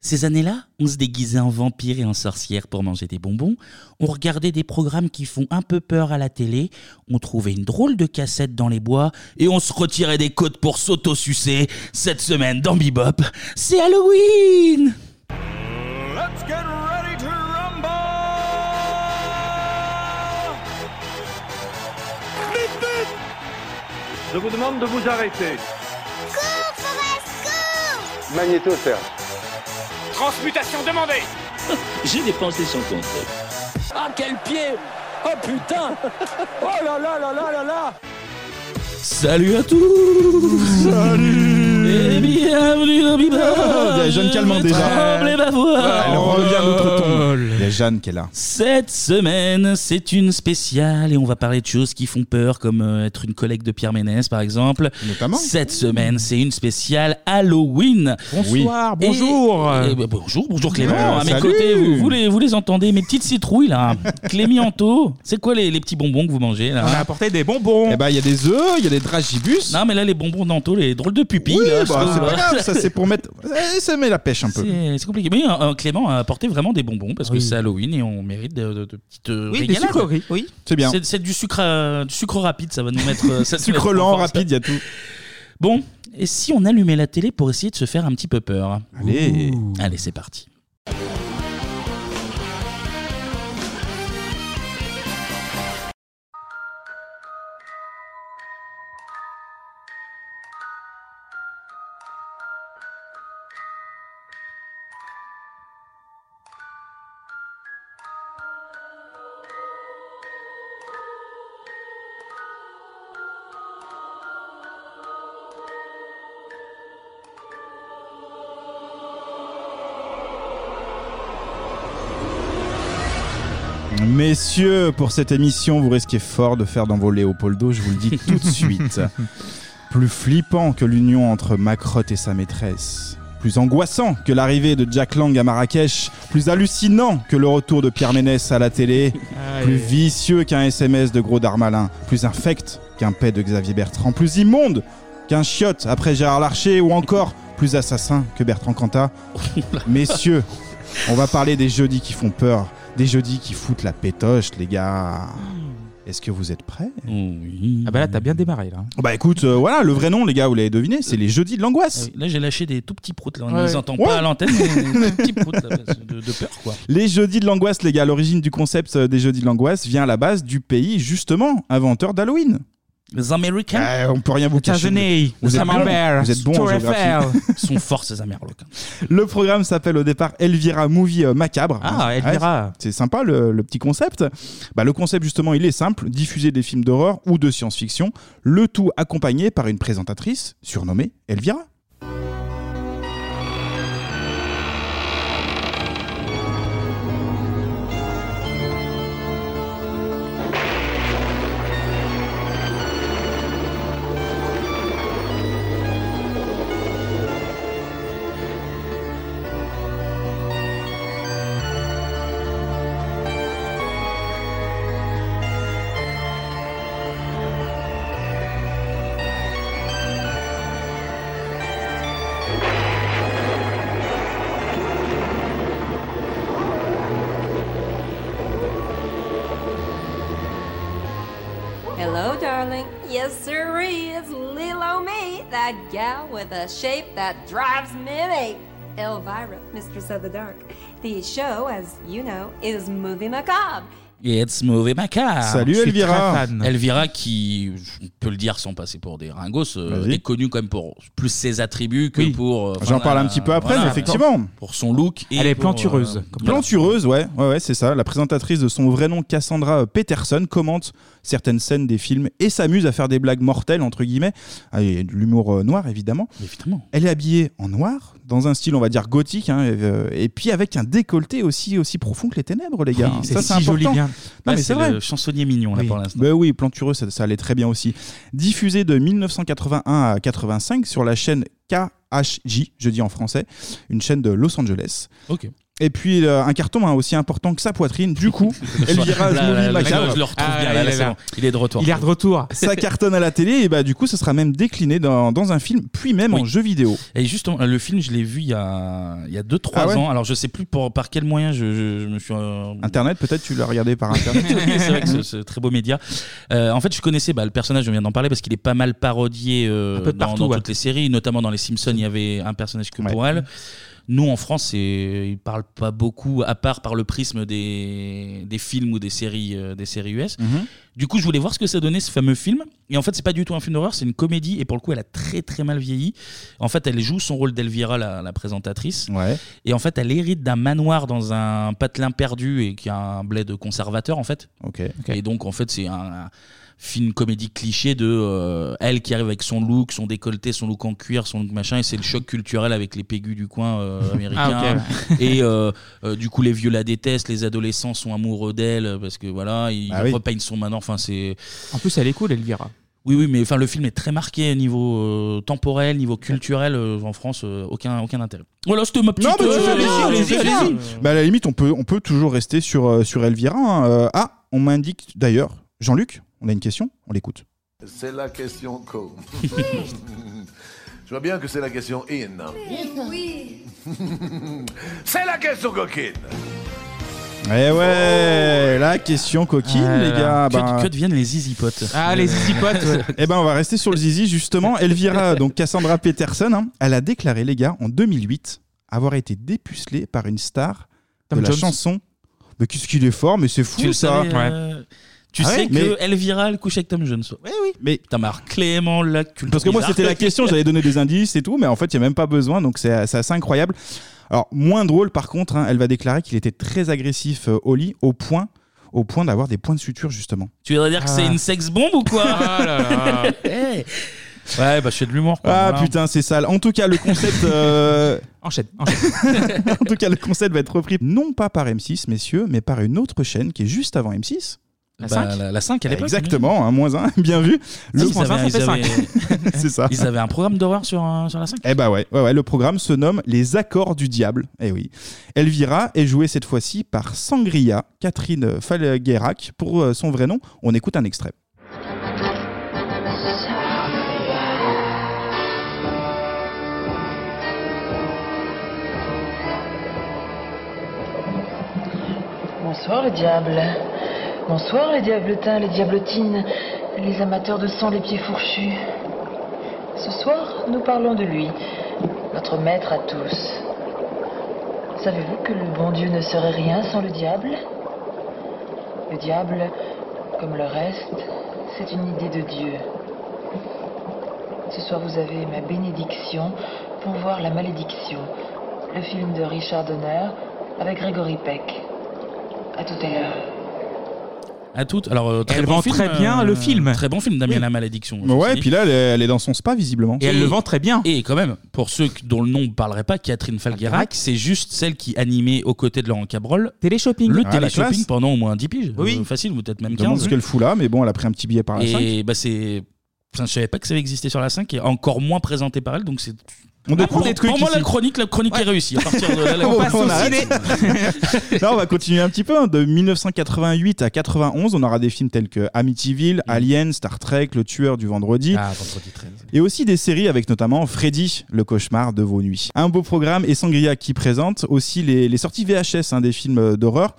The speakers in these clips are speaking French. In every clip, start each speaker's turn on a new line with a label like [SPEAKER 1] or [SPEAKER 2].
[SPEAKER 1] Ces années-là, on se déguisait en vampire et en sorcière pour manger des bonbons, on regardait des programmes qui font un peu peur à la télé, on trouvait une drôle de cassette dans les bois et on se retirait des côtes pour s'auto-sucer. Cette semaine dans Bebop, c'est Halloween
[SPEAKER 2] Let's get ready to rumble! Vite, vite!
[SPEAKER 3] Je vous demande de vous arrêter.
[SPEAKER 4] Magnéto, Serge.
[SPEAKER 2] Transmutation demandée!
[SPEAKER 5] J'ai dépensé sans compter.
[SPEAKER 2] Ah, quel pied! Oh putain! Oh là là là là là là!
[SPEAKER 1] Salut à tous Salut Et bienvenue dans Bebop
[SPEAKER 6] Oh, il y a Jeanne Calment déjà.
[SPEAKER 1] Tremblez ma voix.
[SPEAKER 6] Elle revient à notre tombe. Il y a Jeanne qui est là.
[SPEAKER 1] Cette semaine, c'est une spéciale et on va parler de choses qui font peur, comme euh, être une collègue de Pierre Ménès, par exemple.
[SPEAKER 6] Notamment.
[SPEAKER 1] Cette semaine, c'est une spéciale Halloween.
[SPEAKER 6] Bonsoir,
[SPEAKER 1] Et-
[SPEAKER 6] bonjour.
[SPEAKER 1] et- bah, bonjour, bonjour Clément.
[SPEAKER 6] Euh,
[SPEAKER 1] à mes
[SPEAKER 6] salut.
[SPEAKER 1] côtés, vous, vous les, vous les entendez, mes petites citrouilles là. Clémianto, c'est quoi les, les petits bonbons que vous mangez là
[SPEAKER 6] On a apporté des bonbons. Eh ben, il y a des œufs, il y a des dragibus.
[SPEAKER 1] Non, mais là, les bonbons d'Anto, les drôles de pupilles.
[SPEAKER 6] Oui,
[SPEAKER 1] là, je
[SPEAKER 6] bah,
[SPEAKER 1] trouve,
[SPEAKER 6] c'est
[SPEAKER 1] là.
[SPEAKER 6] pas grave, ça c'est pour mettre. Eh, Ça met la pêche un peu.
[SPEAKER 1] C'est c'est compliqué. Mais euh, Clément a apporté vraiment des bonbons parce que c'est Halloween et on mérite de, de- de petites euh,
[SPEAKER 6] Oui, des
[SPEAKER 1] régalades.
[SPEAKER 6] sucreries, oui. C'est bien.
[SPEAKER 1] C'est- C'est du sucre, euh, du sucre rapide, ça va nous mettre. euh, ça nous
[SPEAKER 6] Sucre
[SPEAKER 1] mettra en
[SPEAKER 6] lent,
[SPEAKER 1] forme, ça.
[SPEAKER 6] rapide, il y a tout.
[SPEAKER 1] Bon, et si on allumait la télé pour essayer de se faire un petit peu peur
[SPEAKER 6] Allez.
[SPEAKER 1] Allez, c'est parti.
[SPEAKER 6] Messieurs, pour cette émission, vous risquez fort de faire dans vos Léopoldo, je vous le dis tout de suite. Plus flippant que l'union entre Macrotte et sa maîtresse. Plus angoissant que l'arrivée de Jack Lang à Marrakech. Plus hallucinant que le retour de Pierre Ménès à la télé. Plus vicieux qu'un SMS de gros Darmalin. Plus infect qu'un paix de Xavier Bertrand. Plus immonde qu'un chiotte après Gérard Larcher. Ou encore plus assassin que Bertrand Cantat. Messieurs, on va parler des jeudis qui font peur, des jeudis qui foutent la pétoche, les gars. Est-ce que vous êtes prêts
[SPEAKER 1] Oui.
[SPEAKER 7] Ah bah là, t'as bien démarré là.
[SPEAKER 6] Bah écoute, euh, voilà, le vrai nom, les gars, vous l'avez deviné, c'est les jeudis de l'angoisse.
[SPEAKER 1] Là, j'ai lâché des tout petits proutes. Là. On
[SPEAKER 7] Ouais.
[SPEAKER 1] les entend
[SPEAKER 6] Ouais.
[SPEAKER 1] pas à l'antenne, mais des tout petits proutes là, parce- de, de peur, quoi.
[SPEAKER 6] Les jeudis de l'angoisse, les gars, l'origine du concept euh, des jeudis de l'angoisse vient à la base du pays, justement, inventeur d'Halloween.
[SPEAKER 1] Les Américains
[SPEAKER 6] Euh, on peut rien vous cacher. Vous êtes bon, vous êtes bon en géographie.
[SPEAKER 1] sont forts, ces Américains.
[SPEAKER 6] Le programme s'appelle au départ Elvira Movie euh, Macabre.
[SPEAKER 7] Ah,
[SPEAKER 6] Ouais,
[SPEAKER 7] Elvira.
[SPEAKER 6] C'est sympa le, le petit concept. Bah, le concept justement il est simple, diffuser des films d'horreur ou de science-fiction, le tout accompagné par une présentatrice surnommée Elvira.
[SPEAKER 8] Hello, darling. Yes, sirree, it's Lilo me, that gal with a shape that drives me ape. Elvira, Mistress of the Dark. The show, as you know, is Movie Macabre.
[SPEAKER 1] It's movie macabre.
[SPEAKER 6] Salut Elvira.
[SPEAKER 1] Elvira, qui, on peut le dire sans passer pour des ringos, euh,
[SPEAKER 6] Vas-y.
[SPEAKER 1] est connue quand même pour plus ses attributs que
[SPEAKER 7] Oui.
[SPEAKER 1] pour. euh,
[SPEAKER 6] J'en
[SPEAKER 1] enfin,
[SPEAKER 6] parle
[SPEAKER 1] la-
[SPEAKER 6] un petit peu après,
[SPEAKER 1] voilà,
[SPEAKER 6] mais effectivement.
[SPEAKER 1] Pour son look. Et
[SPEAKER 7] Elle est
[SPEAKER 1] pour,
[SPEAKER 7] plantureuse.
[SPEAKER 1] euh,
[SPEAKER 7] Comme-
[SPEAKER 6] Plantureuse, ouais, ouais, ouais, c'est ça. La présentatrice de son vrai nom, Cassandra Peterson, commente certaines scènes des films et s'amuse à faire des blagues mortelles, entre guillemets. Ah, il y a de l'humour euh, noir, évidemment.
[SPEAKER 1] Évidemment.
[SPEAKER 6] Elle est habillée en noir, dans un style, on va dire, gothique, hein, et, euh, et puis avec un décolleté aussi, aussi profond que les ténèbres, les gars.
[SPEAKER 7] C'est
[SPEAKER 6] ça,
[SPEAKER 7] si joli
[SPEAKER 6] important.
[SPEAKER 7] bien.
[SPEAKER 6] Non,
[SPEAKER 1] Ouais,
[SPEAKER 6] mais c'est vrai.
[SPEAKER 1] le chansonnier mignon, là,
[SPEAKER 7] Oui.
[SPEAKER 1] pour l'instant.
[SPEAKER 6] Ben oui, Plantureux, ça, ça allait très bien aussi. Diffusé de 1981 à 85 sur la chaîne KHJ, je dis en français, une chaîne de Los Angeles.
[SPEAKER 1] Ok.
[SPEAKER 6] Et puis euh, un carton hein, aussi important que sa poitrine. Du coup,
[SPEAKER 1] Là,
[SPEAKER 6] Elvira
[SPEAKER 1] là,
[SPEAKER 6] Azmouli
[SPEAKER 1] là,
[SPEAKER 6] Macabre,
[SPEAKER 1] Je le retrouve
[SPEAKER 4] Ah,
[SPEAKER 1] bien,
[SPEAKER 4] il
[SPEAKER 1] là,
[SPEAKER 4] est
[SPEAKER 1] là, c'est
[SPEAKER 4] là.
[SPEAKER 1] bon. Il est de retour.
[SPEAKER 4] Il est de retour.
[SPEAKER 6] ça cartonne à la télé et bah du coup, ça sera même décliné dans, dans un film, puis même en
[SPEAKER 1] Oui.
[SPEAKER 6] jeu vidéo.
[SPEAKER 1] Et justement, le film, je l'ai vu il y a 2-3
[SPEAKER 6] Ah ouais
[SPEAKER 1] ans. Alors, je sais plus pour- par quel moyen je, je- je me suis. euh,
[SPEAKER 6] Internet, peut-être tu l'as regardé par internet.
[SPEAKER 1] Oui, c'est vrai que ce, ce très beau média. Euh, en fait, je connaissais bah, le personnage, je viens d'en parler, parce qu'il est pas mal parodié euh,
[SPEAKER 4] Un peu de
[SPEAKER 1] dans,
[SPEAKER 4] partout,
[SPEAKER 1] dans
[SPEAKER 4] ouais.
[SPEAKER 1] toutes les séries, notamment dans Les Simpsons, il y avait un personnage que pour elle. Nous, en France, c'est- il parle pas beaucoup, à part par le prisme des, des films ou des séries, euh, des séries US.
[SPEAKER 6] Mhm.
[SPEAKER 1] Du coup, je voulais voir ce que ça donnait ce fameux film. Et en fait, c'est pas du tout un film d'horreur, c'est une comédie. Et pour le coup, elle a très très mal vieilli. En fait, elle joue son rôle d'Elvira, la, la présentatrice.
[SPEAKER 6] Ouais.
[SPEAKER 1] Et en fait, elle hérite d'un manoir dans un patelin perdu et qui a un bled conservateur, en fait.
[SPEAKER 6] Ok.
[SPEAKER 1] Et donc, en fait, c'est un, un film comédie cliché de euh, elle qui arrive avec son look, son décolleté, son look en cuir, son look machin, et c'est le choc culturel avec les pégus du coin euh, américain. Et euh, euh, du coup, les vieux la détestent, les adolescents sont amoureux d'elle euh, parce que voilà, ils
[SPEAKER 6] Ah oui.
[SPEAKER 1] repeignent son manoir. Enfin, c'est
[SPEAKER 4] En plus, elle est cool, Elvira.
[SPEAKER 1] oui, oui, mais enfin, le film est très marqué niveau euh, temporel, niveau culturel. euh, en France, euh, aucun, aucun intérêt. Voilà, c'était ma petite.
[SPEAKER 6] Non, mais tu
[SPEAKER 1] euh,
[SPEAKER 6] fais bien,
[SPEAKER 1] allez-y,
[SPEAKER 6] tu fais
[SPEAKER 1] allez-y,
[SPEAKER 6] bien.
[SPEAKER 1] allez-y.
[SPEAKER 6] Bah à la limite, on peut, on peut toujours rester sur, euh, sur Elvira. hein. Euh, ah, on m'indique d'ailleurs, Jean-Luc, on a une question, on l'écoute.
[SPEAKER 7] C'est la question co. Je vois bien que c'est la question in.
[SPEAKER 8] Oui.
[SPEAKER 7] C'est la question coquine.
[SPEAKER 6] Eh ouais, la question coquine,
[SPEAKER 4] Ah là
[SPEAKER 6] les
[SPEAKER 4] là.
[SPEAKER 6] gars.
[SPEAKER 1] Euh, Que,
[SPEAKER 6] Bah, Euh,
[SPEAKER 1] que deviennent les Easy Potes
[SPEAKER 4] Ah, les zizi potes.
[SPEAKER 6] Eh ben, on va rester sur le zizi, justement. Elvira, donc Cassandra Peterson, hein, elle a déclaré, les gars, en 2008, avoir été dépucelée par une star
[SPEAKER 4] Tom
[SPEAKER 6] de la
[SPEAKER 4] Jones.
[SPEAKER 6] chanson. Mais qu'est-ce qu'il est fort, mais c'est fou
[SPEAKER 1] Tu le
[SPEAKER 6] ça.
[SPEAKER 1] savais, euh, Tu
[SPEAKER 6] Ah
[SPEAKER 1] sais
[SPEAKER 6] ouais,
[SPEAKER 1] que
[SPEAKER 6] mais-
[SPEAKER 1] Elvira elle couche avec Tom Jones. Oui, oui.
[SPEAKER 6] Mais
[SPEAKER 1] Putain, mais alors, Clément la culture.
[SPEAKER 6] Parce que moi,
[SPEAKER 1] bizarre.
[SPEAKER 6] c'était la question, j'avais donné des indices et tout, mais en fait, il n'y a même pas besoin, donc c'est c'est assez incroyable. Alors, moins drôle, par contre, hein, elle va déclarer qu'il était très agressif euh, au lit, au point, au point d'avoir des points de suture, justement.
[SPEAKER 1] Tu voudrais dire que c'est
[SPEAKER 4] Ah.
[SPEAKER 1] une sex bombe ou quoi
[SPEAKER 4] Ah là là.
[SPEAKER 1] Eh. Ouais, bah je fais de l'humour. quoi.
[SPEAKER 6] Ah
[SPEAKER 1] Voilà.
[SPEAKER 6] putain, c'est sale. En tout cas, le concept, euh,
[SPEAKER 4] Enchaîne, enchaîne.
[SPEAKER 6] en tout cas, le concept va être repris non pas par M6, messieurs, mais par une autre chaîne qui est juste avant M6.
[SPEAKER 4] La
[SPEAKER 1] Bah,
[SPEAKER 4] cinq
[SPEAKER 1] la, 5 à l'époque.
[SPEAKER 6] Exactement, hein, moins un, bien vu.
[SPEAKER 1] oui.
[SPEAKER 6] Le
[SPEAKER 1] Ils
[SPEAKER 4] point cinq,
[SPEAKER 1] avaient-
[SPEAKER 4] ça fait
[SPEAKER 1] ils avaient-
[SPEAKER 6] c'est ça.
[SPEAKER 1] Ils avaient un programme d'horreur sur, euh, sur la 5
[SPEAKER 6] Eh bah ouais, ouais, ouais, le programme se nomme Les Accords du Diable. Eh oui. Elvira est jouée cette fois-ci par Sangria, Catherine Falguerac. Pour euh, son vrai nom, on écoute un extrait.
[SPEAKER 9] Bonsoir le diable. Bonsoir les diabletins, les diablotines, les amateurs de sang, les pieds fourchus. Ce soir, nous parlons de lui, notre maître à tous. Savez-vous que le bon Dieu ne serait rien sans le diable Le diable, comme le reste, c'est une idée de Dieu. Ce soir, vous avez ma bénédiction pour voir La Malédiction, le film de Richard Donner avec Grégory Peck. À tout à l'heure.
[SPEAKER 1] À toutes. Alors, euh, très
[SPEAKER 4] Elle
[SPEAKER 1] bon
[SPEAKER 4] vend
[SPEAKER 1] film, euh,
[SPEAKER 4] très bien le film.
[SPEAKER 1] Très bon film, Damien
[SPEAKER 6] Oui.
[SPEAKER 1] La Malédiction. je
[SPEAKER 6] Ouais,
[SPEAKER 1] sais.
[SPEAKER 6] et puis là, elle est, elle est dans son spa, visiblement.
[SPEAKER 4] Et elle le vend très bien.
[SPEAKER 1] Et quand même, pour ceux que- dont le nom ne parlerait pas, Catherine Falguerac, c'est juste celle qui animait aux côtés de Laurent Cabrol
[SPEAKER 4] Télé-shopping.
[SPEAKER 1] le
[SPEAKER 6] Ah, la
[SPEAKER 1] télé-shopping
[SPEAKER 6] classe.
[SPEAKER 1] pendant au moins 10 piges.
[SPEAKER 4] Oui.
[SPEAKER 1] Euh, facile, ou peut-être même
[SPEAKER 6] Je me demande
[SPEAKER 1] 15.
[SPEAKER 6] ce qu'elle fout là, mais bon, elle a pris un petit billet par la 5.
[SPEAKER 1] Et bah c'est. enfin, je savais pas que ça avait existé sur la 5 et encore moins présenté par elle, donc c'est. Ah,
[SPEAKER 6] On découvre
[SPEAKER 1] pour,
[SPEAKER 6] des trucs
[SPEAKER 1] pour moi,
[SPEAKER 6] ici.
[SPEAKER 1] la chronique, la chronique est réussie. À partir de là, la-
[SPEAKER 6] On
[SPEAKER 4] passe au
[SPEAKER 6] arrête.
[SPEAKER 4] ciné.
[SPEAKER 6] Là, on va continuer un petit peu. hein. De 1988 à 91, on aura des films tels que Amityville, Alien, Star Trek, Le Tueur du Vendredi,
[SPEAKER 1] Mm. Ah, vendredi 13.
[SPEAKER 6] et aussi des séries avec notamment Freddy, le cauchemar de vos nuits. Un beau programme et Sangria qui présente aussi les, les sorties VHS hein, des films euh, d'horreur.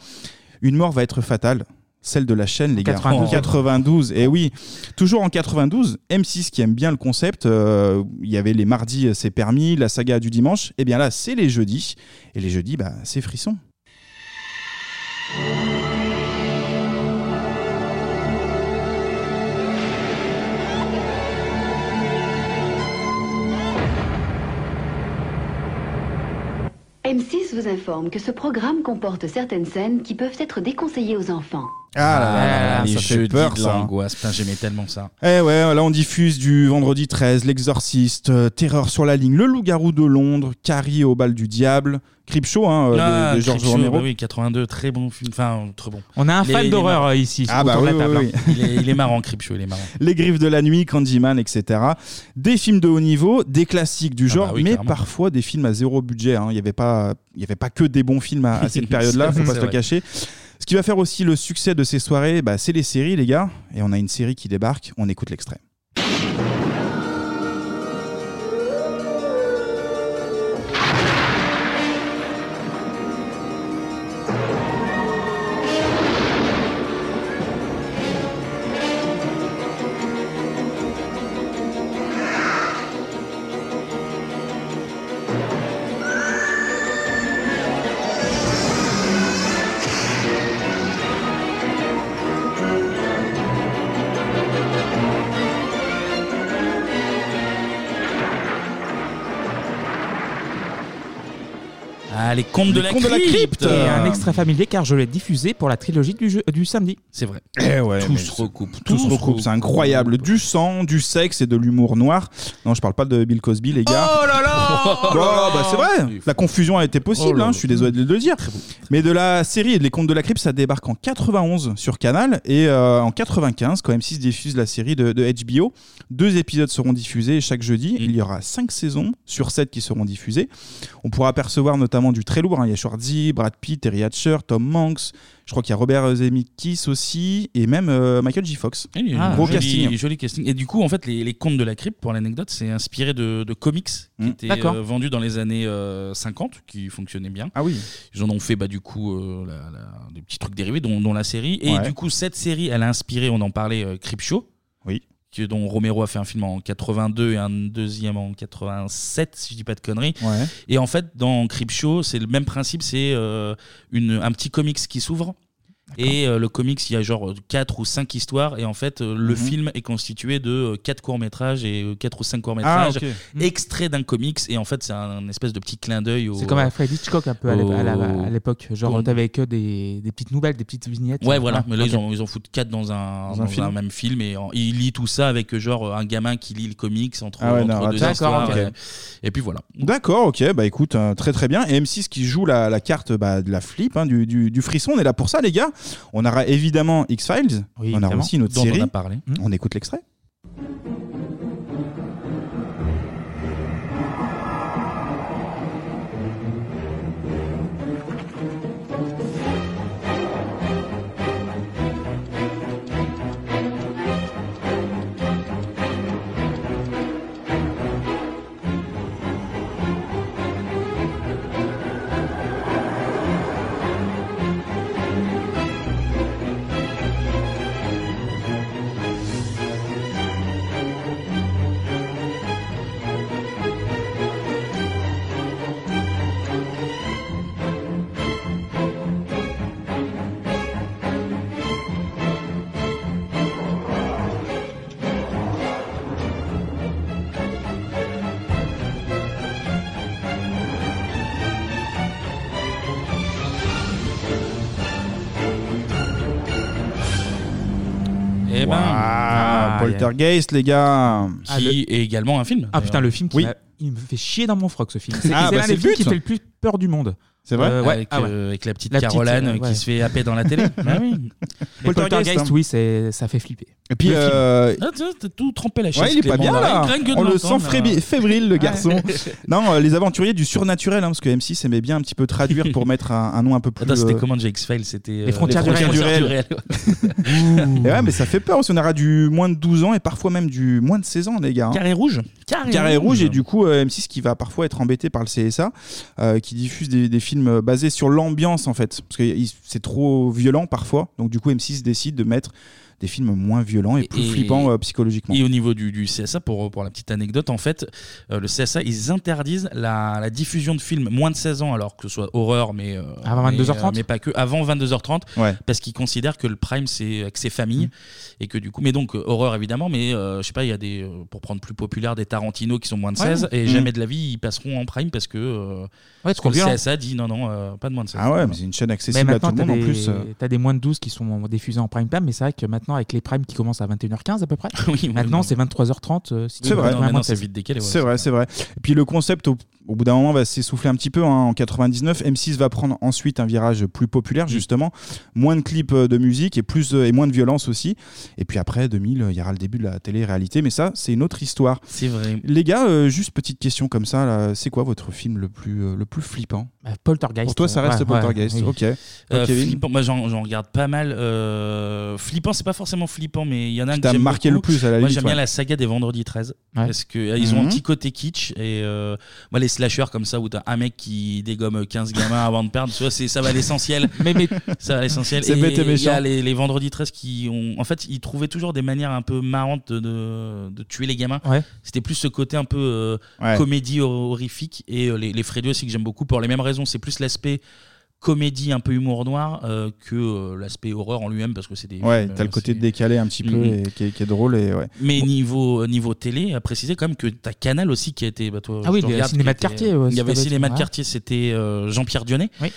[SPEAKER 6] Une mort va être fatale. Celle de la chaîne, les gars.
[SPEAKER 4] 92.
[SPEAKER 6] En 92. Et oui, toujours en 92, M6 qui aime bien le concept. euh, Il y avait les mardis, euh, c'est permis, la saga du dimanche. Et bien là, c'est les jeudis. Et les jeudis, bah, c'est frisson.
[SPEAKER 10] M6 vous informe que ce programme comporte certaines scènes qui peuvent être déconseillées aux enfants.
[SPEAKER 6] Ah là là là là,
[SPEAKER 1] les
[SPEAKER 6] ça fait
[SPEAKER 1] jeudis
[SPEAKER 6] peur
[SPEAKER 1] de
[SPEAKER 6] ça. hein.
[SPEAKER 1] l'angoisse. Putain, J'aimais tellement ça.
[SPEAKER 6] Eh ouais, là on diffuse du vendredi 13, L'Exorciste, euh, Terreur sur la ligne, Le Loup-Garou de Londres, Carrie au bal du diable, Creepshow hein, euh, de-
[SPEAKER 1] Ah,
[SPEAKER 6] de, Georges
[SPEAKER 1] Creepshow,
[SPEAKER 6] Romero.
[SPEAKER 1] bah oui, 82, très bon film. Enfin, très bon.
[SPEAKER 4] On a un
[SPEAKER 1] Il est-
[SPEAKER 4] fan
[SPEAKER 1] il est
[SPEAKER 4] d'horreur
[SPEAKER 1] marrant.
[SPEAKER 4] euh, ici,
[SPEAKER 6] Ah bah
[SPEAKER 4] autour de la
[SPEAKER 6] oui,
[SPEAKER 4] table.
[SPEAKER 6] oui,
[SPEAKER 4] hein.
[SPEAKER 1] Il est, il est marrant, Creepshow, il est marrant.
[SPEAKER 6] Les griffes de la nuit, Candyman, etc. Des films de haut niveau, des classiques du
[SPEAKER 1] bah
[SPEAKER 6] genre,
[SPEAKER 1] oui,
[SPEAKER 6] mais
[SPEAKER 1] clairement.
[SPEAKER 6] parfois des films à zéro budget. hein. Il n'y avait, pas- il y avait pas que des bons films à, à cette période-là,
[SPEAKER 1] C'est
[SPEAKER 6] faut pas
[SPEAKER 1] vrai,
[SPEAKER 6] se
[SPEAKER 1] c'est
[SPEAKER 6] le
[SPEAKER 1] vrai.
[SPEAKER 6] cacher. Ce qui va faire aussi le succès de ces soirées, bah, c'est les séries, les gars. Et on a une série qui débarque, on écoute l'extrait.
[SPEAKER 1] Ah, les contes de,
[SPEAKER 6] Les
[SPEAKER 1] la,
[SPEAKER 6] Contes de
[SPEAKER 1] crypte.
[SPEAKER 6] la Crypte.
[SPEAKER 4] Et
[SPEAKER 6] Euh,
[SPEAKER 4] un extrait familier car je l'ai diffusé pour la trilogie du, jeu, du samedi.
[SPEAKER 1] C'est vrai.
[SPEAKER 6] Eh ouais,
[SPEAKER 1] tout
[SPEAKER 6] mais
[SPEAKER 1] se recoupe.
[SPEAKER 6] Tout se recoupe, c'est incroyable. Du sang, du sexe et de l'humour noir. Non, je parle pas de Bill Cosby, les gars.
[SPEAKER 1] Oh là là
[SPEAKER 6] Oh, bah, c'est vrai, la confusion a été
[SPEAKER 1] Oh
[SPEAKER 6] possible,
[SPEAKER 1] là
[SPEAKER 6] hein,
[SPEAKER 1] là.
[SPEAKER 6] je suis désolé de le dire.
[SPEAKER 1] Très beau.
[SPEAKER 6] Mais de la série et de Les Contes de la Crypte, ça débarque en 91 sur Canal et euh, en 95, quand M6 diffuse la série de, de HBO. Deux épisodes seront diffusés chaque jeudi.
[SPEAKER 1] Mm.
[SPEAKER 6] Il y aura cinq saisons sur sept qui seront diffusées. On pourra apercevoir notamment du très lourd. hein. Il y a Schwarzy, Brad Pitt, Terry Hatcher, Tom Hanks. Je crois qu'il y a Robert Zemeckis aussi et même euh, Michael J. Fox.
[SPEAKER 1] Oui,
[SPEAKER 4] Ah,
[SPEAKER 1] joli-
[SPEAKER 6] gros casting.
[SPEAKER 1] Joli casting. Et du coup, en fait, les, les contes de la crypte, pour l'anecdote, c'est inspiré de, de comics
[SPEAKER 6] Mm.
[SPEAKER 1] qui étaient
[SPEAKER 4] D'accord.
[SPEAKER 1] euh, vendus dans les années euh, 50, qui fonctionnaient bien.
[SPEAKER 6] Ah oui.
[SPEAKER 1] Ils en ont fait bah, du coup euh, la- la- des petits trucs dérivés, dont, dont la série. Et
[SPEAKER 6] Ouais.
[SPEAKER 1] du coup, cette série, elle a inspiré, on en parlait, euh, Creepshow.
[SPEAKER 6] Oui.
[SPEAKER 1] que- dont Romero a fait un film en 82 et un deuxième en 87, si je dis pas de conneries.
[SPEAKER 6] Ouais.
[SPEAKER 1] Et en fait, dans Creepshow, c'est le même principe, c'est euh, une- un petit comics qui s'ouvre. Et euh, le comics, il y a genre 4 ou 5 histoires. Et en fait, euh, le
[SPEAKER 6] Mhm.
[SPEAKER 1] film est constitué de 4 courts-métrages et 4 ou 5
[SPEAKER 6] Ah,
[SPEAKER 1] courts-métrages
[SPEAKER 6] ok.
[SPEAKER 1] extraits d'un comics. Et en fait, c'est un espèce de petit clin d'œil au.
[SPEAKER 4] C'est comme Alfred Hitchcock un peu à l'ép- à
[SPEAKER 1] Oh.
[SPEAKER 4] la- à l'époque. Genre
[SPEAKER 1] Comme-
[SPEAKER 4] t'avais que des, des petites nouvelles, des petites vignettes. Ah,
[SPEAKER 1] Ouais, voilà. Mais là,
[SPEAKER 4] ok.
[SPEAKER 1] ils, en, ils en foutent 4 dans un,
[SPEAKER 6] Dans
[SPEAKER 1] dans
[SPEAKER 6] un
[SPEAKER 1] un,
[SPEAKER 6] film.
[SPEAKER 1] même film. Et en- il lit tout ça avec euh, genre un gamin qui lit le comics entre,
[SPEAKER 6] Ah ouais,
[SPEAKER 1] entre
[SPEAKER 6] narrateur.
[SPEAKER 1] deux
[SPEAKER 4] D'accord,
[SPEAKER 1] histoires.
[SPEAKER 4] ok.
[SPEAKER 1] Et, et puis voilà.
[SPEAKER 6] D'accord, ok, bah écoute, euh, très très bien. Et M6 qui joue la, la carte bah, de la flip, hein, du, du- du frisson, on est là pour ça les gars. On aura évidemment X-Files,
[SPEAKER 4] Oui,
[SPEAKER 6] on aura
[SPEAKER 4] évidemment.
[SPEAKER 6] aussi notre
[SPEAKER 1] Dont
[SPEAKER 6] série.
[SPEAKER 1] on a parlé.
[SPEAKER 6] On écoute l'extrait.
[SPEAKER 1] Et ben.
[SPEAKER 6] Ah,
[SPEAKER 4] Ah,
[SPEAKER 6] Poltergeist les gars.
[SPEAKER 1] Qui
[SPEAKER 4] Ah, le-
[SPEAKER 1] est également un film.
[SPEAKER 4] Ah putain, le film qui
[SPEAKER 6] Oui.
[SPEAKER 4] m'a- il me fait chier dans mon froc ce film. C'est
[SPEAKER 6] Ah,
[SPEAKER 4] c'est
[SPEAKER 6] bah,
[SPEAKER 4] l'un
[SPEAKER 6] c'est
[SPEAKER 4] des films
[SPEAKER 6] pute.
[SPEAKER 4] qui fait le plus peur du monde.
[SPEAKER 6] C'est vrai
[SPEAKER 4] Euh, ouais,
[SPEAKER 1] avec,
[SPEAKER 4] ah ouais.
[SPEAKER 1] euh, avec la petite
[SPEAKER 4] La petite,
[SPEAKER 1] Caroline
[SPEAKER 4] euh,
[SPEAKER 1] euh,
[SPEAKER 4] ouais.
[SPEAKER 1] qui se fait happer dans la télé. Bah oui.
[SPEAKER 4] Et Poltergeist,
[SPEAKER 6] Poltergeist, hein.
[SPEAKER 4] oui, c'est- ça fait flipper.
[SPEAKER 6] Et puis,
[SPEAKER 4] le film.
[SPEAKER 6] euh,
[SPEAKER 1] Ah, tu vois, t'as tout trempé la chaise.
[SPEAKER 6] ouais, il est pas
[SPEAKER 1] Clément,
[SPEAKER 6] bien là.
[SPEAKER 1] Il gringue de
[SPEAKER 6] On le sent
[SPEAKER 1] l'entendre,
[SPEAKER 6] frébi-
[SPEAKER 1] là.
[SPEAKER 6] fébrile le garçon. non, euh, les aventuriers du surnaturel, hein, parce que M6 aimait bien un petit peu traduire pour mettre un, un nom un peu plus.
[SPEAKER 1] Attends,
[SPEAKER 6] euh,
[SPEAKER 1] c'était comment déjà X-Files C'était euh,
[SPEAKER 4] Les frontières du
[SPEAKER 1] frontières
[SPEAKER 6] réel. Et ouais, mais ça fait peur aussi. On aura du moins de 12 ans et parfois même du moins de 16 ans les gars. hein.
[SPEAKER 1] Carré rouge. Carré,
[SPEAKER 6] Carré Rouge et du coup euh, M6 qui va parfois être embêté par le CSA euh, qui diffuse des, des films euh, basés sur l'ambiance en fait parce que il- c'est trop violent parfois donc du coup M6 décide de mettre des films moins violents et plus
[SPEAKER 1] Et-
[SPEAKER 6] flippants euh, psychologiquement.
[SPEAKER 1] Et au niveau du, du CSA, pour, pour la petite anecdote, en fait, euh, le CSA, ils interdisent la, la diffusion de films moins de 16 ans, alors que ce soit horreur, mais. euh,
[SPEAKER 4] Avant
[SPEAKER 1] mais,
[SPEAKER 4] 22h30?
[SPEAKER 1] euh, Mais pas que, avant 22h30,
[SPEAKER 6] Ouais. Mm.
[SPEAKER 1] parce qu'ils considèrent que le prime, c'est euh, que c'est famille, et que du coup. Mais donc, euh, horreur évidemment, mais euh, je sais pas, il y a des. euh, Pour prendre plus populaire, des Tarantino qui sont moins de
[SPEAKER 4] Ouais.
[SPEAKER 1] 16, et
[SPEAKER 6] Mhm.
[SPEAKER 1] jamais de la vie, ils passeront en prime parce que. euh, parce
[SPEAKER 4] trop
[SPEAKER 1] que le
[SPEAKER 4] violent.
[SPEAKER 1] CSA dit non, non, euh, pas de moins de 16.
[SPEAKER 6] Ah ouais, mais c'est une chaîne accessible à tout le monde en plus. euh.
[SPEAKER 4] T'as des moins de 12 qui sont diffusés en prime time, mais c'est vrai que maintenant, avec les primes qui commencent à 21h15 à peu près,
[SPEAKER 1] oui,
[SPEAKER 4] maintenant
[SPEAKER 1] non.
[SPEAKER 4] c'est 23h30. euh, si tu
[SPEAKER 6] C'est
[SPEAKER 4] veux,
[SPEAKER 6] vrai.
[SPEAKER 4] tu
[SPEAKER 1] Non,
[SPEAKER 4] vois, à
[SPEAKER 1] maintenant,
[SPEAKER 4] moins de
[SPEAKER 1] c'est
[SPEAKER 4] 16.
[SPEAKER 1] vite décalé. ouais,
[SPEAKER 6] C'est vrai, c'est vrai. Et puis le concept, au, au bout d'un moment, va s'essouffler un petit peu. hein. En 99, M6 va prendre ensuite un virage plus
[SPEAKER 1] Mm.
[SPEAKER 6] populaire, justement. Moins de clips euh, de musique et, plus, euh, et moins de violence aussi. Et puis après, 2000, euh, il y aura le début de la télé-réalité, mais ça, c'est une autre histoire.
[SPEAKER 1] C'est vrai.
[SPEAKER 6] Les gars, euh, juste petite question comme ça, là, c'est quoi votre film le plus, euh, le plus flippant
[SPEAKER 4] Bah, Poltergeist.
[SPEAKER 6] Pour toi, ça reste
[SPEAKER 4] Ouais,
[SPEAKER 6] Poltergeist,
[SPEAKER 4] ouais, oui.
[SPEAKER 6] ok.
[SPEAKER 1] Euh,
[SPEAKER 6] Kevin
[SPEAKER 1] flippant, moi j'en j'en regarde pas mal. Euh, flippant, c'est pas forcément flippant, mais il y en a un
[SPEAKER 6] Qui
[SPEAKER 1] que
[SPEAKER 6] t'a
[SPEAKER 1] j'aime
[SPEAKER 6] marqué le
[SPEAKER 1] beaucoup.
[SPEAKER 6] plus à la
[SPEAKER 1] Moi
[SPEAKER 6] limite
[SPEAKER 1] j'aime bien
[SPEAKER 6] ouais.
[SPEAKER 1] la saga des Vendredis 13
[SPEAKER 4] Ouais.
[SPEAKER 1] parce que euh, ils ont un
[SPEAKER 6] Mhm.
[SPEAKER 1] petit côté kitsch et euh, moi les slashers comme ça où t'as un mec qui dégomme 15 gamins avant de perdre, tu vois, c'est ça va à l'essentiel,
[SPEAKER 4] Mais, mais
[SPEAKER 1] ça va à l'essentiel.
[SPEAKER 6] C'est bête et
[SPEAKER 1] Il y
[SPEAKER 6] méchant.
[SPEAKER 1] a les, les Vendredis 13 qui ont, en fait, ils trouvaient toujours des manières un peu marrantes de, de, de tuer les gamins.
[SPEAKER 4] Ouais.
[SPEAKER 1] C'était plus ce côté un peu euh,
[SPEAKER 6] Ouais.
[SPEAKER 1] comédie hor- horrifique et euh, les, les Freddy aussi que j'aime beaucoup pour les mêmes raisons. C'est plus l'aspect comédie un peu humour noir euh, que euh, l'aspect horreur en lui-même parce que c'est des
[SPEAKER 6] Ouais,
[SPEAKER 1] films,
[SPEAKER 6] t'as le
[SPEAKER 1] euh,
[SPEAKER 6] côté
[SPEAKER 1] c'est-
[SPEAKER 6] décalé un petit peu
[SPEAKER 1] Mhm.
[SPEAKER 6] et qui, est, qui est drôle et ouais.
[SPEAKER 1] mais niveau euh, niveau télé à préciser quand même que t'as Canal aussi qui a été bah, toi,
[SPEAKER 4] Ah oui,
[SPEAKER 1] je te
[SPEAKER 4] le
[SPEAKER 1] regarde, qui
[SPEAKER 4] cinéma de
[SPEAKER 1] était-
[SPEAKER 4] quartier, ouais,
[SPEAKER 1] il y
[SPEAKER 4] ça
[SPEAKER 1] avait
[SPEAKER 4] doit être-
[SPEAKER 1] cinéma de
[SPEAKER 4] ouais.
[SPEAKER 1] quartier c'était euh, Jean-Pierre Dionnet
[SPEAKER 4] Oui.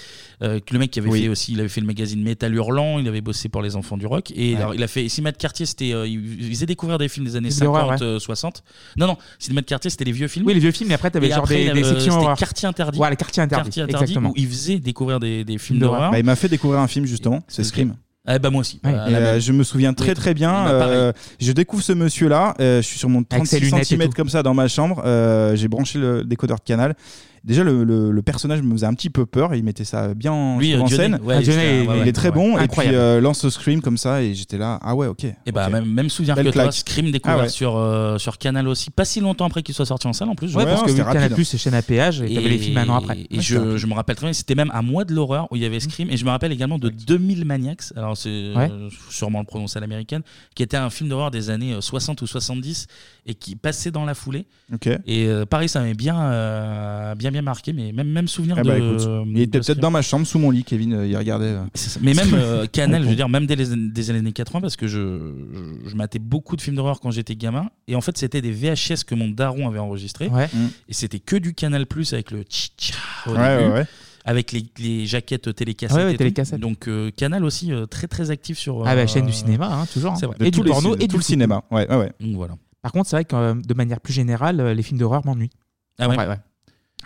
[SPEAKER 1] euh, que le mec qui avait
[SPEAKER 6] Oui.
[SPEAKER 1] fait aussi il avait fait le magazine Métal Hurlant il avait bossé pour les enfants du rock et alors, il a fait cinéma de quartier c'était euh, il il faisait découvrir des films des années
[SPEAKER 4] Films d'horreur,
[SPEAKER 1] 50 euh, 60 non non cinéma de quartier c'était les vieux films
[SPEAKER 4] oui, les vieux films, et après, t'avais
[SPEAKER 1] Et
[SPEAKER 4] genre
[SPEAKER 1] après, il
[SPEAKER 4] des,
[SPEAKER 1] avait,
[SPEAKER 4] des
[SPEAKER 1] euh,
[SPEAKER 4] sections
[SPEAKER 1] c'était
[SPEAKER 4] horreur.
[SPEAKER 1] quartier interdit
[SPEAKER 4] Ouais, les quartiers interdits.
[SPEAKER 1] quartier interdit
[SPEAKER 4] exactement.
[SPEAKER 1] où il faisait découvrir des, des films
[SPEAKER 4] Films d'horreur.
[SPEAKER 1] d'horreur.
[SPEAKER 6] Bah, il m'a fait découvrir un film justement, c'est
[SPEAKER 1] Et-
[SPEAKER 6] Scream.
[SPEAKER 1] Ah bah moi aussi.
[SPEAKER 4] Ouais.
[SPEAKER 1] Voilà,
[SPEAKER 6] Et,
[SPEAKER 1] la
[SPEAKER 6] euh,
[SPEAKER 1] même.
[SPEAKER 6] je me souviens très
[SPEAKER 1] Oui.
[SPEAKER 6] très bien.
[SPEAKER 1] Bah, pareil.
[SPEAKER 6] Euh, je découvre ce monsieur-là. euh, je suis sur mon
[SPEAKER 4] Avec ses
[SPEAKER 6] 36
[SPEAKER 4] lunettes et
[SPEAKER 6] cm
[SPEAKER 4] tout.
[SPEAKER 6] comme ça dans ma chambre. euh, J'ai branché le décodeur de canal. Déjà, le, le- le personnage me faisait un petit peu peur. Il mettait ça bien en,
[SPEAKER 1] Lui,
[SPEAKER 6] en
[SPEAKER 1] euh, Johnny,
[SPEAKER 6] scène.
[SPEAKER 1] ouais,
[SPEAKER 4] Ah, Johnny,
[SPEAKER 1] c'était un-
[SPEAKER 4] il
[SPEAKER 1] ouais,
[SPEAKER 6] il
[SPEAKER 1] ouais,
[SPEAKER 6] est très
[SPEAKER 1] ouais.
[SPEAKER 6] bon. Et
[SPEAKER 4] Incroyable.
[SPEAKER 6] puis euh, lance Scream comme ça. Et j'étais là. Ah ouais, ok.
[SPEAKER 1] Et bah
[SPEAKER 6] ok.
[SPEAKER 1] même, même souvenir
[SPEAKER 6] Belle
[SPEAKER 1] que toi,
[SPEAKER 6] claque.
[SPEAKER 1] Scream découvert
[SPEAKER 6] Ah ouais.
[SPEAKER 1] sur, euh, sur Canal aussi, pas si longtemps après qu'il soit sorti en salle en plus. je
[SPEAKER 4] Ouais,
[SPEAKER 1] crois.
[SPEAKER 4] parce que
[SPEAKER 6] c'était
[SPEAKER 4] vu que Canal
[SPEAKER 6] rapide.
[SPEAKER 4] Plus, c'est chaîne à péage, et t'avais les films un an après.
[SPEAKER 1] Et
[SPEAKER 4] Ouais, c'est
[SPEAKER 1] je, je me rappelle très bien, c'était même à mois de l'horreur où il y avait
[SPEAKER 6] Mm.
[SPEAKER 1] Scream. Et je me rappelle également de 2000 Maniacs, alors c'est euh,
[SPEAKER 4] Ouais.
[SPEAKER 1] sûrement le prononcer à l'américaine, qui était un film d'horreur des années euh, 60 ou 70 et qui passait dans la foulée.
[SPEAKER 6] Ok.
[SPEAKER 1] Et euh, pareil, ça m'avait bien, euh, bien, bien marqué, mais même, même souvenir
[SPEAKER 6] Ah bah,
[SPEAKER 1] de.
[SPEAKER 6] écoute,
[SPEAKER 1] euh,
[SPEAKER 6] Il
[SPEAKER 1] de
[SPEAKER 6] était peut-être
[SPEAKER 1] Scream.
[SPEAKER 6] dans ma chambre sous mon lit. Kevin, euh, il regardait. euh.
[SPEAKER 1] C'est ça. Mais même euh, Canal, je veux dire, même dès les, an- des années 80, parce que je, je, je matais beaucoup de films d'horreur quand j'étais gamin. Et en fait, c'était des VHS que mon daron avait enregistrés.
[SPEAKER 4] Ouais.
[SPEAKER 1] Et c'était que du Canal Plus avec le tcha au
[SPEAKER 6] Mm. Ouais,
[SPEAKER 1] début,
[SPEAKER 6] ouais, ouais.
[SPEAKER 1] avec les, les jaquettes télécassettes.
[SPEAKER 4] Ouais, ouais,
[SPEAKER 1] et tout.
[SPEAKER 4] télécassettes.
[SPEAKER 1] Donc euh, Canal aussi euh, très très actif sur.
[SPEAKER 4] Ah, bah,
[SPEAKER 1] euh,
[SPEAKER 4] chaîne du cinéma, hein, toujours. hein.
[SPEAKER 1] C'est vrai.
[SPEAKER 6] De
[SPEAKER 4] Et du
[SPEAKER 6] tous les
[SPEAKER 4] porno
[SPEAKER 6] cin- de
[SPEAKER 4] et
[SPEAKER 6] tout
[SPEAKER 4] du
[SPEAKER 6] le cinéma. Ouais, ouais, ouais.
[SPEAKER 1] Donc, voilà.
[SPEAKER 4] Par contre, c'est vrai que euh, de manière plus générale, euh, les films d'horreur m'ennuient.
[SPEAKER 1] Ah ouais.
[SPEAKER 4] Ouais, ouais.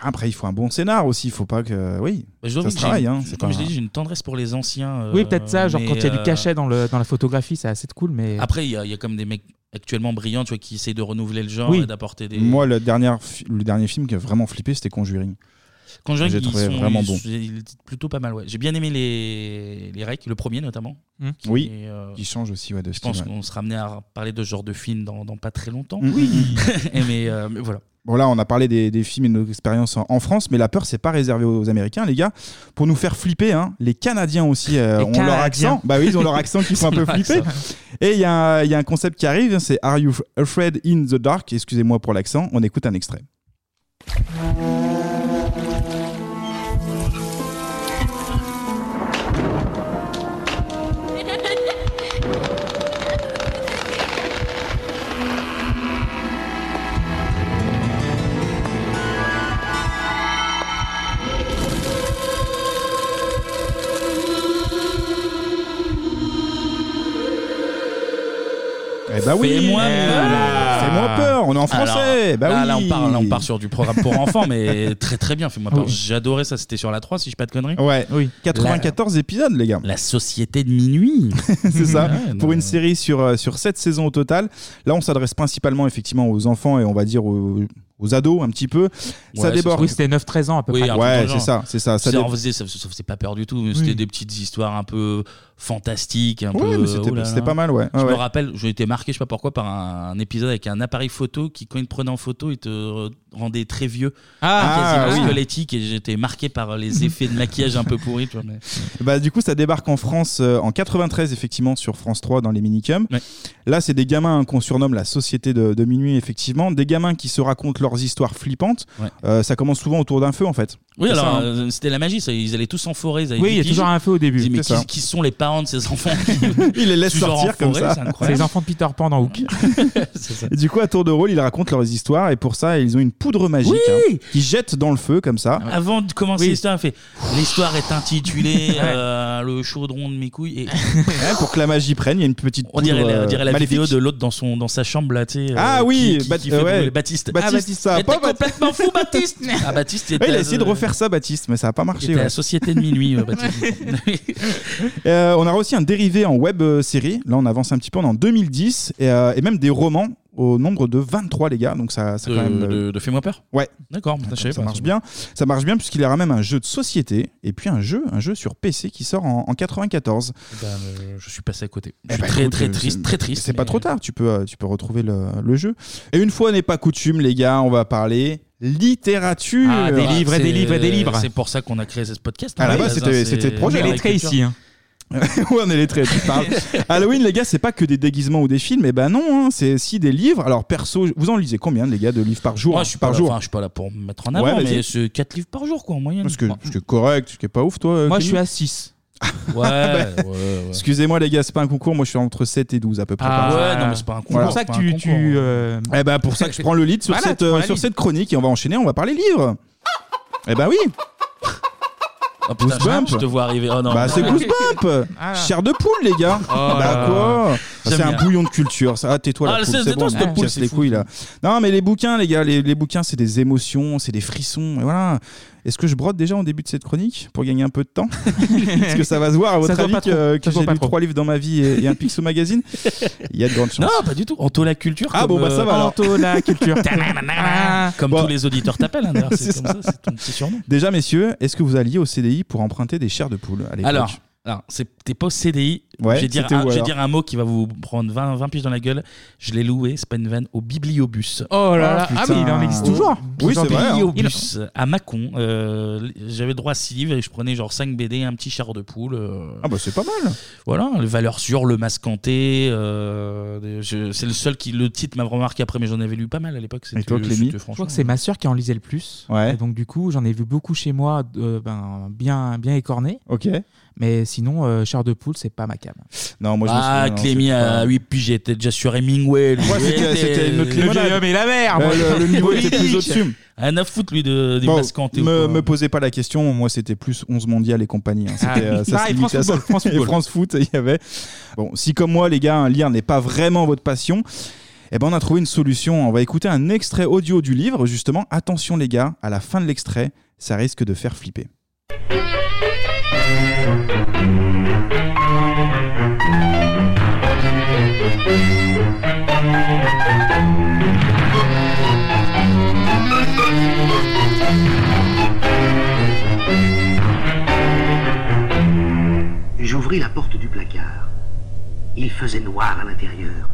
[SPEAKER 6] Après, il faut un bon scénar aussi. Il faut pas que. Oui.
[SPEAKER 1] Bah, je dois
[SPEAKER 6] ça
[SPEAKER 1] avouer
[SPEAKER 6] se
[SPEAKER 1] que
[SPEAKER 6] travaille,
[SPEAKER 1] j'ai-
[SPEAKER 6] hein, c'est
[SPEAKER 1] Comme
[SPEAKER 6] pas-
[SPEAKER 1] je l'ai dit, j'ai une tendresse pour les anciens. euh,
[SPEAKER 4] Oui, peut-être ça, genre
[SPEAKER 1] mais,
[SPEAKER 4] quand il y a du
[SPEAKER 1] euh, Ah,
[SPEAKER 4] cachet dans, le, dans la photographie, c'est assez cool, mais.
[SPEAKER 1] Après, il y, a- il y a comme des mecs actuellement brillants, tu vois, qui essayent de renouveler le genre
[SPEAKER 4] Oui.
[SPEAKER 1] et bah, d'apporter des.
[SPEAKER 6] Moi, le dernier, fi- le dernier film qui a vraiment flippé, c'était Conjuring.
[SPEAKER 1] Conjuring,
[SPEAKER 6] J'ai
[SPEAKER 1] ils
[SPEAKER 6] trouvé
[SPEAKER 1] sont
[SPEAKER 6] vraiment
[SPEAKER 1] ils-
[SPEAKER 6] bon.
[SPEAKER 1] ils étaient plutôt pas mal, ouais. J'ai bien aimé les, les recs, le premier notamment.
[SPEAKER 4] Hmm.
[SPEAKER 1] qui
[SPEAKER 6] Oui.
[SPEAKER 1] est, euh,
[SPEAKER 6] Il change aussi ouais, de
[SPEAKER 1] je pense
[SPEAKER 6] style. ouais.
[SPEAKER 1] qu'on sera amené à parler de ce genre de film dans, dans pas très longtemps.
[SPEAKER 6] Mm, mm, mm.
[SPEAKER 1] Et mais, euh, mais voilà.
[SPEAKER 6] Bon là, on a parlé des, des films et de nos expériences en, en France, mais la peur, c'est pas réservé aux Américains, les gars. Pour nous faire flipper, hein, les Canadiens aussi euh,
[SPEAKER 4] Les
[SPEAKER 6] ont leur
[SPEAKER 4] Canadiens.
[SPEAKER 6] accent. Bah oui, ils ont leur accent qui fait un peu flipper. Et il y, a un- il y a un concept qui arrive, c'est Are You Afraid in the Dark Excusez-moi pour l'accent. On écoute un extrait. Eh bah oui.
[SPEAKER 1] Fais-moi peur.
[SPEAKER 6] Fais-moi peur. On est en français.
[SPEAKER 1] Alors,
[SPEAKER 6] bah
[SPEAKER 1] là,
[SPEAKER 6] oui.
[SPEAKER 1] là, on part, là, on part sur du programme pour enfants, mais très très bien. Fais-moi peur. J'adorais ça. C'était sur la 3, si je pas de conneries.
[SPEAKER 6] Ouais.
[SPEAKER 4] Oui.
[SPEAKER 6] 94 épisodes, les gars.
[SPEAKER 1] La société de minuit.
[SPEAKER 6] c'est ça,
[SPEAKER 1] Ouais,
[SPEAKER 6] pour
[SPEAKER 1] non,
[SPEAKER 6] une
[SPEAKER 1] mais-
[SPEAKER 6] série sur, euh, sur 7 saisons au total. Là, on s'adresse principalement effectivement aux enfants et on va dire aux, aux ados un petit peu. ça
[SPEAKER 1] Ouais,
[SPEAKER 6] déborde.
[SPEAKER 4] Oui, c'était 9-13 ans à peu
[SPEAKER 1] Oui,
[SPEAKER 4] près.
[SPEAKER 1] un truc dans
[SPEAKER 6] Ouais,
[SPEAKER 1] le
[SPEAKER 6] c'est
[SPEAKER 1] genre.
[SPEAKER 6] ça, c'est ça. ça
[SPEAKER 1] Ça,
[SPEAKER 6] dé-
[SPEAKER 1] en faisait- ça- ça faisait pas peur du tout. mais C'était
[SPEAKER 4] Oui.
[SPEAKER 1] des petites histoires un peu fantastique. Un
[SPEAKER 6] Ouais,
[SPEAKER 1] peu,
[SPEAKER 6] mais c'était-
[SPEAKER 1] oh là
[SPEAKER 6] c'était
[SPEAKER 1] là.
[SPEAKER 6] pas mal, ouais.
[SPEAKER 1] Je
[SPEAKER 6] Ouais,
[SPEAKER 1] me
[SPEAKER 6] ouais.
[SPEAKER 1] rappelle, j'ai été marqué, je sais pas pourquoi, par un, un épisode avec un appareil photo qui, quand il te prenait en photo, il te euh, rendait très vieux,
[SPEAKER 6] Ah,
[SPEAKER 1] quasiment
[SPEAKER 6] oui.
[SPEAKER 1] squelettique, et j'étais marqué par les effets de maquillage un peu pourris. tu vois, mais-
[SPEAKER 6] Bah, du coup, ça débarque en France euh, en 93, effectivement, sur France 3 dans les minicums. Là, c'est des gamins hein, qu'on surnomme la société de, de minuit, effectivement. Des gamins qui se racontent leurs histoires flippantes.
[SPEAKER 1] Ouais.
[SPEAKER 6] Euh, ça commence souvent autour d'un feu, en fait.
[SPEAKER 1] Oui,
[SPEAKER 6] C'est
[SPEAKER 1] alors
[SPEAKER 6] ça, hein.
[SPEAKER 1] euh, c'était la magie, ça, ils allaient tous en forêt. Ils avaient
[SPEAKER 4] Oui,
[SPEAKER 1] des
[SPEAKER 4] il y a
[SPEAKER 1] piges.
[SPEAKER 4] toujours un feu au début.
[SPEAKER 1] Ils disaient, mais
[SPEAKER 4] C'est ça.
[SPEAKER 1] qui, qui sont les parents de ces enfants qui-
[SPEAKER 6] Il les laisse
[SPEAKER 1] toujours en
[SPEAKER 6] sortir comme
[SPEAKER 1] forêt,
[SPEAKER 6] ça.
[SPEAKER 1] c'est
[SPEAKER 4] C'est
[SPEAKER 1] incroyable.
[SPEAKER 4] les enfants de Peter Pan dans Hook.
[SPEAKER 6] Et Du coup, à tour de rôle, ils racontent leurs histoires et pour ça, ils ont une poudre magique hein, qu'ils jettent dans le feu comme ça.
[SPEAKER 1] Avant de commencer
[SPEAKER 4] Oui.
[SPEAKER 1] l'histoire, elle fait l'histoire est intitulée euh, Le chaudron de mes couilles. Et
[SPEAKER 6] Ouais, pour que la magie prenne, il y a une petite
[SPEAKER 1] on dirait,
[SPEAKER 6] poudre,
[SPEAKER 1] la- on dirait la
[SPEAKER 6] euh, maléfique.
[SPEAKER 1] vidéo de l'autre dans, son- dans sa chambre là, tu sais, euh,
[SPEAKER 6] Ah
[SPEAKER 1] qui-
[SPEAKER 6] oui,
[SPEAKER 1] qui-
[SPEAKER 6] Bat-
[SPEAKER 1] qui fait
[SPEAKER 6] ouais. Ah,
[SPEAKER 1] brûler Baptiste.
[SPEAKER 6] Baptiste, ça a
[SPEAKER 1] mais
[SPEAKER 6] pas
[SPEAKER 1] t'es complètement fou, Baptiste Ah, Baptiste,
[SPEAKER 6] Ouais, il a essayé de refaire ça, Baptiste, mais ça n'a pas
[SPEAKER 1] il
[SPEAKER 6] marché.
[SPEAKER 1] était à
[SPEAKER 6] ouais.
[SPEAKER 1] la société de minuit, euh, Baptiste.
[SPEAKER 6] Euh, on a aussi un dérivé en web euh, série. Là, on avance un petit peu. On est en 2010 et, euh, et même des romans au nombre de 23, les gars. Donc ça, ça
[SPEAKER 1] de,
[SPEAKER 6] quand même. euh,
[SPEAKER 1] de- de Fais-moi peur
[SPEAKER 6] Ouais.
[SPEAKER 1] D'accord, putain, je savais
[SPEAKER 6] ça
[SPEAKER 1] pas,
[SPEAKER 6] marche bien. Ça marche bien puisqu'il y aura même un jeu de société et puis un jeu, un jeu sur PC qui sort en, en 94.
[SPEAKER 1] Ben, euh, je suis passé à côté. Je
[SPEAKER 6] Eh
[SPEAKER 1] suis
[SPEAKER 6] ben,
[SPEAKER 1] très,
[SPEAKER 6] écoute,
[SPEAKER 1] très
[SPEAKER 6] euh,
[SPEAKER 1] triste,
[SPEAKER 6] c'est-
[SPEAKER 1] très triste.
[SPEAKER 6] C'est pas
[SPEAKER 1] mais-
[SPEAKER 6] trop tard. Tu peux, euh, tu peux retrouver le, le jeu. Et une fois n'est pas coutume, les gars, on va parler littérature.
[SPEAKER 4] Ah, des livres et
[SPEAKER 1] C'est-
[SPEAKER 4] des livres et des livres.
[SPEAKER 1] C'est pour ça qu'on a créé ce podcast.
[SPEAKER 6] À la
[SPEAKER 1] hein,
[SPEAKER 6] base,
[SPEAKER 1] les
[SPEAKER 6] c'était-
[SPEAKER 1] hasards,
[SPEAKER 6] c'était
[SPEAKER 1] c'est-
[SPEAKER 6] le projet.
[SPEAKER 1] la
[SPEAKER 4] les traits
[SPEAKER 1] culture.
[SPEAKER 4] ici. hein.
[SPEAKER 6] Ouais, on est les traits, tu parles. Halloween, les gars, c'est pas que des déguisements ou des films. Et ben non, hein, c'est aussi des livres. Alors, perso, vous en lisez combien, les gars, de livres par jour
[SPEAKER 1] Moi, je suis pas
[SPEAKER 6] Par
[SPEAKER 1] là,
[SPEAKER 6] jour.
[SPEAKER 1] enfin, je suis pas là pour me mettre en
[SPEAKER 6] Ouais,
[SPEAKER 1] avant,
[SPEAKER 6] vas-y.
[SPEAKER 1] mais c'est 4 livres par jour, quoi, en moyenne.
[SPEAKER 6] Parce que, parce que correct, ce qui est pas ouf, toi.
[SPEAKER 4] Moi,
[SPEAKER 6] Kenny Ah ben,
[SPEAKER 4] je suis à 6.
[SPEAKER 1] Ouais, ouais, ouais.
[SPEAKER 6] Excusez-moi, les gars, c'est pas un concours. Moi, je suis entre 7 et 12 à peu près.
[SPEAKER 4] Ah,
[SPEAKER 6] par jour.
[SPEAKER 1] Ouais, non, mais c'est pas un
[SPEAKER 4] C'est
[SPEAKER 1] concours.
[SPEAKER 4] pour ça
[SPEAKER 1] c'est
[SPEAKER 4] que
[SPEAKER 1] pas un
[SPEAKER 4] tu.
[SPEAKER 1] concours.
[SPEAKER 4] tu, euh,
[SPEAKER 6] Eh ben, pour ça que je prends le lead sur,
[SPEAKER 4] Voilà,
[SPEAKER 6] cette,
[SPEAKER 4] tu prends
[SPEAKER 6] euh,
[SPEAKER 4] la
[SPEAKER 6] sur
[SPEAKER 4] lead.
[SPEAKER 6] cette chronique et on va enchaîner, on va parler livres. Eh ben oui,
[SPEAKER 1] Ah, putain,
[SPEAKER 6] Goosebumps.
[SPEAKER 1] je te vois arriver. Oh non.
[SPEAKER 6] bah c'est Goosebump
[SPEAKER 4] Ah.
[SPEAKER 6] Chair de poule, les gars Bah
[SPEAKER 4] là.
[SPEAKER 6] quoi Ah, C'est
[SPEAKER 1] Oh J'aime
[SPEAKER 6] un
[SPEAKER 1] bien.
[SPEAKER 6] bouillon de culture, ça. Ah, tais-toi,
[SPEAKER 1] Ah,
[SPEAKER 6] la poule,
[SPEAKER 1] c'est-
[SPEAKER 6] c'est
[SPEAKER 1] tais-toi,
[SPEAKER 6] bon,
[SPEAKER 1] cette
[SPEAKER 6] on me
[SPEAKER 1] poule,
[SPEAKER 6] casse
[SPEAKER 1] c'est
[SPEAKER 6] les
[SPEAKER 1] fou.
[SPEAKER 6] couilles, là. Non, mais les bouquins, les gars, les, les bouquins, c'est des émotions, c'est des frissons, et voilà. Est-ce que je brode déjà en début de cette chronique pour gagner un peu de temps Est-ce que ça va se voir, à votre
[SPEAKER 4] se voit
[SPEAKER 6] avis,
[SPEAKER 4] pas trop.
[SPEAKER 6] que,
[SPEAKER 4] Ça
[SPEAKER 6] que
[SPEAKER 4] se voit
[SPEAKER 6] j'ai
[SPEAKER 4] pas
[SPEAKER 6] lu
[SPEAKER 4] trop.
[SPEAKER 6] trois livres dans ma vie et, et un Picsou Magazine Il y a de grandes chances.
[SPEAKER 1] Non, pas du tout. Anto la culture.
[SPEAKER 6] Ah,
[SPEAKER 1] comme,
[SPEAKER 6] bon, bah, ça
[SPEAKER 1] euh,
[SPEAKER 6] va, alors.
[SPEAKER 4] Anto, la culture.
[SPEAKER 1] Ah, Comme
[SPEAKER 6] Bon.
[SPEAKER 1] tous les auditeurs t'appellent, hein, d'ailleurs,
[SPEAKER 6] C'est
[SPEAKER 1] c'est comme ça, c'est ton petit surnom.
[SPEAKER 6] Déjà, messieurs, est-ce que vous alliez au CDI pour emprunter des chairs de poule à l'époque
[SPEAKER 1] Alors, alors c'est- t'es pas au CDI.
[SPEAKER 6] Ouais,
[SPEAKER 1] je, vais dire
[SPEAKER 6] c'était
[SPEAKER 1] un,
[SPEAKER 6] où,
[SPEAKER 1] je vais
[SPEAKER 6] alors
[SPEAKER 1] dire un mot qui va vous prendre 20, 20 piges dans la gueule. Je l'ai loué, c'est pas une vanne, au Bibliobus.
[SPEAKER 4] Oh là là.
[SPEAKER 6] Oh,
[SPEAKER 4] Ah, mais il en existe
[SPEAKER 6] putain.
[SPEAKER 4] toujours.
[SPEAKER 6] Oui, c'est vrai. hein.
[SPEAKER 1] Bibliobus à Mâcon. euh, J'avais droit à 6 livres et je prenais genre 5 BD, un petit char de poule. euh,
[SPEAKER 6] Ah, bah, c'est pas mal.
[SPEAKER 1] Voilà, les valeurs sûres, le mascanté. Euh, je- c'est le seul qui le titre m'a vraiment marqué après, mais j'en avais lu pas mal à l'époque. C'était-
[SPEAKER 6] toi, Clémy
[SPEAKER 1] c'était
[SPEAKER 4] Je
[SPEAKER 1] franchement-
[SPEAKER 4] crois que c'est ma sœur qui en lisait le plus.
[SPEAKER 6] Ouais.
[SPEAKER 4] Et donc du coup, j'en ai vu beaucoup chez moi, euh, ben, bien, bien écorné.
[SPEAKER 6] Ok.
[SPEAKER 4] Mais sinon, euh, Chair de Poule, c'est pas ma cam.
[SPEAKER 6] Non, moi, je me
[SPEAKER 1] Ah,
[SPEAKER 6] souviens, non,
[SPEAKER 1] Clémy,
[SPEAKER 6] c'est pas-
[SPEAKER 1] à 8 piges, j'étais déjà sur Hemingway. lui,
[SPEAKER 6] Ouais, c'était-
[SPEAKER 1] était-
[SPEAKER 6] c'était une autre
[SPEAKER 1] euh,
[SPEAKER 6] Clémy.
[SPEAKER 4] vieil
[SPEAKER 6] malade.
[SPEAKER 4] homme et la mère
[SPEAKER 6] Bah,
[SPEAKER 4] moi.
[SPEAKER 6] le, le niveau était plus
[SPEAKER 4] Politique.
[SPEAKER 6] au-dessus.
[SPEAKER 1] Rien à foutre, lui, de, du
[SPEAKER 6] Bon,
[SPEAKER 1] mascanté. ou
[SPEAKER 6] me,
[SPEAKER 1] quoi.
[SPEAKER 6] me posez pas la question. Moi, c'était plus 11 mondial et compagnie. hein. C'était,
[SPEAKER 4] Ah.
[SPEAKER 6] euh, ça se
[SPEAKER 4] Pareil,
[SPEAKER 6] limitait
[SPEAKER 4] France
[SPEAKER 6] à ça.
[SPEAKER 4] Football, France
[SPEAKER 6] Et
[SPEAKER 4] Football.
[SPEAKER 6] France Foot, il y avait. Bon, si comme moi, les gars, un lire n'est pas vraiment votre passion, eh ben, on a trouvé une solution. On va écouter un extrait audio du livre, justement. Attention, les gars, à la fin de l'extrait, ça risque de faire flipper.
[SPEAKER 10] J'ouvris la porte du placard. Il faisait noir à l'intérieur.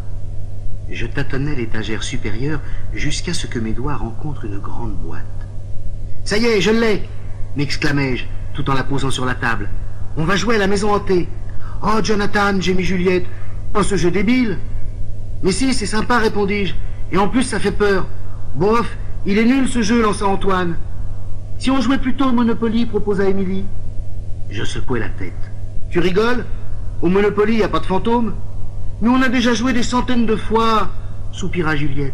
[SPEAKER 10] Je tâtonnais l'étagère supérieure jusqu'à ce que mes doigts rencontrent une grande boîte. Ça y est, je l'ai m'exclamai-je, tout en la posant sur la table. On va jouer à la maison hantée. Oh, Jonathan, j'ai mis Juliette. Oh, ce jeu débile Mais si, c'est sympa, répondis-je. Et en plus, ça fait peur. Bof, il est nul ce jeu, lança Antoine. Si on jouait plutôt au Monopoly, proposa Émilie. Je secouai la tête. Tu rigoles Au Monopoly, y a pas de fantôme Nous, on a déjà joué des centaines de fois, soupira Juliette.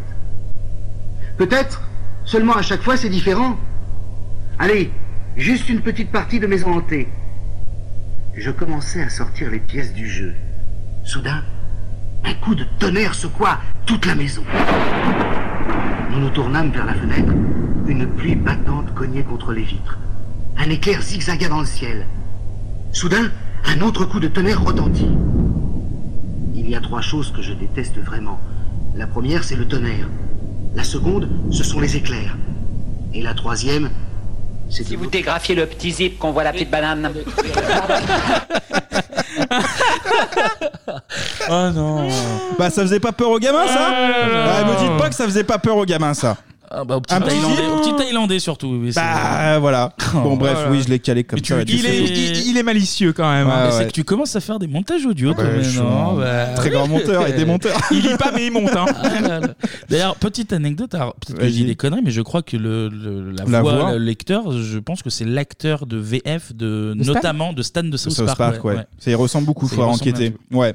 [SPEAKER 10] Peut-être, seulement à chaque fois, c'est différent. Allez, juste une petite partie de maison hantée. Je commençais à sortir les pièces du jeu. Soudain, un coup de tonnerre secoua toute la maison. Nous nous tournâmes vers la fenêtre. Une pluie battante cognait contre les vitres. Un éclair zigzaga dans le ciel. Soudain, un autre coup de tonnerre retentit. Il y a trois choses que je déteste vraiment. La première, c'est le tonnerre. La seconde, ce sont les éclairs. Et la troisième, c'est de
[SPEAKER 2] dégrafiez le petit zip qu'on voit la petite banane.
[SPEAKER 1] Ah
[SPEAKER 6] oh non. Bah ça faisait pas peur aux gamins ça Bah, Me dites pas que ça faisait pas peur aux gamins ça.
[SPEAKER 4] Ah
[SPEAKER 1] bah, au petit
[SPEAKER 6] Un petit-
[SPEAKER 1] Thaïlandais, au petit Thaïlandais surtout. mais c'est-
[SPEAKER 6] Ah, Bah voilà.
[SPEAKER 4] Oh,
[SPEAKER 6] Bon bref,
[SPEAKER 1] voilà.
[SPEAKER 6] oui, je l'ai calé comme
[SPEAKER 1] Mais tu-
[SPEAKER 6] ça.
[SPEAKER 1] il est- il- il est
[SPEAKER 6] malicieux quand même.
[SPEAKER 1] Mais C'est que tu commences à faire des montages audio,
[SPEAKER 6] bah,
[SPEAKER 1] toi,
[SPEAKER 6] je suis
[SPEAKER 1] maintenant.
[SPEAKER 6] un très grand monteur et démonteur.
[SPEAKER 1] il lit pas, mais il monte.
[SPEAKER 4] hein.
[SPEAKER 1] D'ailleurs, petite anecdote, alors, peut-être que je dis des conneries, mais je crois que le, le- la,
[SPEAKER 6] La
[SPEAKER 1] voix,
[SPEAKER 6] voix.
[SPEAKER 1] le lecteur, je pense que c'est l'acteur de VF, de,
[SPEAKER 6] De Stan
[SPEAKER 1] notamment de Stan de
[SPEAKER 6] De
[SPEAKER 1] South,
[SPEAKER 6] South Park, ouais. Ça y ressemble beaucoup,
[SPEAKER 1] Ça y
[SPEAKER 6] faut
[SPEAKER 1] ressemble
[SPEAKER 6] enquêter. Ouais.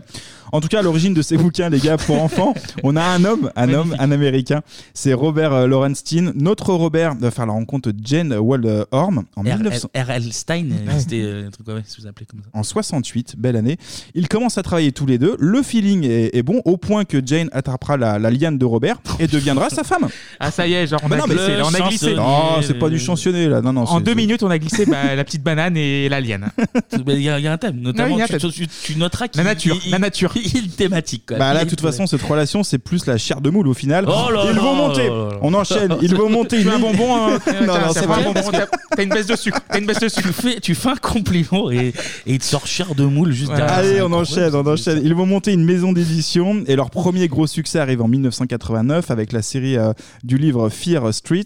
[SPEAKER 6] En tout cas, à l'origine de ces bouquins, les gars, pour enfants, on a un homme, un homme, un américain. C'est Robert euh, Lorenstein. Notre Robert va faire la rencontre de Jane Waldhorn en
[SPEAKER 1] R-
[SPEAKER 6] 1900.
[SPEAKER 1] R.L. Stein, c'était euh, un truc, ouais, si vous appelez comme ça.
[SPEAKER 6] en 68, belle année. Ils commencent à travailler tous les deux. Le feeling est, est bon au point que Jane attrapera la, la liane de Robert et deviendra sa femme.
[SPEAKER 4] Ah, ça y est, genre, on a glissé, là, on a glissé.
[SPEAKER 6] Non, c'est pas du chansonnier là. Non, non.
[SPEAKER 4] En
[SPEAKER 6] c'est-
[SPEAKER 4] deux minutes, on a glissé bah, la petite banane et l'alien.
[SPEAKER 1] Il y, a- il y a un thème, notamment,
[SPEAKER 4] il y a un
[SPEAKER 1] tu,
[SPEAKER 4] thème.
[SPEAKER 1] tu- tu noteras qu'il
[SPEAKER 4] La nature,
[SPEAKER 1] il, la nature. Il, il thématique, quoi.
[SPEAKER 6] Bah là,
[SPEAKER 1] Il-
[SPEAKER 6] de toute façon, cette relation, c'est plus la chair de moule au final.
[SPEAKER 1] Oh là
[SPEAKER 6] ils
[SPEAKER 1] là
[SPEAKER 6] vont
[SPEAKER 1] là
[SPEAKER 6] monter.
[SPEAKER 1] là là.
[SPEAKER 6] On enchaîne. Ils vont monter.
[SPEAKER 1] Tu
[SPEAKER 6] Ils
[SPEAKER 1] veux un bonbon, hein
[SPEAKER 6] Non,
[SPEAKER 1] Tiens,
[SPEAKER 6] non,
[SPEAKER 1] tiens,
[SPEAKER 6] c'est
[SPEAKER 1] tiens,
[SPEAKER 6] pas un
[SPEAKER 1] tiens,
[SPEAKER 6] bonbon.
[SPEAKER 1] t'as-
[SPEAKER 4] T'as une baisse de sucre. T'as une baisse de sucre.
[SPEAKER 1] tu, fais, tu fais un compliment et, et il te sort chair de moule juste derrière.
[SPEAKER 6] Allez, on enchaîne, on enchaîne. Ils vont monter une maison d'édition et leur premier gros succès arrive en 1989 avec la série euh, du livre Fear Street.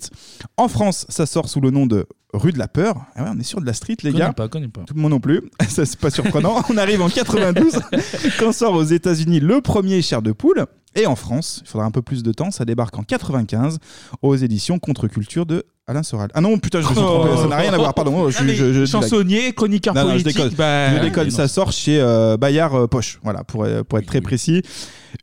[SPEAKER 6] En France, ça sort sous le nom de Rue de la Peur. Ah ouais, on est sûr de la street, les
[SPEAKER 1] Connais
[SPEAKER 6] gars.
[SPEAKER 1] pas, connais pas.
[SPEAKER 6] Tout le monde non plus. Ça, c'est pas surprenant. on arrive en 92 quand sort aux États-Unis le premier Chair de poule. Et en France, il faudra un peu plus de temps, ça débarque en 95 aux éditions Contre-Culture de Alain Soral. Ah non, putain, je me suis trompé, ça n'a rien à voir, pardon. je
[SPEAKER 4] Ah,
[SPEAKER 6] suis-
[SPEAKER 4] mais
[SPEAKER 6] je- je- je-
[SPEAKER 4] chansonnier, chroniqueur
[SPEAKER 6] non, non, je
[SPEAKER 4] politique.
[SPEAKER 6] déconne.
[SPEAKER 4] bah,
[SPEAKER 6] Je
[SPEAKER 1] Ah,
[SPEAKER 6] déconne, ça sort chez euh, Bayard euh, Poche. Voilà, pour, euh, pour être très précis.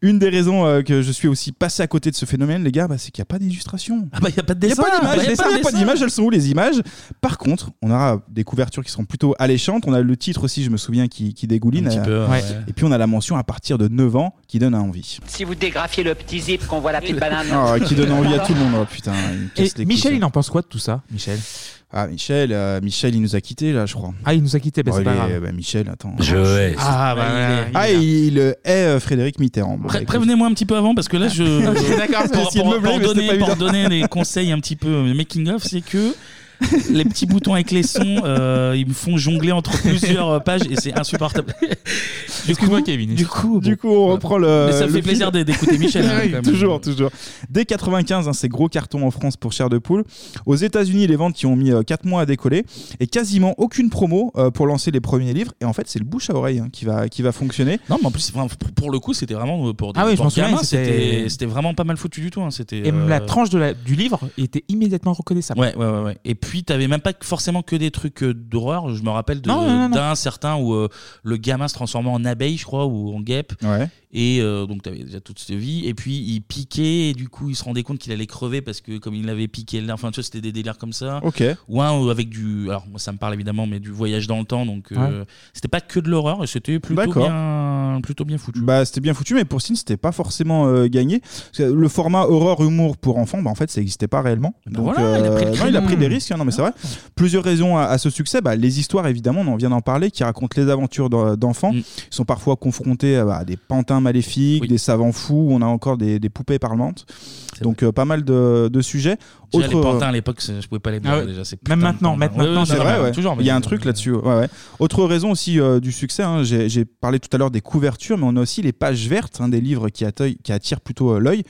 [SPEAKER 6] Une des raisons euh, que je suis aussi passé à côté de ce phénomène, les gars, bah, c'est qu'il n'y a pas d'illustration.
[SPEAKER 1] Ah bah, il n'y a pas de
[SPEAKER 6] Il n'y a
[SPEAKER 1] dessin. bah,
[SPEAKER 6] pas d'image,
[SPEAKER 1] y a
[SPEAKER 6] les dessins,
[SPEAKER 1] pas de
[SPEAKER 6] il y a pas
[SPEAKER 1] dessin.
[SPEAKER 6] d'image, elles sont où les images Par contre, on aura des couvertures qui seront plutôt alléchantes. On a le titre aussi, je me souviens, qui, qui dégouline.
[SPEAKER 1] Un petit peu, ouais.
[SPEAKER 6] Et puis on a la mention à partir de 9 ans qui donne envie.
[SPEAKER 11] Si vous dégrafiez le petit zip qu'on voit la petite banane.
[SPEAKER 6] Ah, qui donne envie à tout le monde. Oh, putain, il me
[SPEAKER 4] Et
[SPEAKER 6] casse les couilles,
[SPEAKER 4] Michel,
[SPEAKER 6] ça.
[SPEAKER 4] il en pense quoi de tout ça Michel
[SPEAKER 6] Ah, Michel, euh, Michel, il nous a quittés là, je crois.
[SPEAKER 4] Ah, il nous a quittés, bah,
[SPEAKER 6] Bon,
[SPEAKER 4] c'est
[SPEAKER 6] il
[SPEAKER 4] pas
[SPEAKER 6] est-
[SPEAKER 4] grave.
[SPEAKER 6] bah, Michel, attends.
[SPEAKER 4] Je hais. Ah, bah,
[SPEAKER 6] Ah,
[SPEAKER 4] il est là.
[SPEAKER 6] il euh, hait euh, Frédéric Mitterrand. Bon, bah,
[SPEAKER 1] Pré-
[SPEAKER 6] écoute.
[SPEAKER 1] Prévenez-moi un petit peu avant parce que là je.
[SPEAKER 6] Ok, d'accord,
[SPEAKER 1] pour,
[SPEAKER 6] j'ai essayé de
[SPEAKER 1] pour-
[SPEAKER 6] meubler,
[SPEAKER 1] pour
[SPEAKER 6] mais c'était
[SPEAKER 1] donner,
[SPEAKER 6] pas
[SPEAKER 1] pour
[SPEAKER 6] évident.
[SPEAKER 1] donner des conseils un petit peu euh, making of, c'est que les petits boutons avec les sons, euh, ils me font jongler entre plusieurs euh, pages et c'est insupportable. Excuse-moi
[SPEAKER 4] Kevin.
[SPEAKER 1] Du coup,
[SPEAKER 6] du coup, on reprend le.
[SPEAKER 1] Mais ça me
[SPEAKER 6] le
[SPEAKER 1] fait
[SPEAKER 6] fil.
[SPEAKER 1] plaisir d'é- d'écouter Michel, hein,
[SPEAKER 6] Oui,
[SPEAKER 1] quand même.
[SPEAKER 6] toujours, toujours. Dès 95, hein, c'est gros carton en France pour chair de poule. Aux États-Unis, les ventes qui ont mis 4 mois à décoller et quasiment aucune promo euh, pour lancer les premiers livres. Et en fait, c'est le bouche à oreille hein, qui va qui va fonctionner.
[SPEAKER 1] Non, mais en plus, enfin, pour- pour le coup, c'était vraiment euh, pour des
[SPEAKER 4] Ah oui, je
[SPEAKER 1] pour
[SPEAKER 4] m'en souviens,
[SPEAKER 1] gamins,
[SPEAKER 4] c'était-
[SPEAKER 1] c'était c'était vraiment pas mal foutu du tout. hein, c'était.
[SPEAKER 4] Et la
[SPEAKER 1] euh,
[SPEAKER 4] tranche de la- du livre était immédiatement reconnaissable.
[SPEAKER 1] Ouais, ouais, ouais, ouais. Et puis, t'avais même pas que- forcément que des trucs euh, d'horreur. Je me rappelle de-
[SPEAKER 4] Non, non, non, non.
[SPEAKER 1] d'un certain où euh, le gamin se transformait en abeille, je crois, ou en guêpe.
[SPEAKER 6] Ouais.
[SPEAKER 1] Et euh, donc, t'avais déjà toute cette vie. Et puis, il piquait, et du coup, il se rendait compte qu'il allait crever parce que, comme il avait piqué le nerf, enfin, tu vois, c'était des délires comme ça.
[SPEAKER 6] Ok.
[SPEAKER 1] Ou un euh, avec du. Alors, moi, ça me parle évidemment, mais du voyage dans le temps. Donc, euh,
[SPEAKER 6] Ouais.
[SPEAKER 1] c'était pas que de l'horreur, c'était plutôt
[SPEAKER 6] D'accord.
[SPEAKER 1] bien, plutôt bien foutu.
[SPEAKER 6] Bah, c'était bien foutu, mais pour Sin, c'était pas forcément euh, gagné. Parce que le format horreur-humour pour enfants, bah, en fait, ça n'existait pas réellement.
[SPEAKER 1] Bah
[SPEAKER 6] Donc, euh,
[SPEAKER 1] voilà, il a pris le Ah.
[SPEAKER 6] non,
[SPEAKER 1] créneau.
[SPEAKER 6] il a pris des risques, hein, non, mais c'est vrai. Plusieurs raisons à, à ce succès. Bah, les histoires, évidemment, on en vient d'en parler, qui racontent les aventures d'en-
[SPEAKER 1] Mm.
[SPEAKER 6] d'enfants. Ils sont parfois confrontés à bah, des pantins maléfiques, des savants fous, on a encore des, des poupées parlantes. Donc, euh, pas mal de, de sujets.
[SPEAKER 1] Déjà, les
[SPEAKER 6] Autre- euh,
[SPEAKER 1] pantins à l'époque, c'est- je pouvais pas les boire
[SPEAKER 6] Ah ouais.
[SPEAKER 1] déjà. c'est putain
[SPEAKER 4] Même
[SPEAKER 1] de pantins.
[SPEAKER 4] maintenant,
[SPEAKER 6] hein.
[SPEAKER 4] maintenant,
[SPEAKER 1] Ouais, ouais,
[SPEAKER 4] maintenant,
[SPEAKER 1] c'est vrai, ouais.
[SPEAKER 6] il y a un truc là-dessus. ouais, ouais. Autre raison aussi euh, du succès, hein, j'ai j'ai parlé tout à l'heure des couvertures, mais on a aussi les pages vertes hein, des livres qui, atteuil- qui attirent plutôt euh, l'œil.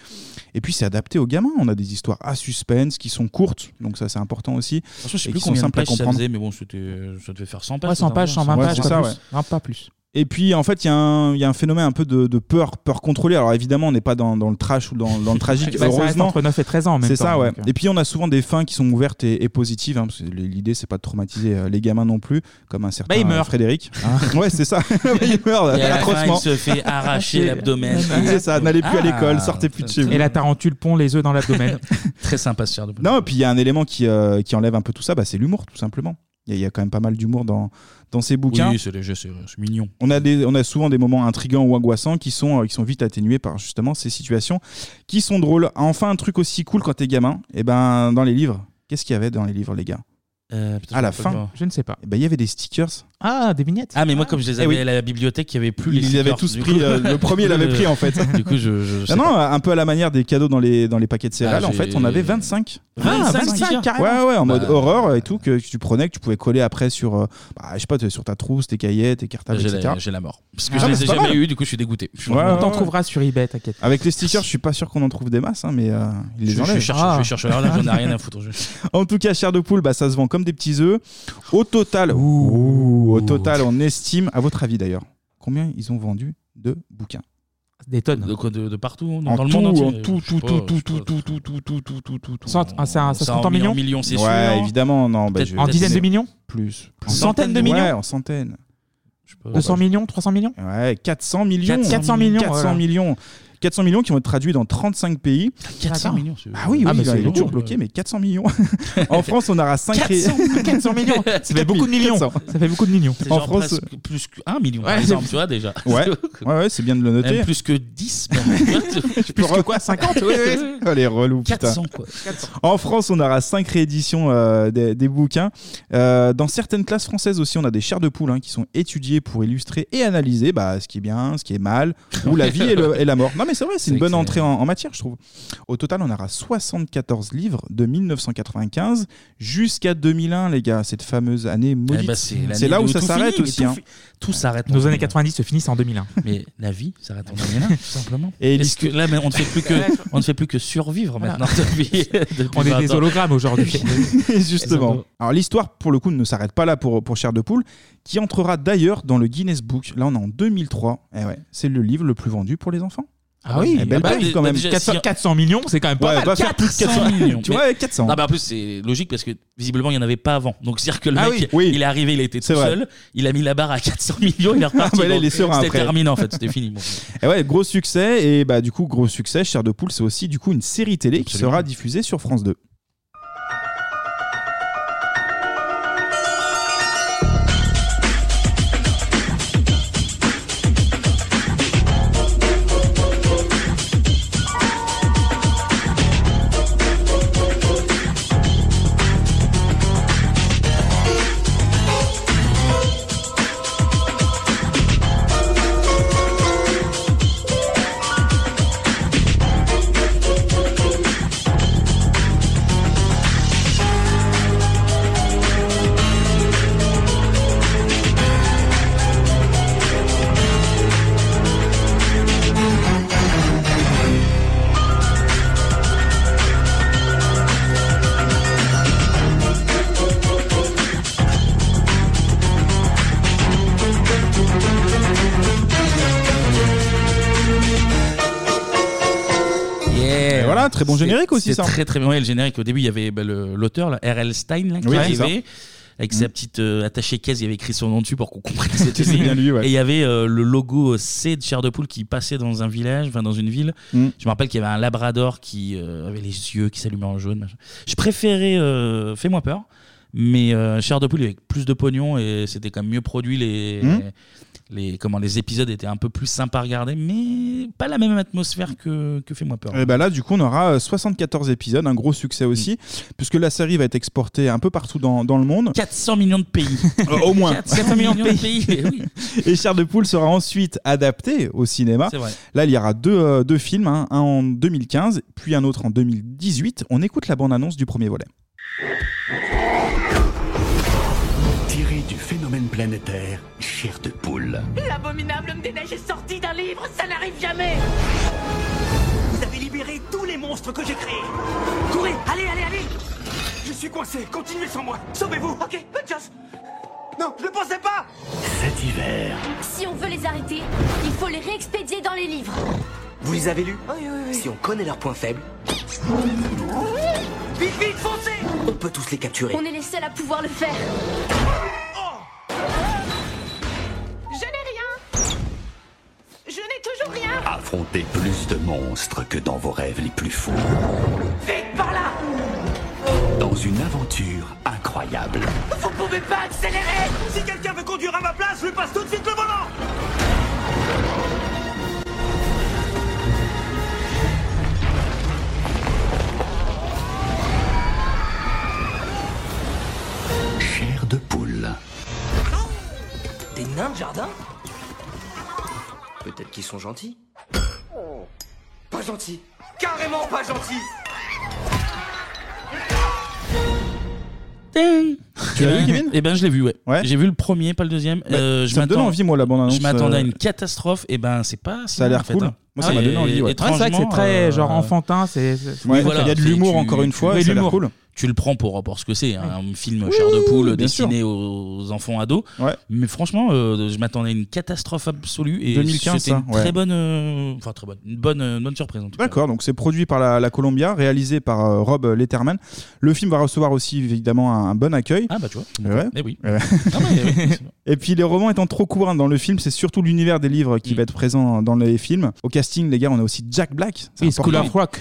[SPEAKER 6] Et puis c'est adapté aux gamins. On a des histoires à suspense qui sont courtes, donc ça c'est important aussi.
[SPEAKER 1] Franchement, je sais
[SPEAKER 6] et
[SPEAKER 1] plus
[SPEAKER 6] qui sont
[SPEAKER 1] combien de
[SPEAKER 6] simples à
[SPEAKER 1] pages ça
[SPEAKER 6] comprendre.
[SPEAKER 1] faisait, mais bon,
[SPEAKER 6] euh,
[SPEAKER 1] c'était- ça devait faire 100 pages.
[SPEAKER 4] Ouais, 100
[SPEAKER 1] totalement,
[SPEAKER 4] pages,
[SPEAKER 1] ça.
[SPEAKER 4] 120
[SPEAKER 6] Ouais,
[SPEAKER 4] pages,
[SPEAKER 6] c'est
[SPEAKER 4] pas,
[SPEAKER 6] ça,
[SPEAKER 4] plus.
[SPEAKER 6] ouais.
[SPEAKER 4] Non, pas plus.
[SPEAKER 6] Et puis en fait, il y, a un- il y a un phénomène un peu de, de peur, peur contrôlée. Alors évidemment, on n'est pas dans, dans le trash ou dans, dans le tragique.
[SPEAKER 4] Bah, ça reste
[SPEAKER 6] heureusement,
[SPEAKER 4] entre 9 et 13 ans en même
[SPEAKER 6] C'est ça,
[SPEAKER 4] temps,
[SPEAKER 6] ouais.
[SPEAKER 4] donc, euh.
[SPEAKER 6] Et puis on a souvent des fins qui sont ouvertes et, et positives. hein, parce que l'idée, c'est pas de traumatiser euh, les gamins non plus, comme un certain
[SPEAKER 4] Bah, il
[SPEAKER 6] euh,
[SPEAKER 4] meurt. Ah.
[SPEAKER 6] Frédéric. Hein ouais, c'est ça. il meurt
[SPEAKER 1] Et à la fin,
[SPEAKER 6] atrocement.
[SPEAKER 1] il se fait arracher l'abdomen. Ah,
[SPEAKER 6] C'est
[SPEAKER 4] Ah.
[SPEAKER 6] ça. N'allez plus à l'école, sortez plus de chez vous.
[SPEAKER 4] Et la tarentule pond les œufs dans l'abdomen.
[SPEAKER 1] Très sympa ce de
[SPEAKER 6] Non, et puis il y a un élément qui, euh, qui enlève un peu tout ça, bah, c'est l'humour, tout simplement. Il y, a- il y a quand même pas mal d'humour dans, dans ces bouquins.
[SPEAKER 1] Oui, c'est léger, c'est c'est mignon.
[SPEAKER 6] On a, des, on a souvent des moments intrigants ou angoissants qui sont, euh, qui sont vite atténués par justement ces situations qui sont drôles. Enfin, un truc aussi cool quand t'es gamin, et ben dans les livres. Qu'est-ce qu'il y avait dans les livres, les gars
[SPEAKER 1] putain, je
[SPEAKER 6] À la
[SPEAKER 1] me rappelle
[SPEAKER 6] fin, Eh ben,
[SPEAKER 1] pas.
[SPEAKER 4] je ne sais pas.
[SPEAKER 6] Il y avait des stickers.
[SPEAKER 4] Ah, des vignettes.
[SPEAKER 1] Ah, mais moi, comme je les
[SPEAKER 6] Eh
[SPEAKER 1] avais
[SPEAKER 6] oui.
[SPEAKER 1] à la bibliothèque, il y avait plus les
[SPEAKER 6] Ils avaient
[SPEAKER 1] stickers,
[SPEAKER 6] tous
[SPEAKER 1] du
[SPEAKER 6] pris,
[SPEAKER 1] coup.
[SPEAKER 6] euh, le premier l'avait pris, en fait. Ah
[SPEAKER 1] Du coup, je. je sais
[SPEAKER 6] non, non,
[SPEAKER 1] pas.
[SPEAKER 6] un peu à la manière des cadeaux dans les, dans les paquets de céréales,
[SPEAKER 1] Ah,
[SPEAKER 6] en
[SPEAKER 1] j'ai-
[SPEAKER 6] fait, on avait 25 Ah,
[SPEAKER 1] 25, t-shirts.
[SPEAKER 6] Ouais, ouais, en mode
[SPEAKER 1] Bah,
[SPEAKER 6] horreur et tout, que, que tu prenais, que tu pouvais coller après sur, euh, bah, je sais pas, t- sur ta trousse, tes cahiers, tes cartables,
[SPEAKER 1] J'ai
[SPEAKER 6] etc.
[SPEAKER 1] la, j'ai la mort. Parce que
[SPEAKER 6] Ah,
[SPEAKER 1] je
[SPEAKER 6] mais
[SPEAKER 1] les
[SPEAKER 6] c'est
[SPEAKER 1] ai
[SPEAKER 6] pas
[SPEAKER 1] jamais
[SPEAKER 6] mal.
[SPEAKER 1] eu, du coup je suis dégoûté. Je suis
[SPEAKER 6] Ouais,
[SPEAKER 1] vraiment-
[SPEAKER 6] ouais,
[SPEAKER 4] T'en
[SPEAKER 6] ouais.
[SPEAKER 4] trouveras sur eBay, t'inquiète.
[SPEAKER 6] Avec les stickers, je suis pas sûr qu'on en trouve des masses, hein, mais euh, ils les
[SPEAKER 1] Je- je
[SPEAKER 6] enlèvent.
[SPEAKER 1] cherche-
[SPEAKER 4] Ah.
[SPEAKER 1] je cherche l'heure, là, j'en ai rien à foutre, je-
[SPEAKER 6] En tout cas, chair de poule, bah, ça se vend comme des petits œufs. Au total, ouh, au total, on estime, à votre avis d'ailleurs, combien ils ont vendu de bouquins
[SPEAKER 4] Des tonnes.
[SPEAKER 1] De, quoi, de, de partout, dans,
[SPEAKER 6] En
[SPEAKER 1] dans le
[SPEAKER 6] tout,
[SPEAKER 1] monde entier.
[SPEAKER 6] en tout,
[SPEAKER 1] Je sais
[SPEAKER 6] tout,
[SPEAKER 1] pas,
[SPEAKER 6] tout,
[SPEAKER 1] je sais
[SPEAKER 6] tout,
[SPEAKER 1] pas.
[SPEAKER 6] tout, tout, tout, tout, tout, tout, tout.
[SPEAKER 4] Cent- ah, ça, ça se
[SPEAKER 1] Ça,
[SPEAKER 4] compte en
[SPEAKER 1] en mi- en
[SPEAKER 4] millions
[SPEAKER 1] millions, c'est
[SPEAKER 6] ouais,
[SPEAKER 1] sûr.
[SPEAKER 6] évidemment, non. bah,
[SPEAKER 1] Peut-être-
[SPEAKER 6] je-
[SPEAKER 1] En
[SPEAKER 4] dizaines de millions
[SPEAKER 6] Plus.
[SPEAKER 4] En centaines de millions
[SPEAKER 6] Ouais, en centaines.
[SPEAKER 4] 200 millions 300 millions
[SPEAKER 6] Ouais, 400 millions.
[SPEAKER 4] 400 millions,
[SPEAKER 6] 400
[SPEAKER 4] voilà.
[SPEAKER 6] millions. 400 millions qui vont être traduits dans 35 pays.
[SPEAKER 1] 400 D'accord. millions, c'est-
[SPEAKER 6] Ah oui, oui,
[SPEAKER 1] Ah, bah,
[SPEAKER 6] il a-
[SPEAKER 1] c'est
[SPEAKER 6] il est
[SPEAKER 1] long,
[SPEAKER 6] toujours
[SPEAKER 1] euh.
[SPEAKER 6] bloqué, mais 400 millions. en France, on aura 5
[SPEAKER 4] 400 millions Ça fait beaucoup de millions Ça fait beaucoup de millions
[SPEAKER 1] C'est genre presque plus que 1 million, par
[SPEAKER 4] Ouais.
[SPEAKER 1] exemple, tu vois déjà.
[SPEAKER 6] Ouais, ouais, ouais, c'est bien de le noter.
[SPEAKER 1] Même plus que 10. même. Tu vois, tu-
[SPEAKER 6] Plus que
[SPEAKER 4] quoi, 50? Oui, oui.
[SPEAKER 6] Allez, relou, Oh, putain.
[SPEAKER 1] 400, quoi.
[SPEAKER 6] En France, on aura 5 rééditions euh, des, des bouquins. Euh, dans certaines classes françaises aussi, on a des chairs de poule hein, qui sont étudiées pour illustrer et analyser bah, ce qui est bien, ce qui est mal, ou la vie et, le- et la mort. Non, mais c'est vrai, c'est une bonne entrée en, en matière, je trouve. Au total, on aura 74 livres de 1995 jusqu'à 2001, les gars, cette fameuse année maudite.
[SPEAKER 1] Eh ben, c'est l'année
[SPEAKER 6] c'est là
[SPEAKER 1] où
[SPEAKER 6] où ça
[SPEAKER 1] tout
[SPEAKER 6] s'arrête
[SPEAKER 1] finit, mais
[SPEAKER 6] aussi.
[SPEAKER 1] tout
[SPEAKER 6] hein.
[SPEAKER 1] fi- Tout s'arrête.
[SPEAKER 4] Nos années 90 se finissent en 2001.
[SPEAKER 1] Mais la vie s'arrête en 2001, tout simplement.
[SPEAKER 6] Et
[SPEAKER 1] Est-ce que là, mais on ne fait plus que, on ne fait plus que survivre
[SPEAKER 4] Voilà.
[SPEAKER 1] maintenant depuis, depuis
[SPEAKER 4] On est
[SPEAKER 1] 20
[SPEAKER 4] des
[SPEAKER 1] ans.
[SPEAKER 4] hologrammes aujourd'hui.
[SPEAKER 6] Justement. Alors l'histoire, pour le coup, ne s'arrête pas là pour, pour Chair de Poule, qui entrera d'ailleurs dans le Guinness Book. Là, on est en 2003. Eh ouais, c'est le livre le plus vendu pour les enfants.
[SPEAKER 4] Ah oui,
[SPEAKER 6] Eh, belle
[SPEAKER 1] bah,
[SPEAKER 6] paye,
[SPEAKER 1] bah,
[SPEAKER 6] quand même.
[SPEAKER 1] déjà,
[SPEAKER 4] 400,
[SPEAKER 1] si-
[SPEAKER 4] 400 millions, c'est quand même pas
[SPEAKER 6] Ouais,
[SPEAKER 4] mal.
[SPEAKER 6] va faire plus de 400 millions. Tu
[SPEAKER 1] Mais-
[SPEAKER 6] vois, ouais, 400.
[SPEAKER 1] Ah bah en plus c'est logique parce que visiblement il n'y en avait pas avant. Donc c'est-à-dire que le
[SPEAKER 6] Ah
[SPEAKER 1] mec
[SPEAKER 6] oui, oui.
[SPEAKER 1] il est arrivé, il était tout
[SPEAKER 6] C'est vrai.
[SPEAKER 1] seul, il a mis la barre à 400 millions, il est reparti.
[SPEAKER 6] Ah bah là,
[SPEAKER 1] Donc,
[SPEAKER 6] il est serein
[SPEAKER 1] c'était
[SPEAKER 6] après.
[SPEAKER 1] terminé en fait, c'était fini. Bon.
[SPEAKER 6] Et Eh ouais, gros succès. Et bah, du coup, gros succès, Chair de Poule, c'est aussi du coup une série télé qui
[SPEAKER 1] Absolument.
[SPEAKER 6] sera diffusée sur France 2.
[SPEAKER 1] Yeah.
[SPEAKER 6] Et voilà, très bon générique aussi,
[SPEAKER 1] C'est
[SPEAKER 6] ça.
[SPEAKER 1] Très très bien. Ouais, le générique au début il y avait bah, le- l'auteur là, R.L. Stein là, qui
[SPEAKER 6] Oui, c'est Mm.
[SPEAKER 1] arrivait. Avec sa petite euh, attachée caisse, il y avait écrit son nom dessus pour qu'on comprenne que c'était lui. Et il y avait euh, le logo C de Chair de Poule qui passait dans un village, enfin dans une ville.
[SPEAKER 6] Mm.
[SPEAKER 1] Je me rappelle qu'il y avait un labrador qui euh, avait les yeux qui s'allumaient en jaune. machin. Je préférais euh, Fais-moi peur, mais euh, Chair de Poule avec plus de pognon et c'était quand même mieux produit. Les,
[SPEAKER 6] Mm.
[SPEAKER 1] les, comment, les épisodes étaient un peu plus sympas à regarder, mais pas la même atmosphère que, que Fais-moi peur.
[SPEAKER 6] Et bah là, du coup, on aura euh, 74 épisodes, un gros succès aussi,
[SPEAKER 4] Mm.
[SPEAKER 6] puisque la série va être exportée un peu partout dans, dans le monde.
[SPEAKER 1] 400 millions de pays.
[SPEAKER 6] Euh, Au moins.
[SPEAKER 1] 400 millions de pays. eh oui.
[SPEAKER 6] Et Chair de Poule sera ensuite adapté au cinéma.
[SPEAKER 1] C'est vrai.
[SPEAKER 6] Là, il y aura deux, euh, deux films, hein, un en 2015, puis un autre en 2018. On écoute la bande-annonce du premier volet.
[SPEAKER 12] Tiré du phénomène planétaire, chair de poule.
[SPEAKER 13] L'abominable homme des neiges est sorti d'un livre, ça n'arrive jamais
[SPEAKER 12] Vous avez libéré tous les monstres que j'ai créés.
[SPEAKER 13] Courez, allez, allez, allez
[SPEAKER 12] Je suis coincé, continuez sans moi. Sauvez-vous. Ok, bonne chance. Non, je ne pensais pas. Cet hiver,
[SPEAKER 14] Si on veut les arrêter, il faut les réexpédier dans les livres.
[SPEAKER 12] vous les avez lus oui, oui, oui. Si on connaît leurs points faibles,
[SPEAKER 14] Vite, vite, foncez
[SPEAKER 12] on peut tous les capturer.
[SPEAKER 14] On est les seuls à pouvoir le faire.
[SPEAKER 13] Je n'ai rien Je n'ai toujours rien
[SPEAKER 12] Affrontez plus de monstres que dans vos rêves les plus fous.
[SPEAKER 13] Vite, par là
[SPEAKER 12] Dans une aventure incroyable.
[SPEAKER 13] Vous pouvez pas accélérer
[SPEAKER 12] Si quelqu'un veut conduire à ma place, je lui passe tout de suite le volant. Chair de poule.
[SPEAKER 13] Des nains de jardin
[SPEAKER 12] Peut-être qu'ils sont gentils. Pas gentils. Carrément pas gentils.
[SPEAKER 6] Tu l'as vu, Kevin
[SPEAKER 1] Eh ben, je l'ai vu, ouais. J'ai vu le premier, pas le deuxième.
[SPEAKER 6] Bah,
[SPEAKER 1] Euh, je
[SPEAKER 6] ça me donne
[SPEAKER 1] m'attends-
[SPEAKER 6] envie, moi, la bande-annonce,
[SPEAKER 1] Je m'attendais à
[SPEAKER 6] euh,
[SPEAKER 1] une catastrophe. Et ben, c'est pas.
[SPEAKER 6] Ça a l'air cool. hein. Moi, ça
[SPEAKER 4] Ah
[SPEAKER 6] m'a donné envie, ouais.
[SPEAKER 1] hein. Ah Et euh,
[SPEAKER 6] Ouais, c'est vrai que
[SPEAKER 4] c'est très, genre, enfantin, c'est- c'est- Ouais, euh, il y a de l'humour, encore une fois, et ça a l'air cool.
[SPEAKER 1] Tu le prends pour, pour ce que c'est, un film chair de poule
[SPEAKER 6] bien
[SPEAKER 1] destiné aux enfants ados. Mais franchement, euh, je m'attendais à une catastrophe absolue et
[SPEAKER 6] 2015,
[SPEAKER 1] c'était une
[SPEAKER 6] ça, ouais.
[SPEAKER 1] très bonne, euh, enfin très bonne, une bonne, euh, une bonne surprise. en tout cas.
[SPEAKER 6] D'accord, donc c'est produit par la, la Columbia, réalisé par euh, Rob Letterman. Le film va recevoir aussi évidemment un, un bon accueil.
[SPEAKER 1] Ah bah tu vois.
[SPEAKER 6] Ouais.
[SPEAKER 1] Eh oui.
[SPEAKER 6] Ouais. Et puis les romans étant trop courants dans le film, c'est surtout l'univers des livres
[SPEAKER 1] Mm.
[SPEAKER 6] qui va être présent dans les films. Au casting, les gars, on a aussi Jack Black. c'est
[SPEAKER 4] Oui, School
[SPEAKER 6] important.
[SPEAKER 4] of Rock.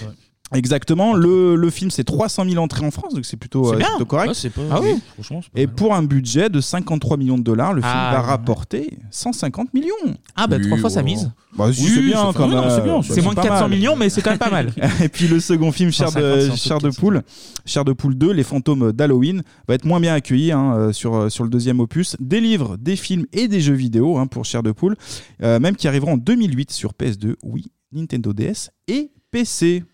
[SPEAKER 6] Exactement, le, le film c'est 300 000 entrées en France, donc c'est plutôt,
[SPEAKER 4] C'est
[SPEAKER 6] euh,
[SPEAKER 4] bien.
[SPEAKER 6] plutôt correct.
[SPEAKER 4] Ouais, c'est pas- Ah oui. franchement, c'est
[SPEAKER 6] Et pour un budget de 53 millions de dollars, le film
[SPEAKER 4] Ah.
[SPEAKER 6] va rapporter 150 millions.
[SPEAKER 4] Ah bah,
[SPEAKER 6] Oui,
[SPEAKER 4] trois fois sa
[SPEAKER 6] wow.
[SPEAKER 4] mise.
[SPEAKER 6] Bah, si,
[SPEAKER 4] Oui,
[SPEAKER 6] c'est
[SPEAKER 4] ça
[SPEAKER 6] bien
[SPEAKER 4] fait-
[SPEAKER 6] quand
[SPEAKER 4] non,
[SPEAKER 6] même.
[SPEAKER 4] non, c'est bien, c'est
[SPEAKER 6] pas
[SPEAKER 4] moins de 400
[SPEAKER 6] mal.
[SPEAKER 4] millions, mais c'est quand même pas mal.
[SPEAKER 6] Et puis le second film, Cher
[SPEAKER 4] 150, c'est un
[SPEAKER 6] de,
[SPEAKER 4] peu
[SPEAKER 6] Cher de Poule, Cher de Poule 2, Les fantômes d'Halloween, va être moins bien accueilli hein, euh, sur, euh, sur le deuxième opus. Des livres, des films et des jeux vidéo hein, pour Cher de Poule, euh, même qui arriveront en 2008 sur PS2, Wii, Nintendo DS et PC.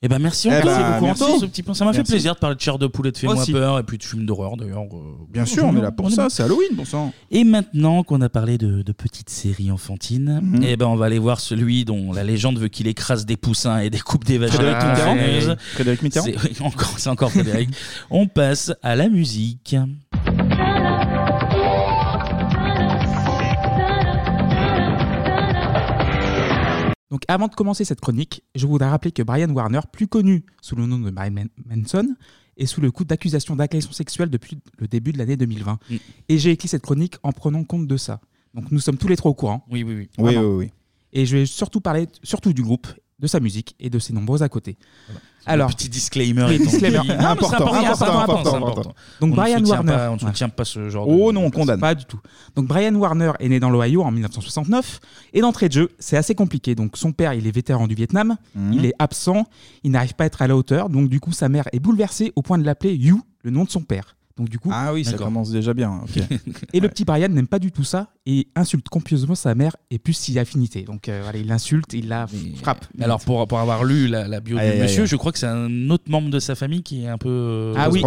[SPEAKER 1] Eh ben merci encore. Merci beaucoup, Anto. Ce petit point. Ça m'a fait
[SPEAKER 6] Merci.
[SPEAKER 1] plaisir de parler de chair de poulet, de fais-moi
[SPEAKER 6] Aussi.
[SPEAKER 1] peur, et puis de films d'horreur d'ailleurs. euh,
[SPEAKER 6] Bien sûr, on est là pour ça, c'est Halloween, bon sang.
[SPEAKER 1] Et maintenant qu'on a parlé de, de petites séries enfantines,
[SPEAKER 6] Mhm.
[SPEAKER 1] eh ben on va aller voir celui dont la légende veut qu'il écrase des poussins et des coupes des vaches.
[SPEAKER 6] Frédéric
[SPEAKER 1] à la
[SPEAKER 6] Mitterrand
[SPEAKER 1] tronçonneuse.
[SPEAKER 6] Frédéric Mitterrand
[SPEAKER 1] C'est oui, encore, c'est encore Frédéric. on passe à la musique.
[SPEAKER 4] Donc avant de commencer cette chronique, je voudrais rappeler que Brian Warner, plus connu sous le nom de Brian Man- Manson, est sous le coup d'accusations d'agression sexuelle depuis le début de l'année 2020.
[SPEAKER 1] Mm.
[SPEAKER 4] Et j'ai écrit cette chronique en prenant compte de ça. Donc nous sommes tous les trois au courant.
[SPEAKER 1] Oui, oui, oui.
[SPEAKER 6] Oui,
[SPEAKER 4] Vraiment.
[SPEAKER 6] oui, oui.
[SPEAKER 4] Et je vais surtout parler surtout du groupe, de sa musique et de ses nombreux à côté. Alors,
[SPEAKER 1] petit disclaimer.
[SPEAKER 4] Oui,
[SPEAKER 1] étant dit.
[SPEAKER 4] disclaimer.
[SPEAKER 1] Non, mais c'est
[SPEAKER 4] Important, important,
[SPEAKER 1] c'est important,
[SPEAKER 4] important,
[SPEAKER 1] c'est
[SPEAKER 4] important.
[SPEAKER 1] On
[SPEAKER 4] Donc
[SPEAKER 1] ne
[SPEAKER 4] Brian
[SPEAKER 1] soutient
[SPEAKER 4] Warner.
[SPEAKER 1] pas- on ne
[SPEAKER 4] Ouais.
[SPEAKER 1] soutient pas ce genre de.
[SPEAKER 4] Oh non, on condamne. Pas du tout. Donc Brian Warner est né dans l'Ohio en 1969 et d'entrée de jeu, c'est assez compliqué. Donc son père, il est vétéran du Vietnam,
[SPEAKER 1] Mhm.
[SPEAKER 4] il est absent, il n'arrive pas à être à la hauteur, donc du coup sa mère est bouleversée au point de l'appeler You, le nom de son père. Donc du coup,
[SPEAKER 6] Ah oui, ça commence déjà bien. ok.
[SPEAKER 4] et le petit Brian n'aime pas du tout ça et insulte copieusement sa mère et plus s'y affinité. Donc euh, voilà, il l'insulte, il la frappe.
[SPEAKER 1] Alors pour, pour avoir lu la, la bio
[SPEAKER 4] Aïe,
[SPEAKER 1] du
[SPEAKER 4] aïe,
[SPEAKER 1] monsieur,
[SPEAKER 4] aïe.
[SPEAKER 1] je crois que c'est un autre membre de sa famille qui est un peu. euh,
[SPEAKER 4] Ah oui,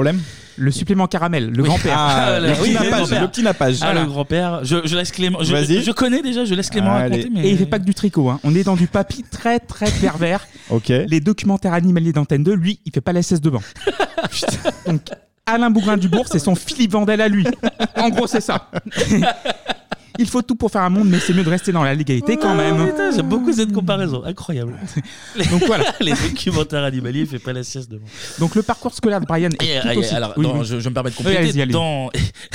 [SPEAKER 4] le supplément caramel, le
[SPEAKER 1] Oui.
[SPEAKER 4] grand-père.
[SPEAKER 1] Ah, le petit nappage,
[SPEAKER 4] grand-père.
[SPEAKER 1] le petit nappage. Ah,
[SPEAKER 4] Voilà.
[SPEAKER 1] le grand-père. Je, je laisse Clément. Je,
[SPEAKER 4] Vas-y. Ah,
[SPEAKER 1] je connais déjà, je laisse Clément raconter. Mais...
[SPEAKER 4] Et il fait pas que du tricot. hein. On est dans du papy très très pervers. Les documentaires animaliers d'Antenne 2, lui, il fait pas la cesse de bain. Donc Alain Bougrain-Dubourg, c'est son Philippe Vandel à lui. En gros, c'est ça. il faut tout pour faire un monde, mais c'est mieux de rester dans la légalité quand même.
[SPEAKER 1] Putain, J'aime beaucoup cette comparaison, incroyable.
[SPEAKER 4] Donc voilà.
[SPEAKER 1] les documentaires animaliers, il fait pas la sieste devant.
[SPEAKER 4] Donc le parcours scolaire de Brian est
[SPEAKER 1] Et,
[SPEAKER 4] tout
[SPEAKER 1] et,
[SPEAKER 4] aussi-
[SPEAKER 1] alors,
[SPEAKER 4] Oui,
[SPEAKER 1] dans-
[SPEAKER 4] oui.
[SPEAKER 1] Je, je me permets de
[SPEAKER 4] Oui,
[SPEAKER 1] compléter.
[SPEAKER 4] allez-y, allez-y.
[SPEAKER 1] Dans,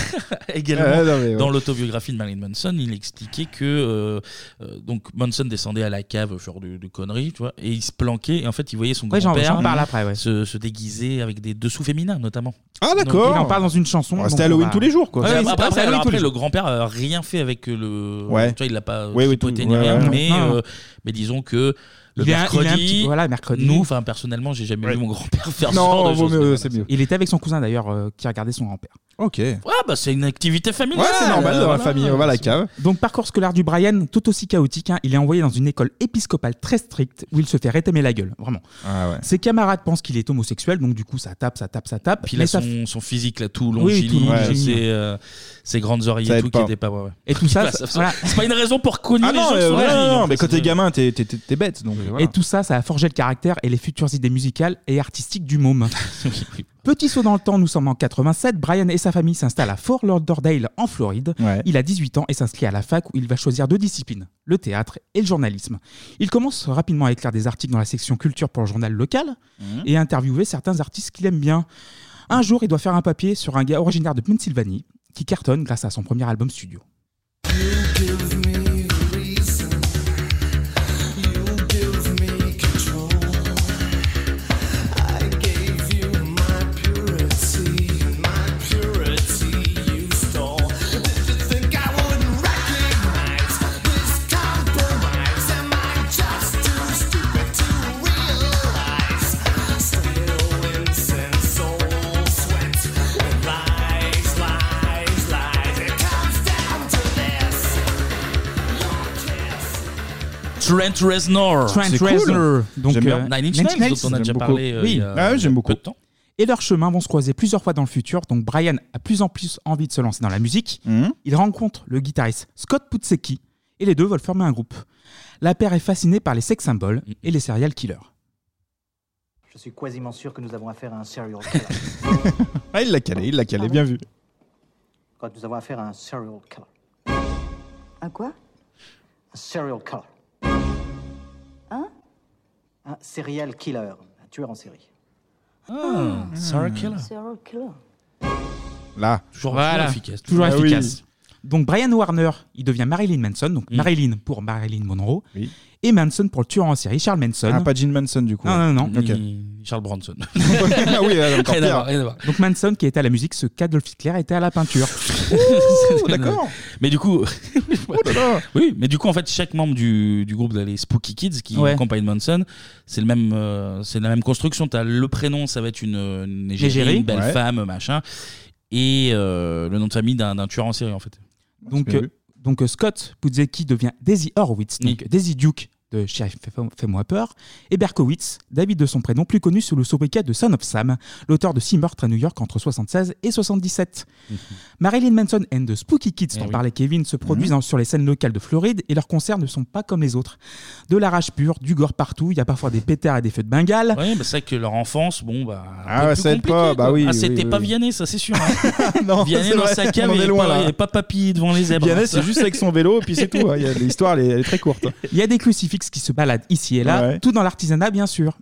[SPEAKER 1] également,
[SPEAKER 6] Ah,
[SPEAKER 4] Ouais, Ah, non, mais ouais.
[SPEAKER 1] dans l'autobiographie de Marilyn Manson, il expliquait que euh, euh, donc Manson descendait à la cave faire de, de conneries, tu vois, et il se planquait. Et en fait, il voyait son
[SPEAKER 4] Ouais, j'en-
[SPEAKER 1] grand-père
[SPEAKER 4] j'en parle après,
[SPEAKER 1] se, se déguiser avec des dessous féminins, notamment.
[SPEAKER 6] Ah,
[SPEAKER 1] Donc,
[SPEAKER 6] d'accord.
[SPEAKER 1] il en parle
[SPEAKER 4] dans une chanson.
[SPEAKER 6] Ouais, C'était Halloween tous les jours, quoi.
[SPEAKER 1] Ouais, après, après,
[SPEAKER 6] Halloween
[SPEAKER 1] alors
[SPEAKER 6] tous les
[SPEAKER 1] après, le
[SPEAKER 6] jours.
[SPEAKER 1] grand-père a rien fait avec le.
[SPEAKER 6] Ouais.
[SPEAKER 1] Tu vois, il l'a pas
[SPEAKER 6] Ouais, ouais,
[SPEAKER 1] chipoté
[SPEAKER 6] tout-
[SPEAKER 1] ni
[SPEAKER 6] ouais,
[SPEAKER 1] rien,
[SPEAKER 6] ouais.
[SPEAKER 1] mais,
[SPEAKER 6] Non, non.
[SPEAKER 1] euh, mais disons que. Le
[SPEAKER 4] Il est un- il est un
[SPEAKER 1] mercredi,
[SPEAKER 4] petit- voilà, mercredi.
[SPEAKER 1] nous, enfin personnellement, j'ai jamais vu mon grand-père faire ce genre de choses.
[SPEAKER 6] euh,
[SPEAKER 4] Il était avec son cousin d'ailleurs euh, qui regardait son grand-père.
[SPEAKER 6] Ok.
[SPEAKER 1] Ouais, bah c'est une activité familiale. euh, voilà.
[SPEAKER 6] cave.
[SPEAKER 4] Donc, parcours scolaire du Brian, tout aussi chaotique. hein. Il est envoyé dans une école épiscopale très stricte où il se fait rétamer la gueule, vraiment.
[SPEAKER 1] Ah
[SPEAKER 4] Ses camarades pensent qu'il est homosexuel, donc du coup, ça tape, ça tape, ça tape.
[SPEAKER 1] Puis il a
[SPEAKER 4] ça
[SPEAKER 1] son, son physique là tout
[SPEAKER 4] Oui, tout
[SPEAKER 1] longiligne,
[SPEAKER 4] longiligne.
[SPEAKER 1] ses, euh, ses grandes oreilles
[SPEAKER 4] Ça
[SPEAKER 1] et
[SPEAKER 4] aide
[SPEAKER 1] tout
[SPEAKER 4] pas.
[SPEAKER 1] qui étaient pas. ouais, ouais.
[SPEAKER 4] Et tout ça, ça- voilà.
[SPEAKER 1] c'est pas une raison pour cogner
[SPEAKER 6] Ah
[SPEAKER 1] les
[SPEAKER 6] non,
[SPEAKER 1] gens
[SPEAKER 6] euh,
[SPEAKER 1] sur la
[SPEAKER 6] ouais,
[SPEAKER 1] ligne,
[SPEAKER 6] non,
[SPEAKER 1] en
[SPEAKER 6] mais
[SPEAKER 1] fait.
[SPEAKER 6] quand t'es gamin, t'es t'es- t'es- t'es bête. Donc, voilà.
[SPEAKER 4] Et tout ça, ça a forgé le caractère et les futures idées musicales et artistiques du môme. Petit saut dans le temps, nous sommes en 87. Brian et sa famille s'installent à Fort Lauderdale en Floride. Il a 18 ans et s'inscrit à la fac où il va choisir deux disciplines, le théâtre et le journalisme. Il commence rapidement à écrire des articles dans la section culture pour le journal local
[SPEAKER 6] Mmh.
[SPEAKER 4] et à interviewer certains artistes qu'il aime bien. Un jour, il doit faire un papier sur un gars originaire de Pennsylvanie qui cartonne grâce à son premier album studio.
[SPEAKER 12] Lies, lies, lies, it comes down to this.
[SPEAKER 1] Trent Reznor.
[SPEAKER 4] Trent
[SPEAKER 1] C'est cool.
[SPEAKER 4] Reznor. Donc,
[SPEAKER 1] J'aime bien.
[SPEAKER 4] euh,
[SPEAKER 1] Nine Inch Nails, dont on a
[SPEAKER 4] j'aime
[SPEAKER 1] déjà
[SPEAKER 4] beaucoup.
[SPEAKER 1] parlé. euh,
[SPEAKER 4] Oui.
[SPEAKER 1] il y a-
[SPEAKER 4] Ah ouais, j'aime beaucoup. Et leurs chemins vont se croiser plusieurs fois dans le futur, donc Brian a plus en plus envie de se lancer dans la musique. Il rencontre le guitariste Scott Putseki et les deux veulent former un groupe. La paire est fascinée par les sex symboles
[SPEAKER 1] Mm.
[SPEAKER 4] et les serial killers.
[SPEAKER 15] Je suis quasiment sûr que nous avons affaire à un serial killer.
[SPEAKER 6] Ah, il l'a calé, il l'a calé, bien vu.
[SPEAKER 15] Quand nous avons affaire à un serial killer.
[SPEAKER 16] Un quoi
[SPEAKER 15] Un serial killer.
[SPEAKER 16] Hein
[SPEAKER 15] Un serial killer. Un tueur en série.
[SPEAKER 1] Ah, serial killer.
[SPEAKER 16] Serial killer.
[SPEAKER 6] Là,
[SPEAKER 1] toujours, efficace.
[SPEAKER 4] Toujours
[SPEAKER 1] Ah oui.
[SPEAKER 4] efficace. Donc Brian Warner, il devient Marilyn Manson, donc
[SPEAKER 1] Mm.
[SPEAKER 4] Marilyn pour Marilyn Monroe, et Manson pour le tueur en série, Charles Manson.
[SPEAKER 6] Ah, pas Gene Manson du coup.
[SPEAKER 4] Non, non, non.
[SPEAKER 6] Ok.
[SPEAKER 1] Charles Branson.
[SPEAKER 6] ah oui, là, encore
[SPEAKER 4] Rien à
[SPEAKER 6] pire.
[SPEAKER 4] voir, rien à voir. Donc Manson qui était à la musique, ce qu'Adolf Hitler était à la peinture.
[SPEAKER 6] Oh,
[SPEAKER 4] Ouh, D'accord.
[SPEAKER 1] Mais du coup, oui, mais du coup, en fait, chaque membre du, du groupe les Spooky Kids qui
[SPEAKER 4] Ouais.
[SPEAKER 1] accompagne Manson, c'est le même, euh, c'est la même construction. T'as le prénom, ça va être une, une égérie,
[SPEAKER 4] Égérie,
[SPEAKER 1] une belle
[SPEAKER 4] ouais.
[SPEAKER 1] femme, machin, et euh, le nom de famille d'un d'un tueur en série, en fait.
[SPEAKER 4] Donc,
[SPEAKER 1] bien
[SPEAKER 4] euh,
[SPEAKER 1] vu.
[SPEAKER 4] donc euh, Scott Pudzeki devient Daisy Horowitz, donc Daisy Duke de Sheriff Fais- Fais-moi peur, et Berkowitz, David de son prénom, plus connu sous le sobriquet de Son of Sam, l'auteur de six meurtres à New York entre 76 et 77. Marilyn Manson and the Spooky Kids,
[SPEAKER 1] Eh
[SPEAKER 4] dont
[SPEAKER 1] oui. Mhm.
[SPEAKER 4] parlait Kevin, se produisent en- sur les scènes locales de Floride et leurs concerts ne sont pas comme les autres. De la rage pure, du gore partout, il y a parfois des pétards et des feux de Bengale.
[SPEAKER 1] Oui, bah, c'est vrai que leur enfance, bon, bah. un
[SPEAKER 4] Ah,
[SPEAKER 1] peu
[SPEAKER 4] ouais,
[SPEAKER 1] plus
[SPEAKER 4] ça aide
[SPEAKER 1] compliqué,
[SPEAKER 4] pas,
[SPEAKER 1] quoi.
[SPEAKER 4] bah oui,
[SPEAKER 1] Ah,
[SPEAKER 4] oui,
[SPEAKER 1] c'était
[SPEAKER 4] oui,
[SPEAKER 1] pas
[SPEAKER 4] oui.
[SPEAKER 1] Vianney, ça c'est sûr. hein. Vianney
[SPEAKER 6] c'est
[SPEAKER 1] dans
[SPEAKER 6] vrai,
[SPEAKER 1] sa cave,
[SPEAKER 6] on en
[SPEAKER 1] il
[SPEAKER 6] est
[SPEAKER 1] est
[SPEAKER 6] loin,
[SPEAKER 1] pas-
[SPEAKER 6] là.
[SPEAKER 1] il est pas papy devant les zèbres.
[SPEAKER 6] Vianney, c'est juste avec son vélo, puis c'est tout. hein. Il y a- L'histoire, elle, est- elle est très courte.
[SPEAKER 4] Il y a des crucifix qui se baladent ici et là,
[SPEAKER 6] Ouais.
[SPEAKER 4] tout dans l'artisanat bien sûr.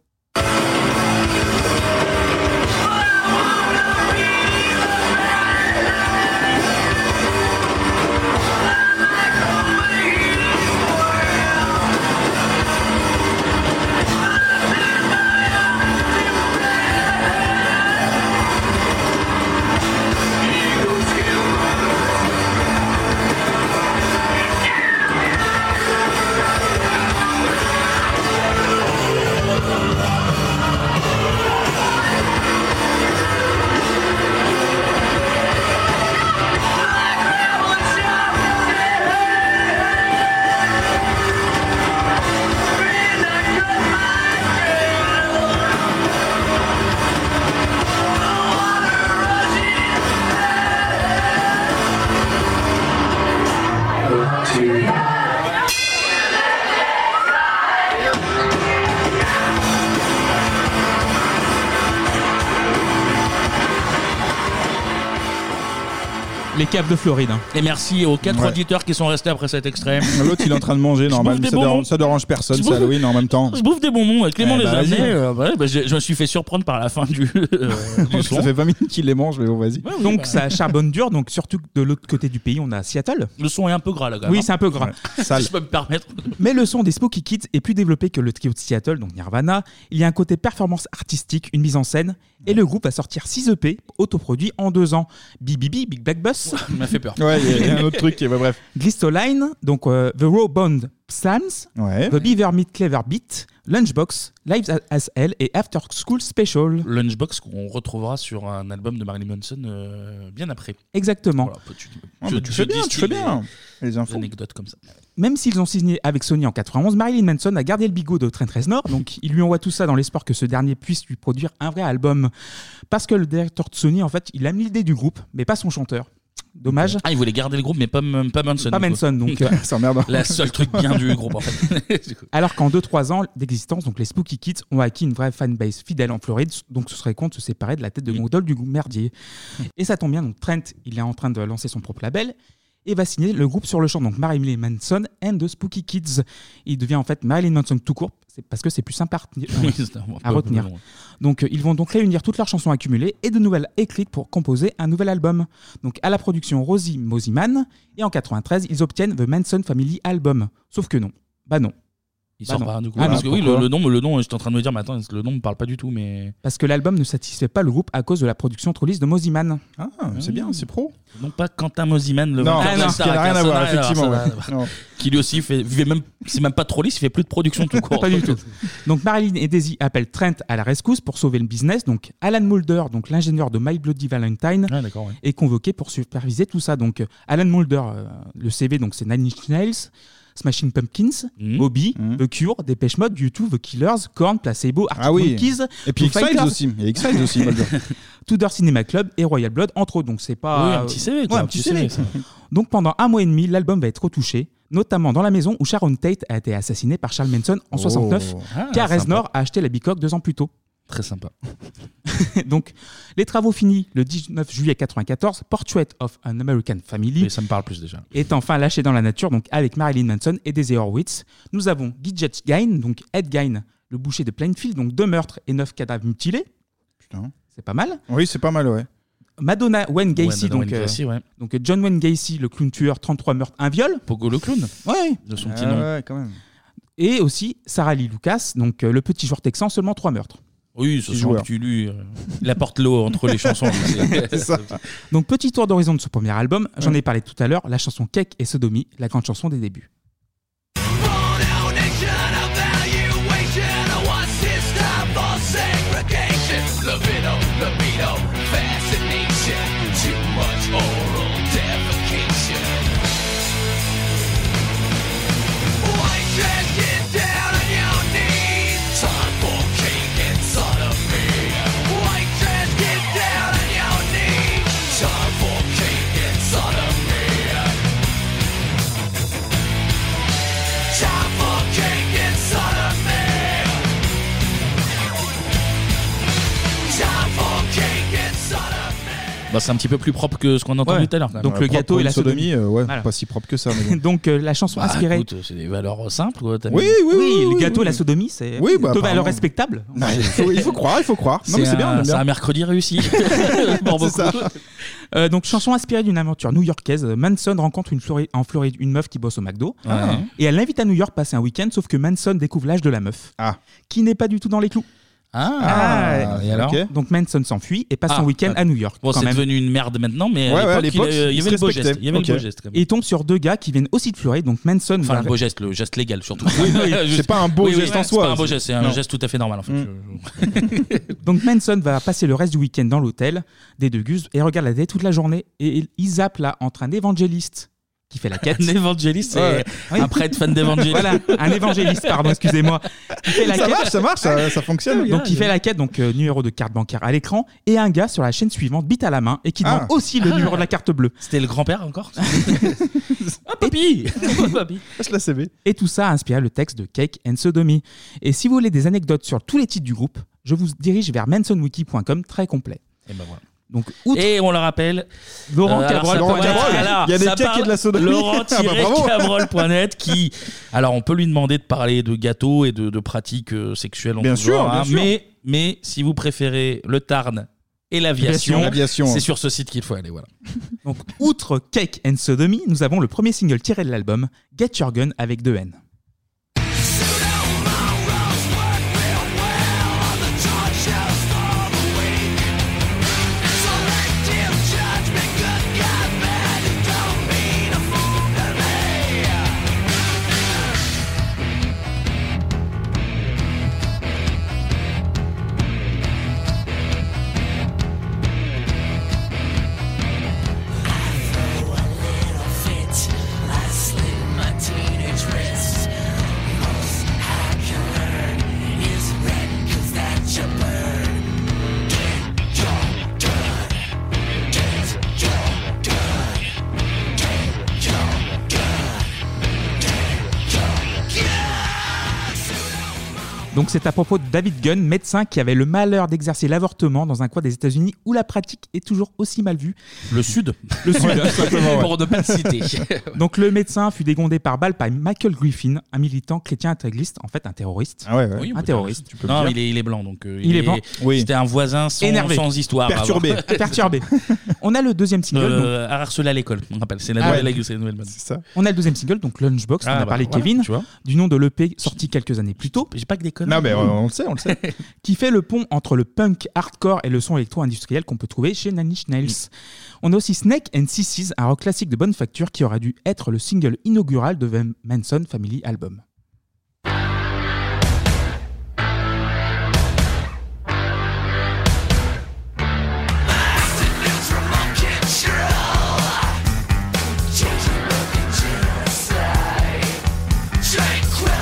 [SPEAKER 4] Les caves de Floride. hein.
[SPEAKER 1] Et merci aux quatre
[SPEAKER 6] Ouais.
[SPEAKER 1] auditeurs qui sont restés après cet extrait.
[SPEAKER 6] L'autre, il est en train de manger,
[SPEAKER 1] bouffe
[SPEAKER 6] normal.
[SPEAKER 1] des
[SPEAKER 6] Ça, dérange-
[SPEAKER 1] bonbons.
[SPEAKER 6] ça dérange personne,
[SPEAKER 1] Je
[SPEAKER 6] c'est
[SPEAKER 1] bouffe-
[SPEAKER 6] Halloween en même temps.
[SPEAKER 1] Je bouffe des bonbons avec Clément
[SPEAKER 6] Eh
[SPEAKER 1] les euh,
[SPEAKER 6] bah, vas-y.
[SPEAKER 1] années. je, je me suis fait surprendre par la fin du, euh,
[SPEAKER 4] Oh,
[SPEAKER 1] du son.
[SPEAKER 6] Ça fait 20 minutes qu'il les mange, mais bon, vas-y.
[SPEAKER 4] donc
[SPEAKER 1] bah.
[SPEAKER 4] ça charbonne dur, donc surtout que de l'autre côté du pays, on a Seattle.
[SPEAKER 1] Le son est un peu gras là, quand même.
[SPEAKER 4] Oui, c'est un peu gras.
[SPEAKER 1] Ça, je peux me permettre.
[SPEAKER 4] Mais le son des Spooky Kids est plus développé que le trio de Seattle, donc Nirvana. Il y a un côté performance artistique, une mise en scène, et le groupe va sortir 6 EP autoproduits en deux ans. BBB, Big Back Bus.
[SPEAKER 1] Il m'a fait peur.
[SPEAKER 6] Ouais, il y a- il y a un autre truc qui est- ouais, bref.
[SPEAKER 4] Glistoline, donc euh, The Raw Bond Slams, The Beaver Meat Clever Beat, Lunchbox, Lives as Hell et After School Special.
[SPEAKER 1] Lunchbox qu'on retrouvera sur un album de Marilyn Manson euh, bien après.
[SPEAKER 4] Exactement.
[SPEAKER 1] Voilà, tu,
[SPEAKER 4] Ah, bah, tu fais bien, tu
[SPEAKER 1] distille
[SPEAKER 4] fais bien.
[SPEAKER 1] Les,
[SPEAKER 4] Les infos.
[SPEAKER 1] anecdotes comme ça.
[SPEAKER 4] Même s'ils ont signé avec Sony en 91, Marilyn Manson a gardé le bigot de Trent Reznor, donc il lui envoie tout ça dans l'espoir que ce dernier puisse lui produire un vrai album. Parce que le directeur de Sony, en fait, il aime l'idée du groupe, mais pas son chanteur. Dommage.
[SPEAKER 1] Ah, ils voulaient garder le groupe, mais pas, M- pas Manson.
[SPEAKER 4] Pas
[SPEAKER 1] du coup.
[SPEAKER 4] Manson, donc, euh, c'est emmerdant.
[SPEAKER 1] La seule truc bien du groupe, en fait.
[SPEAKER 4] Alors qu'en 2-3 ans d'existence, donc les Spooky Kids ont acquis une vraie fanbase fidèle en Floride, donc ce serait con de se séparer de la tête de gondole du groupe merdier.
[SPEAKER 1] Hmm.
[SPEAKER 4] Et ça tombe bien, donc Trent, il est en train de lancer son propre label et va signer le groupe sur le champ, donc Marilyn Manson and the Spooky Kids. Il devient en fait Marilyn Manson tout court, c'est parce que c'est plus simple à retenir.
[SPEAKER 1] Oui, c'est un peu
[SPEAKER 4] à retenir.
[SPEAKER 1] plus long, ouais.
[SPEAKER 4] Donc euh, ils vont donc réunir toutes leurs chansons accumulées et de nouvelles écrites pour composer un nouvel album. Donc à la production Rosie Mosiman et en 93 ils obtiennent The Manson Family Album. Sauf que non, bah non.
[SPEAKER 1] Il
[SPEAKER 4] Bah
[SPEAKER 1] sort
[SPEAKER 4] non.
[SPEAKER 1] pas, du coup.
[SPEAKER 4] Ah
[SPEAKER 1] parce
[SPEAKER 4] non,
[SPEAKER 1] que oui, le,
[SPEAKER 4] pourquoi
[SPEAKER 1] le nom, le nom, j'étais en train de me dire, mais attends, le nom me parle pas du tout, mais.
[SPEAKER 4] Parce que l'album ne satisfait pas le groupe à cause de la production trop lisse de Moziman.
[SPEAKER 6] Ah,
[SPEAKER 1] c'est bien, c'est
[SPEAKER 6] pro.
[SPEAKER 1] Non pas Quentin Mosiman, le
[SPEAKER 4] Non,
[SPEAKER 1] vainqueur de
[SPEAKER 4] ah
[SPEAKER 1] la
[SPEAKER 4] non,
[SPEAKER 1] Star
[SPEAKER 4] qui a rien
[SPEAKER 1] Academy,
[SPEAKER 4] à
[SPEAKER 1] ça
[SPEAKER 4] voir,
[SPEAKER 1] n'a rien à
[SPEAKER 4] effectivement,
[SPEAKER 1] voir, ça n'a
[SPEAKER 4] ouais.
[SPEAKER 1] rien à voir. Qui lui aussi fait, fait même, c'est même pas trop lisse, il fait plus de production tout court.
[SPEAKER 4] Pas du tout. Donc Marilyn et Daisy appellent Trent à la rescousse pour sauver le business. Donc Alan Mulder, donc l'ingénieur de My Bloody Valentine,
[SPEAKER 6] Ah,
[SPEAKER 1] d'accord, ouais.
[SPEAKER 4] est convoqué pour superviser tout ça. Donc euh, Alan Mulder, euh, le CV, donc c'est Nine Inch Nails. Smashing Pumpkins,
[SPEAKER 1] Mm.
[SPEAKER 4] Moby, The Cure, Dépêche Mode, YouTube, The Killers, Korn, Placebo, Arctic
[SPEAKER 6] Mm. Ah oui.
[SPEAKER 4] Monkeys,
[SPEAKER 6] Et puis
[SPEAKER 4] Foo
[SPEAKER 6] X-Files
[SPEAKER 4] Fighters.
[SPEAKER 6] aussi. Il y a X-Files aussi, Mulder.
[SPEAKER 4] Tudor Cinema Club et Royal Blood, entre autres. Donc c'est pas.
[SPEAKER 6] Oui, un petit CV, quoi,
[SPEAKER 4] Ouais, un petit CV. Donc pendant un mois et demi, l'album va être retouché, notamment dans la maison où Sharon Tate a été assassinée par Charles Manson en
[SPEAKER 6] Oh.
[SPEAKER 4] 69,
[SPEAKER 6] Ah,
[SPEAKER 4] car
[SPEAKER 6] sympa.
[SPEAKER 4] Reznor a acheté la bicoque deux ans plus tôt.
[SPEAKER 1] Très sympa.
[SPEAKER 4] Donc, les travaux finis le 19 juillet 94, Portrait of an American Family.
[SPEAKER 1] ça me parle plus déjà.
[SPEAKER 4] Est enfin lâché dans la nature, donc avec Marilyn Manson et Daisy Horowitz. Nous avons Gidget Gain, donc Ed Gain, le boucher de Plainfield, donc deux meurtres et neuf cadavres mutilés.
[SPEAKER 6] Putain.
[SPEAKER 4] C'est pas mal.
[SPEAKER 6] Oui, c'est pas mal, ouais.
[SPEAKER 4] Madonna Wayne
[SPEAKER 6] Ouais,
[SPEAKER 4] Gacy,
[SPEAKER 6] Madonna
[SPEAKER 4] donc,
[SPEAKER 6] Wayne Gacy, ouais.
[SPEAKER 4] donc, euh, John Wayne Gacy, le clown tueur, 33 meurtres, un viol.
[SPEAKER 1] Pogo le clown.
[SPEAKER 4] Ouais.
[SPEAKER 1] De son
[SPEAKER 6] petit Ah nom. ouais, quand même.
[SPEAKER 4] Et aussi Sarah Lee Lucas, donc euh, le petit joueur texan, seulement trois meurtres.
[SPEAKER 1] Oui, ce sont tu lui. euh, Il apporte l'eau entre les chansons.
[SPEAKER 4] C'est ça. Donc petit tour d'horizon de ce premier album, j'en
[SPEAKER 1] Ouais.
[SPEAKER 4] ai parlé tout à l'heure, la chanson Cake et Sodomie, la grande chanson des débuts.
[SPEAKER 12] Time for cake and sodomy. Time for cake and sodomy.
[SPEAKER 1] Bah, c'est un petit peu plus propre que ce qu'on a entendu
[SPEAKER 4] Ouais.
[SPEAKER 1] tout à l'heure.
[SPEAKER 4] Donc, le
[SPEAKER 1] Propre
[SPEAKER 4] gâteau
[SPEAKER 1] pour
[SPEAKER 4] et
[SPEAKER 1] une
[SPEAKER 4] la sodomie,
[SPEAKER 6] euh, ouais,
[SPEAKER 4] Voilà.
[SPEAKER 6] pas si propre que ça. Mais bon.
[SPEAKER 4] Donc euh, la chanson
[SPEAKER 1] Bah,
[SPEAKER 4] inspirée.
[SPEAKER 1] écoute, c'est des valeurs simples. Quoi, t'as
[SPEAKER 4] Oui,
[SPEAKER 1] mis.
[SPEAKER 4] oui, oui, Oui, le oui, gâteau et oui. la sodomie, c'est
[SPEAKER 1] Oui, bah,
[SPEAKER 4] deux valeurs
[SPEAKER 1] apparemment.
[SPEAKER 4] respectables.
[SPEAKER 6] bah,
[SPEAKER 1] Non, il faut- il faut croire, il faut croire. Non, mais c'est
[SPEAKER 4] un-
[SPEAKER 1] bien, on aime bien. Pour beaucoup.
[SPEAKER 4] Euh, donc chanson inspirée d'une aventure new-yorkaise. Manson rencontre une Flori- en Floride une meuf qui bosse au McDo
[SPEAKER 1] Ah.
[SPEAKER 4] et elle l'invite à New York passer un week-end. Sauf que Manson découvre l'âge de la meuf, qui n'est pas du tout dans les clous.
[SPEAKER 1] Ah, et alors
[SPEAKER 4] Donc Manson s'enfuit et passe
[SPEAKER 1] Ah,
[SPEAKER 4] son week-end
[SPEAKER 1] ah.
[SPEAKER 4] à New York.
[SPEAKER 1] Bon,
[SPEAKER 4] quand
[SPEAKER 1] c'est
[SPEAKER 4] même.
[SPEAKER 1] devenu une merde maintenant, mais à l'époque, il, euh, il y avait le beau geste. Il y avait le beau geste. quand même.
[SPEAKER 4] Et tombe sur deux gars qui viennent aussi de Floride, donc Manson.
[SPEAKER 1] Enfin,
[SPEAKER 4] va-
[SPEAKER 1] le beau geste, le geste légal surtout.
[SPEAKER 4] c'est pas un beau
[SPEAKER 1] Oui, oui,
[SPEAKER 4] geste en
[SPEAKER 1] c'est
[SPEAKER 4] soi,
[SPEAKER 1] pas un beau
[SPEAKER 4] c'est-
[SPEAKER 1] geste, c'est un
[SPEAKER 4] Non. Mm.
[SPEAKER 1] geste tout à fait normal en fait.
[SPEAKER 4] Donc Manson va passer le reste du week-end dans l'hôtel des deux gus et regarde la télé toute la journée. Et il- il zappe là entre un évangéliste qui fait la quête.
[SPEAKER 1] Un évangéliste, c'est
[SPEAKER 4] Oui.
[SPEAKER 1] un prêtre fan d'évangéliste.
[SPEAKER 4] Voilà, un évangéliste, pardon, excusez-moi. Il fait la
[SPEAKER 6] Ça
[SPEAKER 4] quête.
[SPEAKER 6] marche, ça marche,
[SPEAKER 1] Ah,
[SPEAKER 6] ça- ça fonctionne.
[SPEAKER 4] Donc il fait la quête, donc euh, numéro de carte bancaire à l'écran, et un gars sur la chaîne suivante, bite à la main, et qui demande
[SPEAKER 1] Ah.
[SPEAKER 4] aussi le
[SPEAKER 1] Ah.
[SPEAKER 4] numéro de la carte bleue.
[SPEAKER 1] C'était le grand-père encore Ah, papy
[SPEAKER 6] Ah,
[SPEAKER 4] Et tout ça a inspiré le texte de Cake and Sodomy. Et si vous voulez des anecdotes sur tous les titres du groupe, je vous dirige vers mansonwiki.com, très complet.
[SPEAKER 1] Et ben voilà.
[SPEAKER 4] Donc,
[SPEAKER 1] Et on le rappelle,
[SPEAKER 4] Laurent
[SPEAKER 1] alors,
[SPEAKER 4] Cabrol.
[SPEAKER 1] ça
[SPEAKER 4] Laurent
[SPEAKER 1] parle-
[SPEAKER 4] Cabrol.
[SPEAKER 1] alors,
[SPEAKER 4] Il y a des
[SPEAKER 1] ça
[SPEAKER 4] cakes et
[SPEAKER 1] parle
[SPEAKER 4] de la sodomie.
[SPEAKER 1] Laurent
[SPEAKER 4] Ah bah, bravo.
[SPEAKER 1] Laurent-cabrol.net qui. Alors, on peut lui demander de parler de gâteaux et de, de pratiques euh, sexuelles en
[SPEAKER 6] Bien
[SPEAKER 1] tout
[SPEAKER 6] sûr,
[SPEAKER 1] genre,
[SPEAKER 6] bien
[SPEAKER 1] hein,
[SPEAKER 6] sûr.
[SPEAKER 1] Mais, mais si vous préférez le Tarn et l'aviation,
[SPEAKER 6] L'aviation,
[SPEAKER 1] c'est
[SPEAKER 6] hein.
[SPEAKER 1] sur ce site qu'il faut aller. Voilà.
[SPEAKER 4] Donc, outre Cake and Sodomy, nous avons le premier single tiré de l'album, Get Your Gun avec deux N. Donc c'est à propos de David Gunn, médecin qui avait le malheur d'exercer l'avortement dans un coin des États-Unis où la pratique est toujours aussi mal vue.
[SPEAKER 1] Le Sud.
[SPEAKER 4] Le Sud,
[SPEAKER 1] Ouais, tout simplement, ouais. Pour ne pas le citer.
[SPEAKER 4] Donc le médecin fut dégondé par balle par Michael Griffin, un militant chrétien intégriste, en fait un terroriste.
[SPEAKER 1] Oui,
[SPEAKER 4] un
[SPEAKER 1] bah,
[SPEAKER 4] terroriste.
[SPEAKER 1] tu peux non, mais il est, il est blanc, donc euh,
[SPEAKER 4] Il est blanc.
[SPEAKER 1] C'était un voisin sans,
[SPEAKER 4] Énervé.
[SPEAKER 1] sans histoire.
[SPEAKER 4] Perturbé. Perturbé. On a le deuxième single. donc-
[SPEAKER 1] Euh, harcelé à l'école, on rappelle. C'est la
[SPEAKER 4] Ah
[SPEAKER 1] nouvelle,
[SPEAKER 4] ouais.
[SPEAKER 1] c'est la nouvelle mode. C'est ça.
[SPEAKER 4] On a le deuxième single, donc Lunchbox,
[SPEAKER 1] Ah,
[SPEAKER 4] on a
[SPEAKER 1] bah,
[SPEAKER 4] parlé
[SPEAKER 1] voilà,
[SPEAKER 4] Kevin,
[SPEAKER 1] tu vois.
[SPEAKER 4] du nom de l'EP sorti quelques années plus tôt.
[SPEAKER 1] J'ai pas que des
[SPEAKER 6] Non, mais, euh, on le sait, on le sait.
[SPEAKER 4] qui fait le pont entre le punk hardcore et le son électro-industriel qu'on peut trouver chez Nanny Nails. On a aussi Snake and Sissies, un rock classique de bonne facture qui aurait dû être le single inaugural de The Manson Family Album.
[SPEAKER 12] Control.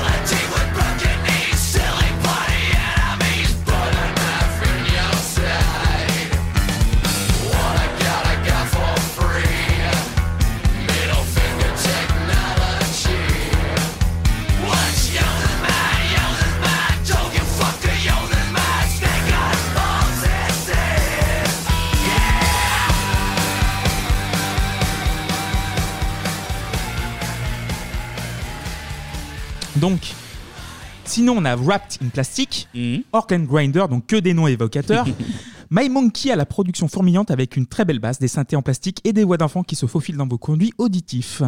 [SPEAKER 4] Donc, sinon on a Wrapped in Plastic, Orc and Grinder, donc que des noms évocateurs. My Monkey à la production fourmillante avec une très belle basse, des synthés en plastique et des voix d'enfants qui se faufilent dans vos conduits auditifs.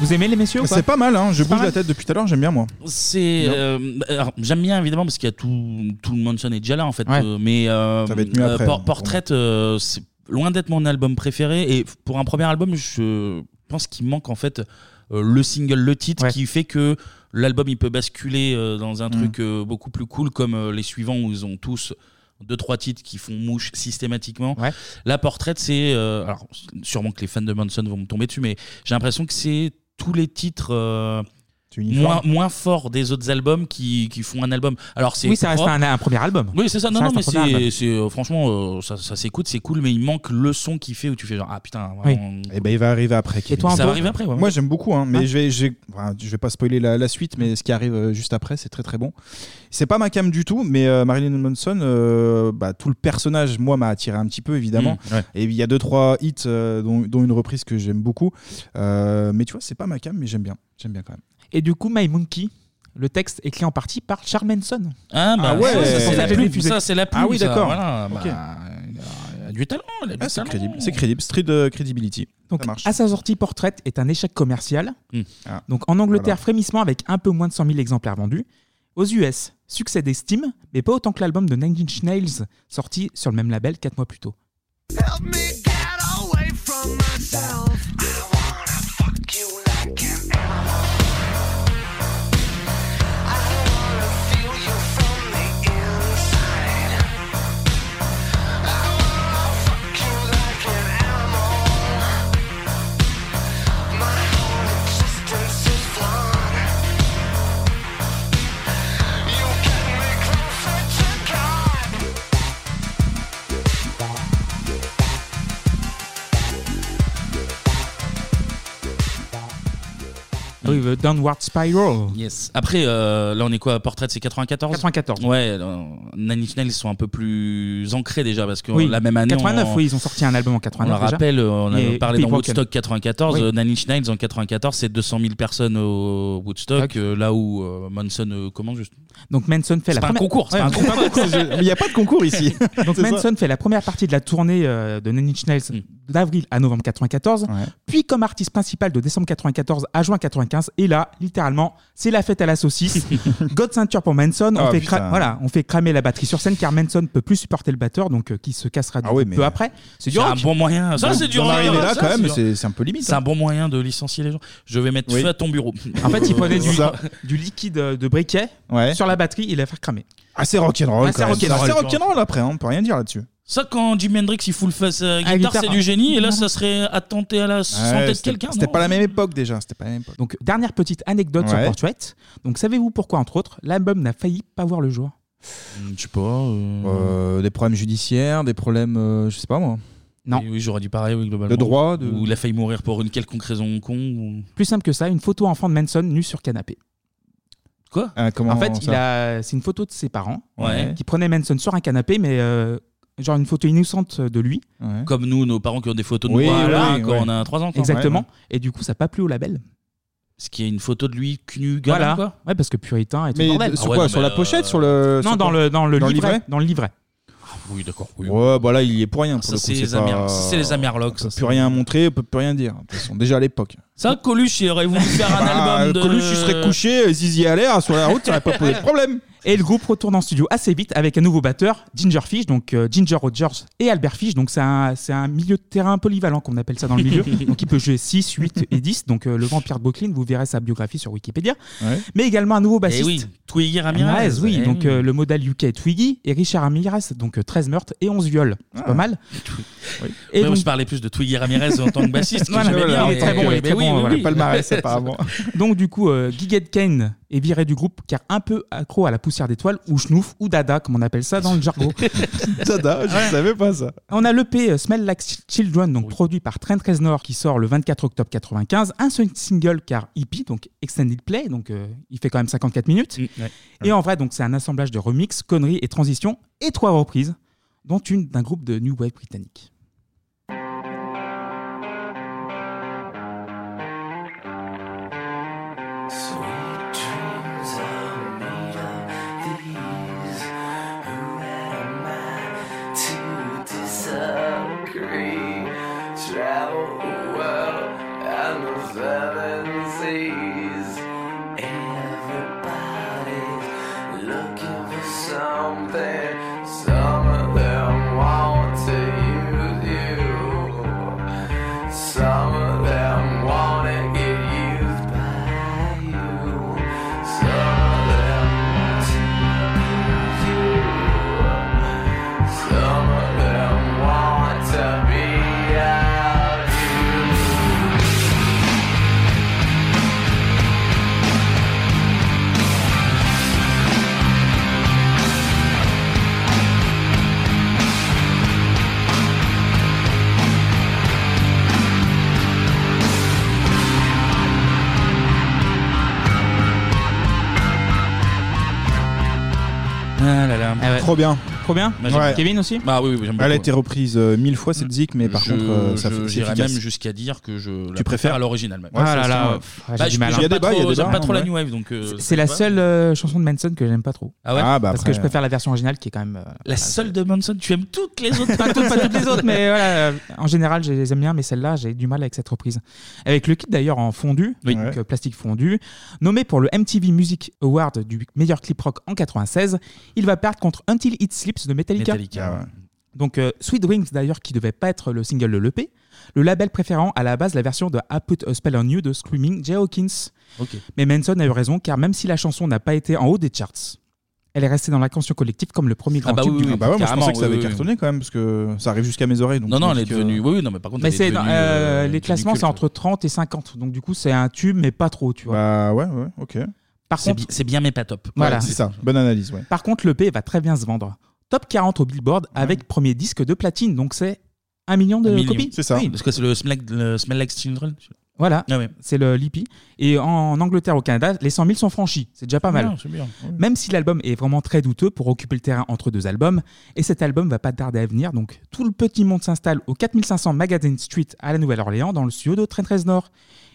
[SPEAKER 4] Vous aimez les messieurs ou
[SPEAKER 6] C'est pas mal, hein. je bouge la tête depuis tout à l'heure, j'aime bien moi.
[SPEAKER 1] C'est.
[SPEAKER 6] Non.
[SPEAKER 1] euh, alors, j'aime bien évidemment parce qu'il y a tout, tout le mention est déjà là en fait.
[SPEAKER 6] Ouais.
[SPEAKER 1] euh, mais euh,
[SPEAKER 6] Ça va être mieux
[SPEAKER 1] euh,
[SPEAKER 6] après,
[SPEAKER 1] Por-
[SPEAKER 6] hein.
[SPEAKER 1] Portrait, euh, c'est loin d'être mon album préféré. Et pour un premier album, je pense qu'il manque en fait euh, le single, le titre qui fait que l'album il peut basculer euh, dans un
[SPEAKER 6] Mm.
[SPEAKER 1] truc euh, beaucoup plus cool comme euh, les suivants où ils ont tous. Deux, trois titres qui font mouche systématiquement. La portrait, c'est. euh, alors, sûrement que les fans de Manson vont me tomber dessus, mais j'ai l'impression que c'est tous les titres euh, moins, moins forts des autres albums qui, qui font un album. Alors, c'est
[SPEAKER 4] Oui, ça reste
[SPEAKER 1] propre.
[SPEAKER 4] un, un premier album.
[SPEAKER 1] Oui, c'est ça. Non, non,
[SPEAKER 4] reste
[SPEAKER 1] mais
[SPEAKER 4] un premier
[SPEAKER 1] c'est,
[SPEAKER 4] album.
[SPEAKER 1] c'est, euh, franchement, euh, ça, ça s'écoute, c'est cool, mais il manque le son qui fait où tu fais genre ah putain. vraiment.
[SPEAKER 6] Et ben il va arriver après. Kevin.
[SPEAKER 1] toi, Ça Anto va arriver après, ouais.
[SPEAKER 6] Moi j'aime beaucoup, hein, mais
[SPEAKER 1] Ouais.
[SPEAKER 6] je vais, je vais, enfin, je vais pas spoiler la, la suite, mais ce qui arrive euh, juste après, c'est très très bon. C'est pas ma cam du tout, mais euh, Marilyn Manson, euh, bah, tout le personnage, moi, m'a attiré un petit peu évidemment.
[SPEAKER 1] Mm, ouais.
[SPEAKER 6] Et il y a deux trois hits, euh, dont, dont une reprise que j'aime beaucoup. Euh, mais tu vois, c'est pas ma cam, mais j'aime bien, j'aime bien quand même.
[SPEAKER 4] Et du coup, My Monkey, le texte est écrit en partie par Charles Manson.
[SPEAKER 1] Ah, bah,
[SPEAKER 6] ouais,
[SPEAKER 1] ça, c'est
[SPEAKER 6] c'est
[SPEAKER 1] la
[SPEAKER 6] la
[SPEAKER 1] plume,
[SPEAKER 6] plume,
[SPEAKER 1] ça, c'est la plume.
[SPEAKER 6] Ah oui,
[SPEAKER 1] ça,
[SPEAKER 6] d'accord.
[SPEAKER 1] Voilà, bah,
[SPEAKER 6] Ok.
[SPEAKER 1] il a du talent, il a du
[SPEAKER 6] Ah, c'est
[SPEAKER 1] talent.
[SPEAKER 6] crédible, c'est crédible, street euh, credibility.
[SPEAKER 4] Donc,
[SPEAKER 6] ça marche.
[SPEAKER 4] à sa sortie, Portrait est un échec commercial.
[SPEAKER 1] Hmm.
[SPEAKER 6] Ah.
[SPEAKER 4] Donc, en Angleterre,
[SPEAKER 6] Voilà.
[SPEAKER 4] frémissement avec un peu moins de 100 000 exemplaires vendus. Aux US, succès d'estime, mais pas autant que l'album de Nine Inch Nails, sorti sur le même label 4 mois plus tôt.
[SPEAKER 12] Help me get away from myself. I wanna fuck you like an animal. I wanna feel you from the inside. I wanna fuck you like an animal. My whole existence is flawed. You get me closer to God.
[SPEAKER 1] Hmm.
[SPEAKER 4] Ah Oui, The Downward Spiral.
[SPEAKER 1] Yes. Après, euh, là, on est quoi Portrait, c'est 94
[SPEAKER 4] 94.
[SPEAKER 1] Ouais, alors, Nine Inch Nails, ils sont un peu plus ancrés déjà parce que
[SPEAKER 4] Oui,
[SPEAKER 1] la même année.
[SPEAKER 4] 89,
[SPEAKER 1] on-
[SPEAKER 4] oui, ils ont sorti un album en
[SPEAKER 1] On
[SPEAKER 4] 89.
[SPEAKER 1] le
[SPEAKER 4] déjà.
[SPEAKER 1] rappelle, euh, on avait
[SPEAKER 4] Et
[SPEAKER 1] parlé dans
[SPEAKER 4] Pete Rocken.
[SPEAKER 1] Woodstock 94.
[SPEAKER 4] Oui.
[SPEAKER 1] euh, Nine Inch Nails en 94, c'est 200 000 personnes au Woodstock, euh, là où euh, Manson euh, comment juste.
[SPEAKER 4] Donc Manson fait
[SPEAKER 1] C'est
[SPEAKER 4] la
[SPEAKER 1] pas un
[SPEAKER 4] première...
[SPEAKER 1] concours, c'est
[SPEAKER 4] Ouais,
[SPEAKER 1] pas un
[SPEAKER 4] c'est
[SPEAKER 1] concours.
[SPEAKER 4] pas un concours, je-
[SPEAKER 1] Mais il y a pas de concours ici.
[SPEAKER 4] Donc
[SPEAKER 1] C'est ça.
[SPEAKER 4] Manson fait la première partie de la tournée euh, de Nine Inch Nails
[SPEAKER 1] Hmm.
[SPEAKER 4] d'avril à novembre 94, puis comme artiste principal de décembre 94 à juin 95. Et là, littéralement, c'est la fête à la saucisse. God ceinture pour Manson. On,
[SPEAKER 6] Ah,
[SPEAKER 4] fait
[SPEAKER 6] putain.
[SPEAKER 4] cra- voilà, on fait cramer la batterie sur scène car Manson peut plus supporter le batteur, donc euh, qui se cassera du
[SPEAKER 6] Ah oui,
[SPEAKER 4] coup
[SPEAKER 6] mais-
[SPEAKER 4] peu après. du
[SPEAKER 1] C'est un
[SPEAKER 4] rock.
[SPEAKER 1] bon moyen. Ça,
[SPEAKER 4] Donc,
[SPEAKER 1] c'est du
[SPEAKER 4] d'en
[SPEAKER 1] rock,
[SPEAKER 4] arriver là,
[SPEAKER 1] ça,
[SPEAKER 4] quand même,
[SPEAKER 1] du-
[SPEAKER 4] c'est- c'est un peu limite,
[SPEAKER 1] C'est
[SPEAKER 4] hein.
[SPEAKER 1] un bon moyen de licencier les gens. Je vais mettre
[SPEAKER 4] Oui.
[SPEAKER 1] feu à ton bureau.
[SPEAKER 4] En fait, il prenait du,
[SPEAKER 1] Ça.
[SPEAKER 4] du liquide euh, de briquet
[SPEAKER 6] Ouais.
[SPEAKER 4] sur la batterie, il la faire cramer.
[SPEAKER 6] Assez rock'n'roll. quand
[SPEAKER 4] Assez
[SPEAKER 6] même.
[SPEAKER 4] rock'n'roll.
[SPEAKER 6] Assez rock'n'roll après, hein, on peut rien dire là-dessus.
[SPEAKER 1] Ça, quand Jimi Hendrix il fout le face à guitare,
[SPEAKER 4] guitare,
[SPEAKER 1] c'est
[SPEAKER 4] hein.
[SPEAKER 1] du génie. Et là, ça serait attenté à la santé de
[SPEAKER 4] c'était-
[SPEAKER 1] quelqu'un.
[SPEAKER 4] c'était
[SPEAKER 1] non
[SPEAKER 4] pas la même
[SPEAKER 6] époque déjà, c'était pas la même époque.
[SPEAKER 4] Donc, dernière petite anecdote sur
[SPEAKER 1] Ouais.
[SPEAKER 4] Portrait. Donc, savez-vous pourquoi, entre autres, l'album n'a failli pas voir le jour
[SPEAKER 1] Je sais pas. euh,
[SPEAKER 6] Euh, des problèmes judiciaires, des problèmes, euh, je sais pas moi.
[SPEAKER 4] Non.
[SPEAKER 1] Oui, oui, j'aurais dit pareil, oui, globalement.
[SPEAKER 6] Le droit de-
[SPEAKER 1] Ou il a failli mourir pour une quelconque raison con. ou-
[SPEAKER 4] Plus simple que ça, une photo enfant de Manson nu sur canapé.
[SPEAKER 1] Quoi
[SPEAKER 4] En fait, il a... c'est une photo de ses parents
[SPEAKER 1] Ouais.
[SPEAKER 4] qui prenaient Manson sur un canapé, mais euh, genre une photo innocente de lui.
[SPEAKER 1] Comme nous, nos parents qui ont des photos de
[SPEAKER 4] Oui,
[SPEAKER 1] nous à l'un
[SPEAKER 4] oui,
[SPEAKER 1] quand
[SPEAKER 4] oui.
[SPEAKER 1] on a 3 ans. quoi.
[SPEAKER 4] Exactement.
[SPEAKER 1] Ouais.
[SPEAKER 4] Et du coup, ça n'a pas plu au label.
[SPEAKER 1] Parce qu'il y a une photo de lui cnu gamin,
[SPEAKER 4] Voilà.
[SPEAKER 1] quoi.
[SPEAKER 4] Ouais, parce que puritain et tout
[SPEAKER 1] Mais
[SPEAKER 4] le bordel.
[SPEAKER 1] sur Ah ouais, quoi, non, sur mais la euh, pochette, sur le-
[SPEAKER 4] Non,
[SPEAKER 1] sur
[SPEAKER 4] dans
[SPEAKER 1] quoi
[SPEAKER 4] le dans le
[SPEAKER 1] Dans le
[SPEAKER 4] livret,
[SPEAKER 1] livret
[SPEAKER 4] dans le livret.
[SPEAKER 1] Oui, d'accord. oui.
[SPEAKER 6] Ouais, bah là, il y est pour rien. Pour
[SPEAKER 1] Ça,
[SPEAKER 6] le coup,
[SPEAKER 1] c'est les Amer-
[SPEAKER 6] pas-
[SPEAKER 1] c'est les Amerlocs,
[SPEAKER 6] On peut
[SPEAKER 1] ça,
[SPEAKER 6] plus rien montrer, on peut plus rien dire. De toute façon, déjà à l'époque.
[SPEAKER 1] Ça, Coluche, il aurait voulu faire un
[SPEAKER 4] Bah,
[SPEAKER 6] Ah,
[SPEAKER 1] album de.
[SPEAKER 6] Coluche, il serait couché, Zizi à l'air, sur la route, ça aurait pas posé de problème.
[SPEAKER 4] Et le groupe retourne en studio assez vite avec un nouveau batteur, Ginger Fish, donc euh, Ginger Rogers et Albert Fish. Donc c'est un, c'est un milieu de terrain polyvalent qu'on appelle ça dans le milieu. donc il peut jouer 6, 8 et 10. Donc euh, le vampire de Brooklyn, vous verrez sa biographie sur Wikipédia.
[SPEAKER 6] Ouais.
[SPEAKER 4] Mais également un nouveau bassiste.
[SPEAKER 1] Eh oui, Twiggy Ramirez.
[SPEAKER 4] oui,
[SPEAKER 1] Eh
[SPEAKER 4] donc
[SPEAKER 1] oui.
[SPEAKER 4] euh, le modèle UK Twiggy et Richard Ramirez, donc euh, 13 meurtres et 11 viols. C'est
[SPEAKER 1] Ah.
[SPEAKER 4] pas mal.
[SPEAKER 1] Et
[SPEAKER 4] donc-
[SPEAKER 1] je parlais plus de Twiggy Ramirez en tant que bassiste. que
[SPEAKER 4] Voilà,
[SPEAKER 1] j'aimais
[SPEAKER 4] voilà,
[SPEAKER 1] bien,
[SPEAKER 4] il est
[SPEAKER 1] mais-
[SPEAKER 4] très bon, il est
[SPEAKER 1] euh, mais
[SPEAKER 4] très
[SPEAKER 1] oui,
[SPEAKER 4] bon,
[SPEAKER 1] oui,
[SPEAKER 4] voilà,
[SPEAKER 1] oui.
[SPEAKER 4] palmarès apparemment. Donc du coup, euh, Gigette Kane est viré du groupe car un peu accro à la poussière d'étoiles ou schnouf ou dada comme on appelle ça dans le jargon.
[SPEAKER 6] Dada, je savais pas ça.
[SPEAKER 4] On a l'EP euh, Smell Like Ch- Children, donc produit par Trent Reznor, qui sort le 24 octobre 95. Un seul single car hippie, donc extended play, donc euh, il fait quand même 54 minutes.
[SPEAKER 1] Mm,
[SPEAKER 4] Et en vrai, donc c'est un assemblage de remix, conneries et transitions et trois reprises, dont une d'un groupe de new wave britannique.
[SPEAKER 12] Sweet dreams are made of these who am I to disagree? Travel the world and the seven seas. Everybody's looking for something. Some of them want to use you. Some of them wanna get used by you. Some of them want to abuse you. Some of them want to be out you.
[SPEAKER 1] Ah là là.
[SPEAKER 6] Trop bien.
[SPEAKER 4] Trop bien.
[SPEAKER 1] Moi, j'aime
[SPEAKER 6] Ouais.
[SPEAKER 1] Kevin aussi Bah oui, oui, j'aime
[SPEAKER 6] Elle a
[SPEAKER 1] beaucoup.
[SPEAKER 6] été reprise euh, mille fois cette zik, mais par
[SPEAKER 1] Je-
[SPEAKER 6] contre, euh, ça
[SPEAKER 1] je-
[SPEAKER 6] fait c'est
[SPEAKER 1] J'irais
[SPEAKER 6] efficace.
[SPEAKER 1] même jusqu'à dire que je la
[SPEAKER 6] Tu préfères
[SPEAKER 1] à l'original même.
[SPEAKER 6] Ouais, Ah là c'est là, ça, ouais.
[SPEAKER 1] Bah,
[SPEAKER 6] j'ai du
[SPEAKER 1] je-
[SPEAKER 6] mal. Il y a
[SPEAKER 1] J'aime pas
[SPEAKER 6] débat, il y a
[SPEAKER 1] trop- j'aime
[SPEAKER 6] débat,
[SPEAKER 1] pas trop
[SPEAKER 6] ouais.
[SPEAKER 1] la new wave donc. euh,
[SPEAKER 4] C'est la
[SPEAKER 1] ça me va.
[SPEAKER 4] seule euh, chanson de Manson que j'aime pas trop.
[SPEAKER 1] Ah ouais Ah, bah,
[SPEAKER 4] Parce
[SPEAKER 1] après,
[SPEAKER 4] que je préfère la version originale qui est quand même. euh,
[SPEAKER 1] La seule de Manson. Tu aimes toutes les autres.
[SPEAKER 4] pas toutes, pas toutes les autres, mais voilà. euh, En général, je les aime bien, mais celle-là, j'ai du mal avec cette reprise. Avec le kit d'ailleurs en fondu,
[SPEAKER 1] Oui.
[SPEAKER 4] donc
[SPEAKER 1] Ouais.
[SPEAKER 4] euh, plastique fondu, nommé pour le MTV Music Award du meilleur clip rock en 96, il va perdre contre Until It Sleeps de Metallica. Ah
[SPEAKER 1] Metallica, ouais.
[SPEAKER 4] Donc euh, Sweet Wings d'ailleurs qui devait pas être le single de l'EP, le label préférant à la base la version de I Put a Spell on You de Screaming Jay Hawkins.
[SPEAKER 1] Ok.
[SPEAKER 4] Mais Manson a eu raison car même si la chanson n'a pas été en haut des charts, elle est restée dans l'inconscient collectif comme le premier grand tube du
[SPEAKER 6] Ah
[SPEAKER 4] groupe.
[SPEAKER 6] bah ouais, moi je pensais que ça avait cartonné quand même, parce que ça arrive jusqu'à mes oreilles. donc
[SPEAKER 1] Non, non,
[SPEAKER 6] je me
[SPEAKER 1] elle est
[SPEAKER 6] dis que-
[SPEAKER 1] devenue. Oui, oui, non, mais par contre.
[SPEAKER 4] Mais
[SPEAKER 1] elle est
[SPEAKER 4] c'est
[SPEAKER 1] devenue,
[SPEAKER 4] euh,
[SPEAKER 1] euh,
[SPEAKER 4] les
[SPEAKER 1] devenue
[SPEAKER 4] classements c'est
[SPEAKER 1] culte.
[SPEAKER 4] entre 30 et 50 donc du coup c'est un tube mais pas trop tu vois.
[SPEAKER 6] Bah ouais ouais ok.
[SPEAKER 4] Par
[SPEAKER 1] C'est
[SPEAKER 4] contre
[SPEAKER 1] bi- c'est bien, mais pas top.
[SPEAKER 4] voilà
[SPEAKER 1] Ouais,
[SPEAKER 6] C'est ça, bonne analyse, ouais.
[SPEAKER 4] Par contre le P va très bien se vendre. Top 40 au Billboard avec premier disque de platine donc c'est un million de
[SPEAKER 1] Million.
[SPEAKER 4] copies.
[SPEAKER 1] Oui,
[SPEAKER 4] Oui.
[SPEAKER 1] Parce que c'est le Smell, le Smell Like Children.
[SPEAKER 4] Voilà,
[SPEAKER 6] Ah
[SPEAKER 4] c'est le Lippy. Et en Angleterre, au Canada, les 100 000 sont franchis. C'est déjà pas mal.
[SPEAKER 1] Non, c'est bien. Ouais.
[SPEAKER 4] Même si l'album est vraiment très douteux pour occuper le terrain entre deux albums, et cet album va pas tarder à venir, donc tout le petit monde s'installe au 4500 Magazine Street à la Nouvelle-Orléans, dans le studio de Trent Reznor.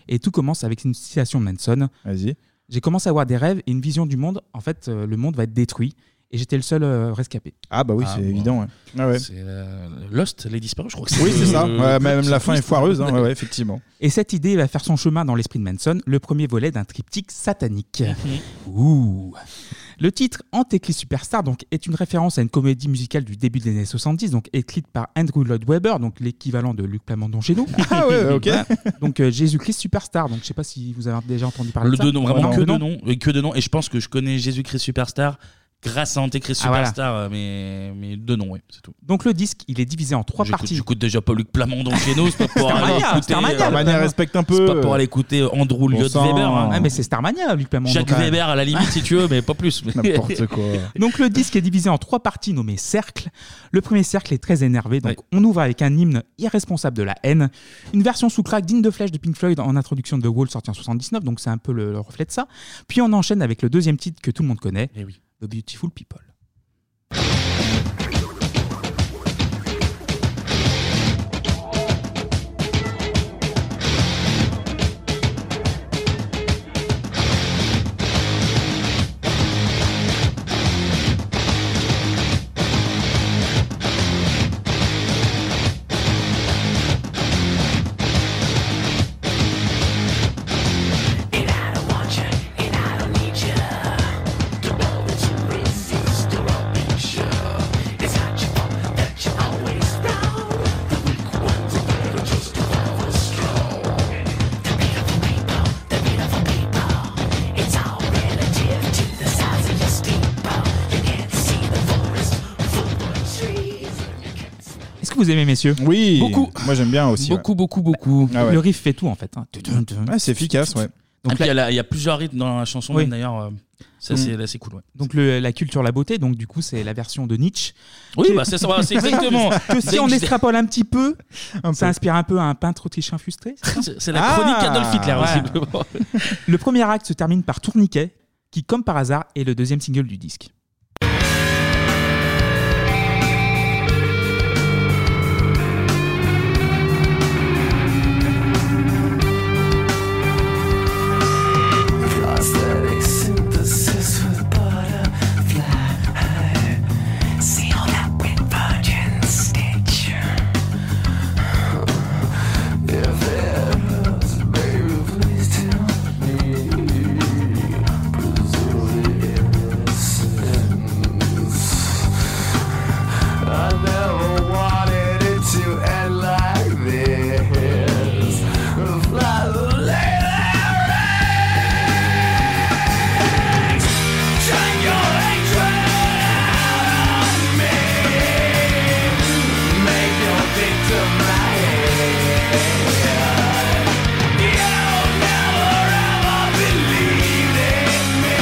[SPEAKER 4] Et tout commence avec une citation de Manson.
[SPEAKER 6] Vas-y.
[SPEAKER 4] J'ai commencé à avoir des rêves et une vision du monde. En fait, euh, le monde va être détruit. Et j'étais le seul euh, rescapé.
[SPEAKER 6] Ah bah oui, c'est évident. Ouais. Ah ouais.
[SPEAKER 1] C'est euh, Lost, les disparus, je crois que c'est.
[SPEAKER 6] Oui, c'est ça.
[SPEAKER 1] euh,
[SPEAKER 6] Ouais, même la fin est
[SPEAKER 1] twist.
[SPEAKER 6] foireuse, hein, ouais, ouais, effectivement.
[SPEAKER 4] Et cette idée va faire son chemin dans l'esprit de Manson, le premier volet d'un triptyque satanique.
[SPEAKER 1] Mhm.
[SPEAKER 4] Ouh Le titre Antéclé Superstar donc, est une référence à une comédie musicale du début des années 70, donc écrite par Andrew Lloyd Webber, donc l'équivalent de Luc Plamondon chez nous.
[SPEAKER 6] Ah ouais, ouais, ok.
[SPEAKER 4] Voilà. Donc euh, Jésus-Christ Superstar, donc je sais pas si vous avez déjà entendu parler
[SPEAKER 1] Le
[SPEAKER 4] de ça. Oh
[SPEAKER 1] deux noms, vraiment
[SPEAKER 4] Non,
[SPEAKER 1] que
[SPEAKER 4] le
[SPEAKER 1] de
[SPEAKER 4] nom.
[SPEAKER 1] noms. euh, Que de noms. Et je pense que je connais Jésus-Christ Superstar grâce à Antéchrist
[SPEAKER 4] Ah, voilà.
[SPEAKER 1] Superstar, euh, mais, mais deux noms, oui, c'est tout.
[SPEAKER 4] Donc le disque, il est divisé en trois
[SPEAKER 1] J'écoute-
[SPEAKER 4] parties.
[SPEAKER 1] J'écoute déjà pas Luc Plamondon chez nous, c'est pas pour aller
[SPEAKER 4] Starmania,
[SPEAKER 1] écouter.
[SPEAKER 4] Starmania,
[SPEAKER 1] euh,
[SPEAKER 4] Starmania, respecte un peu.
[SPEAKER 1] C'est pas pour aller écouter Andrew
[SPEAKER 4] Bon
[SPEAKER 1] Lloyd
[SPEAKER 4] sang.
[SPEAKER 1] Webber. hein.
[SPEAKER 4] Ah, mais c'est Starmania, Luc Plamondon,
[SPEAKER 1] Jacques
[SPEAKER 4] quand même.
[SPEAKER 1] Weber à la limite si tu veux, mais pas plus.
[SPEAKER 4] N'importe
[SPEAKER 6] quoi.
[SPEAKER 4] Donc le disque est divisé en trois parties nommées cercles. Le premier cercle est très énervé, donc on ouvre avec un hymne irresponsable de la haine, une version sous crack digne de flèche de Pink Floyd en introduction de The Wall sortie en 79, donc c'est un peu le, le reflet de ça. Puis on enchaîne avec le deuxième titre que tout le monde connaît,
[SPEAKER 6] Eh
[SPEAKER 4] The Beautiful People.
[SPEAKER 12] Beautiful
[SPEAKER 4] vous aimez, messieurs
[SPEAKER 6] Oui.
[SPEAKER 4] Beaucoup.
[SPEAKER 6] Moi, j'aime bien aussi.
[SPEAKER 4] Beaucoup, beaucoup, beaucoup.
[SPEAKER 6] Ah ouais.
[SPEAKER 4] Le riff fait tout en fait. hein.
[SPEAKER 6] Ouais, c'est efficace, ouais.
[SPEAKER 4] Donc
[SPEAKER 1] Ah, puis
[SPEAKER 4] là-
[SPEAKER 1] il y a la- il y, a plusieurs rythmes dans la chanson,
[SPEAKER 4] Oui.
[SPEAKER 1] même, d'ailleurs. euh, Ça,
[SPEAKER 4] Mm.
[SPEAKER 1] c'est là, c'est cool. Ouais.
[SPEAKER 4] Donc le- la culture, la beauté, donc du coup c'est la version de Nietzsche.
[SPEAKER 1] Oui,
[SPEAKER 4] Qui-
[SPEAKER 1] bah, c'est ça, voilà, c'est exactement.
[SPEAKER 4] que si
[SPEAKER 1] Dès
[SPEAKER 4] on
[SPEAKER 1] que je-
[SPEAKER 4] extrapole un petit peu, ça inspire un peu à un peintre autrichien frustré. Ah,
[SPEAKER 1] C'est- c'est la chronique Adolf Hitler, visiblement.
[SPEAKER 4] Le premier acte se termine par Tourniquet, qui comme par hasard est le deuxième single du disque.
[SPEAKER 12] Prosthetic synthesis with butterfly. Sealed up with virgin stitcher. If there was, baby, please tell me. Preserve the innocence. I never wanted it to end like this. Fly the lady. Turn your hatred on me. Make your victim my head. You'll never ever believe in me.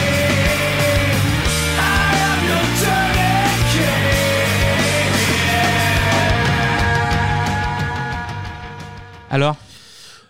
[SPEAKER 12] I am your tourniquet.
[SPEAKER 4] Alors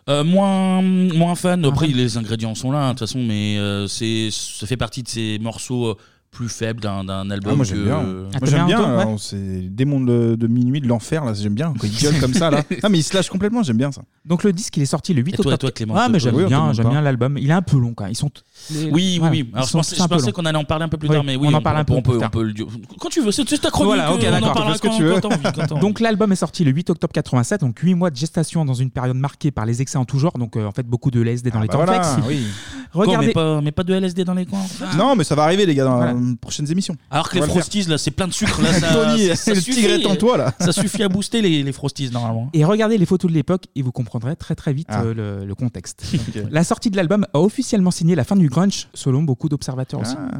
[SPEAKER 1] Euh,
[SPEAKER 4] Ah
[SPEAKER 1] moins, moins fan. Après, les ingrédients sont là, hein, de toute façon, mais euh, c'est, ça fait partie de ces morceaux euh, plus faibles d'un, d'un album.
[SPEAKER 6] Ah, moi
[SPEAKER 1] que-
[SPEAKER 6] j'aime bien.
[SPEAKER 1] euh,
[SPEAKER 6] Moi, j'aime bien. euh, on- C'est les démons de, de minuit, de l'enfer là. J'aime bien quand ils gueulent comme ça là. Ah mais ils se lâchent complètement. J'aime bien ça.
[SPEAKER 4] Donc le disque il est sorti le 8
[SPEAKER 1] Et toi,
[SPEAKER 4] octobre.
[SPEAKER 1] toi, Clément,
[SPEAKER 4] ah
[SPEAKER 1] toi,
[SPEAKER 4] mais
[SPEAKER 1] toi.
[SPEAKER 4] j'aime
[SPEAKER 1] Oui, on te
[SPEAKER 4] bien,
[SPEAKER 1] demande
[SPEAKER 4] j'aime
[SPEAKER 1] pas.
[SPEAKER 4] bien l'album. Il est un peu long quand même. Ils sont.
[SPEAKER 1] Oui, oui,
[SPEAKER 4] Voilà,
[SPEAKER 1] oui. Alors,
[SPEAKER 4] ils
[SPEAKER 1] je
[SPEAKER 4] sont-
[SPEAKER 1] pensais,
[SPEAKER 4] c'est un
[SPEAKER 1] je
[SPEAKER 4] peu
[SPEAKER 1] pensais
[SPEAKER 4] long.
[SPEAKER 1] qu'on allait en parler un peu plus
[SPEAKER 4] Oui,
[SPEAKER 1] tard, mais oui,
[SPEAKER 4] on en parle un peu
[SPEAKER 1] on
[SPEAKER 4] plus
[SPEAKER 1] peut,
[SPEAKER 4] tard.
[SPEAKER 1] on peut le dire. Quand tu veux, c'est c'est ta chronique.
[SPEAKER 4] Voilà, ok,
[SPEAKER 1] euh, on en
[SPEAKER 4] d'accord,
[SPEAKER 1] parlera
[SPEAKER 4] fais ce que
[SPEAKER 1] quand-
[SPEAKER 4] tu veux.
[SPEAKER 1] quand t'as envie, quand t'as envie.
[SPEAKER 4] Donc l'album est sorti le 8 octobre 87, donc 8 mois de gestation dans une période marquée par les excès en tout genre, donc euh, en fait beaucoup de LSD
[SPEAKER 1] Ah
[SPEAKER 4] dans les
[SPEAKER 6] bah
[SPEAKER 4] cornflakes.
[SPEAKER 6] voilà, oui.
[SPEAKER 1] Quoi, mais
[SPEAKER 4] Regardez.
[SPEAKER 1] pas, mais pas de LSD dans les coins.
[SPEAKER 6] Non mais ça va arriver les gars dans les prochaines émissions.
[SPEAKER 1] Alors que les
[SPEAKER 6] On va le faire.
[SPEAKER 1] frosties, là, c'est plein de sucre. Là, ça,
[SPEAKER 6] Tony,
[SPEAKER 1] ça- ça
[SPEAKER 6] le
[SPEAKER 1] suffit.
[SPEAKER 6] tigre est en toi, là.
[SPEAKER 1] Ça suffit à booster les, les frosties, normalement.
[SPEAKER 4] Et regardez les photos de l'époque et vous comprendrez très très vite
[SPEAKER 1] Ah.
[SPEAKER 4] euh, le, le contexte.
[SPEAKER 1] Ok.
[SPEAKER 4] La sortie de l'album a officiellement signé la fin du grunge, selon beaucoup d'observateurs aussi.
[SPEAKER 6] Ah.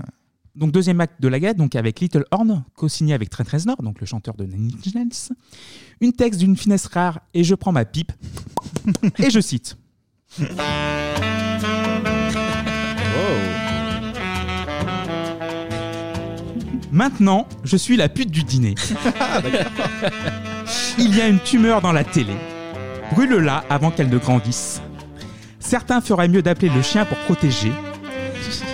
[SPEAKER 4] Donc deuxième acte de la guerre, donc avec Little Horn, co-signé avec Trent Reznor, donc le chanteur de Nine Inch Nails. Une texte d'une finesse rare et je prends ma pipe et je cite. Maintenant, je suis la pute du dîner. Il y a une tumeur dans la télé. Brûle-la avant qu'elle ne grandisse. Certains feraient mieux d'appeler le chien pour protéger.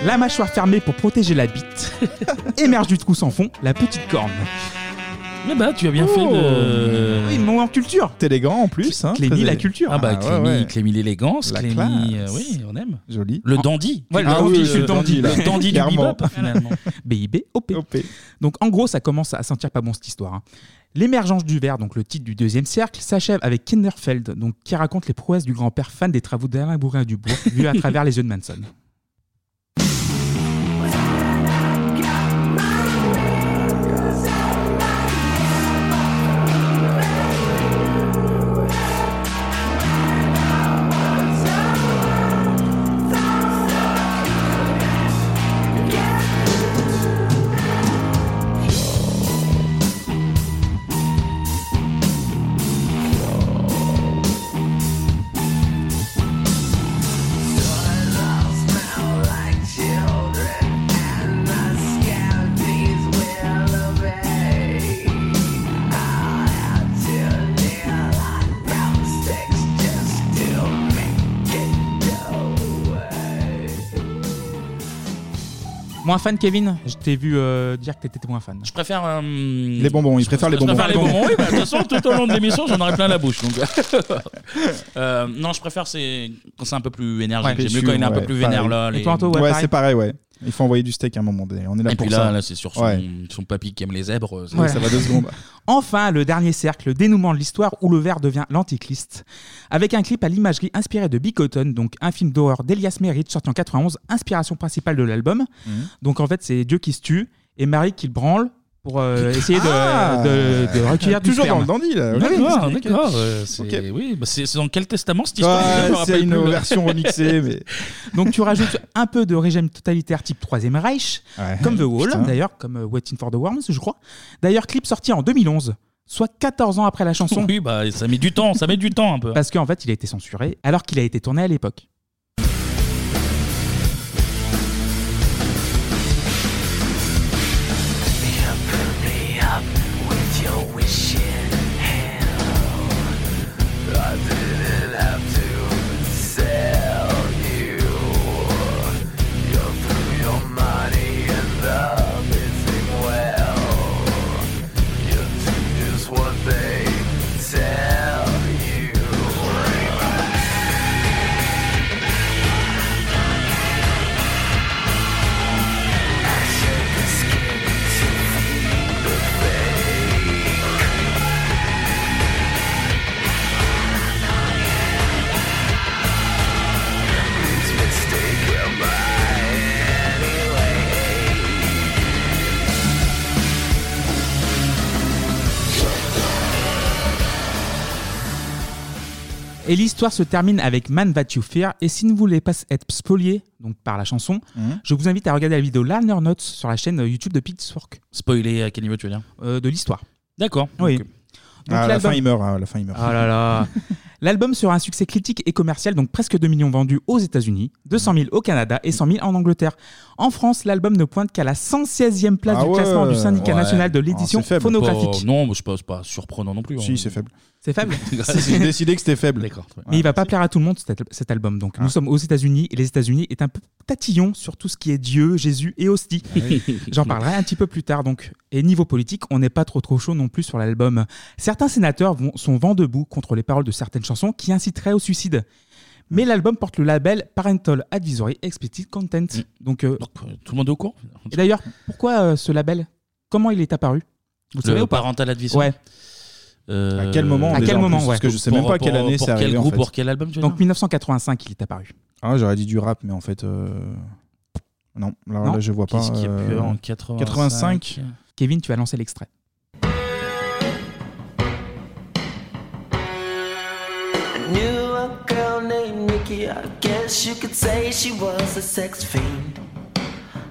[SPEAKER 4] La mâchoire fermée pour protéger la bite. Émerge du trou sans fond, la petite corne.
[SPEAKER 1] Mais bah, tu as bien
[SPEAKER 4] Oh.
[SPEAKER 1] fait de.
[SPEAKER 4] Oui, mon en culture.
[SPEAKER 6] T'es élégant en plus. Hein,
[SPEAKER 1] Clémy,
[SPEAKER 6] Très-
[SPEAKER 1] la culture. Ah bah,
[SPEAKER 6] ouais,
[SPEAKER 1] Clémy,
[SPEAKER 6] ouais.
[SPEAKER 1] Clémy l'élégance,
[SPEAKER 6] La
[SPEAKER 1] Clémy,
[SPEAKER 6] classe.
[SPEAKER 1] euh, oui, on aime.
[SPEAKER 6] Joli.
[SPEAKER 1] Le dandy.
[SPEAKER 4] Ouais, le
[SPEAKER 1] Ah
[SPEAKER 4] dandy,
[SPEAKER 1] oui,
[SPEAKER 4] c'est le dandy, là.
[SPEAKER 1] Le dandy du
[SPEAKER 4] Clairement.
[SPEAKER 1] bebop, finalement.
[SPEAKER 4] BIB, OP. Donc en gros, ça commence à sentir pas bon cette histoire. hein. L'émergence du verre, donc le titre du deuxième cercle, s'achève avec Kinderfeld, donc, qui raconte les prouesses du grand-père fan des travaux d'Alain Bourrin du Bourg, vu à travers les yeux de Manson. Moins fan, Kevin Je t'ai vu euh, dire que t'étais moins fan.
[SPEAKER 1] Je préfère. euh,
[SPEAKER 6] Les bonbons. Ils préfèrent les
[SPEAKER 1] Je
[SPEAKER 6] bonbons.
[SPEAKER 1] préfère les bonbons, oui, bah, de toute façon, tout au long de l'émission, j'en aurai plein la bouche. donc. Euh, non, je préfère c'est... quand c'est un peu plus énergique. J'aime mieux quand il est un peu plus vénère là. les-
[SPEAKER 6] Ouais, c'est pareil, ouais. Il faut envoyer du steak à un moment donné. On est là
[SPEAKER 1] Et
[SPEAKER 6] pour
[SPEAKER 1] puis
[SPEAKER 6] ça.
[SPEAKER 1] là, là, c'est sur son,
[SPEAKER 6] Ouais.
[SPEAKER 1] son papy qui aime les zèbres. euh, c'est-
[SPEAKER 4] Voilà.
[SPEAKER 6] Ça va deux secondes.
[SPEAKER 4] Enfin, le dernier cercle, le dénouement de l'histoire où le verre devient l'anticliste. Avec un clip à l'imagerie inspiré de Bicoton, donc un film d'horreur d'Elias Merritt sorti en 91, inspiration principale de l'album.
[SPEAKER 1] Mmh.
[SPEAKER 6] Mhm.
[SPEAKER 4] Donc en fait, c'est Dieu qui se tue et Marie qui le branle pour euh, essayer de,
[SPEAKER 1] Ah
[SPEAKER 4] de, de recueillir du
[SPEAKER 6] Toujours dans
[SPEAKER 4] sperme.
[SPEAKER 6] le dandy, là.
[SPEAKER 1] D'accord,
[SPEAKER 6] Ok.
[SPEAKER 1] d'accord. euh, c'est...
[SPEAKER 6] Ok.
[SPEAKER 1] Oui, bah, c'est, c'est dans quel testament cette histoire
[SPEAKER 6] Ah,
[SPEAKER 1] Je me rappelle
[SPEAKER 6] c'est une
[SPEAKER 1] plus, là.
[SPEAKER 6] version remixée, mais.
[SPEAKER 4] Donc tu rajoutes un peu de régime totalitaire type Troisième Reich,
[SPEAKER 6] Ouais.
[SPEAKER 4] comme The Wall,
[SPEAKER 6] Putain.
[SPEAKER 4] d'ailleurs, comme euh, Waiting for the Worms, je crois. D'ailleurs, clip sorti en 2011. soit 14 ans après la chanson.
[SPEAKER 1] Oui, bah ça met du temps, ça met du temps un peu.
[SPEAKER 4] Parce qu'en fait, il a été censuré alors qu'il a été tourné à l'époque. Et l'histoire se termine avec Man That You Fear. Et si vous ne voulez pas être spolié donc par la chanson,
[SPEAKER 6] Mmh.
[SPEAKER 1] Mhm.
[SPEAKER 4] je vous invite à regarder la vidéo Liner Notes sur la chaîne euh, YouTube de Pitchfork
[SPEAKER 1] Spoiler à quel niveau tu veux dire
[SPEAKER 4] euh, de l'histoire.
[SPEAKER 1] D'accord.
[SPEAKER 4] Oui.
[SPEAKER 1] Donc,
[SPEAKER 4] Donc,
[SPEAKER 6] à la
[SPEAKER 4] l'album-
[SPEAKER 6] fin, il meurt. hein, à la fin, il meurt.
[SPEAKER 4] Ah là là. L'album sera un succès critique et commercial, donc presque 2 millions vendus aux États-Unis, 200 000 au Canada et 100 000 en Angleterre. En France, l'album ne pointe qu'à la 116e place
[SPEAKER 6] Ah
[SPEAKER 4] du
[SPEAKER 6] ouais.
[SPEAKER 4] classement du syndicat
[SPEAKER 6] Ouais.
[SPEAKER 4] national de l'édition
[SPEAKER 6] Ah, c'est faible.
[SPEAKER 4] phonographique.
[SPEAKER 6] Pas-
[SPEAKER 1] non, je pense pas surprenant non plus. hein.
[SPEAKER 6] Si, c'est faible.
[SPEAKER 4] C'est faible.
[SPEAKER 6] J'ai décidé que c'était faible.
[SPEAKER 1] D'accord.
[SPEAKER 4] Mais il va pas plaire à tout le monde cet, al- cet album. Donc
[SPEAKER 1] Ah.
[SPEAKER 4] nous sommes aux États-Unis et les États-Unis est un peu tatillon sur tout ce qui est Dieu, Jésus et hostie.
[SPEAKER 1] Ah oui.
[SPEAKER 4] J'en parlerai un petit peu plus tard donc. Et niveau politique, on n'est pas trop trop chaud non plus sur l'album. Certains sénateurs vont, sont vent debout contre les paroles de certaines chansons qui inciteraient au suicide. Mais l'album porte le label Parental Advisory Explicit Content. Donc,
[SPEAKER 1] Mm.
[SPEAKER 4] euh,
[SPEAKER 1] euh, tout le monde est au courant.
[SPEAKER 4] Et d'ailleurs, pourquoi euh, ce label Comment il est apparu Vous
[SPEAKER 1] le
[SPEAKER 4] savez ou pas
[SPEAKER 1] parental advisory.
[SPEAKER 4] Ouais.
[SPEAKER 1] Euh,
[SPEAKER 6] À quel moment,
[SPEAKER 4] À quel moment ouais.
[SPEAKER 1] Pour- pour- pour quel groupe, pour quel album tu veux
[SPEAKER 4] Donc
[SPEAKER 1] dire
[SPEAKER 4] 1985, il est apparu.
[SPEAKER 6] Ah, j'aurais dit du rap, mais en fait. euh, Non, là,
[SPEAKER 4] Non.
[SPEAKER 6] Bah, là, je vois pas.
[SPEAKER 4] Qu'est-ce qu'il y a
[SPEAKER 6] euh,
[SPEAKER 4] pu avoir en
[SPEAKER 6] 85.
[SPEAKER 4] Kevin, tu as lancé l'extrait.
[SPEAKER 12] I knew a girl named Nikki, I guess you could say she was a sex fiend.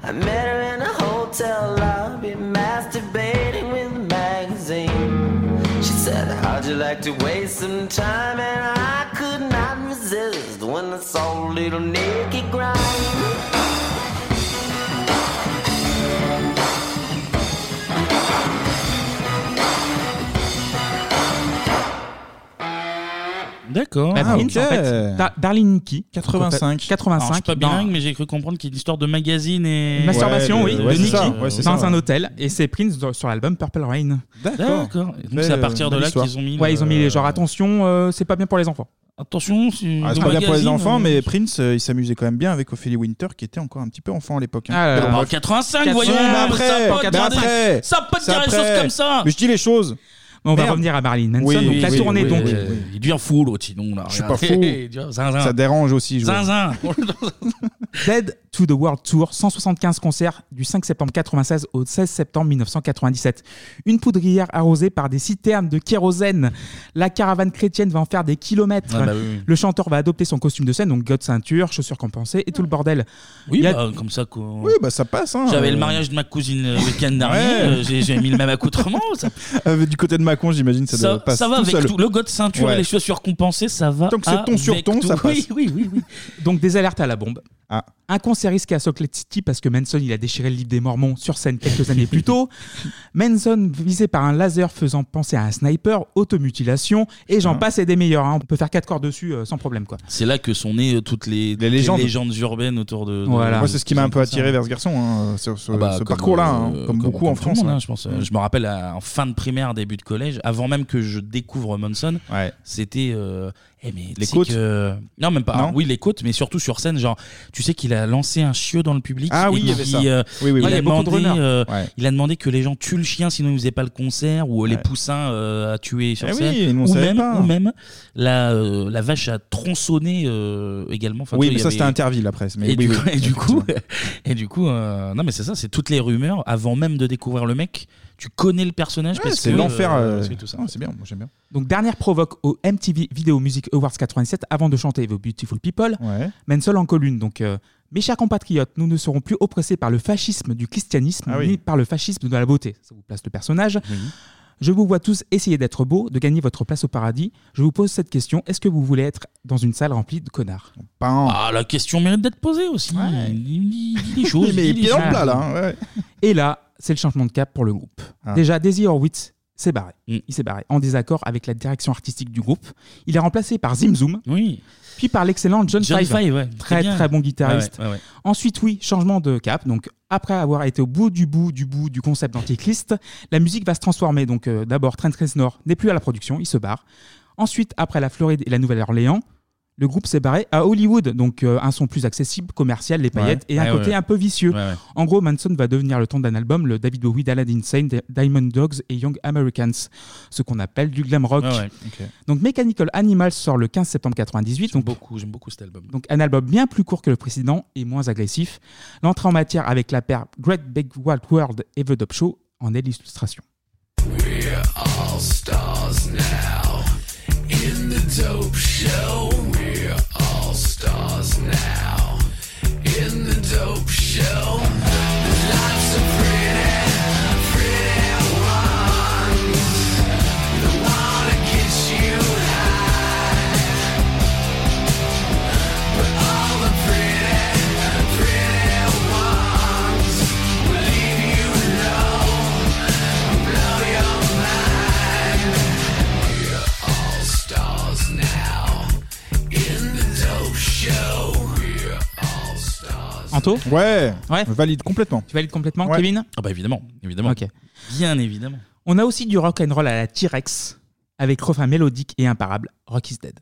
[SPEAKER 12] I met her in a hotel lobby, masturbating with a magazine. She said, How'd you like to waste some time? And I could not resist when I saw little Nikki grind.
[SPEAKER 1] D'accord.
[SPEAKER 6] Ah,
[SPEAKER 4] La Prince, Bah, en fait, Dar- Darling Nikki.
[SPEAKER 1] 85.
[SPEAKER 4] Alors,
[SPEAKER 1] Alors, je suis pas
[SPEAKER 4] dans-
[SPEAKER 1] bilingue, mais j'ai cru comprendre qu'il y a une histoire de magazine et. Euh,
[SPEAKER 4] Une masturbation, oui, de Nikki, dans un
[SPEAKER 1] autre.
[SPEAKER 4] hôtel, et c'est Prince dans- sur l'album Purple Rain.
[SPEAKER 1] D'accord. D'accord. Et donc, c'est à partir de là qu'ils ont mis
[SPEAKER 4] Ouais,
[SPEAKER 1] le-
[SPEAKER 4] ils ont mis les genres. Attention, euh, c'est pas bien pour les enfants.
[SPEAKER 1] Attention, c'est hein.
[SPEAKER 6] Ah, c'est pas bien pour les
[SPEAKER 4] hein,
[SPEAKER 6] enfants, mais Prince, euh, il s'amusait quand même bien avec Ophélie Winter, qui était encore un petit peu enfant à l'époque. hein.
[SPEAKER 1] Ah là là.
[SPEAKER 6] Bon,
[SPEAKER 1] En
[SPEAKER 6] bref.
[SPEAKER 1] 85,
[SPEAKER 6] Ouais,
[SPEAKER 1] voyons,
[SPEAKER 6] mais après,
[SPEAKER 1] ça a pas de
[SPEAKER 6] mais
[SPEAKER 1] dire-
[SPEAKER 6] après,
[SPEAKER 1] ça a pas de
[SPEAKER 6] c'est
[SPEAKER 1] dire les choses
[SPEAKER 6] après.
[SPEAKER 1] comme ça.
[SPEAKER 6] Mais je dis les choses.
[SPEAKER 4] on va
[SPEAKER 6] Merde.
[SPEAKER 4] revenir à Marilyn Manson.
[SPEAKER 6] Oui,
[SPEAKER 4] donc
[SPEAKER 6] oui,
[SPEAKER 4] la
[SPEAKER 6] oui,
[SPEAKER 4] tournée,
[SPEAKER 6] oui,
[SPEAKER 4] donc.
[SPEAKER 6] oui,
[SPEAKER 1] oui. Il devient fou l'autre, sinon là.
[SPEAKER 6] Je suis pas fou.
[SPEAKER 1] Ah, regardez, tu vois, zinzin.
[SPEAKER 6] Ça dérange aussi. je vois.
[SPEAKER 1] Zinzin.
[SPEAKER 4] Dead to the World Tour, 175 concerts du 5 septembre 96 au 16 septembre 1997. Une poudrière arrosée par des citernes de kérosène. La caravane chrétienne va en faire des kilomètres.
[SPEAKER 1] Ah bah oui, oui.
[SPEAKER 4] Le chanteur va adopter son costume de scène, donc god ceinture, chaussures compensées et tout le bordel.
[SPEAKER 1] Oui,
[SPEAKER 4] Il y a-
[SPEAKER 1] bah, comme ça. Quoi.
[SPEAKER 6] Oui, bah ça passe. hein.
[SPEAKER 1] J'avais
[SPEAKER 6] Euh,
[SPEAKER 1] le mariage de ma cousine euh, le week-end dernier, euh, j'ai- j'ai mis le même accoutrement. Ça,
[SPEAKER 6] euh, du côté de Macon, j'imagine, ça,
[SPEAKER 1] ça,
[SPEAKER 6] doit passer
[SPEAKER 1] ça va
[SPEAKER 6] tout
[SPEAKER 1] avec
[SPEAKER 6] seul.
[SPEAKER 1] tout. Le god ceinture
[SPEAKER 6] Ouais.
[SPEAKER 1] et les chaussures compensées, ça va.
[SPEAKER 6] Tant que c'est ton sur
[SPEAKER 1] avec
[SPEAKER 6] ton,
[SPEAKER 1] tout.
[SPEAKER 6] ça passe.
[SPEAKER 1] Oui, oui, oui. oui.
[SPEAKER 4] Donc des alertes à la bombe.
[SPEAKER 6] Ah.
[SPEAKER 4] Un concert risqué à Salt Lake City parce que Manson il a déchiré le livre des Mormons sur scène quelques années plus tôt. Manson visé par un laser faisant penser à un sniper, automutilation et j'en
[SPEAKER 6] Ah.
[SPEAKER 1] Putain.
[SPEAKER 4] passe et des meilleurs. hein. On peut faire quatre corps dessus euh, sans problème quoi.
[SPEAKER 1] C'est là que sont nées euh, toutes les, toutes les légendes.
[SPEAKER 6] légendes.
[SPEAKER 1] urbaines autour
[SPEAKER 4] Euh,
[SPEAKER 1] de. de-
[SPEAKER 6] Moi, c'est ce qui m'a un peu
[SPEAKER 1] comme ça.
[SPEAKER 6] attiré vers ce garçon, hein, sur ce,
[SPEAKER 1] Ah bah,
[SPEAKER 6] ce
[SPEAKER 1] comme,
[SPEAKER 6] parcours-là, hein,
[SPEAKER 1] euh,
[SPEAKER 6] comme beaucoup en
[SPEAKER 1] tout le
[SPEAKER 6] France.
[SPEAKER 1] monde,
[SPEAKER 6] hein.
[SPEAKER 1] hein, je pense. Euh, Je me rappelle à- en fin de primaire, début de collège, avant même que je découvre Monson, c'était. euh, eh, mais
[SPEAKER 6] Les
[SPEAKER 1] tu sais
[SPEAKER 6] côtes
[SPEAKER 1] que- Non, même pas.
[SPEAKER 6] Non
[SPEAKER 1] oui, les côtes, mais surtout sur scène, genre, tu sais qu'il a lancé un chiot dans le public.
[SPEAKER 6] Ah oui,
[SPEAKER 1] et
[SPEAKER 6] il y avait
[SPEAKER 1] qui,
[SPEAKER 6] ça.
[SPEAKER 1] euh,
[SPEAKER 6] Oui, oui, oui.
[SPEAKER 1] il,
[SPEAKER 6] Ouais, il y
[SPEAKER 1] a
[SPEAKER 6] a beaucoup de
[SPEAKER 1] demandé,
[SPEAKER 6] runners.
[SPEAKER 1] euh,
[SPEAKER 6] Ouais.
[SPEAKER 1] il a demandé que les gens tuent le chien, sinon ils faisaient pas le concert, ou euh, les poussins euh, à tuer sur
[SPEAKER 6] Eh oui,
[SPEAKER 1] scène.
[SPEAKER 6] nous, on
[SPEAKER 1] ou,
[SPEAKER 6] savait
[SPEAKER 1] même,
[SPEAKER 6] pas.
[SPEAKER 1] ou même la, euh, la vache à tronçonner euh, également. Enfin, tu
[SPEAKER 6] Oui,
[SPEAKER 1] vois,
[SPEAKER 6] mais
[SPEAKER 1] il y
[SPEAKER 6] ça,
[SPEAKER 1] avait-
[SPEAKER 6] c'était Interville, après, mais
[SPEAKER 1] Et
[SPEAKER 6] oui,
[SPEAKER 1] du
[SPEAKER 6] oui,
[SPEAKER 1] coup- et du coup, et du coup, euh, non mais c'est ça, c'est toutes les rumeurs avant même de découvrir le mec. Tu connais le personnage
[SPEAKER 6] Ouais,
[SPEAKER 1] parce
[SPEAKER 6] c'est
[SPEAKER 1] que,
[SPEAKER 6] l'enfer.
[SPEAKER 1] euh,
[SPEAKER 6] euh,
[SPEAKER 1] parce que tout ça.
[SPEAKER 6] non, C'est bien, moi j'aime bien.
[SPEAKER 4] Donc dernière provoque au MTV Video Music Awards 87 avant de chanter The Beautiful People. Manson en colune donc. euh, mes chers compatriotes, nous ne serons plus oppressés par le fascisme du christianisme,
[SPEAKER 6] Ah oui.
[SPEAKER 4] ni par le fascisme de la beauté. Ça vous place le personnage. Je vous vois tous essayer d'être beau, de gagner votre place au paradis. Je vous pose cette question est-ce que vous voulez être dans une salle remplie de connards
[SPEAKER 1] Ah, la question mérite d'être posée aussi. Il dit- il dit des choses. il dit des choses.
[SPEAKER 4] Et là, c'est le changement de cap pour le groupe.
[SPEAKER 1] hein, Ah.
[SPEAKER 4] Déjà, Daisy Horwitz s'est barré.
[SPEAKER 1] Mm.
[SPEAKER 4] Il s'est barré en désaccord avec la direction artistique du groupe. Il est remplacé par Zim Zoom, puis par l'excellent John,
[SPEAKER 1] John
[SPEAKER 4] Five,
[SPEAKER 1] Five, ouais, très
[SPEAKER 4] très
[SPEAKER 1] bien.
[SPEAKER 4] très, bon guitariste.
[SPEAKER 1] Ouais, ouais, ouais, ouais.
[SPEAKER 4] Ensuite, oui, changement de cap. Donc, après avoir été au bout du bout du bout du concept d'Antichrist, la musique va se transformer. Donc, euh, d'abord, Trent Reznor n'est plus à la production, il se barre. Ensuite, après la Floride et la Nouvelle-Orléans, le groupe s'est barré à Hollywood. Donc, euh, un son plus accessible, commercial, les paillettes
[SPEAKER 1] Ouais.
[SPEAKER 4] et un
[SPEAKER 1] Ouais,
[SPEAKER 4] côté
[SPEAKER 1] ouais.
[SPEAKER 4] un peu vicieux.
[SPEAKER 1] Ouais, ouais.
[SPEAKER 4] En gros, Manson va devenir le temps d'un album, le David Bowie d'Aladdin Sane, des Diamond Dogs et Young Americans, ce qu'on appelle du glam rock.
[SPEAKER 1] Ouais, ouais, ok.
[SPEAKER 4] Donc Mechanical Animal sort le 15 septembre 98. donc,
[SPEAKER 1] beaucoup, j'aime beaucoup cet album.
[SPEAKER 4] donc un album bien plus court que le précédent et moins agressif. L'entrée en matière avec la paire Great Big Wild World et The Dop Show en est l'illustration.
[SPEAKER 17] We're all stars now. In the dope show, we're all stars now. In the dope show, life's a pretty, pretty one. The one that gets you high. But all the pretty, pretty ones will leave you low. Blow your mind. We're all stars now. In the dope show, we're all stars.
[SPEAKER 4] Anto
[SPEAKER 6] ouais, valide complètement.
[SPEAKER 4] Tu valides complètement,
[SPEAKER 6] Ouais.
[SPEAKER 4] Kevin
[SPEAKER 1] Ah bah évidemment, évidemment.
[SPEAKER 4] Ok.
[SPEAKER 1] Bien évidemment.
[SPEAKER 4] On a aussi du rock and roll à la T-Rex avec refrain mélodique et imparable Rock is Dead.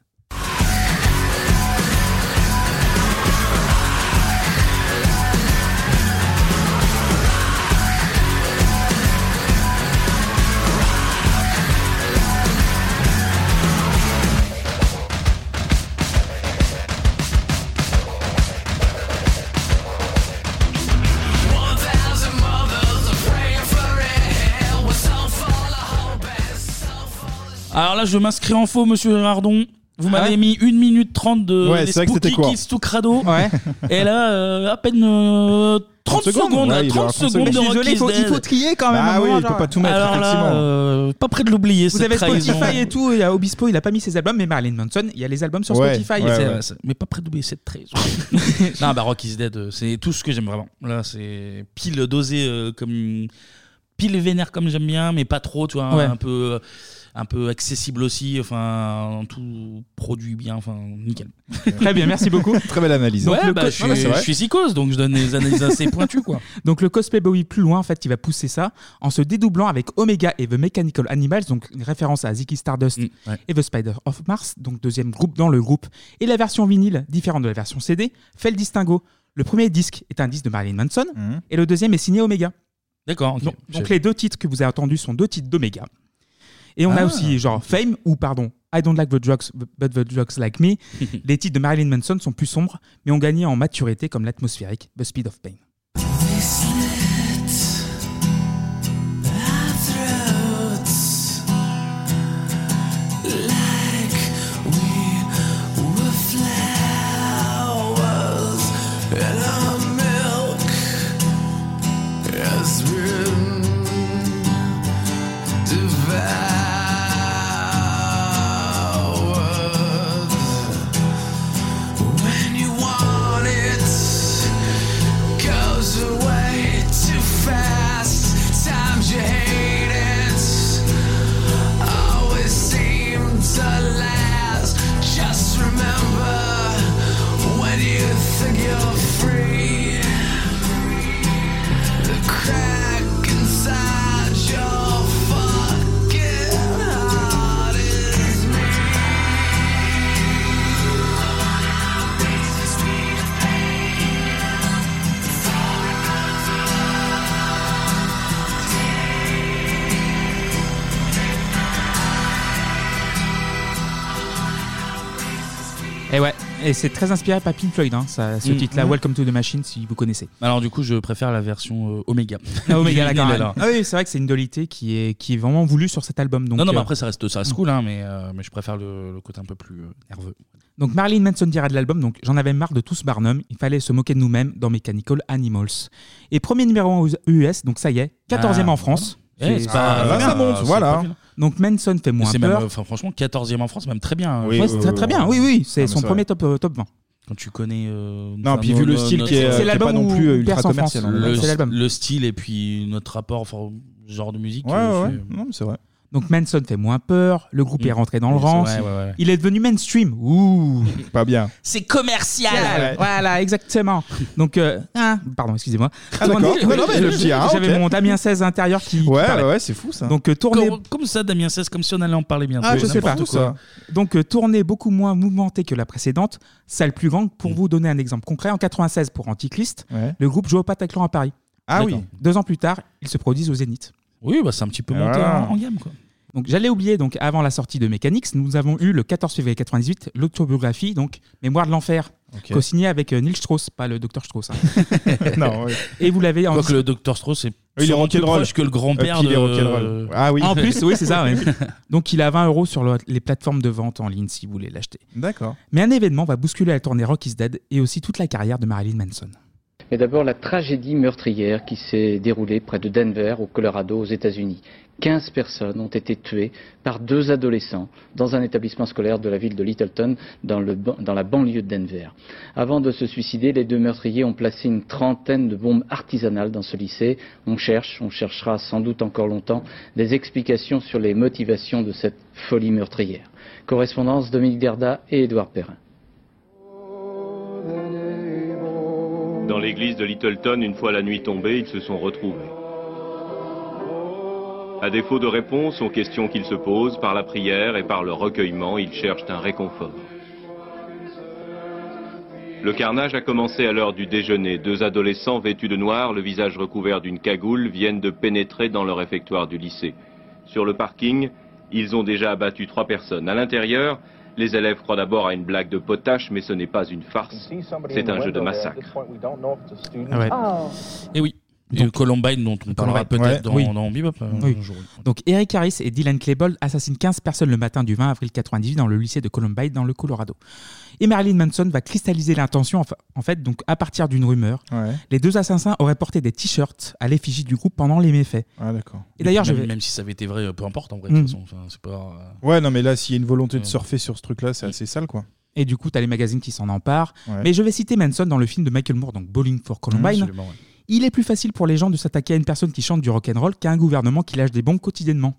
[SPEAKER 17] One thousand mothers are praying for it. We're so full of hope and
[SPEAKER 1] Alors là, je m'inscris en faux, monsieur Gérardon. Vous m'avez mis 1 minute 30 de
[SPEAKER 6] Ah. Ouais,
[SPEAKER 1] les
[SPEAKER 6] c'est vrai que c'était
[SPEAKER 1] Spooky
[SPEAKER 6] court.
[SPEAKER 1] Kids to Crado.
[SPEAKER 6] Ouais.
[SPEAKER 1] Et là, euh, à peine euh, 30 secondes,
[SPEAKER 6] ouais, il doit
[SPEAKER 1] 30
[SPEAKER 6] avoir
[SPEAKER 1] secondes, de
[SPEAKER 6] 30 secondes. Je suis
[SPEAKER 1] Rock
[SPEAKER 6] désolé,
[SPEAKER 1] is
[SPEAKER 6] il faut- il
[SPEAKER 1] Dead.
[SPEAKER 6] faut trier quand même, à un Bah oui, moment, il peut genre. pas tout mettre,
[SPEAKER 1] Alors là,
[SPEAKER 6] effectivement.
[SPEAKER 1] euh, pas près de l'oublier,
[SPEAKER 4] Vous
[SPEAKER 1] cette
[SPEAKER 4] avez
[SPEAKER 1] trahison.
[SPEAKER 4] Spotify et tout, il y a Obispo, il a pas mis ses albums, mais Marilyn Manson, il y a les albums sur
[SPEAKER 1] Ouais,
[SPEAKER 4] Spotify.
[SPEAKER 1] ouais,
[SPEAKER 4] C'est-
[SPEAKER 1] ouais, c'est- mais pas près d'oublier cette trahison. non, bah Rock is Dead, euh, c'est tout ce que j'aime vraiment. Là, c'est pile dosé euh, comme. pile vénère comme j'aime bien, mais pas trop, tu vois.
[SPEAKER 4] Ouais.
[SPEAKER 1] Un, peu, un peu accessible aussi, enfin, tout produit bien, enfin, nickel.
[SPEAKER 4] Très bien, merci beaucoup.
[SPEAKER 6] Très belle analyse.
[SPEAKER 1] Ouais, bah, je, suis, je suis psychose, donc je donne des analyses assez pointues, quoi.
[SPEAKER 4] Donc le cosplay Bowie plus loin, en fait, il va pousser ça en se dédoublant avec Omega et The Mechanical Animals, donc une référence à Ziggy Stardust
[SPEAKER 1] Mm,
[SPEAKER 4] et The Spider of Mars, donc deuxième groupe dans le groupe. Et la version vinyle, différente de la version CD, fait le distinguo. Le premier disque est un disque de Marilyn Manson
[SPEAKER 6] Mm.
[SPEAKER 4] et le deuxième est signé Omega.
[SPEAKER 1] D'accord. ok.
[SPEAKER 4] Donc, donc
[SPEAKER 1] Je-
[SPEAKER 4] les deux titres que vous avez entendus sont deux titres d'Omega. Et on a
[SPEAKER 1] Ah.
[SPEAKER 4] aussi genre Fame ou pardon I Don't Like the Drugs But the Drugs Like Me. les titres de Marilyn Manson sont plus sombres, mais ont gagné en maturité comme l'atmosphérique The Speed of Pain.
[SPEAKER 17] When you want it, goes away too fast. Times you hate it, always seem to last. Just remember when you think you're free, the crack inside your fucking heart is
[SPEAKER 1] Eh
[SPEAKER 4] Et ouais, et c'est très inspiré par Pink Floyd, hein, ça- ce
[SPEAKER 1] Mm.
[SPEAKER 4] titre-là,
[SPEAKER 1] Mm.
[SPEAKER 4] Welcome to the Machine, si vous connaissez.
[SPEAKER 1] Alors, du coup, je préfère la version euh, Omega.
[SPEAKER 4] Ah, Omega,
[SPEAKER 1] Du
[SPEAKER 4] d'accord.
[SPEAKER 1] vinyle, alors.
[SPEAKER 4] Ah oui, c'est vrai que c'est une dualité qui est, qui est vraiment voulue sur cet album. Donc,
[SPEAKER 1] non, non, mais
[SPEAKER 4] euh,
[SPEAKER 1] après, ça reste, ça reste cool, hein, mais, euh, mais je préfère le, le côté un peu plus euh, nerveux.
[SPEAKER 4] Donc Marilyn Manson dira de l'album, donc j'en avais marre de tout ce barnum, il fallait se moquer de nous-mêmes dans Mechanical Animals. Et premier numéro 1 aux US, donc ça y est, 14e
[SPEAKER 1] Ah,
[SPEAKER 4] en France.
[SPEAKER 1] voilà. Eh, c'est pas-
[SPEAKER 6] là, ça
[SPEAKER 1] Ah,
[SPEAKER 6] monte,
[SPEAKER 1] c'est pas
[SPEAKER 6] voilà.
[SPEAKER 1] vilain.
[SPEAKER 4] Donc Manson fait moins
[SPEAKER 1] C'est
[SPEAKER 4] peur.
[SPEAKER 1] même, enfin, franchement, 14 e en France, même très
[SPEAKER 6] Ah
[SPEAKER 1] bien.
[SPEAKER 4] Oui, Ouais, c'est très, très bien. Oui, oui, c'est son premier top, euh, top 20.
[SPEAKER 1] Quand tu connais.
[SPEAKER 4] euh,
[SPEAKER 6] Non, puis vu le style qui est- C'est qui est l'album pas non où plus, euh, ultra perce en commercial, France. hein.
[SPEAKER 1] Le,
[SPEAKER 6] C'est l'album.
[SPEAKER 1] le style et puis notre rapport, enfin, au genre de musique.
[SPEAKER 6] Ouais,
[SPEAKER 1] euh,
[SPEAKER 6] ouais,
[SPEAKER 1] c'est-
[SPEAKER 6] Non, mais c'est vrai.
[SPEAKER 4] Donc Manson fait moins peur, le groupe
[SPEAKER 1] Mm.
[SPEAKER 4] est rentré dans le
[SPEAKER 1] Oui, c'est
[SPEAKER 4] rang,
[SPEAKER 1] vrai, ouais, ouais.
[SPEAKER 4] il est devenu mainstream. Ouh,
[SPEAKER 6] pas bien.
[SPEAKER 1] C'est commercial.
[SPEAKER 4] Voilà, exactement. Donc, euh, ah, pardon, excusez-moi.
[SPEAKER 6] Ah, d'accord.
[SPEAKER 4] Tournez-
[SPEAKER 6] Non, non, mais je dis, ah,
[SPEAKER 4] J'avais
[SPEAKER 6] ok.
[SPEAKER 4] mon Damien 16 intérieur qui.
[SPEAKER 6] Ouais, ouais, ouais, c'est fou ça.
[SPEAKER 4] Donc, euh, tournez.
[SPEAKER 1] Comme, comme ça, Damien 16, comme si on allait en parler bientôt.
[SPEAKER 4] Ah, je sais pas.
[SPEAKER 1] N'importe quoi.
[SPEAKER 4] Donc, euh, tournée beaucoup moins mouvementée que la précédente, salle plus grande. Pour vous donner un exemple concret, en 96 pour Antichrist,
[SPEAKER 6] Mm. Ouais.
[SPEAKER 4] le groupe joue au Pataclan à Paris.
[SPEAKER 6] Ah oui.
[SPEAKER 4] D'accord. Deux ans plus tard, ils se produisent au Zénith.
[SPEAKER 1] Oui, bah, c'est un petit peu monté
[SPEAKER 6] Ah.
[SPEAKER 1] en- en gamme, quoi.
[SPEAKER 4] Donc j'allais oublier, donc avant la sortie de Mechanics, nous avons eu le 14 février 98 l'autobiographie, donc Mémoire de l'enfer,
[SPEAKER 1] Ok.
[SPEAKER 4] co-signée avec euh, Neil Strauss, pas le docteur Strauss. hein.
[SPEAKER 1] Non, ouais.
[SPEAKER 4] Et vous l'avez en
[SPEAKER 1] Quoique le docteur Strauss est
[SPEAKER 4] Il est
[SPEAKER 1] sûrement plus
[SPEAKER 4] rock'n'roll.
[SPEAKER 1] proche que le grand-père.
[SPEAKER 4] Euh, puis il est
[SPEAKER 1] de-
[SPEAKER 4] rock'n'roll. Ah oui. En plus, oui, c'est ça, ouais. Donc il a 20 euros sur le- les plateformes de vente en ligne si vous voulez l'acheter.
[SPEAKER 6] D'accord.
[SPEAKER 4] Mais un événement va bousculer la tournée Rock is Dead et aussi toute la carrière de Marilyn Manson.
[SPEAKER 18] Mais d'abord la tragédie meurtrière qui s'est déroulée près de Denver, au Colorado, aux États-Unis. 15 personnes ont été tuées par deux adolescents dans un établissement scolaire de la ville de Littleton, dans, le ban- dans la banlieue de Denver. Avant de se suicider, les deux meurtriers ont placé une trentaine de bombes artisanales dans ce lycée. On cherche, on cherchera sans doute encore longtemps, des explications sur les motivations de cette folie meurtrière. Correspondance Dominique Derda et Édouard Perrin.
[SPEAKER 19] Dans l'église de Littleton, une fois la nuit tombée, ils se sont retrouvés. À défaut de réponse aux questions qu'ils se posent, par la prière et par le recueillement, ils cherchent un réconfort. Le carnage a commencé à l'heure du déjeuner. Deux adolescents vêtus de noir, le visage recouvert d'une cagoule, viennent de pénétrer dans le réfectoire du lycée. Sur le parking, ils ont déjà abattu trois personnes. À l'intérieur, les élèves croient d'abord à une blague de potache, mais ce n'est pas une farce. C'est un jeu de massacre.
[SPEAKER 6] Ah
[SPEAKER 4] Ah
[SPEAKER 1] Oh. Et oui. Et Columbine, dont on parlera peut-être dans,
[SPEAKER 4] Oui.
[SPEAKER 1] dans Bebop. euh,
[SPEAKER 4] Oui.
[SPEAKER 1] un jour.
[SPEAKER 4] Donc Eric Harris et Dylan Klebold assassinent 15 personnes le matin du 20 avril 98 dans le lycée de Columbine dans le Colorado. Et Marilyn Manson va cristalliser l'intention en fa- en fait donc à partir d'une rumeur.
[SPEAKER 6] Ouais.
[SPEAKER 4] Les deux assassins auraient porté des t-shirts à l'effigie du groupe pendant les méfaits.
[SPEAKER 6] Ah,
[SPEAKER 4] Et d'ailleurs je
[SPEAKER 1] même,
[SPEAKER 4] vais
[SPEAKER 1] même si ça avait été vrai, euh, peu importe en vrai.
[SPEAKER 4] Mm.
[SPEAKER 1] De toute façon, Enfin, c'est pas. euh,
[SPEAKER 6] Ouais, non, mais là, s'il y a une volonté de surfer sur ce truc-là, c'est assez sale, quoi.
[SPEAKER 4] et du coup, tu as les magazines qui s'en emparent.
[SPEAKER 6] Ouais.
[SPEAKER 4] Mais je vais citer Manson dans le film de Michael Moore, donc Bowling for Columbine.
[SPEAKER 6] Absolument, ouais.
[SPEAKER 4] Il est plus facile pour les gens de s'attaquer à une personne qui chante du rock'n'roll qu'à un gouvernement qui lâche des bombes quotidiennement.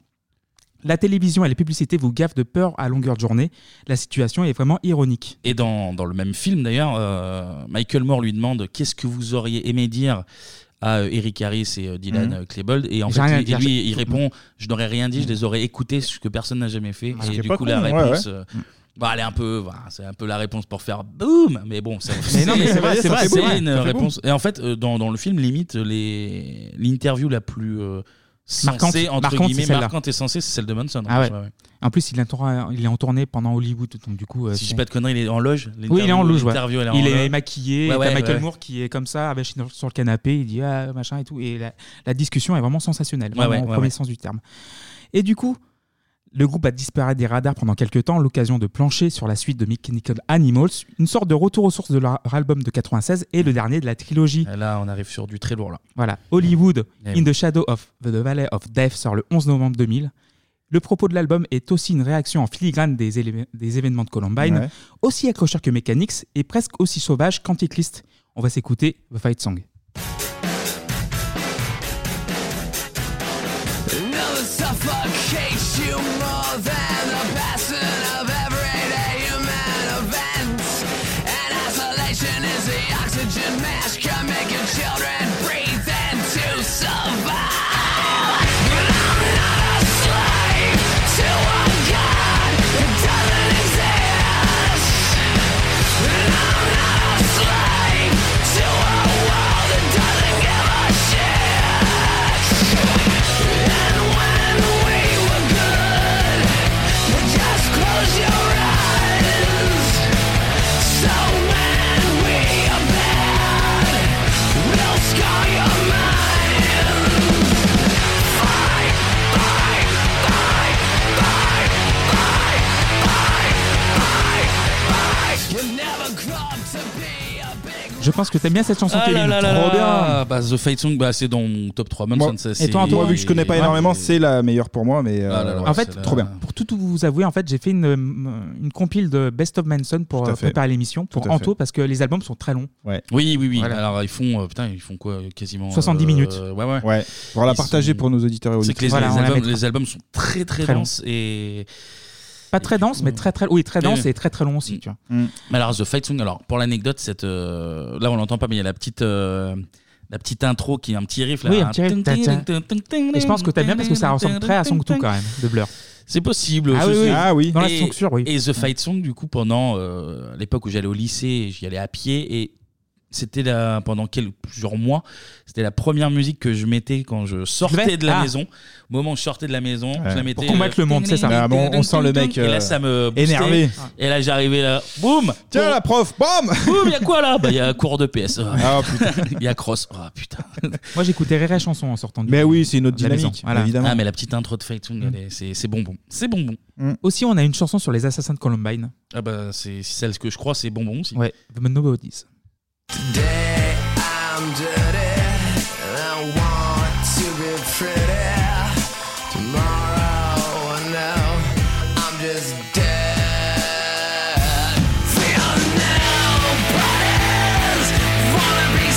[SPEAKER 4] La télévision et les publicités vous gaffent de peur à longueur de journée. La situation est vraiment ironique.
[SPEAKER 1] Et dans, dans le même film, d'ailleurs, euh, Michael Moore lui demande qu'est-ce que vous auriez aimé dire à euh, Eric Harris et euh, Dylan
[SPEAKER 4] Mhm.
[SPEAKER 1] euh, Klebold. Et en
[SPEAKER 4] J'ai rien à
[SPEAKER 1] fait, il-
[SPEAKER 4] dire.
[SPEAKER 1] lui, il répond Je n'aurais rien dit, je les aurais écoutés, ce que personne n'a jamais fait.
[SPEAKER 4] Ah, ce qui
[SPEAKER 1] et
[SPEAKER 4] est
[SPEAKER 1] du
[SPEAKER 4] pas
[SPEAKER 1] coup, la
[SPEAKER 4] con, ouais,
[SPEAKER 1] réponse.
[SPEAKER 4] ouais.
[SPEAKER 1] euh, bah, elle est un peu, voilà, c'est un peu la réponse pour faire boum, mais bon, ça-
[SPEAKER 4] Mais non, mais c'est vrai, c'est vrai,
[SPEAKER 1] c'est
[SPEAKER 4] ça fait
[SPEAKER 1] une
[SPEAKER 4] boum.
[SPEAKER 1] réponse. Et en fait, euh, dans, dans le film, limite, les- l'interview la plus euh,
[SPEAKER 4] Marquante,
[SPEAKER 1] sensée, entre
[SPEAKER 4] marquante, c'est
[SPEAKER 1] guillemets,
[SPEAKER 4] celle-là.
[SPEAKER 1] marquante et sensée, c'est celle de Manson. hein,
[SPEAKER 4] Ah ouais.
[SPEAKER 1] Ouais, ouais.
[SPEAKER 4] En plus, il est, en tourné- il est en tournée pendant Hollywood, donc du coup. euh,
[SPEAKER 1] Si je
[SPEAKER 4] c'est-
[SPEAKER 1] dis pas de conneries, il est en loge.
[SPEAKER 4] Oui, il est en loge. ouais.
[SPEAKER 1] l'interview, elle en
[SPEAKER 4] Il est
[SPEAKER 1] loge.
[SPEAKER 4] maquillé.
[SPEAKER 1] Ouais,
[SPEAKER 4] et t'as
[SPEAKER 1] ouais,
[SPEAKER 4] Michael
[SPEAKER 1] ouais.
[SPEAKER 4] Moore qui est comme ça, avec sur le canapé, il dit ah, machin et tout. Et la, la discussion est vraiment sensationnelle,
[SPEAKER 1] Ouais,
[SPEAKER 4] vraiment
[SPEAKER 1] ouais,
[SPEAKER 4] au
[SPEAKER 1] ouais,
[SPEAKER 4] premier
[SPEAKER 1] ouais.
[SPEAKER 4] sens du terme. Et du coup, le groupe a disparu des radars pendant quelques temps, l'occasion de plancher sur la suite de Mechanical Animals, une sorte de retour aux sources de leur album de 96 et le dernier de la trilogie.
[SPEAKER 1] Là, on arrive sur du très lourd là.
[SPEAKER 4] Voilà, Hollywood,
[SPEAKER 1] Eh
[SPEAKER 4] In
[SPEAKER 1] oui.
[SPEAKER 4] the Shadow of the Valley of Death sort le 11 novembre 2000. Le propos de l'album est aussi une réaction en filigrane des, élé- des événements de Columbine,
[SPEAKER 6] Ouais.
[SPEAKER 4] aussi accrocheur que Mechanics et presque aussi sauvage qu'Antichrist. On va s'écouter The Fight Song.
[SPEAKER 17] Another suffocates you more than the passing of everyday human events. And isolation is the oxygen mask, can make your children breathe in to survive. But I'm not a slave to a god that doesn't exist. And I'm not a slave to a world that doesn't give a shit. And when we were good, well, just close your eyes. So when we are bad, we'll scar your mind. Fight, fight, fight, fight, fight, fight, fight, fight. You never grow up to be a
[SPEAKER 4] Je pense que t'aimes bien cette chanson,
[SPEAKER 1] Ah
[SPEAKER 4] Kevin.
[SPEAKER 1] là là là
[SPEAKER 4] Trop
[SPEAKER 1] là.
[SPEAKER 4] bien.
[SPEAKER 1] Bah, The Fight Song, bah, c'est dans mon top 3. Même
[SPEAKER 4] Moi-
[SPEAKER 1] sans ça,
[SPEAKER 4] Et
[SPEAKER 1] c'est-
[SPEAKER 4] toi, Antoine
[SPEAKER 6] Moi, vu que je connais pas
[SPEAKER 1] Ouais.
[SPEAKER 6] énormément, c'est la meilleure pour moi, mais euh, ouais,
[SPEAKER 4] en fait,
[SPEAKER 6] c'est trop bien.
[SPEAKER 4] Pour tout vous avouer, en fait, j'ai fait une, euh, une compile de Best of Manson pour
[SPEAKER 6] Tout à
[SPEAKER 4] euh,
[SPEAKER 6] fait.
[SPEAKER 4] préparer l'émission pour
[SPEAKER 6] Tout à
[SPEAKER 4] Anto
[SPEAKER 6] fait.
[SPEAKER 4] parce que les albums sont très longs.
[SPEAKER 1] Oui, oui, oui.
[SPEAKER 4] Voilà.
[SPEAKER 1] Alors, ils font, euh, putain, ils font quoi euh, Quasiment
[SPEAKER 4] 70 minutes.
[SPEAKER 1] Ouais, ouais.
[SPEAKER 6] Ouais. On va la
[SPEAKER 1] Ils
[SPEAKER 6] partager pour nos auditeurs et
[SPEAKER 1] C'est que les, les
[SPEAKER 6] auditrices. Voilà, on la
[SPEAKER 1] albums,
[SPEAKER 6] mettra.
[SPEAKER 1] les albums sont très, très,
[SPEAKER 4] Très longs.
[SPEAKER 1] denses et.
[SPEAKER 4] Pas très dense, mais très très oui très
[SPEAKER 1] Oui,
[SPEAKER 4] dense
[SPEAKER 1] oui.
[SPEAKER 4] et très très long aussi. Tu vois.
[SPEAKER 6] Mm.
[SPEAKER 1] Alors The Fight Song, alors pour l'anecdote, cette euh, là on l'entend pas, mais il y a la petite euh, la petite intro qui est un petit riff là.
[SPEAKER 4] Oui,
[SPEAKER 1] Un
[SPEAKER 4] un petit riff.
[SPEAKER 1] ting, ting, ting, ting, ting, ting,
[SPEAKER 4] Et je pense que t'aimes bien parce que ça ressemble très à Song 2 quand même de Blur.
[SPEAKER 1] C'est possible.
[SPEAKER 4] Ah
[SPEAKER 1] je
[SPEAKER 4] oui,
[SPEAKER 1] sais.
[SPEAKER 4] oui. Ah oui. Dans la
[SPEAKER 1] Et-
[SPEAKER 4] structure, oui.
[SPEAKER 1] Et The Fight Song, du coup, pendant euh, l'époque où j'allais au lycée, j'y allais à pied et c'était la- pendant quelques, plusieurs mois, c'était la première musique que je mettais quand je sortais
[SPEAKER 4] devais-
[SPEAKER 1] de la
[SPEAKER 4] Ah.
[SPEAKER 1] maison. Au moment où je sortais de la maison, je la
[SPEAKER 6] Pour
[SPEAKER 1] mettais.
[SPEAKER 6] combattre le monde, c'est ça. Ah bon, on sent le mec,
[SPEAKER 1] Et là,
[SPEAKER 6] euh,
[SPEAKER 1] ça me. boostait.
[SPEAKER 6] énervé.
[SPEAKER 1] Et là, j'arrivais là. Boum
[SPEAKER 6] Tiens, la prof, bam
[SPEAKER 1] Boum, il y a quoi là Bah, il y a cours de PS. Ah putain. Il y a Cross. Ah putain.
[SPEAKER 4] Moi j'écoutais Rere chanson en sortant. du
[SPEAKER 6] Mais oui, c'est une autre
[SPEAKER 4] de la maison,
[SPEAKER 6] dynamique,
[SPEAKER 4] voilà.
[SPEAKER 6] évidemment.
[SPEAKER 1] Ah, mais la petite intro de Fight Song, elle est- c'est c'est bonbon. C'est bonbon.
[SPEAKER 6] Mm.
[SPEAKER 4] Aussi on a une chanson sur les assassins de Columbine.
[SPEAKER 1] Ah bah, c'est celle que je crois, c'est bonbon aussi.
[SPEAKER 4] Ouais, The Nobodies.
[SPEAKER 17] Today I'm dirty. I want to be pretty. Tomorrow, I know I'm just dead. Feel nobody's. Wanna be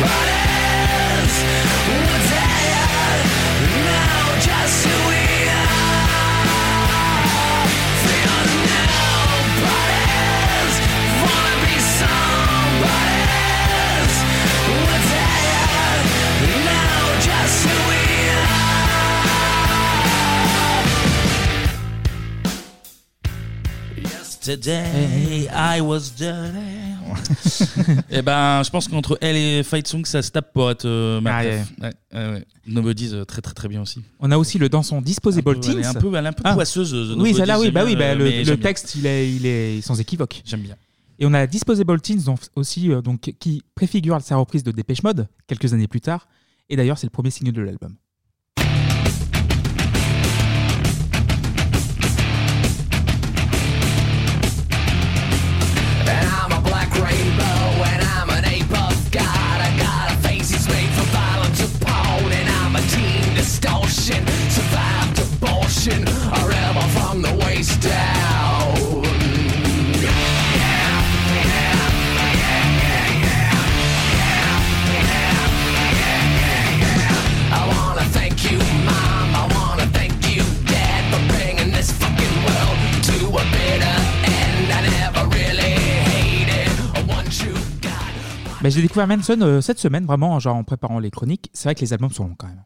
[SPEAKER 17] somebody's. We're tired. Now just who we are. Feel nobody's. Wanna be somebody's. We're tired. Now just who we are.
[SPEAKER 1] Yesterday I was dirty. et ben, je pense qu'entre elle et Fight Song, ça se tape pour être euh, ma
[SPEAKER 4] Ah,
[SPEAKER 1] préf. Ouais, ouais, ouais. Nobody's euh, très très très bien aussi.
[SPEAKER 4] On a aussi le dans son Disposable
[SPEAKER 1] peu- elle est
[SPEAKER 4] Teens. Ah.
[SPEAKER 1] un peu- elle est un peu poisseuse, The
[SPEAKER 4] Oui,
[SPEAKER 1] Nobodies,
[SPEAKER 4] celle-là, oui,
[SPEAKER 1] j'aime
[SPEAKER 4] bah oui,
[SPEAKER 1] bien,
[SPEAKER 4] bah,
[SPEAKER 1] euh,
[SPEAKER 4] le,
[SPEAKER 1] mais
[SPEAKER 4] le
[SPEAKER 1] j'aime bien.
[SPEAKER 4] texte, il est, il est sans équivoque.
[SPEAKER 1] J'aime bien.
[SPEAKER 4] Et on a Disposable Teens donc, aussi, euh, donc, qui préfigure sa reprise de Dépêche Mode quelques années plus tard. Et d'ailleurs, c'est le premier single de l'album.
[SPEAKER 17] And I'm a black rainbow, and I'm an ape of God. I got a face that's made for violence of pawn, and I'm a teen distortion. Survived abortion, a rebel from the waist down. I wanna thank you, Mom. I wanna thank you, Dad, for bringing this fucking world to a bitter end. I never really hated one true God.
[SPEAKER 4] Bah, J'ai découvert Manson euh, cette semaine, vraiment, genre en préparant les chroniques. C'est vrai que les albums sont longs quand même.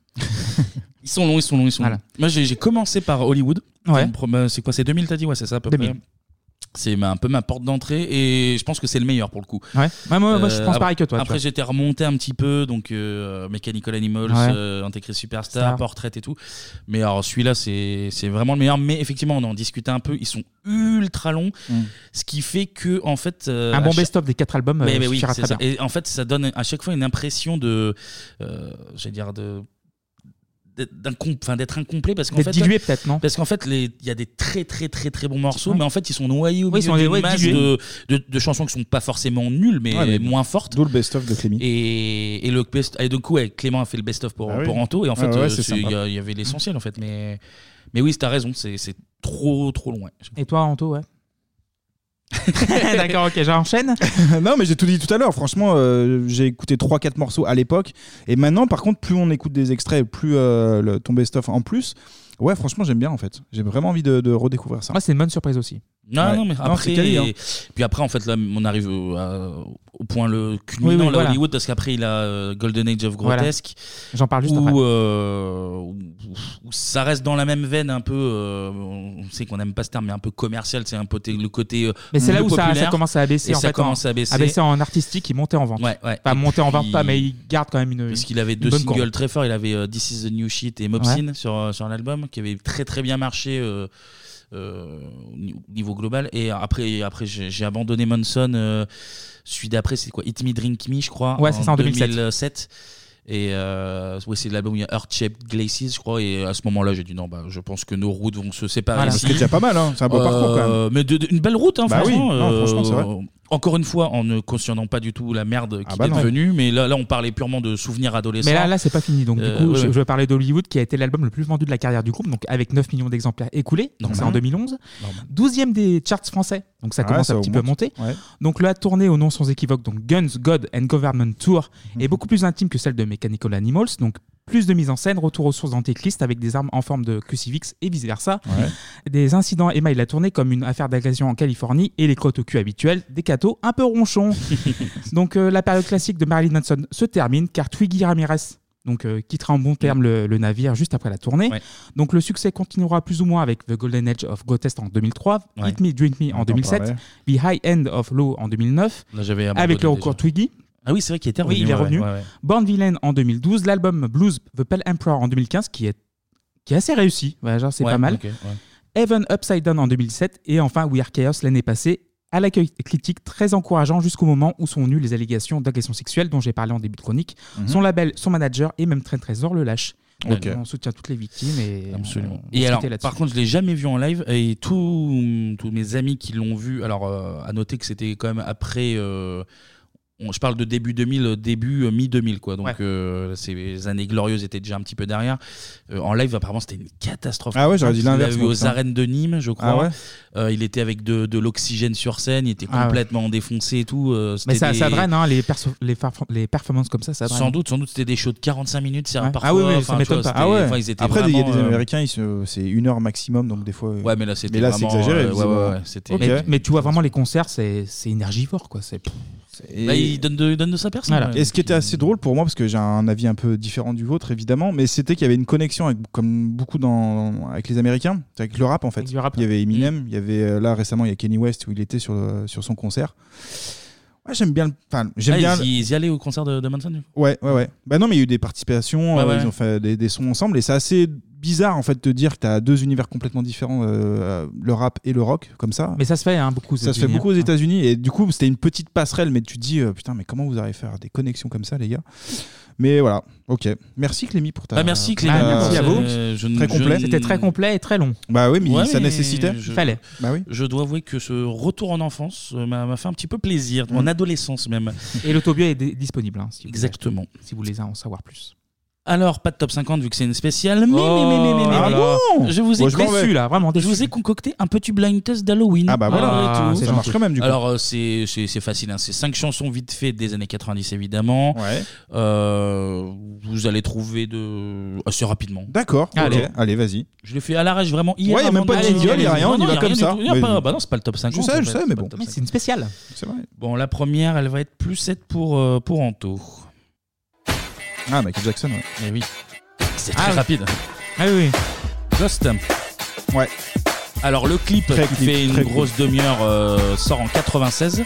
[SPEAKER 1] Ils sont longs, ils sont longs, ils sont
[SPEAKER 4] Voilà.
[SPEAKER 1] longs. Moi, j'ai j'ai commencé par Hollywood.
[SPEAKER 4] Ouais.
[SPEAKER 1] Mon prom- C'est quoi C'est 2000, t'as dit Ouais, c'est ça, à peu
[SPEAKER 4] 2000.
[SPEAKER 1] près. C'est ma- un peu ma porte d'entrée et je pense que c'est le meilleur pour le coup.
[SPEAKER 4] Ouais. Ouais, moi- moi, je pense
[SPEAKER 1] ap-
[SPEAKER 4] pareil que toi, tu
[SPEAKER 1] Après,
[SPEAKER 4] vois.
[SPEAKER 1] j'étais remonté un petit peu, donc euh, Mechanical Animals,
[SPEAKER 4] Ouais.
[SPEAKER 1] euh, Intégré Superstar,
[SPEAKER 4] Star.
[SPEAKER 1] Portrait et tout. Mais alors, celui-là, c'est c'est vraiment le meilleur. Mais effectivement, on en discutait un peu. Ils sont ultra longs, ce qui fait que, en fait. euh,
[SPEAKER 4] Un
[SPEAKER 1] à
[SPEAKER 4] bon
[SPEAKER 1] chaque-
[SPEAKER 4] best-of des quatre albums, euh,
[SPEAKER 1] Mais- mais oui,
[SPEAKER 4] suffira
[SPEAKER 1] c'est
[SPEAKER 4] très
[SPEAKER 1] ça.
[SPEAKER 4] bien.
[SPEAKER 1] Et en fait, ça donne à chaque fois une impression de. euh, J'allais dire de d'être d'incom- enfin, d'être incomplet parce qu'en
[SPEAKER 4] D'être
[SPEAKER 1] fait
[SPEAKER 4] dilué, peut-être, non
[SPEAKER 1] parce qu'en fait les- il y a des très très très très bons morceaux
[SPEAKER 4] Ouais.
[SPEAKER 1] mais en fait ils sont noyés au
[SPEAKER 4] Oui, ils
[SPEAKER 1] milieu
[SPEAKER 4] sont
[SPEAKER 1] d'une
[SPEAKER 4] ouais,
[SPEAKER 1] masse
[SPEAKER 4] dilués.
[SPEAKER 1] de, de- de chansons qui sont pas forcément nulles mais,
[SPEAKER 6] Ouais, mais
[SPEAKER 1] moins fortes
[SPEAKER 6] d'où le best-of de Clémy
[SPEAKER 1] et, et le best et du coup ouais, Clément a fait le best-of pour,
[SPEAKER 6] Ah oui.
[SPEAKER 1] pour Anto et en
[SPEAKER 6] Ah
[SPEAKER 1] fait
[SPEAKER 6] ouais,
[SPEAKER 1] euh,
[SPEAKER 6] c'est
[SPEAKER 1] c'est- il y,
[SPEAKER 6] sympa.
[SPEAKER 1] a- il y avait l'essentiel en fait mais mais oui t'as raison c'est c'est trop trop loin
[SPEAKER 4] Et toi, Anto, ouais Ah. D'accord, ok, j'enchaîne.
[SPEAKER 6] non, mais j'ai tout dit tout à l'heure. Franchement, euh, j'ai écouté 3-4 morceaux à l'époque. Et maintenant, par contre, plus on écoute des extraits, plus euh, le, ton best-of en plus. Ouais, franchement, j'aime bien en fait. J'ai vraiment envie de, de redécouvrir ça.
[SPEAKER 4] Moi, Ah, c'est une bonne surprise aussi.
[SPEAKER 1] Non,
[SPEAKER 6] Ouais.
[SPEAKER 1] non, mais
[SPEAKER 4] Ah,
[SPEAKER 6] Non,
[SPEAKER 1] après.
[SPEAKER 6] c'est quali, hein.
[SPEAKER 1] Puis après, en fait, là, on arrive au, à- au point le culminant,
[SPEAKER 4] Oui, oui,
[SPEAKER 1] là,
[SPEAKER 4] voilà.
[SPEAKER 1] Hollywood, parce qu'après, il a euh, Golden Age of
[SPEAKER 4] Voilà.
[SPEAKER 1] Grotesque.
[SPEAKER 4] J'en parle juste
[SPEAKER 1] où,
[SPEAKER 4] après.
[SPEAKER 1] euh, où- où ça reste dans la même veine, un peu. euh, on sait qu'on n'aime pas ce terme, mais un peu commercial, c'est un peu t- le côté. euh,
[SPEAKER 4] Mais c'est là
[SPEAKER 1] plus
[SPEAKER 4] où ça,
[SPEAKER 1] populaire.
[SPEAKER 4] ça commence à abaisser.
[SPEAKER 1] Et
[SPEAKER 4] en
[SPEAKER 1] ça
[SPEAKER 4] fait,
[SPEAKER 1] commence
[SPEAKER 4] en,
[SPEAKER 1] à baisser.
[SPEAKER 4] en artistique, il montait en vente.
[SPEAKER 1] Ouais, ouais.
[SPEAKER 4] Pas
[SPEAKER 1] Et
[SPEAKER 4] monter en vente,
[SPEAKER 1] puis-
[SPEAKER 4] pas, mais il garde quand même une.
[SPEAKER 1] Parce qu'il avait
[SPEAKER 4] une
[SPEAKER 1] deux
[SPEAKER 4] bonne
[SPEAKER 1] singles
[SPEAKER 4] courbe.
[SPEAKER 1] très forts. Il avait euh, This is the New Shit et Mopsin sur, euh, sur l'album, qui avait très très bien marché euh, euh, au ni- au niveau global. Et après, après j'ai j'ai abandonné Monson. euh, celui d'après, c'est quoi Hit Me, Drink Me, je crois.
[SPEAKER 4] Ouais, c'est ça, en 2007.
[SPEAKER 1] 2007. Et euh, ouais, c'est l'album où il y a Earth Shaped Glaciers, je crois. Et à ce moment-là, j'ai dit non, bah, je pense que nos routes vont se séparer.
[SPEAKER 6] Voilà.
[SPEAKER 1] ici.
[SPEAKER 6] C'est déjà pas mal, hein. C'est un beau parcours, quand même.
[SPEAKER 1] Mais de- de- une belle route, hein,
[SPEAKER 6] Bah oui.
[SPEAKER 1] franchement.
[SPEAKER 6] Non, franchement, c'est vrai.
[SPEAKER 1] Oh, Encore une fois, en ne cautionnant pas du tout la merde qui
[SPEAKER 4] bah
[SPEAKER 1] est
[SPEAKER 4] non.
[SPEAKER 1] devenue, mais là, là, on parlait purement de souvenirs adolescents.
[SPEAKER 4] Mais là, là c'est pas fini. Donc,
[SPEAKER 1] Euh,
[SPEAKER 4] du coup,
[SPEAKER 1] ouais,
[SPEAKER 4] je,
[SPEAKER 1] ouais.
[SPEAKER 4] je vais parler d'Hollywood, qui a été l'album le plus vendu de la carrière du groupe, donc avec 9 millions d'exemplaires écoulés. Donc,
[SPEAKER 1] Normal.
[SPEAKER 4] c'est en 2011. 12e des charts français. Donc, ça
[SPEAKER 6] Ouais,
[SPEAKER 4] commence
[SPEAKER 6] ça
[SPEAKER 4] un petit peu à
[SPEAKER 6] augmente.
[SPEAKER 4] monter. Donc, la tournée au nom sans équivoque, donc Guns, God and Government Tour, est beaucoup plus intime que celle de Mechanical Animals. Donc, plus de mise en scène, retour aux sources d'antéclistes avec des armes en forme de crucifix et vice-versa. Des incidents émaillent la tournée comme une affaire d'agression en Californie et les crottes au cul habituelles, des cathos un peu ronchons. donc euh, la période classique de Marilyn Manson se termine car Twiggy Ramirez donc, euh, quittera en bon terme le, le navire juste après la tournée. Donc le succès continuera plus ou moins avec The Golden Age of Grotesque en 2003,
[SPEAKER 1] Ouais.
[SPEAKER 4] Hit Me, Drink Me
[SPEAKER 1] On
[SPEAKER 4] en
[SPEAKER 1] en
[SPEAKER 4] 2007,
[SPEAKER 1] parlait.
[SPEAKER 4] The High End of Low en 2009,
[SPEAKER 1] Là, j'avais abandonné
[SPEAKER 4] avec le recours
[SPEAKER 1] déjà.
[SPEAKER 4] Twiggy.
[SPEAKER 1] Ah oui, c'est vrai qu'il était
[SPEAKER 4] Oui,
[SPEAKER 1] revenu.
[SPEAKER 4] il est
[SPEAKER 1] ouais,
[SPEAKER 4] revenu.
[SPEAKER 1] ouais, ouais.
[SPEAKER 4] Born Villain en 2012, l'album Blues The Pale Emperor en 2015, qui est, qui est assez réussi. Ouais, genre, c'est
[SPEAKER 1] Ouais,
[SPEAKER 4] pas mal.
[SPEAKER 1] ok, ouais.
[SPEAKER 4] Heaven Upside Down en 2007 et enfin We Are Chaos l'année passée, à l'accueil critique très encourageant jusqu'au moment où sont nues les allégations d'agression sexuelle dont j'ai parlé en début de chronique.
[SPEAKER 1] Mhm.
[SPEAKER 4] Son label, son manager et même Train Trésor le lâche.
[SPEAKER 1] Ok.
[SPEAKER 4] On soutient toutes les victimes et
[SPEAKER 1] Absolument.
[SPEAKER 4] on- on
[SPEAKER 1] Et
[SPEAKER 4] se
[SPEAKER 1] alors,
[SPEAKER 4] mettait là-dessus.
[SPEAKER 1] par contre, je l'ai jamais vu en live et tous tous mes amis qui l'ont vu. Alors, euh, à noter que c'était quand même après. euh, on- je parle de début 2000, euh, début mi 2000 quoi. Donc,
[SPEAKER 4] Ouais.
[SPEAKER 1] euh, ces- les années glorieuses étaient déjà un petit peu derrière. Euh, en live, apparemment, c'était une catastrophe.
[SPEAKER 6] Ah ouais, j'aurais dit
[SPEAKER 1] Tu l'as
[SPEAKER 6] l'inverse,
[SPEAKER 1] vu
[SPEAKER 6] moi,
[SPEAKER 1] aux
[SPEAKER 6] putain.
[SPEAKER 1] arènes de Nîmes, je crois.
[SPEAKER 6] Ah ouais
[SPEAKER 1] Euh, il était avec de, de l'oxygène sur scène. Il était
[SPEAKER 4] Ah ouais.
[SPEAKER 1] complètement défoncé et tout. euh,
[SPEAKER 4] Mais
[SPEAKER 1] c'était
[SPEAKER 4] ça, ça
[SPEAKER 1] des-
[SPEAKER 4] draine, hein, les, perso- les, farf- les performances comme ça, ça draine.
[SPEAKER 1] Sans doute, sans doute, c'était des shows de 45 minutes, c'est
[SPEAKER 4] Ouais.
[SPEAKER 1] parfois.
[SPEAKER 4] Ah oui, oui, ça
[SPEAKER 1] enfin, tu vois,
[SPEAKER 4] m'étonne pas.
[SPEAKER 1] c'était-
[SPEAKER 4] Ah ouais.
[SPEAKER 1] enfin, ils étaient
[SPEAKER 6] Après, il y a des
[SPEAKER 1] vraiment, euh,
[SPEAKER 6] Américains, ils se- c'est une heure maximum, donc des fois. euh,
[SPEAKER 1] Ouais, mais là, c'était
[SPEAKER 6] c'est
[SPEAKER 1] vraiment,
[SPEAKER 6] exagéré.
[SPEAKER 1] euh, ouais,
[SPEAKER 6] visiblement.
[SPEAKER 1] ouais, ouais, c'était-
[SPEAKER 6] Ok.
[SPEAKER 4] Mais, mais tu vois vraiment les concerts, c'est c'est énergivore quoi. C'est c'est-
[SPEAKER 1] Bah, il, donne de, il donne de sa personne.
[SPEAKER 6] Voilà. Et ce qui était assez drôle pour moi, parce que j'ai un avis un peu différent du vôtre évidemment, mais c'était qu'il y avait une connexion avec, comme beaucoup dans, avec les Américains, avec le rap en fait.
[SPEAKER 4] Avec du rap. Mm.
[SPEAKER 6] il y avait Eminem, il y avait euh, là récemment il y a Kenny West où il était sur, euh, sur son concert. Ouais, j'aime bien. le- Enfin, j'aime
[SPEAKER 1] Ah,
[SPEAKER 6] bien.
[SPEAKER 1] Ils, y- ils y allaient au concert de, de Manson du coup
[SPEAKER 6] Ouais, ouais, ouais. Bah non, mais il y a eu des participations,
[SPEAKER 1] Ouais,
[SPEAKER 6] euh,
[SPEAKER 1] ouais.
[SPEAKER 6] ils ont fait des, des sons ensemble, et c'est assez bizarre en fait de dire que t'as deux univers complètement différents, euh, le rap et le rock, comme ça.
[SPEAKER 4] Mais ça se fait hein, beaucoup. aux
[SPEAKER 6] Ça se fait
[SPEAKER 4] États-Unis,
[SPEAKER 6] beaucoup
[SPEAKER 4] hein.
[SPEAKER 6] aux États-Unis, et du coup, c'était une petite passerelle, mais tu te dis, euh, putain, mais comment vous arrivez à faire des connexions comme ça, les gars Mais voilà, ok. Merci Clémy pour ta.
[SPEAKER 1] Bah, merci, Clémy,
[SPEAKER 6] pour ta-
[SPEAKER 1] merci à vous.
[SPEAKER 6] Euh, Très
[SPEAKER 1] je ne-
[SPEAKER 6] complet.
[SPEAKER 1] je ne-
[SPEAKER 4] C'était très complet et très long.
[SPEAKER 6] Bah oui, mais
[SPEAKER 1] Ouais,
[SPEAKER 6] ça
[SPEAKER 1] mais
[SPEAKER 6] nécessitait.
[SPEAKER 1] je-
[SPEAKER 6] Bah oui.
[SPEAKER 1] Je dois avouer que ce retour en enfance euh, m'a m'a fait un petit peu plaisir,
[SPEAKER 6] Mm.
[SPEAKER 1] en adolescence même.
[SPEAKER 4] Et l'autobio est dé- disponible. hein, si vous
[SPEAKER 1] Exactement.
[SPEAKER 4] voulez acheter, si vous voulez en savoir plus.
[SPEAKER 1] Alors, pas de top 50 vu que c'est une spéciale, mais,
[SPEAKER 4] Oh,
[SPEAKER 1] mais, mais, mais, mais, mais,
[SPEAKER 4] ah
[SPEAKER 1] mais-
[SPEAKER 4] bon
[SPEAKER 1] je vous ai
[SPEAKER 4] Moi, je m'en vais. Déçu, là, vraiment
[SPEAKER 1] Je vous ai concocté un petit blind test d'Halloween.
[SPEAKER 6] Ah bah voilà,
[SPEAKER 1] Malgré tout.
[SPEAKER 6] ça marche quand même du coup.
[SPEAKER 1] Alors, euh, c'est c'est- c'est facile, hein. c'est cinq chansons vite fait des années 90 évidemment. Euh, vous allez trouver de... assez rapidement.
[SPEAKER 6] D'accord, ok.
[SPEAKER 1] Allez.
[SPEAKER 6] allez, vas-y.
[SPEAKER 1] Je l'ai fait à l'arrache vraiment hier.
[SPEAKER 6] Ouais, y a
[SPEAKER 1] avant
[SPEAKER 6] même pas de
[SPEAKER 1] d'aller-
[SPEAKER 6] jingle, y a rien, on y
[SPEAKER 1] Non,
[SPEAKER 6] va
[SPEAKER 1] y a
[SPEAKER 6] comme
[SPEAKER 1] rien
[SPEAKER 6] ça.
[SPEAKER 1] du tout. Y a
[SPEAKER 6] Mais-
[SPEAKER 1] pas- bah non, c'est pas le top
[SPEAKER 6] Je
[SPEAKER 1] 50.
[SPEAKER 6] sais,
[SPEAKER 1] en fait,
[SPEAKER 6] je sais,
[SPEAKER 1] c'est
[SPEAKER 6] mais
[SPEAKER 1] pas
[SPEAKER 6] bon.
[SPEAKER 1] le top
[SPEAKER 6] Mais
[SPEAKER 1] 50.
[SPEAKER 4] C'est une spéciale.
[SPEAKER 6] C'est vrai.
[SPEAKER 1] Bon, la première, elle va être plus 7 pour, euh, pour Anto.
[SPEAKER 6] Ah, Michael Jackson, ouais.
[SPEAKER 1] Mais oui. C'est très rapide.
[SPEAKER 4] Ah oui.
[SPEAKER 1] Ghost.
[SPEAKER 6] Ouais.
[SPEAKER 1] Alors le clip
[SPEAKER 6] Très
[SPEAKER 1] qui
[SPEAKER 6] clip,
[SPEAKER 1] fait une
[SPEAKER 6] très
[SPEAKER 1] grosse
[SPEAKER 6] clip.
[SPEAKER 1] demi-heure euh, sort en 96,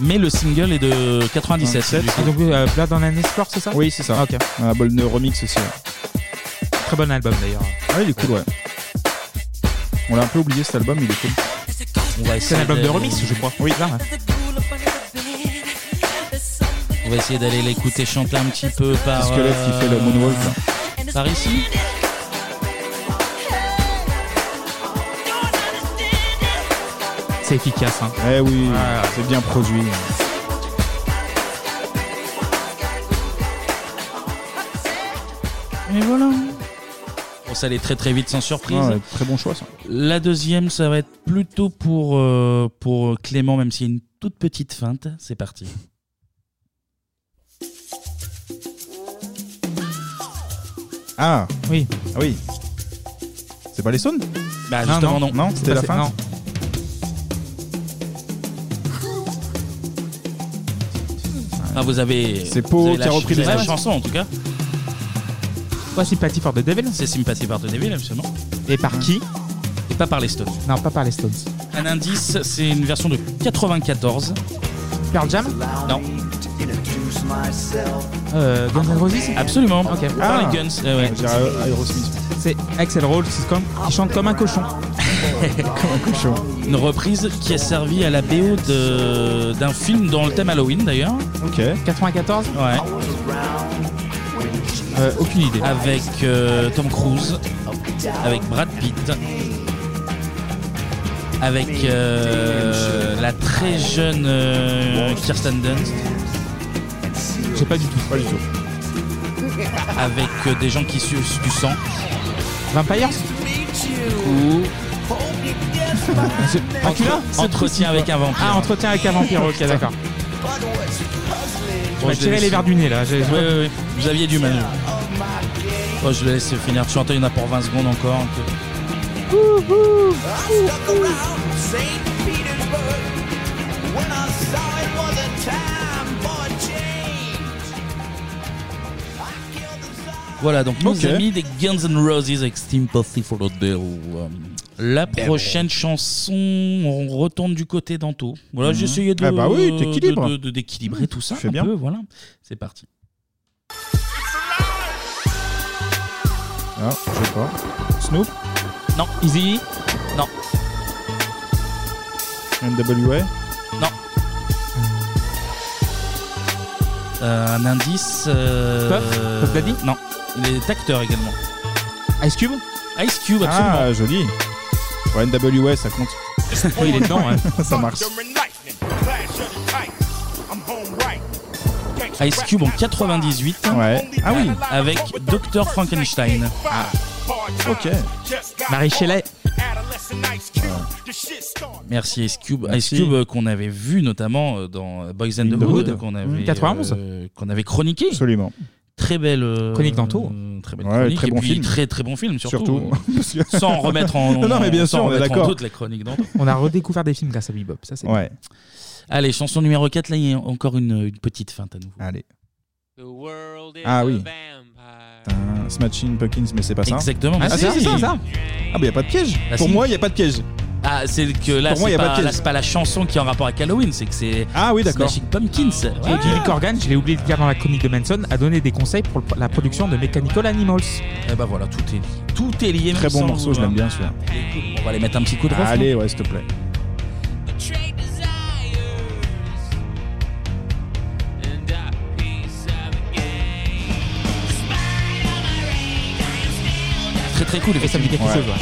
[SPEAKER 1] mais le single est de 97.
[SPEAKER 4] Et donc, euh, Blood on an Escort, c'est ça
[SPEAKER 6] Oui, c'est ça.
[SPEAKER 4] Ah, Ok.
[SPEAKER 6] Un bol de remix aussi. ouais.
[SPEAKER 4] Très bon album d'ailleurs.
[SPEAKER 6] Ah, il est cool, ouais. On l'a un peu oublié cet album, il est cool.
[SPEAKER 1] On va
[SPEAKER 4] C'est un album de remix, je crois. Oui, là.
[SPEAKER 1] On va essayer d'aller l'écouter chanter un petit peu par. euh,
[SPEAKER 6] C'est Squelette qui fait le moonwalk,
[SPEAKER 1] Par ici.
[SPEAKER 4] C'est efficace. Hein.
[SPEAKER 6] Eh oui, c'est bien produit.
[SPEAKER 1] Et voilà. Bon, ça allait très très vite sans surprise.
[SPEAKER 6] Ah ouais, très bon choix, ça.
[SPEAKER 1] La deuxième, ça va être plutôt pour, euh, pour Clément, même s'il y a une toute petite feinte. C'est parti.
[SPEAKER 6] Ah
[SPEAKER 4] Oui.
[SPEAKER 6] Ah oui. C'est pas les Stones
[SPEAKER 1] Bah justement non.
[SPEAKER 6] Non, c'était la fin
[SPEAKER 1] Enfin, vous avez.
[SPEAKER 6] C'est
[SPEAKER 1] vous
[SPEAKER 6] Pau
[SPEAKER 1] avez la
[SPEAKER 6] qui a
[SPEAKER 1] ch-
[SPEAKER 6] repris
[SPEAKER 1] vous avez
[SPEAKER 6] les
[SPEAKER 1] la
[SPEAKER 6] bases.
[SPEAKER 1] chanson en tout cas.
[SPEAKER 4] Ouais, Sympathy for the Devil.
[SPEAKER 1] C'est Sympathy for the Devil, absolument.
[SPEAKER 4] Et par qui
[SPEAKER 1] Et pas par les Stones.
[SPEAKER 4] Non, pas par les Stones.
[SPEAKER 1] Un indice, c'est une version de 94.
[SPEAKER 4] Pearl Jam
[SPEAKER 1] Non.
[SPEAKER 4] Euh, Guns N' Roses
[SPEAKER 1] Absolument.
[SPEAKER 4] Ok. Ah.
[SPEAKER 1] Par les Guns, euh, ouais.
[SPEAKER 4] C'est Axel Rose qui, se com- qui chante comme un cochon.
[SPEAKER 1] Une reprise qui a servi à la BO de- d'un film dans le thème Halloween d'ailleurs.
[SPEAKER 6] Ok.
[SPEAKER 4] 94
[SPEAKER 1] Ouais.
[SPEAKER 4] aucune idée.
[SPEAKER 1] Avec euh, Tom Cruise, avec Brad Pitt, avec euh, la la très jeune euh, Kirsten Dunst.
[SPEAKER 4] J'ai pas du tout. Pas du tout.
[SPEAKER 1] Avec euh, des gens qui sucent du sang.
[SPEAKER 4] Vampires
[SPEAKER 1] Ou
[SPEAKER 4] Dracula
[SPEAKER 1] Entre- entretien avec un vampire.
[SPEAKER 4] Ah, entretien avec un vampire, ok, d'accord. Tu
[SPEAKER 1] Bon,
[SPEAKER 4] m'as
[SPEAKER 1] je
[SPEAKER 4] tiré
[SPEAKER 1] laisse-
[SPEAKER 4] les verres du nez là. j'ai-
[SPEAKER 1] Oui, oui, oui. Vous aviez du mal. Oh, je vais laisser finir de chanter, il y en a pour 20 secondes encore. euh, Voilà, donc nous
[SPEAKER 6] Ok.
[SPEAKER 1] avons mis des Guns N' Roses avec Sympathy for the Devil. Euh, La prochaine chanson, on retourne du côté d'Anto. Voilà,
[SPEAKER 6] Mhm.
[SPEAKER 1] j'essayais de,
[SPEAKER 4] Eh
[SPEAKER 6] Ah bah oui, t'équilibres.
[SPEAKER 1] de- de- de- d'équilibrer tout ça.
[SPEAKER 6] Tu fais
[SPEAKER 1] un
[SPEAKER 6] bien.
[SPEAKER 1] peu, voilà, c'est parti.
[SPEAKER 6] Ah, je sais pas. Snoop
[SPEAKER 1] Non. Easy Non.
[SPEAKER 6] NWA
[SPEAKER 1] Non. Euh, un indice. Euh...
[SPEAKER 4] Puff Puff Daddy
[SPEAKER 1] Non. Il est acteur également.
[SPEAKER 4] Ice Cube
[SPEAKER 1] Ice Cube, absolument.
[SPEAKER 6] Ah, joli. Ouais, NWA, ça compte.
[SPEAKER 1] Oui, il est dedans, hein.
[SPEAKER 6] ça marche.
[SPEAKER 1] Ice Cube en 98.
[SPEAKER 6] Ouais. Ah oui.
[SPEAKER 1] Avec Dr Frankenstein.
[SPEAKER 6] Ah. Ok.
[SPEAKER 4] Marie Shelley.
[SPEAKER 1] Merci Ice Cube.
[SPEAKER 4] Merci.
[SPEAKER 1] Ice Cube euh, qu'on avait vu notamment euh, dans euh, Boys and the
[SPEAKER 4] In the
[SPEAKER 1] Hood,
[SPEAKER 4] Hood.
[SPEAKER 1] qu'on avait
[SPEAKER 4] 91.
[SPEAKER 1] euh, qu'on avait chroniqué.
[SPEAKER 6] Mm. Absolument.
[SPEAKER 1] Très belle euh,
[SPEAKER 4] Chronique d'Anto.
[SPEAKER 1] Très belle
[SPEAKER 6] Ouais,
[SPEAKER 1] chronique
[SPEAKER 6] très
[SPEAKER 1] et
[SPEAKER 6] bon
[SPEAKER 1] puis
[SPEAKER 6] film.
[SPEAKER 1] très très bon film surtout.
[SPEAKER 6] Surtout. Parce que-
[SPEAKER 1] sans remettre en
[SPEAKER 6] Non, non, mais bien
[SPEAKER 1] sans
[SPEAKER 6] sûr, on est
[SPEAKER 1] remettre en
[SPEAKER 6] d'accord.
[SPEAKER 1] doute la chronique d'Anto.
[SPEAKER 4] On a redécouvert des films grâce à Bebop, ça c'est
[SPEAKER 6] Ouais.
[SPEAKER 1] Allez, chanson numéro 4 là, il y a encore une, une petite feinte à nouveau.
[SPEAKER 6] Allez. Ah oui. Putain, Euh, Smashing Pumpkins, mais c'est pas ça.
[SPEAKER 1] Exactement,
[SPEAKER 6] Ah,
[SPEAKER 1] mais
[SPEAKER 6] si,
[SPEAKER 1] c'est
[SPEAKER 6] c'est
[SPEAKER 1] ça.
[SPEAKER 6] ça, ça. Ah, bah y a pas de piège.
[SPEAKER 1] Ah,
[SPEAKER 6] Pour
[SPEAKER 1] si.
[SPEAKER 6] moi, y a pas de piège.
[SPEAKER 1] Ah, c'est que là,
[SPEAKER 6] Pour moi,
[SPEAKER 1] c'est
[SPEAKER 6] y a pas de
[SPEAKER 1] pas,
[SPEAKER 6] piège.
[SPEAKER 1] là, c'est pas la chanson qui est en rapport avec Halloween, c'est que c'est
[SPEAKER 6] Ah oui, d'accord.
[SPEAKER 1] Smashing Pumpkins.
[SPEAKER 4] Et
[SPEAKER 1] Voilà.
[SPEAKER 4] Billy Corgan, je l'ai oublié de dire dans la chronique de Manson, a donné des conseils pour le- la production de Mechanical Animals.
[SPEAKER 1] Et bah voilà, tout est lié. Tout est lié.
[SPEAKER 6] Très
[SPEAKER 1] même
[SPEAKER 6] bon
[SPEAKER 1] sans
[SPEAKER 6] morceau,
[SPEAKER 1] le
[SPEAKER 6] je l'aime
[SPEAKER 1] vouloir.
[SPEAKER 6] bien celui-là.
[SPEAKER 1] On va aller mettre un petit coup de refrain.
[SPEAKER 6] Allez, ouais, s'il te plaît.
[SPEAKER 1] Très très cool.
[SPEAKER 4] Et ça me dit quelque
[SPEAKER 1] Ouais.
[SPEAKER 4] chose, ouais.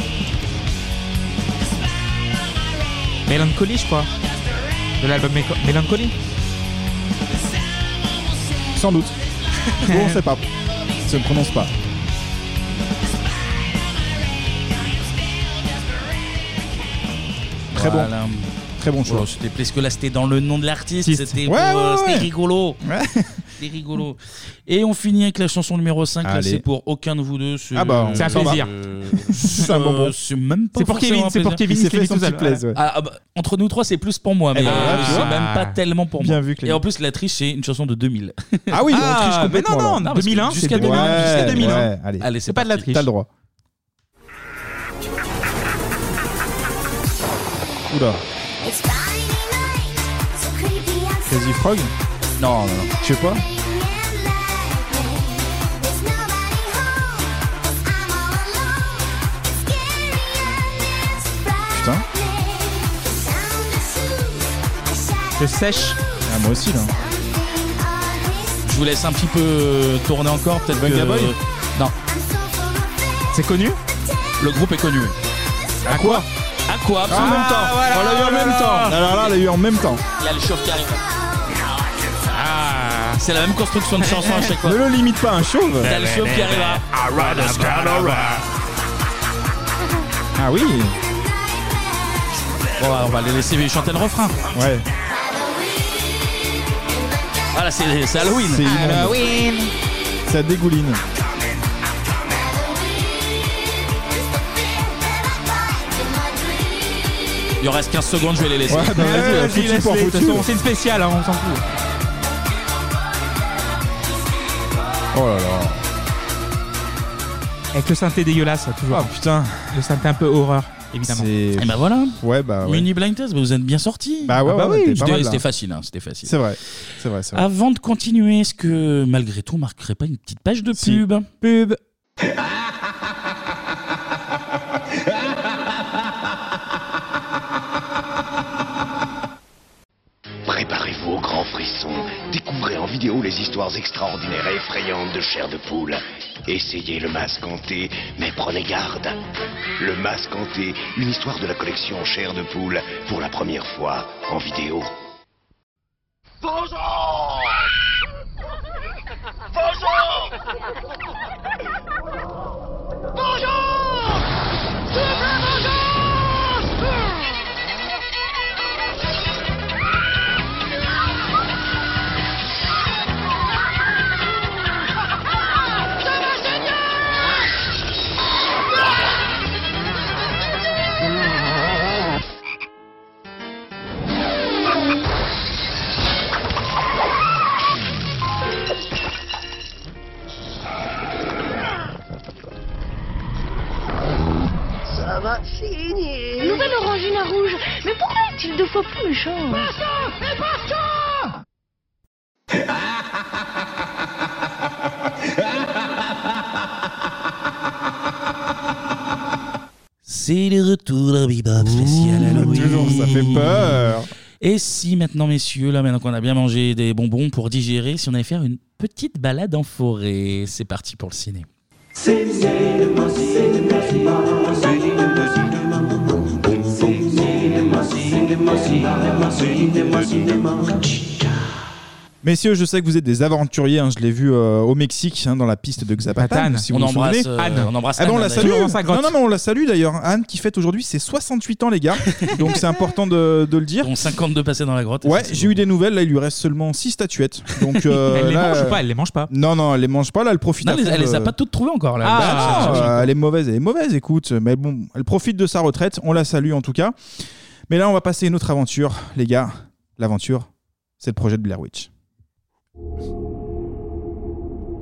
[SPEAKER 4] Mélancolie, je crois. De l'album Méco- Mélancolie
[SPEAKER 6] Sans doute. Bon, on sait pas. Ça ne prononce pas. Très bon.
[SPEAKER 1] Voilà.
[SPEAKER 6] Très bon choix.
[SPEAKER 1] Voilà, c'était parce que là c'était dans le nom de l'artiste, c'était pour,
[SPEAKER 6] Ouais,
[SPEAKER 1] euh,
[SPEAKER 6] ouais,
[SPEAKER 1] c'était
[SPEAKER 6] ouais.
[SPEAKER 1] rigolo. C'était rigolo. Et on finit avec la chanson numéro 5, là
[SPEAKER 6] Allez.
[SPEAKER 1] c'est pour aucun de vous deux.
[SPEAKER 6] Ah bah, on
[SPEAKER 1] c'est
[SPEAKER 6] s'en va.
[SPEAKER 1] Euh,
[SPEAKER 6] C'est un bonbon.
[SPEAKER 1] C'est même pas
[SPEAKER 4] C'est pour
[SPEAKER 1] forcément
[SPEAKER 4] Kevin,
[SPEAKER 1] un
[SPEAKER 4] c'est pour
[SPEAKER 1] plaisir.
[SPEAKER 4] Kevin,
[SPEAKER 6] Il s'est fait
[SPEAKER 4] Kevin
[SPEAKER 6] son
[SPEAKER 4] tout seul,
[SPEAKER 6] petit plaise,
[SPEAKER 4] ouais.
[SPEAKER 6] ouais.
[SPEAKER 1] Ah, ah bah, entre nous trois, c'est plus pour moi, mais
[SPEAKER 6] Eh ben,
[SPEAKER 1] euh,
[SPEAKER 6] voilà, tu
[SPEAKER 1] c'est
[SPEAKER 6] vois.
[SPEAKER 1] même pas tellement pour
[SPEAKER 6] Bien
[SPEAKER 1] moi.
[SPEAKER 6] vu, Clément.
[SPEAKER 1] Et en plus, la triche, c'est une chanson de 2000.
[SPEAKER 6] Ah oui, on triche
[SPEAKER 4] mais
[SPEAKER 6] complètement.
[SPEAKER 4] non, non,
[SPEAKER 6] là.
[SPEAKER 1] parce que
[SPEAKER 4] 2001,
[SPEAKER 1] jusqu'à
[SPEAKER 4] c'est
[SPEAKER 1] 2000,
[SPEAKER 4] 2001,
[SPEAKER 1] jusqu'à
[SPEAKER 4] ouais,
[SPEAKER 1] 2000.
[SPEAKER 6] ouais, allez.
[SPEAKER 1] Allez, c'est
[SPEAKER 4] C'est pas de la
[SPEAKER 1] parti.
[SPEAKER 4] triche.
[SPEAKER 6] T'as le droit. Oula. Crazy Frog
[SPEAKER 1] Non, non, non.
[SPEAKER 6] Je sais pas. Putain.
[SPEAKER 4] Je sèche.
[SPEAKER 6] Ah, moi aussi, là.
[SPEAKER 1] Je vous laisse un petit peu euh, tourner encore, peut-être
[SPEAKER 6] Venga
[SPEAKER 1] que-
[SPEAKER 6] Boy
[SPEAKER 1] Non,
[SPEAKER 4] C'est connu
[SPEAKER 1] le groupe est connu.
[SPEAKER 6] À quoi Ah,
[SPEAKER 1] À quoi
[SPEAKER 6] En
[SPEAKER 1] Ah, absolument. Oh,
[SPEAKER 6] même temps. on l'a eu en même temps. Ah, Là, là, là, on l'a eu en même temps.
[SPEAKER 1] Là, le chauffe qui arrive. Ah, C'est la même construction de chanson à chaque fois.
[SPEAKER 6] Ne le limite pas à un chauve.
[SPEAKER 1] T'as le chauffe qui arrive. hein. là.
[SPEAKER 6] Ah oui.
[SPEAKER 1] Bon, bah, on va les laisser chanter le refrain.
[SPEAKER 6] Ouais.
[SPEAKER 1] Voilà, Ah, c'est c'est Halloween.
[SPEAKER 6] C'est immonde. Ça dégouline.
[SPEAKER 1] Il en reste 15 secondes, je vais les laisser.
[SPEAKER 6] Ouais, bah vas-y,
[SPEAKER 4] Vas-y,
[SPEAKER 6] foutu pour
[SPEAKER 4] laisse-les, de toute
[SPEAKER 6] foutu.
[SPEAKER 4] façon, C'est une spéciale, hein, on s'en fout.
[SPEAKER 6] Oh là là.
[SPEAKER 4] Avec le synthé dégueulasse, toujours.
[SPEAKER 6] Ah putain.
[SPEAKER 4] Le synthé un peu horreur, évidemment.
[SPEAKER 6] C'est.
[SPEAKER 1] Et bah voilà,
[SPEAKER 6] Ouais, bah ouais.
[SPEAKER 1] mini blind test, bah, vous êtes bien sortis.
[SPEAKER 6] Bah ouais,
[SPEAKER 4] Ah bah
[SPEAKER 6] ouais,
[SPEAKER 4] oui,
[SPEAKER 6] t'es
[SPEAKER 1] C'était-
[SPEAKER 6] pas mal, là.
[SPEAKER 1] C'était facile, hein, c'était facile.
[SPEAKER 6] C'est vrai. C'est vrai, c'est vrai.
[SPEAKER 1] Avant de continuer, est-ce que malgré tout, on marquerait pas une petite page de
[SPEAKER 6] Si.
[SPEAKER 1] pub
[SPEAKER 4] Pub.
[SPEAKER 10] Préparez-vous.
[SPEAKER 20] vos grands frissons. Découvrez en vidéo les histoires extraordinaires et effrayantes de chair de poule. Essayez le masque hanté, mais prenez garde. Le masque hanté, une histoire de la collection chair de poule pour la première fois en vidéo.
[SPEAKER 17] Bonjour Bonjour Bonjour
[SPEAKER 21] Ça va finir. Nouvelle orangina rouge. Mais pourquoi est-il deux fois plus méchant
[SPEAKER 1] C'est le retour de Bebop spécial Halloween.
[SPEAKER 6] toujours, ça fait peur.
[SPEAKER 1] Et si maintenant, messieurs, là maintenant qu'on a bien mangé des bonbons pour digérer, si on allait faire une petite balade en forêt, c'est parti pour le ciné.
[SPEAKER 6] Messieurs, je sais que vous êtes des aventuriers. hein, je l'ai vu euh, au Mexique, hein, dans la piste de Xapatan.
[SPEAKER 1] Xapatan.
[SPEAKER 6] Si vous
[SPEAKER 1] On
[SPEAKER 6] vous
[SPEAKER 1] embrasse,
[SPEAKER 6] souvenez.
[SPEAKER 1] euh, Anne. on embrasse
[SPEAKER 6] Ah bon,
[SPEAKER 1] Anne,
[SPEAKER 6] on la
[SPEAKER 1] d'ailleurs.
[SPEAKER 6] salue.
[SPEAKER 1] Toujours dans sa grotte.
[SPEAKER 6] Non, non, mais on la salue d'ailleurs. Anne qui fête aujourd'hui ses 68 ans, les gars. Donc c'est important de, de le dire.
[SPEAKER 1] Bon, 52 passés dans la grotte.
[SPEAKER 6] Ouais, j'ai eu des nouvelles. Là, il lui reste seulement 6 statuettes. Donc, euh,
[SPEAKER 1] Elle les
[SPEAKER 6] là,
[SPEAKER 1] mange ou pas
[SPEAKER 4] Elle les mange pas.
[SPEAKER 6] Non, non, elle les mange pas. Là, elle profite.
[SPEAKER 1] Non,
[SPEAKER 6] à
[SPEAKER 1] mais
[SPEAKER 6] fond
[SPEAKER 1] elle les a
[SPEAKER 6] de-
[SPEAKER 1] pas toutes trouvées encore là. Bah
[SPEAKER 6] ah,
[SPEAKER 1] Là,
[SPEAKER 6] non,
[SPEAKER 1] je-
[SPEAKER 6] euh, elle est mauvaise, elle est mauvaise, écoute. Mais bon, elle profite de sa retraite, on la salue en tout cas. Mais là, on va passer à une autre aventure, les gars. L'aventure, c'est le projet de Blair Witch.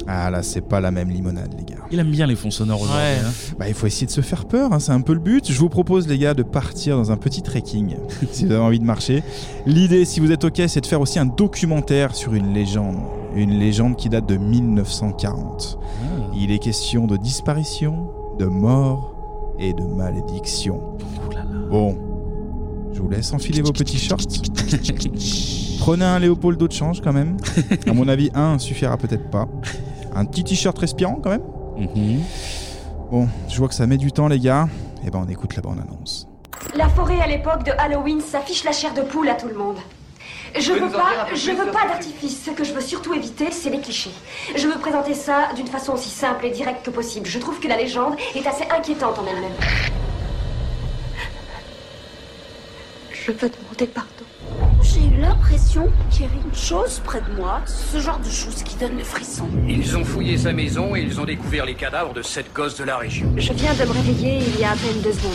[SPEAKER 6] Ah là, c'est pas la même limonade, les gars.
[SPEAKER 1] Il aime bien les fonds sonores aujourd'hui. hein.
[SPEAKER 6] Bah, il faut essayer de se faire peur, hein, c'est un peu le but. Je vous propose, les gars, de partir dans un petit trekking si vous avez envie de marcher. L'idée, si vous êtes OK, c'est de faire aussi un documentaire sur une légende. Une légende qui date de 1940. Mmh. Il est question de disparition, de mort et de malédiction. Bon, je vous laisse enfiler vos petits shorts. Prenez un Léopoldo de change quand même. À mon avis, un suffira peut-être pas. Un petit t-shirt respirant quand même. Bon, je vois que ça met du temps, les gars. Eh ben, on écoute la bande-annonce.
[SPEAKER 22] La forêt à l'époque de Halloween s'affiche la chair de poule à tout le monde. Je
[SPEAKER 23] Vous
[SPEAKER 22] veux
[SPEAKER 23] pouvez nous en dire un
[SPEAKER 22] pas,
[SPEAKER 23] peu
[SPEAKER 22] je
[SPEAKER 23] plus
[SPEAKER 22] veux pas d'artifice. Ce que je veux surtout éviter, c'est les clichés. Je veux présenter ça d'une façon aussi simple et directe que possible. Je trouve que la légende est assez inquiétante en elle-même. Je veux demander pardon.
[SPEAKER 24] J'ai eu l'impression qu'il y avait une chose près de moi, ce genre de chose qui donne le frisson.
[SPEAKER 25] Ils ont fouillé sa maison et ils ont découvert les cadavres de sept gosses de la région.
[SPEAKER 22] Je viens de me réveiller il y a à peine deux secondes.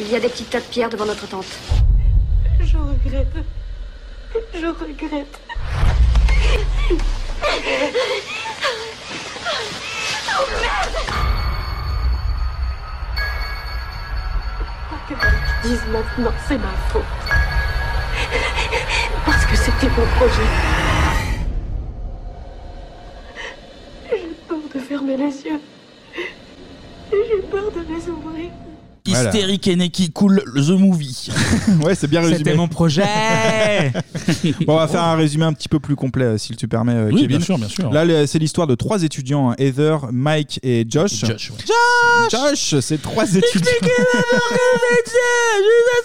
[SPEAKER 22] Il y a des petits tas de pierres devant notre tente.
[SPEAKER 23] Je regrette. Je regrette. Oh merde
[SPEAKER 22] Quoi que je dise maintenant, c'est ma faute. Parce que c'était mon projet.
[SPEAKER 23] J'ai peur de fermer les yeux. Et J'ai peur de les ouvrir.
[SPEAKER 6] Voilà.
[SPEAKER 1] Hystérique et Neki Cool The Movie.
[SPEAKER 6] ouais, c'est bien résumé.
[SPEAKER 1] C'était mon projet.
[SPEAKER 6] Bon, on va faire un résumé un petit peu plus complet, euh, si tu permets, euh,
[SPEAKER 1] Oui,
[SPEAKER 6] Kevin.
[SPEAKER 1] bien sûr, bien sûr.
[SPEAKER 6] Là, le- c'est l'histoire de trois étudiants, hein, Heather, Mike et Josh.
[SPEAKER 1] Et Josh, ouais.
[SPEAKER 6] Josh, c'est trois étudiants.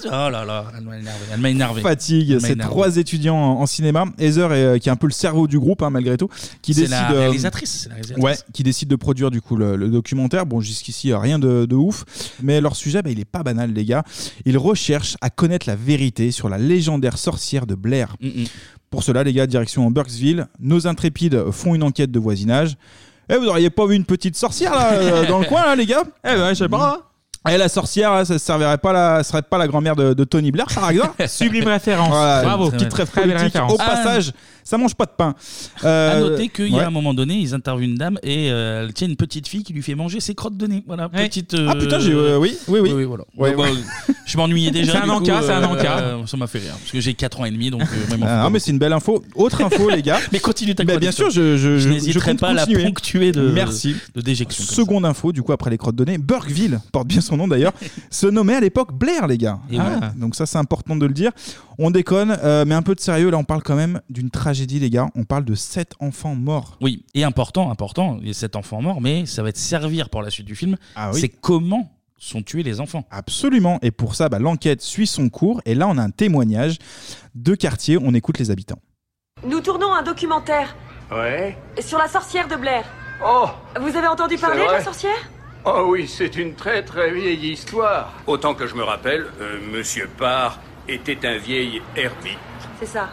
[SPEAKER 1] Oh là là, elle m'a énervé. Elle m'a énervé. Elle
[SPEAKER 6] Fatigue,
[SPEAKER 1] m'a
[SPEAKER 6] ces
[SPEAKER 1] énervé.
[SPEAKER 6] trois étudiants en, en cinéma. Heather, est, euh, qui est un peu le cerveau du groupe, hein, malgré tout, qui
[SPEAKER 1] C'est
[SPEAKER 6] décide.
[SPEAKER 1] la
[SPEAKER 6] euh,
[SPEAKER 1] réalisatrice, c'est la réalisatrice.
[SPEAKER 6] Ouais, qui décide de produire du coup le, le documentaire. Bon, jusqu'ici, euh, rien de, de ouf. Mais leur sujet, bah, il est pas banal, les gars. Ils recherchent à connaître la vérité sur la légendaire sorcière de Blair.
[SPEAKER 1] Mm,
[SPEAKER 6] Pour cela, les gars, direction Burksville, nos intrépides font une enquête de voisinage. Eh, vous auriez pas vu une petite sorcière là, euh, dans le coin, là, les gars Eh ben, je sais pas. Et la sorcière, là, ça servirait pas, la, serait pas la grand-mère de, de Tony Blair, par exemple
[SPEAKER 4] Sublime référence.
[SPEAKER 6] Voilà,
[SPEAKER 4] Bravo.
[SPEAKER 6] Petite
[SPEAKER 4] Très
[SPEAKER 6] trêve
[SPEAKER 4] belle
[SPEAKER 6] politique.
[SPEAKER 4] référence.
[SPEAKER 6] Au passage,
[SPEAKER 4] Ah.
[SPEAKER 6] Ça mange pas de pain.
[SPEAKER 1] À
[SPEAKER 6] Euh,
[SPEAKER 1] noter qu'il y
[SPEAKER 6] ouais.
[SPEAKER 1] a un moment donné, ils interviewent une dame et euh, elle tient une petite fille qui lui fait manger ses crottes de nez. Voilà, petite.
[SPEAKER 6] Ah, putain, j'ai- euh, oui, oui, oui.
[SPEAKER 1] voilà.
[SPEAKER 6] Ouais,
[SPEAKER 1] Bon,
[SPEAKER 6] ouais.
[SPEAKER 1] bah, je m'ennuyais déjà.
[SPEAKER 6] C'est un
[SPEAKER 1] du coup,
[SPEAKER 6] encas, c'est un
[SPEAKER 1] euh,
[SPEAKER 6] encas.
[SPEAKER 1] euh, ça m'a fait rire parce que j'ai 4 ans et demi, donc. euh, vraiment,
[SPEAKER 6] Ah,
[SPEAKER 1] faut
[SPEAKER 6] mais c'est une belle info. Autre info, les gars.
[SPEAKER 1] Mais continue ta
[SPEAKER 6] Bien
[SPEAKER 1] chronique,
[SPEAKER 6] sûr,
[SPEAKER 1] toi.
[SPEAKER 6] je,
[SPEAKER 1] Je
[SPEAKER 6] je, je-
[SPEAKER 1] n'hésiterai
[SPEAKER 6] compte
[SPEAKER 1] pas à la
[SPEAKER 6] continuer.
[SPEAKER 1] ponctuer de-
[SPEAKER 6] Merci.
[SPEAKER 1] de déjection, comme
[SPEAKER 6] Seconde info, du coup, après les crottes de nez. Burkeville, porte bien son nom d'ailleurs, se nommait à l'époque Blair, les gars. Ah,
[SPEAKER 1] Et voilà.
[SPEAKER 6] Donc ça, c'est important de le dire. On déconne, euh, mais un peu de sérieux. Là, on parle quand même d'une tragédie, les gars. On parle de sept enfants morts.
[SPEAKER 1] Oui, et important, important, il y a cet enfant mort, mais ça va te servir pour la suite du film.
[SPEAKER 6] Ah oui.
[SPEAKER 1] C'est comment sont tués les enfants.
[SPEAKER 6] Absolument. Et pour ça, bah, l'enquête suit son cours. Et là, on a un témoignage de quartier. On écoute les habitants.
[SPEAKER 3] Nous tournons un documentaire
[SPEAKER 25] Ouais
[SPEAKER 3] sur la sorcière de Blair.
[SPEAKER 25] Oh
[SPEAKER 3] Vous avez entendu
[SPEAKER 25] C'est
[SPEAKER 3] parler de la
[SPEAKER 25] vrai
[SPEAKER 3] sorcière
[SPEAKER 25] Oh oui, c'est une très très vieille histoire. Autant que je me rappelle, euh, Monsieur Parr était un vieil ermite.
[SPEAKER 3] C'est ça.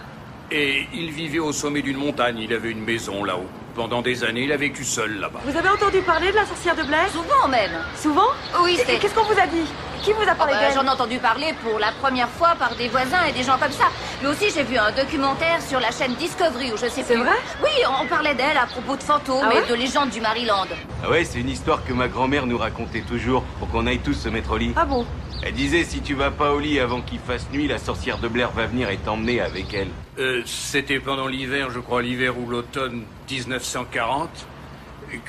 [SPEAKER 25] Et il vivait au sommet d'une montagne, il avait une maison là-haut. Pendant des années, il a vécu seul là-bas.
[SPEAKER 3] Vous avez entendu parler de la sorcière de Blair
[SPEAKER 24] Souvent même.
[SPEAKER 3] Souvent
[SPEAKER 24] Oui,
[SPEAKER 3] Et
[SPEAKER 24] c'est-
[SPEAKER 3] Qu'est-ce qu'on vous a dit Qui vous a
[SPEAKER 24] Ah
[SPEAKER 3] parlé
[SPEAKER 24] bah,
[SPEAKER 3] d'elle
[SPEAKER 24] J'en ai entendu parler pour la première fois par des voisins et des gens comme ça. Mais aussi, j'ai vu un documentaire sur la chaîne Discovery où je sais plus. C'est vrai Oui, on parlait d'elle à propos de fantômes
[SPEAKER 3] Ah
[SPEAKER 24] et
[SPEAKER 3] ouais
[SPEAKER 24] de légendes du Maryland.
[SPEAKER 5] Ah ouais, c'est une histoire que ma grand-mère nous racontait toujours pour qu'on aille tous se mettre au lit.
[SPEAKER 3] Ah bon
[SPEAKER 5] Elle disait si tu vas pas au lit avant qu'il fasse nuit, la sorcière de Blair va venir et t'emmener avec elle.
[SPEAKER 25] Euh, C'était pendant l'hiver, je crois l'hiver ou l'automne 1940,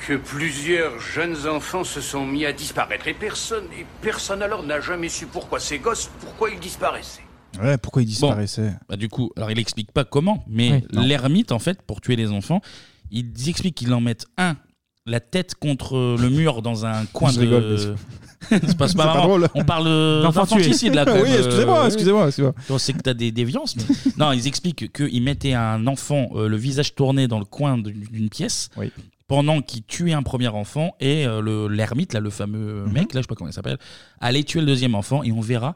[SPEAKER 25] que plusieurs jeunes enfants se sont mis à disparaître. Et personne, et personne alors n'a jamais su pourquoi ces gosses, pourquoi ils disparaissaient.
[SPEAKER 6] Ouais, pourquoi ils disparaissaient
[SPEAKER 1] Bah, du coup, alors il explique pas comment, mais
[SPEAKER 6] Oui. Non.
[SPEAKER 1] l'ermite, en fait, pour tuer les enfants, il explique qu'ils en mettent un, la tête contre le mur dans un coin
[SPEAKER 6] Je
[SPEAKER 1] de.
[SPEAKER 6] rigole, mais c'est-
[SPEAKER 1] c'est pas, c'est pas
[SPEAKER 6] C'est pas
[SPEAKER 1] marrant.
[SPEAKER 6] drôle.
[SPEAKER 1] On parle euh,
[SPEAKER 6] D'enfants tués.
[SPEAKER 1] d'infanticide là. quand
[SPEAKER 6] Oui,
[SPEAKER 1] même, euh,
[SPEAKER 6] excusez-moi,
[SPEAKER 1] oui.
[SPEAKER 6] excusez-moi, excusez-moi.
[SPEAKER 1] On sait que t'as des déviances. Mais... non, ils expliquent qu'ils mettaient un enfant euh, le visage tourné dans le coin d'une- d'une pièce. Pendant qu'ils tuaient un premier enfant et euh, le- l'ermite, là, le fameux
[SPEAKER 6] Mhm.
[SPEAKER 1] mec, là, je sais pas comment il s'appelle, allait tuer le deuxième enfant et on verra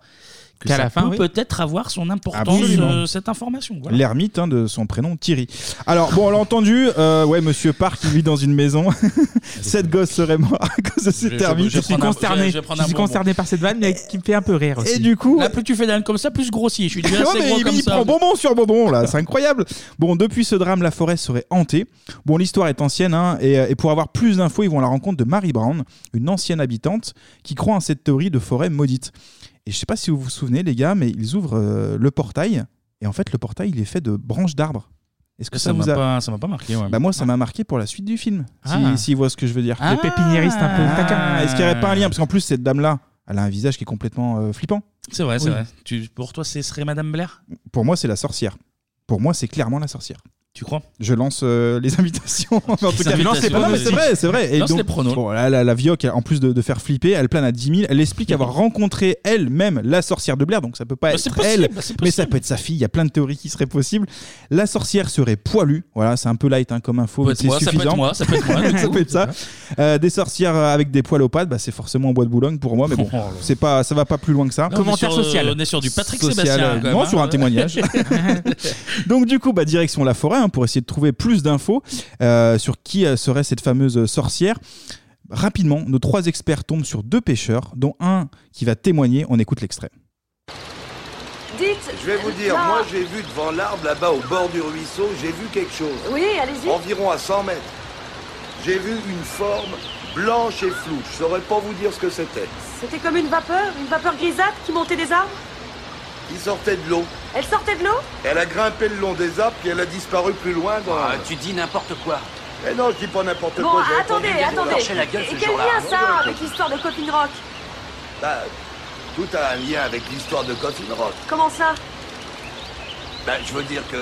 [SPEAKER 1] que
[SPEAKER 6] Qu'à
[SPEAKER 1] ça
[SPEAKER 6] la fin,
[SPEAKER 1] peut
[SPEAKER 6] oui.
[SPEAKER 1] peut-être avoir son importance
[SPEAKER 6] Absolument.
[SPEAKER 1] euh, cette information. voilà.
[SPEAKER 6] L'ermite hein, de son prénom Thierry. Alors bon, on l'a entendu. euh, ouais, Monsieur Park, il vit dans une maison. Cette gosse serait morte à cause de
[SPEAKER 1] Je-
[SPEAKER 6] cette
[SPEAKER 1] je-
[SPEAKER 6] ermite.
[SPEAKER 1] je prends un- je- je
[SPEAKER 4] Je
[SPEAKER 1] prends un
[SPEAKER 4] suis
[SPEAKER 1] bonbon.
[SPEAKER 4] concerné par cette vanne, mais qui me fait un peu rire aussi.
[SPEAKER 6] Et du coup,
[SPEAKER 1] Là, plus tu fais des vannes comme ça, plus je grossis. Je suis déjà
[SPEAKER 6] Ouais,
[SPEAKER 1] assez
[SPEAKER 6] mais
[SPEAKER 1] gros
[SPEAKER 6] il,
[SPEAKER 1] comme
[SPEAKER 6] il
[SPEAKER 1] ça.
[SPEAKER 6] prend bonbon sur bonbon là, c'est incroyable. Bon, depuis ce drame, la forêt serait hantée. Bon, l'histoire est ancienne hein, et, et pour avoir plus d'infos, ils vont à la rencontre de Mary Brown, une ancienne habitante qui croit en cette théorie de forêt maudite. Et je sais pas si vous vous souvenez les gars, mais ils ouvrent euh, le portail et en fait le portail il est fait de branches d'arbres. Est-ce que ça,
[SPEAKER 1] Ça m'a
[SPEAKER 6] vous a
[SPEAKER 1] pas- ça m'a pas marqué, ouais.
[SPEAKER 6] Bah moi ça m'a marqué pour la suite du film. Si-
[SPEAKER 1] Ah.
[SPEAKER 6] Si, vous voyez ce que je veux dire.
[SPEAKER 1] Ah. Le pépiniériste un peu taquin.
[SPEAKER 6] Est-ce qu'il n'y aurait pas un lien parce qu'en plus cette dame là, elle a un visage qui est complètement euh, flippant.
[SPEAKER 1] C'est vrai, c'est
[SPEAKER 6] Oui.
[SPEAKER 1] vrai. Tu, pour toi, ce serait Madame Blair
[SPEAKER 6] Pour moi, c'est la sorcière. Pour moi, c'est clairement la sorcière.
[SPEAKER 1] Tu crois
[SPEAKER 6] Je lance euh, les invitations. en tout cas,
[SPEAKER 1] invitations,
[SPEAKER 6] non, c'est pas- non, mais c'est
[SPEAKER 1] vas-y.
[SPEAKER 6] vrai, c'est vrai.
[SPEAKER 1] Lance les pronos.
[SPEAKER 6] bon, la, la, la Vioque, en plus de, de faire flipper, elle plane à 10 000. Elle explique avoir rencontré elle-même la sorcière de Blair, donc ça peut pas
[SPEAKER 1] Bah,
[SPEAKER 6] être
[SPEAKER 1] c'est possible,
[SPEAKER 6] elle,
[SPEAKER 1] bah, c'est
[SPEAKER 6] mais ça peut être sa fille. Il y a plein de théories qui seraient possibles. La sorcière serait poilue. Voilà, c'est un peu light hein, comme info,
[SPEAKER 1] peut
[SPEAKER 6] mais
[SPEAKER 1] être
[SPEAKER 6] c'est
[SPEAKER 1] moi, ça peut
[SPEAKER 6] suffisant.
[SPEAKER 1] être moi, ça peut être moi, du
[SPEAKER 6] Ça
[SPEAKER 1] coup.
[SPEAKER 6] peut être ça. Euh, des sorcières avec des poils aux pattes, bah, c'est forcément en bois de Boulogne pour moi, mais bon,
[SPEAKER 1] Oh
[SPEAKER 6] c'est pas, ça va pas plus loin que ça.
[SPEAKER 1] Là, on est Commentaire sur, euh, social. on est sur du Patrick Sébastien,
[SPEAKER 6] euh,
[SPEAKER 1] quand même,
[SPEAKER 6] non,
[SPEAKER 1] hein.
[SPEAKER 6] sur un témoignage. Donc du coup, bah, direction la forêt hein, pour essayer de trouver plus d'infos euh, sur qui euh, serait cette fameuse euh, sorcière. Rapidement, nos trois experts tombent sur deux pêcheurs, dont un qui va témoigner. On écoute l'extrait.
[SPEAKER 3] Dites.
[SPEAKER 7] Je vais vous dire,
[SPEAKER 3] Là.
[SPEAKER 7] moi j'ai vu devant l'arbre là-bas au bord du ruisseau, j'ai vu quelque chose.
[SPEAKER 3] Oui, allez-y.
[SPEAKER 7] Environ à 100 mètres. J'ai vu une forme blanche et floue. Je saurais pas vous dire ce que c'était.
[SPEAKER 3] C'était comme une vapeur, une vapeur grisâtre qui montait des arbres.
[SPEAKER 7] Il sortait de l'eau.
[SPEAKER 3] Elle sortait de l'eau
[SPEAKER 7] Elle a grimpé le long des arbres puis elle a disparu plus loin dans. Ah, tu dis n'importe quoi. Eh non, je dis pas n'importe
[SPEAKER 3] Bon,
[SPEAKER 7] quoi. j'avais
[SPEAKER 3] attendez,
[SPEAKER 7] pas envie de vous
[SPEAKER 3] attendez.
[SPEAKER 7] torcher la gueule,
[SPEAKER 3] Et
[SPEAKER 7] ce
[SPEAKER 3] quel
[SPEAKER 7] jour-là. hein.
[SPEAKER 3] lien ça a avec l'histoire de Coffin Rock
[SPEAKER 7] Bah, tout a un lien avec l'histoire de Coffin Rock.
[SPEAKER 3] Comment ça
[SPEAKER 7] Ben, je veux dire que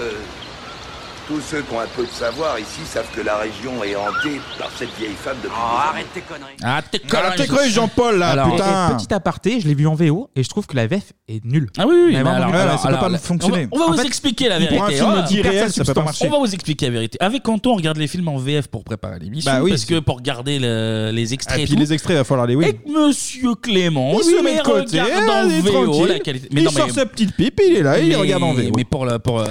[SPEAKER 7] tous ceux qui ont un peu de savoir ici savent que la région est hantée par cette vieille femme depuis. Oh, arrête
[SPEAKER 25] tes conneries.
[SPEAKER 1] Ah, t'es
[SPEAKER 6] Ah, t'es cru, Jean-Paul, là,
[SPEAKER 4] Alors,
[SPEAKER 6] putain.
[SPEAKER 4] et- et petit aparté, je l'ai vu en VO et je trouve que la VF est nulle.
[SPEAKER 1] Ah oui, oui,
[SPEAKER 4] Elle est
[SPEAKER 1] mais
[SPEAKER 4] vraiment
[SPEAKER 1] alors-
[SPEAKER 4] nulle.
[SPEAKER 1] alors- alors, là, On va, on va vous expliquer la vérité. Oh
[SPEAKER 4] Pour un film
[SPEAKER 1] Voilà.
[SPEAKER 4] d'irréel,
[SPEAKER 1] Perd sa
[SPEAKER 4] ça peut pas
[SPEAKER 1] substance.
[SPEAKER 4] marcher.
[SPEAKER 1] On va vous expliquer la vérité. Avec Anton, on regarde les films en VF pour préparer l'émission.
[SPEAKER 6] Bah oui,
[SPEAKER 1] parce que pour regarder le- Ah, les extraits.
[SPEAKER 6] Et
[SPEAKER 1] et
[SPEAKER 6] puis
[SPEAKER 1] tout,
[SPEAKER 6] les extraits, il va falloir les. Oui.
[SPEAKER 1] Monsieur Clément
[SPEAKER 6] Il
[SPEAKER 1] se
[SPEAKER 6] se met de côté,
[SPEAKER 1] regarde en
[SPEAKER 6] il est
[SPEAKER 1] VO,
[SPEAKER 6] tranquille.
[SPEAKER 1] la qualité-
[SPEAKER 6] Il
[SPEAKER 1] non,
[SPEAKER 6] sort sa petite pipe, il est là, il regarde en VO.
[SPEAKER 1] Mais pour la pour euh,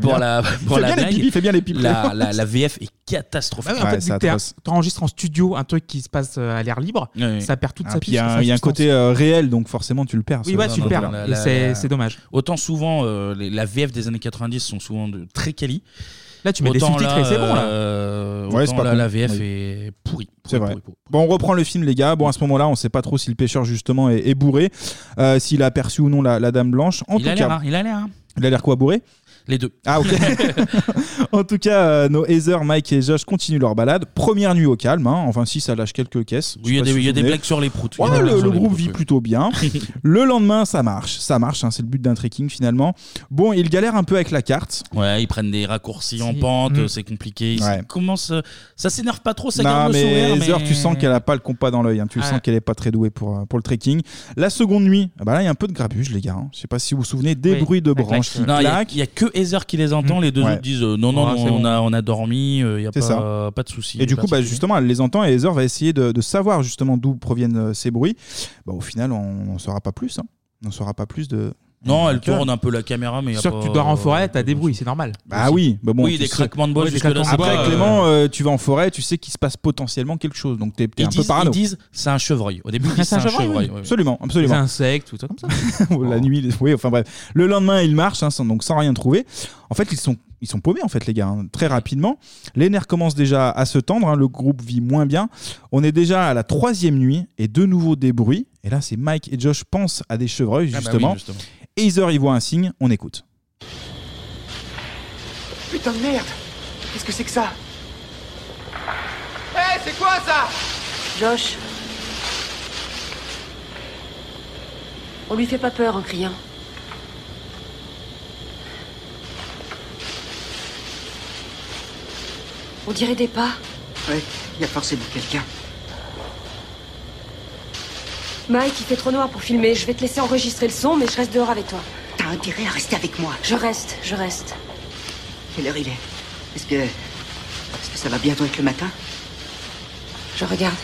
[SPEAKER 1] pour la pour
[SPEAKER 6] Fais
[SPEAKER 1] la
[SPEAKER 6] bien les
[SPEAKER 1] blague,
[SPEAKER 6] pipis, fais bien les pipis.
[SPEAKER 1] La, la- la VF est catastrophique.
[SPEAKER 4] Bah en fait, dès que t'es- t'enregistres en studio un truc qui se passe euh, à l'air libre, ça perd toute
[SPEAKER 6] Ah,
[SPEAKER 4] sa
[SPEAKER 6] puis Il y
[SPEAKER 4] puissance,
[SPEAKER 6] a,
[SPEAKER 4] sa
[SPEAKER 6] il y a un
[SPEAKER 4] substance.
[SPEAKER 6] côté euh, réel, donc forcément tu le perds.
[SPEAKER 4] Oui,
[SPEAKER 6] ça.
[SPEAKER 4] ouais, tu le perds. Et c'est- c'est dommage.
[SPEAKER 1] Autant souvent, euh, les- la VF des années 90 sont souvent de très quali.
[SPEAKER 4] Là, tu mets des
[SPEAKER 1] Autant
[SPEAKER 4] sous-titres et c'est bon, là.
[SPEAKER 1] euh,
[SPEAKER 6] Ouais, c'est
[SPEAKER 1] autant
[SPEAKER 6] pas
[SPEAKER 1] là,
[SPEAKER 6] con.
[SPEAKER 1] la VF
[SPEAKER 6] Oui.
[SPEAKER 1] est pourrie.
[SPEAKER 6] C'est vrai. Bon, on reprend le film, les gars. Bon, à ce moment-là, on sait pas trop si le pêcheur, justement, est, est bourré, euh, s'il a aperçu ou non la, la dame blanche. En
[SPEAKER 1] Il
[SPEAKER 6] tout
[SPEAKER 1] a l'air,
[SPEAKER 6] cas,
[SPEAKER 1] hein, il a l'air. hein.
[SPEAKER 6] il a l'air quoi, bourré
[SPEAKER 1] Les deux.
[SPEAKER 6] Ah, ok. en tout cas, euh, nos Heather, Mike et Josh continuent leur balade. Première nuit au calme. hein. Enfin, si, ça lâche quelques caisses.
[SPEAKER 1] Oui, il y a
[SPEAKER 6] Je sais
[SPEAKER 1] des-
[SPEAKER 6] pas si
[SPEAKER 1] il y a
[SPEAKER 6] vous
[SPEAKER 1] des
[SPEAKER 6] venez.
[SPEAKER 1] blagues sur les proutes.
[SPEAKER 6] Ouais,
[SPEAKER 1] Il y a des blagues
[SPEAKER 6] le,
[SPEAKER 1] sur
[SPEAKER 6] le
[SPEAKER 1] les
[SPEAKER 6] groupe
[SPEAKER 1] proutes,
[SPEAKER 6] vit
[SPEAKER 1] oui.
[SPEAKER 6] plutôt bien. le lendemain, ça marche. Ça marche, hein, c'est le but d'un trekking, finalement. Bon, ils galèrent un peu avec la carte.
[SPEAKER 1] Ouais, ils prennent des raccourcis en pente,
[SPEAKER 4] Hmm.
[SPEAKER 6] Mm.
[SPEAKER 1] c'est compliqué. Ils
[SPEAKER 6] Ouais.
[SPEAKER 1] se- commencent, euh, ça s'énerve pas trop, ça
[SPEAKER 6] non,
[SPEAKER 1] garde le
[SPEAKER 6] mais
[SPEAKER 1] sourire. mais-
[SPEAKER 6] Heather, tu sens qu'elle a pas le compas dans l'œil. hein. Tu
[SPEAKER 1] Ouais.
[SPEAKER 6] sens qu'elle est pas très douée pour, euh, pour le trekking. La seconde nuit, ah bah là, il y a un peu de grabuge, les gars. hein. Je sais pas si vous vous souvenez des
[SPEAKER 1] Oui.
[SPEAKER 6] bruits de
[SPEAKER 1] Avec la-
[SPEAKER 6] branches qui
[SPEAKER 1] Non, Il y a-
[SPEAKER 6] claquent. Hmm.
[SPEAKER 1] il y, a que Heather qui les entend, les deux
[SPEAKER 6] Ouais.
[SPEAKER 1] autres disent euh, non, non,
[SPEAKER 6] Ouais,
[SPEAKER 1] non,
[SPEAKER 6] c'est
[SPEAKER 1] on,
[SPEAKER 6] bon.
[SPEAKER 1] a, on a dormi, euh, il y a
[SPEAKER 6] C'est
[SPEAKER 1] pas, pas de souci.
[SPEAKER 6] Et du coup, bah,
[SPEAKER 1] particulier.
[SPEAKER 6] justement, elle les entend et Heather va essayer de, de savoir justement d'où proviennent euh, ces bruits. Bah, au final, on n'en saura pas plus. hein. On n'en saura pas plus de.
[SPEAKER 1] Non, elle
[SPEAKER 6] Cœur.
[SPEAKER 1] tourne un peu la caméra, mais. y a
[SPEAKER 4] Sûr que
[SPEAKER 1] pas-
[SPEAKER 4] tu dors en forêt, t'as des bruits, c'est normal.
[SPEAKER 6] Bah oui, bah bon,
[SPEAKER 1] Oui,
[SPEAKER 6] tu
[SPEAKER 1] des
[SPEAKER 6] sais-
[SPEAKER 1] craquements de bois,
[SPEAKER 6] Ouais, des
[SPEAKER 1] jusque-là,
[SPEAKER 6] craquements.
[SPEAKER 1] c'est
[SPEAKER 6] Après,
[SPEAKER 1] pas, euh,
[SPEAKER 6] Clément, euh, tu vas en forêt, tu sais qu'il se passe potentiellement quelque chose. Donc, t'es t'es
[SPEAKER 1] Ils
[SPEAKER 6] un peu
[SPEAKER 1] disent,
[SPEAKER 6] parano.
[SPEAKER 1] ils disent c'est un chevreuil. Au début, ils
[SPEAKER 6] Ah,
[SPEAKER 1] disent c'est un chevreuil.
[SPEAKER 6] oui.
[SPEAKER 1] ouais.
[SPEAKER 6] Absolument, absolument.
[SPEAKER 4] Des insectes, tout ça comme ça.
[SPEAKER 6] la nuit, les- oui, enfin bref. Le lendemain, ils marchent, hein, sans- donc sans rien trouver. En fait, ils sont, ils sont paumés, en fait, les gars, hein, très rapidement. Les nerfs commencent déjà à se tendre, hein, le groupe vit moins bien. On est déjà à la troisième nuit, et de nouveau des bruits. Et là, c'est Mike et Josh pensent à des chevreuils,
[SPEAKER 1] Ah bah oui,
[SPEAKER 6] justement.
[SPEAKER 1] justement.
[SPEAKER 6] Et Heather y voit un signe, on écoute.
[SPEAKER 2] Putain de merde Qu'est-ce que c'est que ça
[SPEAKER 13] Hé, c'est quoi ça
[SPEAKER 3] Josh. On lui fait pas peur en criant. On dirait des pas.
[SPEAKER 10] Ouais, il y a forcément quelqu'un.
[SPEAKER 3] Mike, il fait trop noir pour filmer. Je vais te laisser enregistrer le son, mais je reste dehors avec toi.
[SPEAKER 10] T'as intérêt à rester avec moi.
[SPEAKER 3] Je reste, je reste.
[SPEAKER 10] Quelle heure il est Est-ce que. Est-ce que ça va bientôt être le matin
[SPEAKER 3] Je regarde.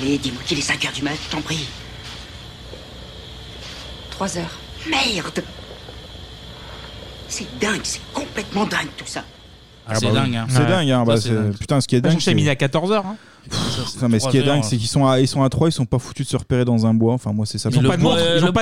[SPEAKER 10] Allez, dis-moi qu'il est 5 heures du matin, je t'en prie.
[SPEAKER 3] Trois heures.
[SPEAKER 10] Merde C'est dingue, c'est complètement dingue tout ça.
[SPEAKER 1] Ah, c'est
[SPEAKER 6] bah oui.
[SPEAKER 1] dingue, hein.
[SPEAKER 6] C'est
[SPEAKER 1] Ouais.
[SPEAKER 6] dingue, hein,
[SPEAKER 1] Ça,
[SPEAKER 6] bah,
[SPEAKER 1] c'est
[SPEAKER 6] c'est-
[SPEAKER 1] dingue.
[SPEAKER 6] putain, ce qui est
[SPEAKER 4] Bah,
[SPEAKER 6] dingue.
[SPEAKER 4] je t'ai
[SPEAKER 6] c'est-
[SPEAKER 4] mis à 14 heures. hein.
[SPEAKER 6] Putain, mais ce qui est
[SPEAKER 1] trois
[SPEAKER 6] dingue,
[SPEAKER 1] heures.
[SPEAKER 6] c'est qu'ils sont, à- ils sont à trois, ils sont pas foutus de se repérer dans un bois. Enfin, moi, c'est ça.
[SPEAKER 1] hein. Mais le bois- le- Le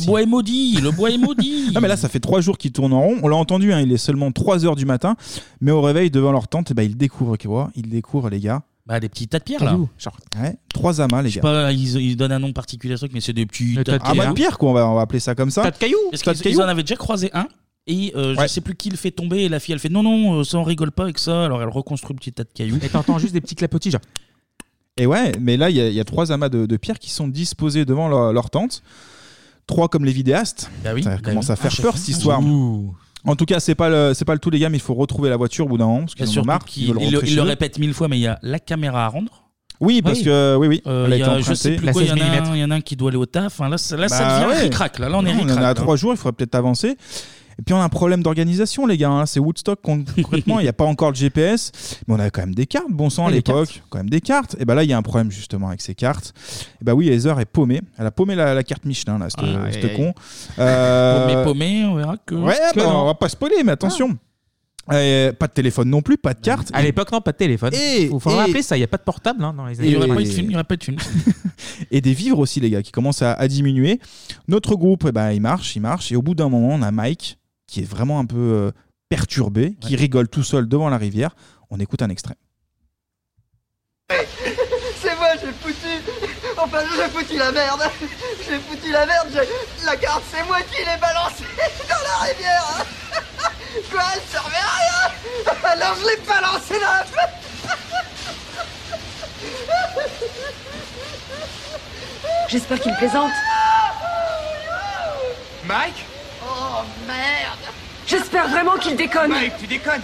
[SPEAKER 1] bois est maudit, le bois est maudit.
[SPEAKER 6] Non mais là ça fait trois jours qu'ils tournent en rond. On l'a entendu, hein, il est seulement 3 heures du matin, mais au réveil devant leur tente, eh ben, ils découvrent que quoi Ils découvrent les gars.
[SPEAKER 1] Bah, des petits tas de pierres là.
[SPEAKER 6] Genre, ouais, trois amas les
[SPEAKER 1] Je sais
[SPEAKER 6] gars.
[SPEAKER 1] pas, ils, ils donnent un nom particulier à ce truc, mais c'est des petits tas de
[SPEAKER 6] Ah bah de pierre quoi, on va, on va appeler ça comme ça.
[SPEAKER 1] T'as de
[SPEAKER 4] cailloux
[SPEAKER 1] Parce
[SPEAKER 6] T'as
[SPEAKER 1] qu'ils
[SPEAKER 6] de
[SPEAKER 1] ils
[SPEAKER 6] cailloux
[SPEAKER 1] en avaient déjà croisé un. Et euh, je
[SPEAKER 6] Ouais.
[SPEAKER 1] sais plus qui le fait tomber. Et la fille, elle fait non, non, euh, ça on rigole pas avec ça. Alors elle reconstruit le petit tas de cailloux.
[SPEAKER 4] Et t'entends juste des petits clapotis, genre.
[SPEAKER 6] Et ouais, mais là il y, a- il y a trois amas de, de pierre qui sont disposés devant leur, leur tente. Trois comme les vidéastes. ça commence à
[SPEAKER 1] Ah,
[SPEAKER 6] faire
[SPEAKER 1] chacun
[SPEAKER 6] peur
[SPEAKER 1] un
[SPEAKER 6] cette histoire. En tout cas, c'est pas le c'est pas le tout les gars, mais il faut retrouver la voiture au bout d'un moment parce
[SPEAKER 1] Et
[SPEAKER 6] qu'ils en ont
[SPEAKER 1] surtout
[SPEAKER 6] marre.
[SPEAKER 1] qu'il-
[SPEAKER 6] ils veulent
[SPEAKER 1] il, le-
[SPEAKER 6] rentrer
[SPEAKER 1] il
[SPEAKER 6] chez
[SPEAKER 1] le
[SPEAKER 6] eux.
[SPEAKER 1] répète mille fois, mais il y a la caméra à rendre.
[SPEAKER 6] Oui, parce que oui oui,
[SPEAKER 1] Euh,
[SPEAKER 6] elle a
[SPEAKER 1] il y
[SPEAKER 6] été
[SPEAKER 1] a- je
[SPEAKER 6] empruntée.
[SPEAKER 1] sais plus quoi, il y, en a un- il y en a un qui doit aller au taf. hein. Là, ça- là, ça
[SPEAKER 6] Bah
[SPEAKER 1] devient
[SPEAKER 6] ouais.
[SPEAKER 1] ric-rac, Là, Là, on est
[SPEAKER 6] Non,
[SPEAKER 1] ric-rac.
[SPEAKER 6] en a à
[SPEAKER 1] là.
[SPEAKER 6] trois jours, il faudrait peut-être avancer. Et puis on a un problème d'organisation, les gars. hein. C'est Woodstock con- concrètement. Il n'y a pas encore le GPS, mais on a quand même des cartes. Bon sang, à
[SPEAKER 4] Ouais, des
[SPEAKER 6] l'époque, quand même des cartes. Et ben là, il y a un problème justement avec ces cartes. Et ben oui, Heather est paumée. Elle a paumé la, la carte Michelin, là, ce
[SPEAKER 1] Ah, aïe, aïe.
[SPEAKER 6] con. Euh,
[SPEAKER 1] Paumé, paumé, on verra que.
[SPEAKER 6] Ouais,
[SPEAKER 1] que
[SPEAKER 6] bah,
[SPEAKER 1] non. Ah.
[SPEAKER 6] on va pas spoiler, mais attention. Euh, pas de téléphone non plus, pas de carte.
[SPEAKER 4] À l'époque, non, pas de téléphone.
[SPEAKER 6] Et-
[SPEAKER 4] Faut, faut
[SPEAKER 6] et-
[SPEAKER 4] rappeler ça, il n'y a pas de portable hein, dans les années
[SPEAKER 6] Et-
[SPEAKER 4] 90.
[SPEAKER 1] n'y aurait pas de film.
[SPEAKER 6] et des vivres aussi, les gars, qui commencent à, à diminuer. Notre groupe, eh ben, il marche, il marche. Et au bout d'un moment, on a Mike, qui est vraiment un peu euh, perturbé, qui rigole tout seul devant la rivière. On écoute un extrait.
[SPEAKER 8] C'est moi, j'ai foutu. Enfin, j'ai foutu la Ah, merde. J'ai foutu la merde. j'ai- La carte, c'est moi qui l'ai balancée dans la rivière. Quoi, elle servait à rien. Alors je l'ai balancée dans la fête.
[SPEAKER 3] J'espère qu'il plaisante.
[SPEAKER 8] Mike Oh merde.
[SPEAKER 3] J'espère vraiment qu'il déconne.
[SPEAKER 8] Mike, tu déconnes.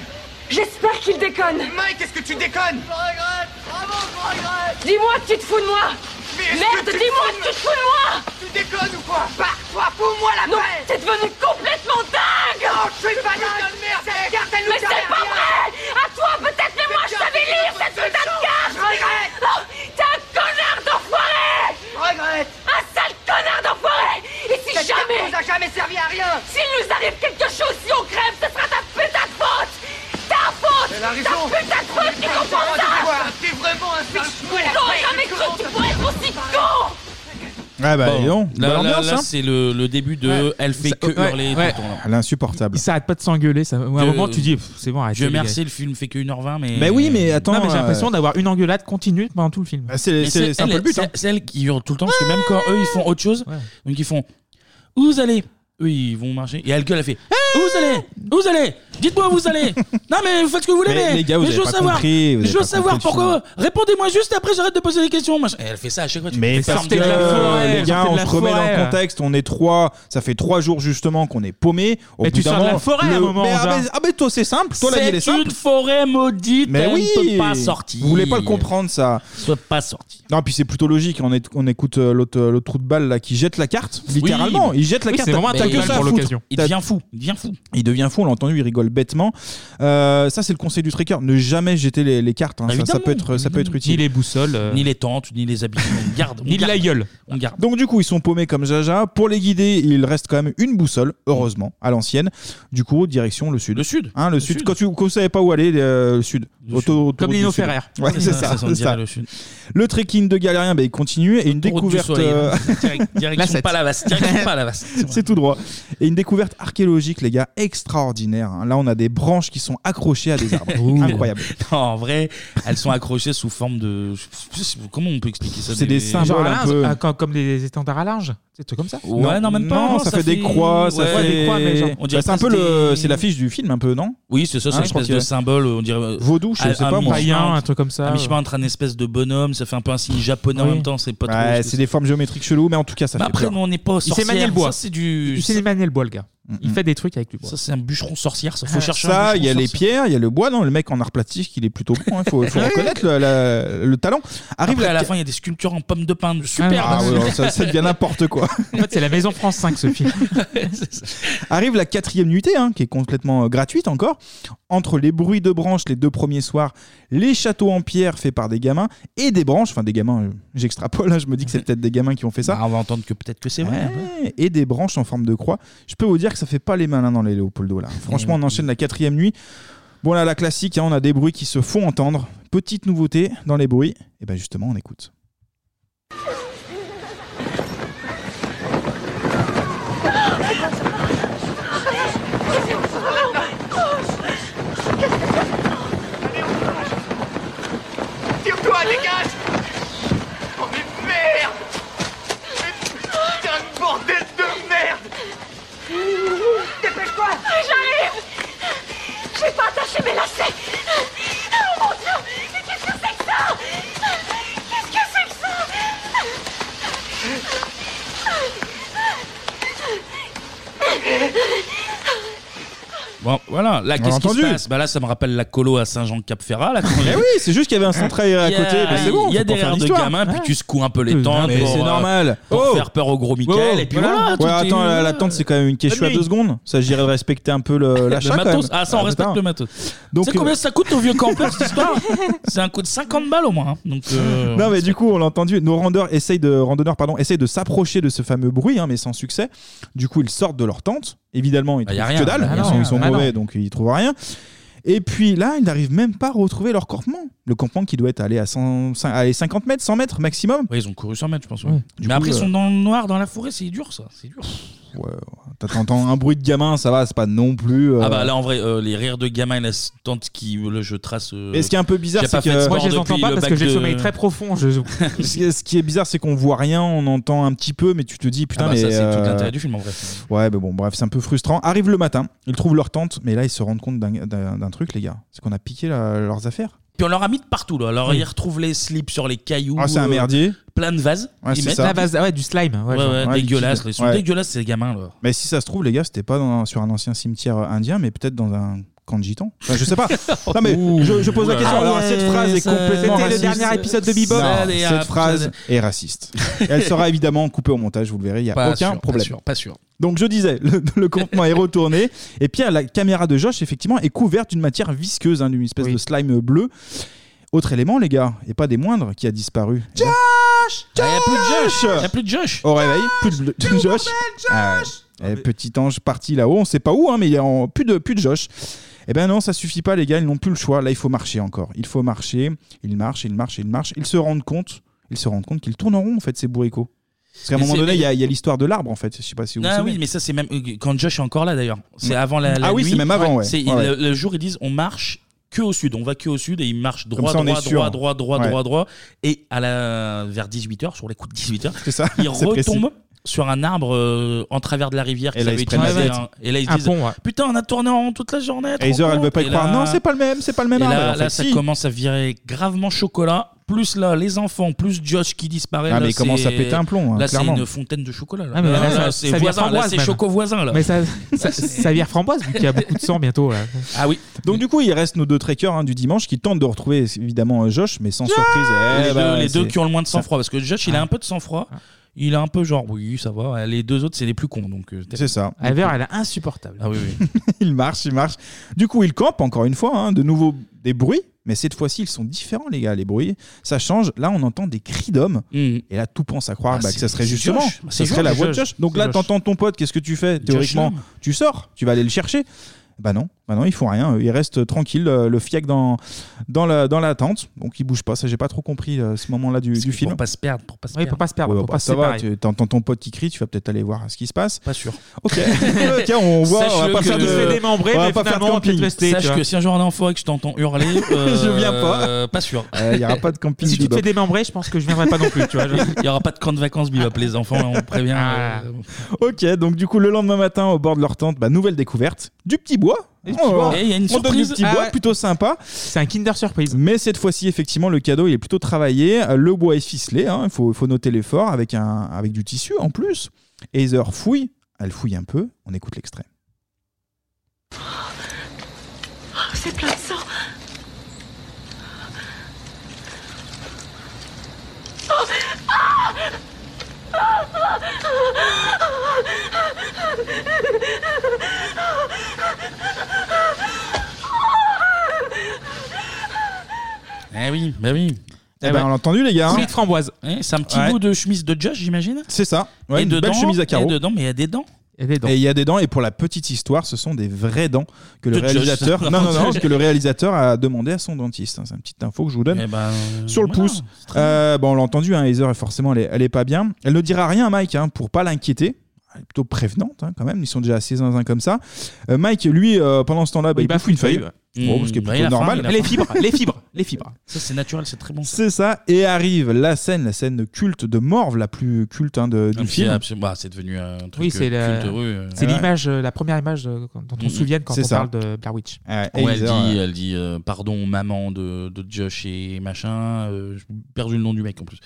[SPEAKER 3] J'espère qu'il déconne.
[SPEAKER 8] Mike, est-ce que tu déconnes Je regrette. Vraiment, je regrette.
[SPEAKER 3] Dis-moi que tu te fous de moi. Merde, dis-moi que tu te fous de moi.
[SPEAKER 8] Tu déconnes ou quoi Barre-toi, fous-moi la
[SPEAKER 3] Non,
[SPEAKER 8] paix
[SPEAKER 3] t'es devenu complètement dingue.
[SPEAKER 8] Non, Oh, je suis pas dingue. Putain de merde, cette carte, elle nous
[SPEAKER 3] Mais c'est
[SPEAKER 8] sert à
[SPEAKER 3] pas
[SPEAKER 8] rien.
[SPEAKER 3] vrai. À toi peut-être, mais moi je
[SPEAKER 8] bien,
[SPEAKER 3] savais
[SPEAKER 8] c'est
[SPEAKER 3] lire
[SPEAKER 8] notre
[SPEAKER 3] cette
[SPEAKER 8] seule
[SPEAKER 3] putain de
[SPEAKER 8] chance.
[SPEAKER 3] carte.
[SPEAKER 8] Je regrette.
[SPEAKER 3] Non, t'es un connard d'enfoiré.
[SPEAKER 8] Regrette.
[SPEAKER 3] Un sale connard d'enfoiré. Et si
[SPEAKER 8] Cette carte
[SPEAKER 3] jamais.
[SPEAKER 8] nous a jamais servi à rien.
[SPEAKER 3] S'il nous arrive quelque chose, si on crève, ce sera ta putain de faute. Ta faute.
[SPEAKER 8] Elle a raison.
[SPEAKER 3] Ta putain de faute, tu comprends
[SPEAKER 6] Ah bah, dis donc,
[SPEAKER 1] là,
[SPEAKER 6] bonne
[SPEAKER 1] là-
[SPEAKER 6] ambiance,
[SPEAKER 1] là,
[SPEAKER 6] hein.
[SPEAKER 1] c'est le, le début de
[SPEAKER 4] Ouais.
[SPEAKER 1] Elle fait
[SPEAKER 4] Ça-
[SPEAKER 1] que
[SPEAKER 4] ouais,
[SPEAKER 1] hurler.
[SPEAKER 4] ouais.
[SPEAKER 1] tonton, là.
[SPEAKER 6] Elle est insupportable.
[SPEAKER 4] Il s'arrête pas de s'engueuler. Ça... Ouais, À un
[SPEAKER 1] Que-
[SPEAKER 4] moment, tu dis, pff, c'est bon, arrêtez.
[SPEAKER 1] Dieu
[SPEAKER 4] les gars.
[SPEAKER 1] merci, le film fait que 1h20, mais.
[SPEAKER 4] Bah oui, mais attends, bah, j'ai
[SPEAKER 1] euh,
[SPEAKER 4] l'impression d'avoir une engueulade continue pendant tout le film.
[SPEAKER 6] Ah,
[SPEAKER 1] Mais elle-
[SPEAKER 6] hein.
[SPEAKER 1] c'est- C'est elle qui hurle tout le temps, parce que même quand eux ils font autre chose, donc ils font Où vous allez Eux ils vont marcher. Et elle gueule, elle fait
[SPEAKER 4] Ah,
[SPEAKER 1] Où vous allez Où vous allez Dites-moi où vous allez Non mais vous faites ce que vous voulez,
[SPEAKER 6] Mais
[SPEAKER 1] mais,
[SPEAKER 6] les gars, vous
[SPEAKER 1] mais je
[SPEAKER 6] avez
[SPEAKER 1] veux
[SPEAKER 6] pas
[SPEAKER 1] savoir,
[SPEAKER 6] compris, vous
[SPEAKER 1] je
[SPEAKER 6] avez
[SPEAKER 1] veux
[SPEAKER 6] pas
[SPEAKER 1] savoir
[SPEAKER 6] compris le film.
[SPEAKER 1] pourquoi. Répondez-moi juste après, j'arrête de poser des questions. machin. Et elle fait ça à chaque fois. tu
[SPEAKER 6] Mais
[SPEAKER 1] fais,
[SPEAKER 6] parce que
[SPEAKER 1] sortez de la forêt,
[SPEAKER 6] Euh, les gars,
[SPEAKER 1] sortez de
[SPEAKER 6] on
[SPEAKER 1] la
[SPEAKER 6] se remet
[SPEAKER 1] forêt.
[SPEAKER 6] dans le contexte, on est trois, ça fait trois jours justement qu'on est paumé. Au
[SPEAKER 1] Mais
[SPEAKER 6] bout
[SPEAKER 1] tu
[SPEAKER 6] d'un
[SPEAKER 1] sors de la
[SPEAKER 6] moment,
[SPEAKER 1] forêt à un
[SPEAKER 6] le-
[SPEAKER 1] moment,
[SPEAKER 6] Mais, ah,
[SPEAKER 1] Jean.
[SPEAKER 6] mais- ah, mais toi c'est simple, toi la vie elle est
[SPEAKER 1] C'est
[SPEAKER 6] simple.
[SPEAKER 1] une forêt maudite,
[SPEAKER 6] Mais
[SPEAKER 1] elle
[SPEAKER 6] oui,
[SPEAKER 1] ne peut pas sortir.
[SPEAKER 6] Vous voulez pas le comprendre ça
[SPEAKER 1] Soit pas sorti.
[SPEAKER 6] Non, puis c'est plutôt logique. On, est- on écoute euh, l'autre euh, l'autre trou de balle là qui jette la carte, littéralement.
[SPEAKER 1] Oui.
[SPEAKER 6] il jette la
[SPEAKER 1] Oui,
[SPEAKER 6] carte.
[SPEAKER 1] c'est vraiment un
[SPEAKER 6] T'as
[SPEAKER 1] trou de
[SPEAKER 6] que
[SPEAKER 1] balle
[SPEAKER 6] ça à
[SPEAKER 1] pour
[SPEAKER 6] foutre.
[SPEAKER 1] l'occasion. Il
[SPEAKER 6] T'as-
[SPEAKER 1] devient fou, il devient fou.
[SPEAKER 6] Il devient fou, on l'a entendu, il rigole bêtement. Euh, ça, c'est le conseil du tricker. Ne jamais jeter les, les cartes. hein. Ça- Ça,
[SPEAKER 1] Bah, Évidemment,
[SPEAKER 6] peut être, ça peut être utile.
[SPEAKER 1] Ni les
[SPEAKER 4] boussoles,
[SPEAKER 1] ni les tentes, ni les habits. On garde.
[SPEAKER 6] Ni
[SPEAKER 1] on garde.
[SPEAKER 6] la gueule.
[SPEAKER 1] On garde.
[SPEAKER 6] Donc du coup, ils sont paumés comme Jaja. Pour les guider, il reste quand même une boussole, heureusement, à l'ancienne. Du coup, direction le sud. Le
[SPEAKER 1] sud.
[SPEAKER 6] Hein, le, sud. Quand tu ne savais pas où aller, euh, le sud. Auto- autoroute
[SPEAKER 4] Comme
[SPEAKER 6] du
[SPEAKER 4] Lino
[SPEAKER 6] sud.
[SPEAKER 4] Ferrer.
[SPEAKER 6] Ouais,
[SPEAKER 4] C'est
[SPEAKER 6] c'est
[SPEAKER 4] ça,
[SPEAKER 6] ça.
[SPEAKER 4] ça, on
[SPEAKER 6] c'est
[SPEAKER 4] dirait
[SPEAKER 6] ça.
[SPEAKER 4] le
[SPEAKER 6] Le,
[SPEAKER 4] sud.
[SPEAKER 6] trekking de Galérien, bah, il continue. Et une découverte... euh,
[SPEAKER 1] hein. Direction
[SPEAKER 6] La
[SPEAKER 1] pas la vaste. Direction pas la vaste.
[SPEAKER 6] C'est tout droit. Et une découverte archéologique, les gars, extraordinaire. hein. Là, on a des branches qui sont accrochées à des arbres. Incroyable.
[SPEAKER 1] Non, en vrai, elles sont accrochées sous forme de. je sais pas, Comment on peut expliquer ça
[SPEAKER 6] C'est des symboles
[SPEAKER 4] Genre à
[SPEAKER 6] un
[SPEAKER 4] linge,
[SPEAKER 6] peu.
[SPEAKER 4] euh, comme- Comme des étendards à linge. Des trucs comme ça.
[SPEAKER 1] Ouais, non, même pas. hein,
[SPEAKER 6] Non, ça, fait, des croix, ça
[SPEAKER 1] ouais,
[SPEAKER 6] fait
[SPEAKER 1] des croix, mais genre, on
[SPEAKER 6] Bah,
[SPEAKER 1] dirait
[SPEAKER 6] c'est un peu
[SPEAKER 1] presque
[SPEAKER 6] le,
[SPEAKER 1] des-
[SPEAKER 6] c'est l'affiche du film un peu, non
[SPEAKER 1] Oui, c'est ça, c'est
[SPEAKER 6] Hein,
[SPEAKER 1] une
[SPEAKER 6] je crois
[SPEAKER 1] espèce
[SPEAKER 6] qu'il y
[SPEAKER 1] de
[SPEAKER 6] a-
[SPEAKER 1] symbole, on dirait. euh,
[SPEAKER 6] Vaudou, je
[SPEAKER 1] un-
[SPEAKER 6] sais pas,
[SPEAKER 1] mi-chemin
[SPEAKER 6] moi. Païen,
[SPEAKER 1] entre-
[SPEAKER 6] un truc comme ça,
[SPEAKER 1] Un mi-chemin
[SPEAKER 6] ouais.
[SPEAKER 1] entre un espèce de bonhomme, ça fait un peu un signe japonais en
[SPEAKER 6] Oui.
[SPEAKER 1] même temps, c'est pas
[SPEAKER 6] Ouais,
[SPEAKER 1] trop.
[SPEAKER 6] c'est des formes géométriques cheloues, mais en tout cas, ça
[SPEAKER 1] Bah
[SPEAKER 6] fait
[SPEAKER 1] après,
[SPEAKER 6] peur.
[SPEAKER 1] nous, on n'est pas
[SPEAKER 4] Il sait
[SPEAKER 1] sorcières,
[SPEAKER 4] manier le bois.
[SPEAKER 1] ça, c'est du-
[SPEAKER 4] Il sait manier le bois, le gars.
[SPEAKER 6] Mm,
[SPEAKER 4] Il fait des trucs avec le bois.
[SPEAKER 1] Ça, c'est un bûcheron sorcière, ça faut
[SPEAKER 6] Ah,
[SPEAKER 1] chercher un
[SPEAKER 6] ça, il y a
[SPEAKER 1] bûcheron
[SPEAKER 6] les
[SPEAKER 1] sorcière.
[SPEAKER 6] pierres, il y a le bois. Non, le mec en art plastique, il est plutôt bon. Il faut, faut reconnaître le, la- le talent. Arrive
[SPEAKER 1] Après, à la
[SPEAKER 6] ca-
[SPEAKER 1] fin, il y a des sculptures en pommes de pin. Super.
[SPEAKER 6] Ah ouais, alors ça, ça devient n'importe quoi.
[SPEAKER 4] En fait, c'est la Maison France 5, ce film.
[SPEAKER 6] Arrive la quatrième nuitée, hein, qui est complètement euh, gratuite encore. Entre les bruits de branches les deux premiers soirs, les châteaux en pierre faits par des gamins et des branches, enfin des gamins, euh, j'extrapole, hein, je me dis que c'est peut-être des gamins qui ont fait ça.
[SPEAKER 1] on va entendre que peut-être que c'est
[SPEAKER 6] vrai. et des branches en forme de croix. Je peux vous dire que ça fait pas les malins dans les Léopoldo là. Franchement, on enchaîne la quatrième nuit. Bon là, la classique, hein, on a des bruits qui se font entendre. Petite nouveauté dans les bruits, et ben justement, on écoute.
[SPEAKER 2] Tire-toi, dégage Oh mais merde Mais putain de bordel de merde
[SPEAKER 23] Dépêche-toi J'arrive J'ai pas attaché mes lacets Oh mon dieu Mais qu'est-ce que c'est que ça Qu'est-ce que c'est que ça
[SPEAKER 1] Bon, voilà. Là,
[SPEAKER 6] On
[SPEAKER 1] qu'est-ce
[SPEAKER 6] l'a
[SPEAKER 1] qui se
[SPEAKER 6] entendu.
[SPEAKER 1] passe Bah là, ça me rappelle la colo à Saint-Jean-de-Cap-Ferrat. là, quand
[SPEAKER 6] Eh
[SPEAKER 1] j'ai-
[SPEAKER 6] oui, c'est juste qu'il y avait un centre aéré à
[SPEAKER 1] Il y a-
[SPEAKER 6] côté. mais c'est bon,
[SPEAKER 1] Il y a
[SPEAKER 6] faut pas
[SPEAKER 1] des
[SPEAKER 6] faire
[SPEAKER 1] rires de
[SPEAKER 6] d'histoire.
[SPEAKER 1] gamin, puis tu secoues un peu les
[SPEAKER 6] Non,
[SPEAKER 1] temps.
[SPEAKER 6] mais
[SPEAKER 1] pour,
[SPEAKER 6] c'est
[SPEAKER 1] euh,
[SPEAKER 6] normal.
[SPEAKER 1] Pour
[SPEAKER 6] Oh.
[SPEAKER 1] faire peur au gros Michael. Et puis voilà.
[SPEAKER 6] ouais,
[SPEAKER 1] tout est-
[SPEAKER 6] attends, la- l'attente c'est quand même une question à
[SPEAKER 1] Admis.
[SPEAKER 6] deux secondes. Ça, je dirais de respecter un peu le,
[SPEAKER 1] Le
[SPEAKER 6] l'achat. quand
[SPEAKER 1] matos.
[SPEAKER 6] même.
[SPEAKER 1] Ah, ça, on respecte
[SPEAKER 6] putain.
[SPEAKER 1] le matos.
[SPEAKER 6] Donc,
[SPEAKER 1] tu sais combien
[SPEAKER 6] euh,
[SPEAKER 1] ça coûte au vieux campeur cette histoire C'est un coût de 50 balles au moins. hein. Donc, euh,
[SPEAKER 6] Non mais du coup on l'a entendu, nos randonneurs essayent de, randonneurs, pardon, essayent de s'approcher de ce fameux bruit hein, mais sans succès. Du coup ils sortent de leur tente, évidemment ils
[SPEAKER 1] Bah, y a
[SPEAKER 6] trouvent
[SPEAKER 1] rien.
[SPEAKER 6] que dalle,
[SPEAKER 1] Bah,
[SPEAKER 6] ils
[SPEAKER 1] non,
[SPEAKER 6] sont, ils sont
[SPEAKER 1] bah,
[SPEAKER 6] mauvais
[SPEAKER 1] non.
[SPEAKER 6] donc ils trouvent rien. Et puis là ils n'arrivent même pas à retrouver leur campement, le campement qui doit être allé à, 100 cin- allez, 50 mètres, 100 mètres maximum.
[SPEAKER 1] ils ont couru 100 mètres je pense.
[SPEAKER 6] Du
[SPEAKER 1] mais après,
[SPEAKER 6] coup,
[SPEAKER 1] ils
[SPEAKER 6] euh,
[SPEAKER 1] sont dans le noir, dans la forêt, c'est dur ça. C'est dur.
[SPEAKER 6] T'as- T'entends un bruit de gamin, ça va, c'est pas non plus. euh,
[SPEAKER 1] Ah bah là en vrai euh, les rires de gamin et la tante qui euh, le je trace. euh,
[SPEAKER 6] Et ce qui est un peu bizarre,
[SPEAKER 1] qui a
[SPEAKER 6] c'est
[SPEAKER 1] pas
[SPEAKER 6] que
[SPEAKER 1] fait de sport
[SPEAKER 6] Moi, je les
[SPEAKER 1] depuis
[SPEAKER 6] entends pas
[SPEAKER 1] le
[SPEAKER 6] parce
[SPEAKER 1] bac
[SPEAKER 6] que j'ai le
[SPEAKER 1] de- Ah bah,
[SPEAKER 6] sommeil très
[SPEAKER 4] profond. Je...
[SPEAKER 6] ce, qui est, ce qui est bizarre, c'est qu'on voit rien, on entend un petit peu, mais tu te dis putain,
[SPEAKER 1] Ah bah,
[SPEAKER 6] mais.
[SPEAKER 1] ça, c'est tout
[SPEAKER 6] euh,
[SPEAKER 1] l'intérêt du film, en vrai.
[SPEAKER 6] Ouais, mais bon, bref, c'est un peu frustrant. Arrive le matin, ils trouvent leur tente, mais là, ils se rendent compte d'un- d'un d'un truc, les gars. C'est qu'on a piqué la- leurs affaires.
[SPEAKER 1] Puis on leur a mis de partout là. Alors
[SPEAKER 6] Oui.
[SPEAKER 1] ils retrouvent les slips sur les cailloux. euh,
[SPEAKER 6] Ah, c'est un merdier.
[SPEAKER 1] Plein de vases.
[SPEAKER 6] Ouais,
[SPEAKER 1] ils
[SPEAKER 6] c'est
[SPEAKER 1] mettent
[SPEAKER 6] ça. La vase-
[SPEAKER 4] ouais, du slime.
[SPEAKER 1] Ouais, ouais, dégueulasse.
[SPEAKER 6] liquide.
[SPEAKER 1] Ils sont
[SPEAKER 6] Ouais.
[SPEAKER 1] dégueulasses ces gamins là.
[SPEAKER 6] Mais si ça se trouve, les gars, c'était pas dans- sur un ancien cimetière euh, indien, mais peut-être dans un camp de gitans. Enfin, je sais pas. non, mais je, je pose la
[SPEAKER 1] Ouh.
[SPEAKER 6] question.
[SPEAKER 1] Ah
[SPEAKER 6] Alors,
[SPEAKER 1] ouais,
[SPEAKER 6] cette phrase est
[SPEAKER 1] ça-
[SPEAKER 6] complètement.
[SPEAKER 1] c'était le
[SPEAKER 6] raciste.
[SPEAKER 1] dernier épisode de Bebop.
[SPEAKER 6] Non,
[SPEAKER 1] Allez, hop,
[SPEAKER 6] Cette phrase
[SPEAKER 1] ça-
[SPEAKER 6] est raciste. Et elle sera évidemment coupée au montage, vous le verrez, il n'y a
[SPEAKER 1] Pas
[SPEAKER 6] aucun
[SPEAKER 1] sûr, pas
[SPEAKER 6] problème.
[SPEAKER 1] sûr, pas sûr.
[SPEAKER 6] Donc je disais, le, le campement est retourné. Et puis la caméra de Josh, effectivement, est couverte d'une matière visqueuse, hein, d'une espèce de slime bleu. Autre élément, les gars, et pas des moindres, qui a disparu. Eh, Josh Il
[SPEAKER 1] n'y a plus de
[SPEAKER 6] Josh Il
[SPEAKER 1] n'y a plus de Josh
[SPEAKER 6] Au réveil, plus de, de Josh. Ah ouais. Eh, petit ange parti là-haut, on sait pas où, hein, mais il y a en- plus, de, plus de Josh. Eh ben non, ça suffit pas, les gars, ils n'ont plus le choix. Là, il faut marcher encore. Il faut marcher, ils marchent, ils marchent, ils marchent. Ils se rendent compte, ils se rendent compte qu'ils tourneront en fait, ces bourricots. Parce qu'à un
[SPEAKER 1] Mais
[SPEAKER 6] moment
[SPEAKER 1] c'est-
[SPEAKER 6] donné, Ah, il y a, il y a l'histoire de l'arbre, en fait. Je sais pas si vous vous
[SPEAKER 1] Ah
[SPEAKER 6] souvenez.
[SPEAKER 1] oui, mais ça c'est même quand Josh est encore là d'ailleurs. C'est avant la, la
[SPEAKER 6] Ah oui,
[SPEAKER 1] nuit.
[SPEAKER 6] c'est même avant, ouais.
[SPEAKER 1] C'est
[SPEAKER 6] Ouais, ouais.
[SPEAKER 1] Le, le jour ils disent on marche que au sud, on va que au sud et ils marchent
[SPEAKER 6] Comme
[SPEAKER 1] droit
[SPEAKER 6] ça, on
[SPEAKER 1] droit
[SPEAKER 6] est sûr.
[SPEAKER 1] droit droit droit
[SPEAKER 6] Ouais.
[SPEAKER 1] droit droit et à la vers 18h sur les coups de 18h.
[SPEAKER 6] C'est ça.
[SPEAKER 1] Ils
[SPEAKER 6] c'est précis.
[SPEAKER 1] retombent sur un arbre euh, en travers de la rivière
[SPEAKER 6] Et
[SPEAKER 1] qu'ils
[SPEAKER 6] là, ils
[SPEAKER 1] avaient
[SPEAKER 6] se prennent la
[SPEAKER 1] utilisé,
[SPEAKER 6] tête.
[SPEAKER 1] hein. et là ils se
[SPEAKER 6] Un
[SPEAKER 1] disent
[SPEAKER 6] pont, ouais.
[SPEAKER 1] putain on a tourné en rond toute la journée. trop
[SPEAKER 6] Hazer, elle
[SPEAKER 1] con.
[SPEAKER 6] veut pas y
[SPEAKER 1] Et
[SPEAKER 6] croire.
[SPEAKER 1] là-
[SPEAKER 6] Non, c'est pas le même, c'est pas le même
[SPEAKER 1] et
[SPEAKER 6] arbre.
[SPEAKER 1] Là,
[SPEAKER 6] En
[SPEAKER 1] là,
[SPEAKER 6] fait,
[SPEAKER 1] ça
[SPEAKER 6] si.
[SPEAKER 1] commence à virer gravement chocolat. Plus là, les enfants, plus Josh qui disparaît.
[SPEAKER 6] Ah,
[SPEAKER 1] là,
[SPEAKER 6] mais il commence à
[SPEAKER 1] c'est-
[SPEAKER 6] péter un plomb, hein,
[SPEAKER 1] Là, c'est
[SPEAKER 6] clairement.
[SPEAKER 1] une fontaine de chocolat. Là,
[SPEAKER 4] Ah, mais
[SPEAKER 1] Là,
[SPEAKER 4] là,
[SPEAKER 1] là,
[SPEAKER 4] ça-
[SPEAKER 1] c'est
[SPEAKER 4] ça vient
[SPEAKER 1] voisin, là,
[SPEAKER 4] framboise,
[SPEAKER 1] c'est
[SPEAKER 4] même.
[SPEAKER 1] choco voisin. Là.
[SPEAKER 4] Mais ça, ça, ça vire framboise, vu qu'il y a beaucoup de sang bientôt. Là.
[SPEAKER 1] Ah oui.
[SPEAKER 6] Donc du coup, il reste nos deux trekkers hein, du dimanche qui tentent de retrouver évidemment euh, Josh, mais sans surprise. eh,
[SPEAKER 1] Ah les, deux,
[SPEAKER 6] bah,
[SPEAKER 1] les deux
[SPEAKER 6] c'est-
[SPEAKER 1] qui ont le moins de sang-froid. Parce que Josh, il a
[SPEAKER 6] Ah.
[SPEAKER 1] un peu de sang-froid. Il a un peu genre, oui, ça va. Les deux autres, c'est les plus cons. donc euh,
[SPEAKER 6] C'est ça.
[SPEAKER 4] Aver, elle est insupportable.
[SPEAKER 1] Ah oui, oui.
[SPEAKER 6] il marche, il marche. Du coup, il campe encore une fois. hein, de nouveau des bruits, mais cette fois-ci, ils sont différents, les gars. Les bruits, ça change. Là, on entend des cris d'hommes. Et là, tout pense à croire
[SPEAKER 1] Mm. Ah,
[SPEAKER 6] bah,
[SPEAKER 1] c'est-
[SPEAKER 6] que ça serait
[SPEAKER 1] c'est
[SPEAKER 6] justement,
[SPEAKER 1] Josh. Bah,
[SPEAKER 6] ça
[SPEAKER 1] c'est
[SPEAKER 6] serait
[SPEAKER 1] Josh,
[SPEAKER 6] la voix de
[SPEAKER 1] Josh.
[SPEAKER 6] Josh. Donc
[SPEAKER 1] C'est
[SPEAKER 6] là,
[SPEAKER 1] Josh.
[SPEAKER 6] t'entends ton pote. Qu'est-ce que tu fais Théoriquement,
[SPEAKER 1] Lam.
[SPEAKER 6] tu sors. Tu vas aller le chercher. Bah non, bah non, ils font rien. Ils restent tranquilles. euh, Le fiac dans dans la dans la tente. Donc ils bougent pas. Ça, j'ai pas trop compris euh, ce moment-là du, du film.
[SPEAKER 1] Pour pas se perdre. Pour pas se
[SPEAKER 4] Oui, pour pas se perdre,
[SPEAKER 6] Ouais,
[SPEAKER 4] pour
[SPEAKER 6] bah,
[SPEAKER 4] pas se
[SPEAKER 6] ça va,
[SPEAKER 4] séparer.
[SPEAKER 6] tu- t'entends ton pote qui crie, tu vas peut-être aller voir ce qui se passe.
[SPEAKER 1] Pas sûr.
[SPEAKER 6] Ok, Ok, on voit, on va
[SPEAKER 1] Sache-le
[SPEAKER 6] pas faire
[SPEAKER 1] que-
[SPEAKER 6] de. on va pas faire de camping.
[SPEAKER 1] Sache que si un jour on est en forêt et que je t'entends hurler, euh,
[SPEAKER 4] Je viens pas.
[SPEAKER 1] euh, Pas sûr.
[SPEAKER 6] Euh, il y aura pas de camping
[SPEAKER 4] Si tu te
[SPEAKER 6] bebop.
[SPEAKER 4] fais démembrer, je pense que je viendrai pas non plus. Tu vois, je- Ah.
[SPEAKER 1] Il y aura pas de camp de vacances, bibop. Les enfants, on prévient. euh,
[SPEAKER 6] Ah. Ok, donc du coup, le lendemain matin, au bord de leur tente, bah, nouvelle découverte du petit bois. Oh.
[SPEAKER 4] du petit bois. Et il y a une
[SPEAKER 6] on donne
[SPEAKER 4] surprise.
[SPEAKER 6] du petit
[SPEAKER 4] Ah
[SPEAKER 6] bois,
[SPEAKER 4] ouais.
[SPEAKER 6] plutôt sympa.
[SPEAKER 4] C'est un Kinder Surprise.
[SPEAKER 6] Mais cette fois-ci, effectivement, le cadeau, il est plutôt travaillé. Euh, Le bois est ficelé, il faut, faut noter l'effort, avec, un, avec du tissu en plus. Heather fouille, elle fouille un peu, on écoute l'extrait.
[SPEAKER 23] Oh, c'est plein de sang. Oh. Ah Ah Ah
[SPEAKER 1] Eh oui, bah oui.
[SPEAKER 6] Eh ben, on l'a entendu, les gars. hein.
[SPEAKER 1] Fruit de
[SPEAKER 4] framboise.
[SPEAKER 1] c'est un petit
[SPEAKER 6] Ouais.
[SPEAKER 1] bout de chemise de Josh, j'imagine.
[SPEAKER 6] C'est ça. Ouais,
[SPEAKER 1] et
[SPEAKER 6] une
[SPEAKER 1] dedans,
[SPEAKER 6] belle chemise à carreaux. Ah
[SPEAKER 1] Et dedans, mais il y a des dents.
[SPEAKER 4] Et des
[SPEAKER 6] Et il y a des dents, et pour la petite histoire, ce sont des vraies dents que le
[SPEAKER 1] De Josh.
[SPEAKER 6] réalisateur, non, non, non, que le réalisateur a demandé à son dentiste. hein. C'est une petite info que je vous
[SPEAKER 1] Eh
[SPEAKER 6] donne.
[SPEAKER 1] ben,
[SPEAKER 6] Sur le pouce, Euh, bon, on l'a entendu, hein, Heather, forcément, elle est, elle est pas bien. Elle ne dira rien à Mike hein, pour pas l'inquiéter. Elle est plutôt prévenante hein, quand même. Ils sont déjà assez zinzin comme ça. Euh, Mike, lui, euh, pendant ce temps-là, bah, il, bouffe une feuille. Bon, ce qui est
[SPEAKER 1] Mmh, bah, il
[SPEAKER 6] plutôt
[SPEAKER 1] a faim,
[SPEAKER 6] normal.
[SPEAKER 1] il a faim.
[SPEAKER 4] les fibres.
[SPEAKER 1] Ça, c'est naturel, c'est très bon.
[SPEAKER 6] C'est ça. Et arrive la scène, la scène culte de Morve, la plus culte hein, de- du film.
[SPEAKER 1] c'est devenu un truc
[SPEAKER 4] Oui, c'est la-
[SPEAKER 1] culte heureux.
[SPEAKER 4] c'est
[SPEAKER 6] Ouais.
[SPEAKER 4] l'image, euh, la première image euh, quand- dont on
[SPEAKER 1] Mm,
[SPEAKER 6] Mm-hmm.
[SPEAKER 4] se souvient quand
[SPEAKER 1] c'est
[SPEAKER 4] on
[SPEAKER 1] ça.
[SPEAKER 4] parle de Blair Witch.
[SPEAKER 1] Ouais, elle dit, elle dit euh, pardon maman de, de Josh et machin. euh, J'ai perdu le nom du mec en plus.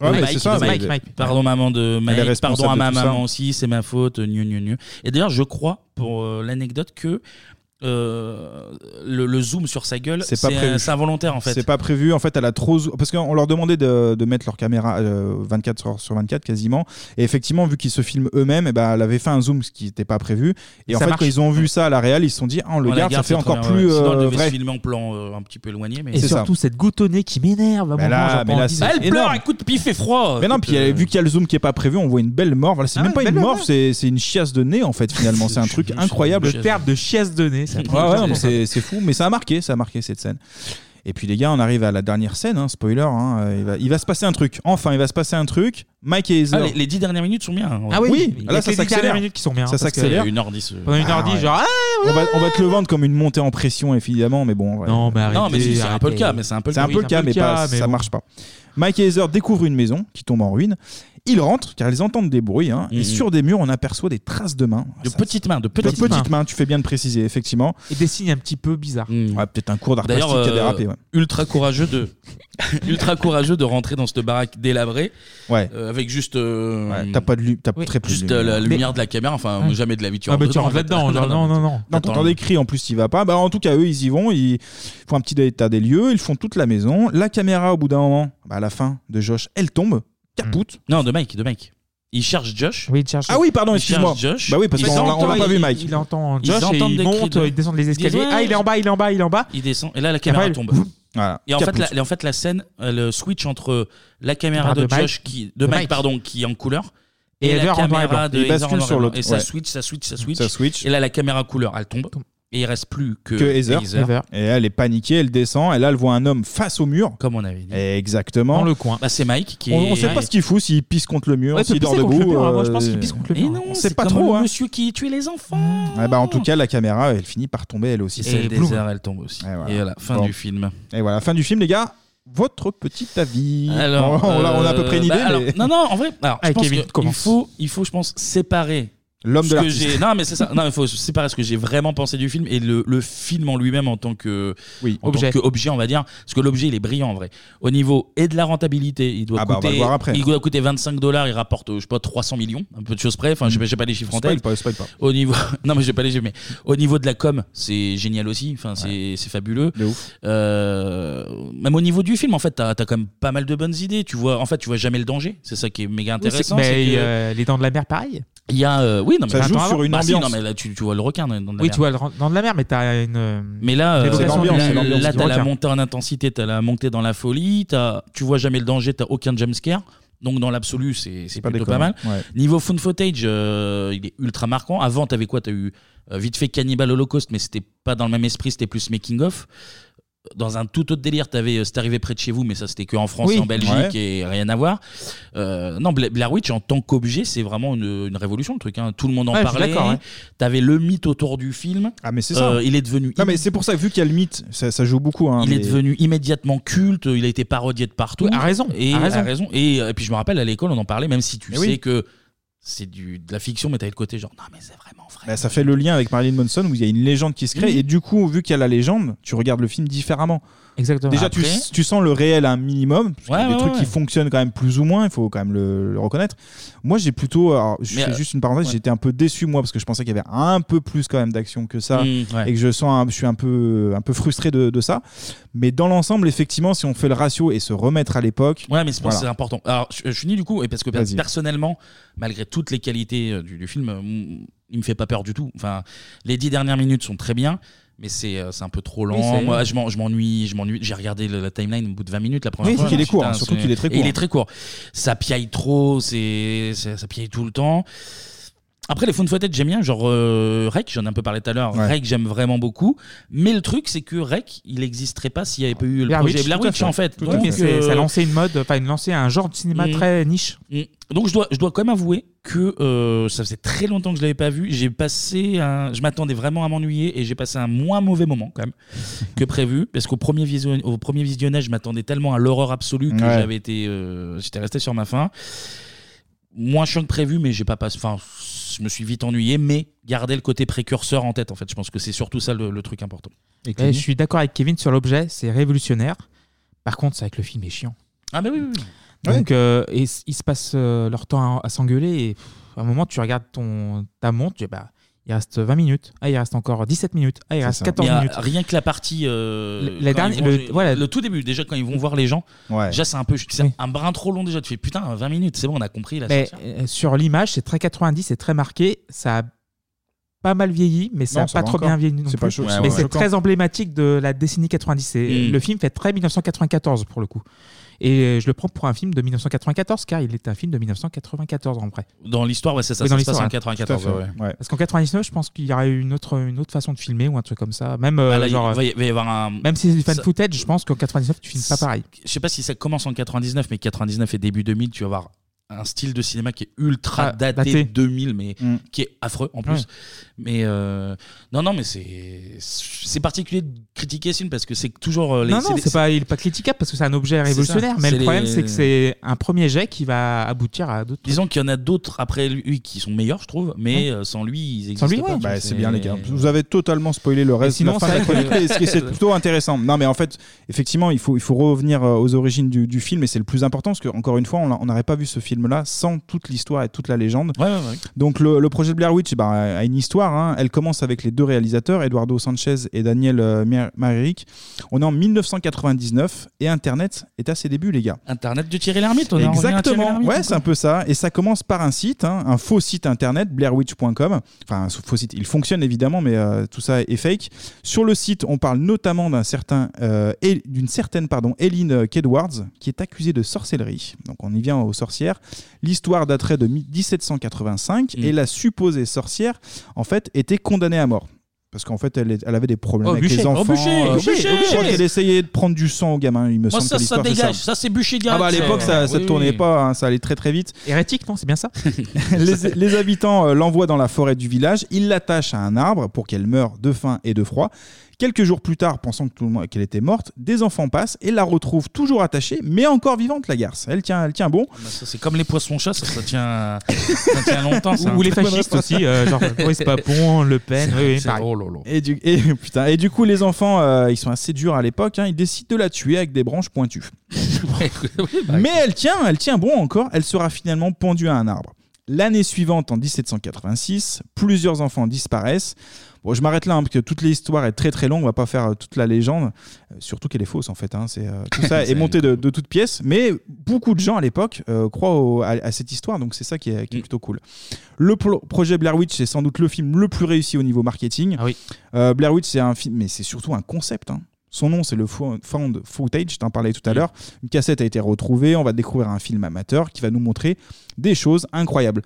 [SPEAKER 6] Ouais,
[SPEAKER 1] De
[SPEAKER 6] mais c'est ça,
[SPEAKER 1] de
[SPEAKER 6] Mike, Mike.
[SPEAKER 1] Pardon maman de
[SPEAKER 6] Elle est
[SPEAKER 1] Mike.
[SPEAKER 6] responsable
[SPEAKER 1] Pardon à
[SPEAKER 6] de
[SPEAKER 1] ma
[SPEAKER 6] tout ça.
[SPEAKER 1] maman aussi, c'est ma faute. gnu, gnu, gnu. Et d'ailleurs, je crois pour euh, l'anecdote que euh, le, le zoom sur sa gueule,
[SPEAKER 6] C'est pas prévu.
[SPEAKER 1] euh, c'est involontaire en fait.
[SPEAKER 6] C'est pas prévu. En fait, elle a trop. zo- Parce qu'on leur demandait de, de mettre leur caméra euh, 24 heures sur 24 quasiment. Et effectivement, vu qu'ils se filment eux-mêmes, eh ben, elle avait fait un zoom, ce qui n'était pas prévu. Et,
[SPEAKER 1] Et
[SPEAKER 6] en
[SPEAKER 1] ça
[SPEAKER 6] fait,
[SPEAKER 1] marche.
[SPEAKER 6] quand ils ont vu ça à la réal, ils se sont dit, ah, on le
[SPEAKER 1] On la
[SPEAKER 6] garde, ça
[SPEAKER 1] garde,
[SPEAKER 6] fait
[SPEAKER 1] c'est très
[SPEAKER 6] encore
[SPEAKER 1] bien, ouais.
[SPEAKER 6] plus
[SPEAKER 1] Sinon, elle
[SPEAKER 6] euh,
[SPEAKER 1] devait se
[SPEAKER 6] vrai.
[SPEAKER 1] filmer en plan euh, un petit peu éloigné, mais
[SPEAKER 4] Et surtout cette goutonnée qui m'énerve. à un
[SPEAKER 6] Mais
[SPEAKER 4] moment,
[SPEAKER 6] là-
[SPEAKER 4] j'ai pas
[SPEAKER 6] mais là,
[SPEAKER 4] envie.
[SPEAKER 6] c'est- Elle pleure, énorme. elle
[SPEAKER 1] Oh, Écoute, pif et froid.
[SPEAKER 6] Mais non, puis euh, vu qu'il y a le zoom qui est pas prévu, on voit une belle mort. Voilà, c'est
[SPEAKER 4] Ah
[SPEAKER 6] même pas
[SPEAKER 4] ouais, belle
[SPEAKER 6] une
[SPEAKER 4] mort,
[SPEAKER 6] mort, c'est c'est une chiasse de nez en fait finalement. C'est un truc incroyable.
[SPEAKER 4] Le terme de chiasse de nez. ça-
[SPEAKER 6] Ouais, ouais, non, c'est c'est fou, mais ça a marqué, ça a marqué cette scène. Et puis les gars, on arrive à la dernière scène, hein, spoiler, hein, euh, il, va, il va se passer un truc. Enfin, il va se passer un truc. Mike et Heather.
[SPEAKER 1] Ah, les, les dix dernières minutes sont bien. hein, ouais.
[SPEAKER 6] Ah oui, oui, là ça s'accélère.
[SPEAKER 1] hein,
[SPEAKER 6] Ça s'accélère.
[SPEAKER 1] Une heure dix. euh.
[SPEAKER 4] Pendant une heure dix, genre, ah
[SPEAKER 6] on, va, on va te le vendre comme une montée en pression, évidemment, mais bon. ouais.
[SPEAKER 4] Non, mais arrêtez,
[SPEAKER 1] Non, mais si, c'est un peu le cas, mais c'est un peu le
[SPEAKER 6] C'est un
[SPEAKER 1] cas,
[SPEAKER 6] peu
[SPEAKER 1] oui.
[SPEAKER 6] le cas, mais, pas-
[SPEAKER 1] mais
[SPEAKER 6] ça
[SPEAKER 1] bon.
[SPEAKER 6] marche pas. Mike et Heather découvrent une maison qui tombe en ruine. Ils rentrent car ils entendent des bruits. hein, Et sur des murs, on aperçoit des traces de mains.
[SPEAKER 1] De petites mains, de petites mains.
[SPEAKER 6] mains, tu fais bien de préciser, effectivement.
[SPEAKER 4] Et des signes un petit peu bizarres.
[SPEAKER 6] Ouais, peut-être un cours d'art plastique
[SPEAKER 1] D'ailleurs,
[SPEAKER 6] qui a
[SPEAKER 1] euh,
[SPEAKER 6] dérapé. ouais.
[SPEAKER 1] ultra courageux de, ultra courageux de rentrer dans cette baraque délabrée,
[SPEAKER 6] Ouais.
[SPEAKER 1] euh, avec juste, euh,
[SPEAKER 6] T'as pas de lu- t'as très peu de
[SPEAKER 1] juste
[SPEAKER 6] lumière.
[SPEAKER 1] euh, la lumière de la caméra. Enfin,
[SPEAKER 6] Ouais.
[SPEAKER 1] jamais de la vie.
[SPEAKER 6] Ah, mais tu
[SPEAKER 1] dedans, en fait.
[SPEAKER 6] rentres là-dedans, genre, non,
[SPEAKER 4] non, non.
[SPEAKER 6] Donc, on des cris en plus, il va pas. Bah, en tout cas, eux, ils y vont. Ils font un petit état des lieux. Ils font toute la maison. La caméra, au bout d'un moment, bah, à la fin de Josh, elle tombe, capoute.
[SPEAKER 1] Non, de Mike, de Mike. Il cherche Josh.
[SPEAKER 4] Hmm. Oui, il cherche.
[SPEAKER 6] Ah oui, pardon,
[SPEAKER 1] Il cherche
[SPEAKER 6] excuse-moi.
[SPEAKER 1] Josh.
[SPEAKER 6] Bah oui, parce
[SPEAKER 1] Ils
[SPEAKER 6] qu'on l'a- on l'a
[SPEAKER 1] entendent-
[SPEAKER 6] pas vu,
[SPEAKER 1] ils-
[SPEAKER 6] Mike.
[SPEAKER 1] ils-
[SPEAKER 4] Il entend
[SPEAKER 1] Ils
[SPEAKER 4] Josh et
[SPEAKER 1] entendent
[SPEAKER 4] il
[SPEAKER 1] des
[SPEAKER 4] monte,
[SPEAKER 1] cris de-
[SPEAKER 4] il descend les escaliers.
[SPEAKER 1] Ils disent,
[SPEAKER 4] Ah, il est en bas, il est en bas, il est en bas.
[SPEAKER 1] Il descend et là la caméra
[SPEAKER 4] après,
[SPEAKER 1] tombe.
[SPEAKER 6] Voilà,
[SPEAKER 1] et en fait,
[SPEAKER 4] capoute.
[SPEAKER 1] la, et en fait la scène elle switch entre la caméra de,
[SPEAKER 4] Caméra de Mike.
[SPEAKER 1] Josh qui de
[SPEAKER 4] De
[SPEAKER 1] Mike,
[SPEAKER 4] Mike.
[SPEAKER 1] pardon qui est en couleur
[SPEAKER 4] Et
[SPEAKER 1] la
[SPEAKER 4] Heather en noir et
[SPEAKER 1] caméra
[SPEAKER 4] blanc.
[SPEAKER 1] de
[SPEAKER 4] Il
[SPEAKER 1] Heather en
[SPEAKER 4] bascule
[SPEAKER 1] noir et
[SPEAKER 4] sur
[SPEAKER 1] blanc.
[SPEAKER 4] l'autre,
[SPEAKER 1] et ça
[SPEAKER 4] ouais.
[SPEAKER 1] switch ça switch ça switch
[SPEAKER 6] Ça switch.
[SPEAKER 1] et là la caméra couleur elle tombe Et il reste plus que,
[SPEAKER 6] que Heather. Et elle est paniquée, elle descend, et là elle voit un homme face au mur.
[SPEAKER 1] Comme on avait dit.
[SPEAKER 6] Exactement.
[SPEAKER 1] Dans le coin. Bah, c'est Mike qui
[SPEAKER 6] On,
[SPEAKER 1] est-
[SPEAKER 6] on sait pas ce qu'il fout, s'il pisse contre le mur,
[SPEAKER 1] Ouais, il peut
[SPEAKER 6] s'il dort
[SPEAKER 1] pisser contre
[SPEAKER 6] debout.
[SPEAKER 1] le mur, hein, moi, je pense qu'il
[SPEAKER 6] euh,
[SPEAKER 1] pisse contre le
[SPEAKER 6] et
[SPEAKER 1] mur.
[SPEAKER 6] non,
[SPEAKER 1] Et
[SPEAKER 6] on
[SPEAKER 1] non,
[SPEAKER 6] sait
[SPEAKER 1] c'est
[SPEAKER 6] pas
[SPEAKER 1] comme
[SPEAKER 6] trop.
[SPEAKER 1] le
[SPEAKER 6] hein.
[SPEAKER 1] monsieur qui tue les enfants.
[SPEAKER 6] Ah bah, en tout cas, la caméra, elle finit par tomber elle aussi.
[SPEAKER 1] Et
[SPEAKER 6] celle
[SPEAKER 1] Blazer,
[SPEAKER 6] d'Heather.
[SPEAKER 1] elle tombe aussi. Et voilà, fin du film.
[SPEAKER 6] Et voilà, fin du film, les gars. Votre petit avis.
[SPEAKER 1] Alors,
[SPEAKER 6] on, on a- on a à peu près une
[SPEAKER 1] euh,
[SPEAKER 6] idée.
[SPEAKER 1] bah, alors,
[SPEAKER 6] mais-
[SPEAKER 1] non, non, en vrai, alors, je
[SPEAKER 6] Avec
[SPEAKER 1] pense
[SPEAKER 6] Ah, Kevin,
[SPEAKER 1] que il
[SPEAKER 6] commence.
[SPEAKER 1] faut, il faut, je pense, séparer.
[SPEAKER 6] L'homme
[SPEAKER 1] ce
[SPEAKER 6] de
[SPEAKER 1] que
[SPEAKER 6] l'artiste.
[SPEAKER 1] j'ai- Non, mais c'est ça. Non, il faut séparer ce que j'ai vraiment pensé du film et le, le film en lui-même en tant que en
[SPEAKER 4] Objet.
[SPEAKER 1] tant que objet, on va dire. Parce que l'objet, il est brillant en vrai. Au niveau et de la rentabilité, il doit
[SPEAKER 6] Ah bah, on va
[SPEAKER 1] coûter.
[SPEAKER 6] le voir après.
[SPEAKER 1] Il doit coûter 25 dollars, il rapporte, euh, je sais pas, 300 millions, un peu de choses près. Enfin, je sais pas- j'ai pas les chiffres en
[SPEAKER 6] Spoil
[SPEAKER 1] tête.
[SPEAKER 6] pas, spoil pas.
[SPEAKER 1] Au niveau, non mais j'ai pas les chiffres, mais au niveau de la com, c'est génial aussi. Enfin, c'est c'est fabuleux. Euh, Même au niveau du film, en fait, t'as as quand même pas mal de bonnes idées. Tu vois, en fait, tu vois jamais le danger. C'est ça qui est méga
[SPEAKER 4] Oui, c'est-
[SPEAKER 1] intéressant.
[SPEAKER 4] mais,
[SPEAKER 1] c'est que-
[SPEAKER 4] euh, les dents de la mer, pareil.
[SPEAKER 1] il y a euh, oui non mais
[SPEAKER 4] Ça joue
[SPEAKER 1] Attends,
[SPEAKER 4] sur une
[SPEAKER 1] bah si,
[SPEAKER 4] ambiance.
[SPEAKER 1] non mais là tu, tu vois le requin dans dans la
[SPEAKER 4] Oui,
[SPEAKER 1] mer.
[SPEAKER 4] tu vois, le ren- dans de la mer, mais t'as une. euh,
[SPEAKER 1] mais là, euh,
[SPEAKER 4] C'est l'ambiance,
[SPEAKER 1] là,
[SPEAKER 4] c'est l'ambiance
[SPEAKER 1] là,
[SPEAKER 4] du
[SPEAKER 1] t'as la
[SPEAKER 4] requin.
[SPEAKER 1] montée en intensité, t'as la montée dans la folie, t'as, tu vois jamais le danger, t'as aucun jumpscare. Donc dans l'absolu, c'est, c'est plutôt pas mal.
[SPEAKER 6] déconnant, ouais.
[SPEAKER 1] Niveau fun footage, euh, il est ultra marquant. Avant, t'avais quoi T'as eu euh, vite fait Cannibal Holocaust, mais c'était pas dans le même esprit, c'était plus making of. Dans un tout autre délire, t'avais euh, C'est arrivé près de chez vous, mais ça c'était que en France
[SPEAKER 4] Oui,
[SPEAKER 1] et en Belgique
[SPEAKER 4] ouais.
[SPEAKER 1] et rien à voir. Euh, non, Bla- Blair Witch en tant qu'objet, c'est vraiment une, une révolution le truc. hein. Tout le monde en
[SPEAKER 6] Ouais, je suis
[SPEAKER 1] parlait.
[SPEAKER 6] d'accord, ouais.
[SPEAKER 1] T'avais le mythe autour du film.
[SPEAKER 6] Ah, mais c'est ça.
[SPEAKER 1] Euh, il est devenu
[SPEAKER 6] Non, mais c'est pour ça, vu qu'il y a le mythe, ça, ça joue beaucoup. hein,
[SPEAKER 1] il est
[SPEAKER 6] mais-
[SPEAKER 1] devenu immédiatement culte, il a été parodié de partout.
[SPEAKER 6] Oui, à raison,
[SPEAKER 1] Et,
[SPEAKER 6] à raison.
[SPEAKER 1] à raison. Et, euh, et puis je me rappelle à l'école, on en parlait, même si tu
[SPEAKER 6] Mais
[SPEAKER 1] sais
[SPEAKER 6] oui.
[SPEAKER 1] que c'est du, de la fiction, mais t'avais le côté genre, non mais c'est vrai.
[SPEAKER 6] Bah, ça fait le lien avec Marilyn Manson où il y a une légende qui se crée
[SPEAKER 1] Mhm.
[SPEAKER 6] et du coup vu qu'il y a la légende tu regardes le film différemment
[SPEAKER 4] Exactement.
[SPEAKER 6] déjà tu,
[SPEAKER 4] Après-
[SPEAKER 6] tu sens le réel à un minimum parce qu'il y a
[SPEAKER 1] Ouais,
[SPEAKER 6] des
[SPEAKER 1] ouais,
[SPEAKER 6] trucs
[SPEAKER 1] ouais.
[SPEAKER 6] qui fonctionnent quand même plus ou moins il faut quand même le, le reconnaître moi j'ai plutôt alors, je
[SPEAKER 1] Mais,
[SPEAKER 6] fais
[SPEAKER 1] euh,
[SPEAKER 6] juste une parenthèse
[SPEAKER 1] ouais.
[SPEAKER 6] j'étais un peu déçu moi parce que je pensais qu'il y avait un peu plus quand même d'action que ça
[SPEAKER 1] Mhm, ouais.
[SPEAKER 6] et que je sens un- je suis un peu un peu frustré de, de ça mais dans l'ensemble effectivement si on fait le ratio et se remettre à l'époque
[SPEAKER 1] Ouais, mais je pense que
[SPEAKER 6] voilà.
[SPEAKER 1] c'est important. Alors, je, je suis ni du coup, et parce que
[SPEAKER 6] Vas-y.
[SPEAKER 1] personnellement, malgré toutes les qualités euh, du, du film, euh, mm, il me fait pas peur du tout. Enfin, les dix dernières minutes sont très bien, mais c'est euh, c'est un peu trop
[SPEAKER 6] Oui,
[SPEAKER 1] lent.
[SPEAKER 6] c'est-
[SPEAKER 1] Moi, je m'en- je m'ennuie, je m'ennuie. J'ai regardé le- la timeline au bout de 20 minutes la première
[SPEAKER 6] Oui,
[SPEAKER 1] fois.
[SPEAKER 6] qu'il est court,
[SPEAKER 1] Putain,
[SPEAKER 6] hein, surtout
[SPEAKER 1] c'est-
[SPEAKER 6] qu'il est très
[SPEAKER 1] et
[SPEAKER 6] court.
[SPEAKER 1] Il est très court. Ça piaille trop, c'est ça, ça piaille tout le temps. Après, les fun footage, j'aime bien. Genre, euh, Rec, j'en ai un peu parlé tout à l'heure.
[SPEAKER 6] Ouais.
[SPEAKER 1] Rec, j'aime vraiment beaucoup. Mais le truc, c'est que Rec, il n'existerait pas s'il n'y avait pas eu le
[SPEAKER 4] Blair
[SPEAKER 1] projet
[SPEAKER 4] Witch,
[SPEAKER 1] Blair
[SPEAKER 4] tout à
[SPEAKER 1] Witch, en fait.
[SPEAKER 4] Tout à fait.
[SPEAKER 1] Donc,
[SPEAKER 4] C'est- Ça
[SPEAKER 1] euh,
[SPEAKER 4] a lancé une mode, enfin, une lancé un genre de cinéma
[SPEAKER 1] Mm.
[SPEAKER 4] très niche.
[SPEAKER 1] Mm. Donc je dois, je dois quand même avouer que euh, ça faisait très longtemps que je l'avais pas vu. J'ai passé, un, je m'attendais vraiment à m'ennuyer et j'ai passé un moins mauvais moment quand même que prévu, parce qu'au premier, vision- au premier visionnage, je m'attendais tellement à l'horreur absolue que
[SPEAKER 6] Ouais.
[SPEAKER 1] j'avais été, euh, j'étais resté sur ma faim. Moins chiant que prévu, mais j'ai pas passé. Enfin, je me suis vite ennuyé, mais garder le côté précurseur en tête. En fait, je pense que c'est surtout ça le, le truc important.
[SPEAKER 4] Et Eh, je suis d'accord avec Kevin sur l'objet, c'est révolutionnaire. Par contre, c'est vrai que le film est chiant.
[SPEAKER 1] Ah bah oui, oui, oui.
[SPEAKER 4] Donc, euh, et s- ils se passent euh, leur temps à, à s'engueuler. Et pff, à un moment, tu regardes ton, ta montre, tu dis, bah, il reste 20 minutes. Ah, il reste encore 17 minutes. Ah, il reste 14
[SPEAKER 1] Mais, euh,
[SPEAKER 4] minutes.
[SPEAKER 1] Rien que la partie. euh,
[SPEAKER 4] Le- la
[SPEAKER 1] quand
[SPEAKER 4] dernière-
[SPEAKER 1] ils vont-
[SPEAKER 4] le- voilà.
[SPEAKER 1] tout début, déjà, quand ils vont voir les gens.
[SPEAKER 4] Ouais.
[SPEAKER 1] Déjà, c'est un peu. c'est un brin trop long déjà. Tu fais putain, 20 minutes, c'est bon, on a compris. La
[SPEAKER 4] Mais
[SPEAKER 1] sortie.
[SPEAKER 4] euh, sur l'image, c'est très 90, c'est très marqué. Ça a pas mal vieilli, mais ça
[SPEAKER 6] Non,
[SPEAKER 4] a
[SPEAKER 6] ça
[SPEAKER 4] pas
[SPEAKER 6] va
[SPEAKER 4] trop
[SPEAKER 6] encore.
[SPEAKER 4] bien vieilli non
[SPEAKER 6] C'est
[SPEAKER 4] plus.
[SPEAKER 6] pas cho- Ouais,
[SPEAKER 4] mais
[SPEAKER 6] ouais.
[SPEAKER 4] c'est
[SPEAKER 6] choquant.
[SPEAKER 4] très emblématique de la décennie 90. C'est-
[SPEAKER 6] Mm.
[SPEAKER 4] Le film fait très 1994 pour le coup. Et euh, je le prends pour un film de 1994, car il est un film de 1994 en vrai.
[SPEAKER 1] Dans l'histoire, ouais, c'est ça,
[SPEAKER 4] Oui,
[SPEAKER 1] ça
[SPEAKER 4] dans
[SPEAKER 1] se passe
[SPEAKER 4] l'histoire,
[SPEAKER 1] en
[SPEAKER 4] hein.
[SPEAKER 1] 94, Tout à fait, ouais. ouais.
[SPEAKER 4] Parce qu'en 99, je pense qu'il y aurait eu une autre, une autre façon de filmer ou un truc comme ça. Même, euh,
[SPEAKER 1] Ah, là, il
[SPEAKER 4] genre, euh,
[SPEAKER 1] va y- va y avoir un-
[SPEAKER 4] même si c'est du fan
[SPEAKER 1] ça-
[SPEAKER 4] footage, je pense qu'en 99, tu filmes pas pareil.
[SPEAKER 1] Je sais pas si ça commence en 99, mais 99 et début 2000, tu vas avoir un style de cinéma qui est ultra
[SPEAKER 4] Ah,
[SPEAKER 1] daté,
[SPEAKER 4] daté.
[SPEAKER 1] 2000, mais qui est affreux en plus.
[SPEAKER 4] Ouais.
[SPEAKER 1] Mais euh, non, non, mais c'est c'est particulier de critiquer ce film parce que c'est toujours euh, les.
[SPEAKER 4] non, non,
[SPEAKER 1] des-
[SPEAKER 4] c'est pas, il est pas critiquable parce que c'est un objet révolutionnaire.
[SPEAKER 1] ça.
[SPEAKER 4] Mais
[SPEAKER 1] C'est
[SPEAKER 4] le problème,
[SPEAKER 1] les-
[SPEAKER 4] c'est que c'est un premier jet qui va aboutir à d'autres.
[SPEAKER 1] Disons qu'il y en a d'autres après lui qui sont meilleurs, je trouve, mais
[SPEAKER 4] Mm.
[SPEAKER 1] euh, sans lui, ils
[SPEAKER 4] Sans
[SPEAKER 1] existent
[SPEAKER 4] lui,
[SPEAKER 1] pas.
[SPEAKER 4] ouais.
[SPEAKER 1] tu
[SPEAKER 6] Bah,
[SPEAKER 1] vois,
[SPEAKER 6] c'est bien les gars. Vous avez totalement spoilé le reste
[SPEAKER 1] sinon,
[SPEAKER 6] de la fin
[SPEAKER 1] c'est
[SPEAKER 6] de la
[SPEAKER 1] vrai que-
[SPEAKER 6] chronique, mais ce qui- c'est plutôt intéressant. Non mais en fait, effectivement, il faut, il faut revenir euh, aux origines du, du film et c'est le plus important parce que encore une fois, on l'a- on n'aurait pas vu ce film-là sans toute l'histoire et toute la légende. Donc le, le projet de Blair Witch bah, a une histoire. hein. Elle commence avec les deux réalisateurs, Eduardo Sanchez et Daniel euh, Mer- Marerick. On est en 1999 et Internet est à ses débuts les gars.
[SPEAKER 1] Internet de Thierry Lhermitte, on en revient à Thierry
[SPEAKER 6] Exactement.
[SPEAKER 1] Lhermitte,
[SPEAKER 6] Ouais,
[SPEAKER 1] quoi.
[SPEAKER 6] c'est un peu ça. Et ça commence par un site, hein, un faux site internet, blairwitch.com. Enfin, un faux site. Il fonctionne évidemment, mais euh, tout ça est fake. Sur le site, on parle notamment d'un certain, euh, El- d'une certaine, pardon, Eileen Kedwards, qui est accusée de sorcellerie. Donc, on y vient aux sorcières. L'histoire daterait
[SPEAKER 1] Mm.
[SPEAKER 6] de mi- 1785 et la supposée sorcière, en fait, était condamnée à mort. Parce qu'en fait, elle, est- elle avait des problèmes
[SPEAKER 1] Oh,
[SPEAKER 6] avec
[SPEAKER 1] Buchet.
[SPEAKER 6] les
[SPEAKER 1] Oh,
[SPEAKER 6] enfants.
[SPEAKER 1] Buchet,
[SPEAKER 6] euh,
[SPEAKER 1] Buchet,
[SPEAKER 6] je crois
[SPEAKER 1] Buchet.
[SPEAKER 6] qu'elle essayait de prendre du sang au gamin, il me
[SPEAKER 1] Oh,
[SPEAKER 6] semble.
[SPEAKER 1] ça,
[SPEAKER 6] que
[SPEAKER 1] ça
[SPEAKER 6] l'histoire, c'est
[SPEAKER 1] dégage, ça, c'est bûché direct. euh,
[SPEAKER 6] Ah bah à l'époque, ça, ça tournait pas, hein, ça allait très très vite.
[SPEAKER 4] Hérétique, non C'est bien ça
[SPEAKER 6] les, les habitants euh, l'envoient dans la forêt du village, ils l'attachent à un arbre pour qu'elle meure de faim et de froid. Quelques jours plus tard, pensant que tout le monde- qu'elle était morte, des enfants passent et la retrouvent toujours attachée, mais encore vivante, la garce. Elle tient, elle tient bon.
[SPEAKER 1] Bah, ça, c'est comme les poissons-chats, ça, ça tient, euh, ça tient longtemps. ça. hein.
[SPEAKER 6] Ou les fascistes aussi, euh, genre Boris Papon, Le Pen, oui, oui, pareil.
[SPEAKER 1] oh, là, là.
[SPEAKER 6] Et du, et, putain, et du coup, les enfants, euh, ils sont assez durs à l'époque, hein, ils décident de la tuer avec des branches pointues. Mais elle tient, elle tient bon encore, elle sera finalement pendue à un arbre. L'année suivante, en 1786, plusieurs enfants disparaissent. Bon, je m'arrête là, hein, parce que toute l'histoire est très très longue, on va pas faire euh, toute la légende, Euh, surtout qu'elle est fausse en fait. hein, c'est, euh, tout ça est
[SPEAKER 1] C'est-
[SPEAKER 6] monté de, de toutes pièces, mais beaucoup de gens à l'époque euh, croient au- à, à cette histoire, donc c'est ça qui est,
[SPEAKER 1] Mm.
[SPEAKER 6] qui est plutôt cool. Le pro- projet Blair Witch, c'est sans doute le film le plus réussi au niveau marketing.
[SPEAKER 1] Ah
[SPEAKER 6] Euh, Blair Witch, c'est un film, mais c'est surtout un concept. hein. Son nom, c'est le fo- Found Footage, je t'en parlais
[SPEAKER 1] Mm.
[SPEAKER 6] tout à l'heure. Une cassette a été retrouvée, on va découvrir un film amateur qui va nous montrer des choses incroyables.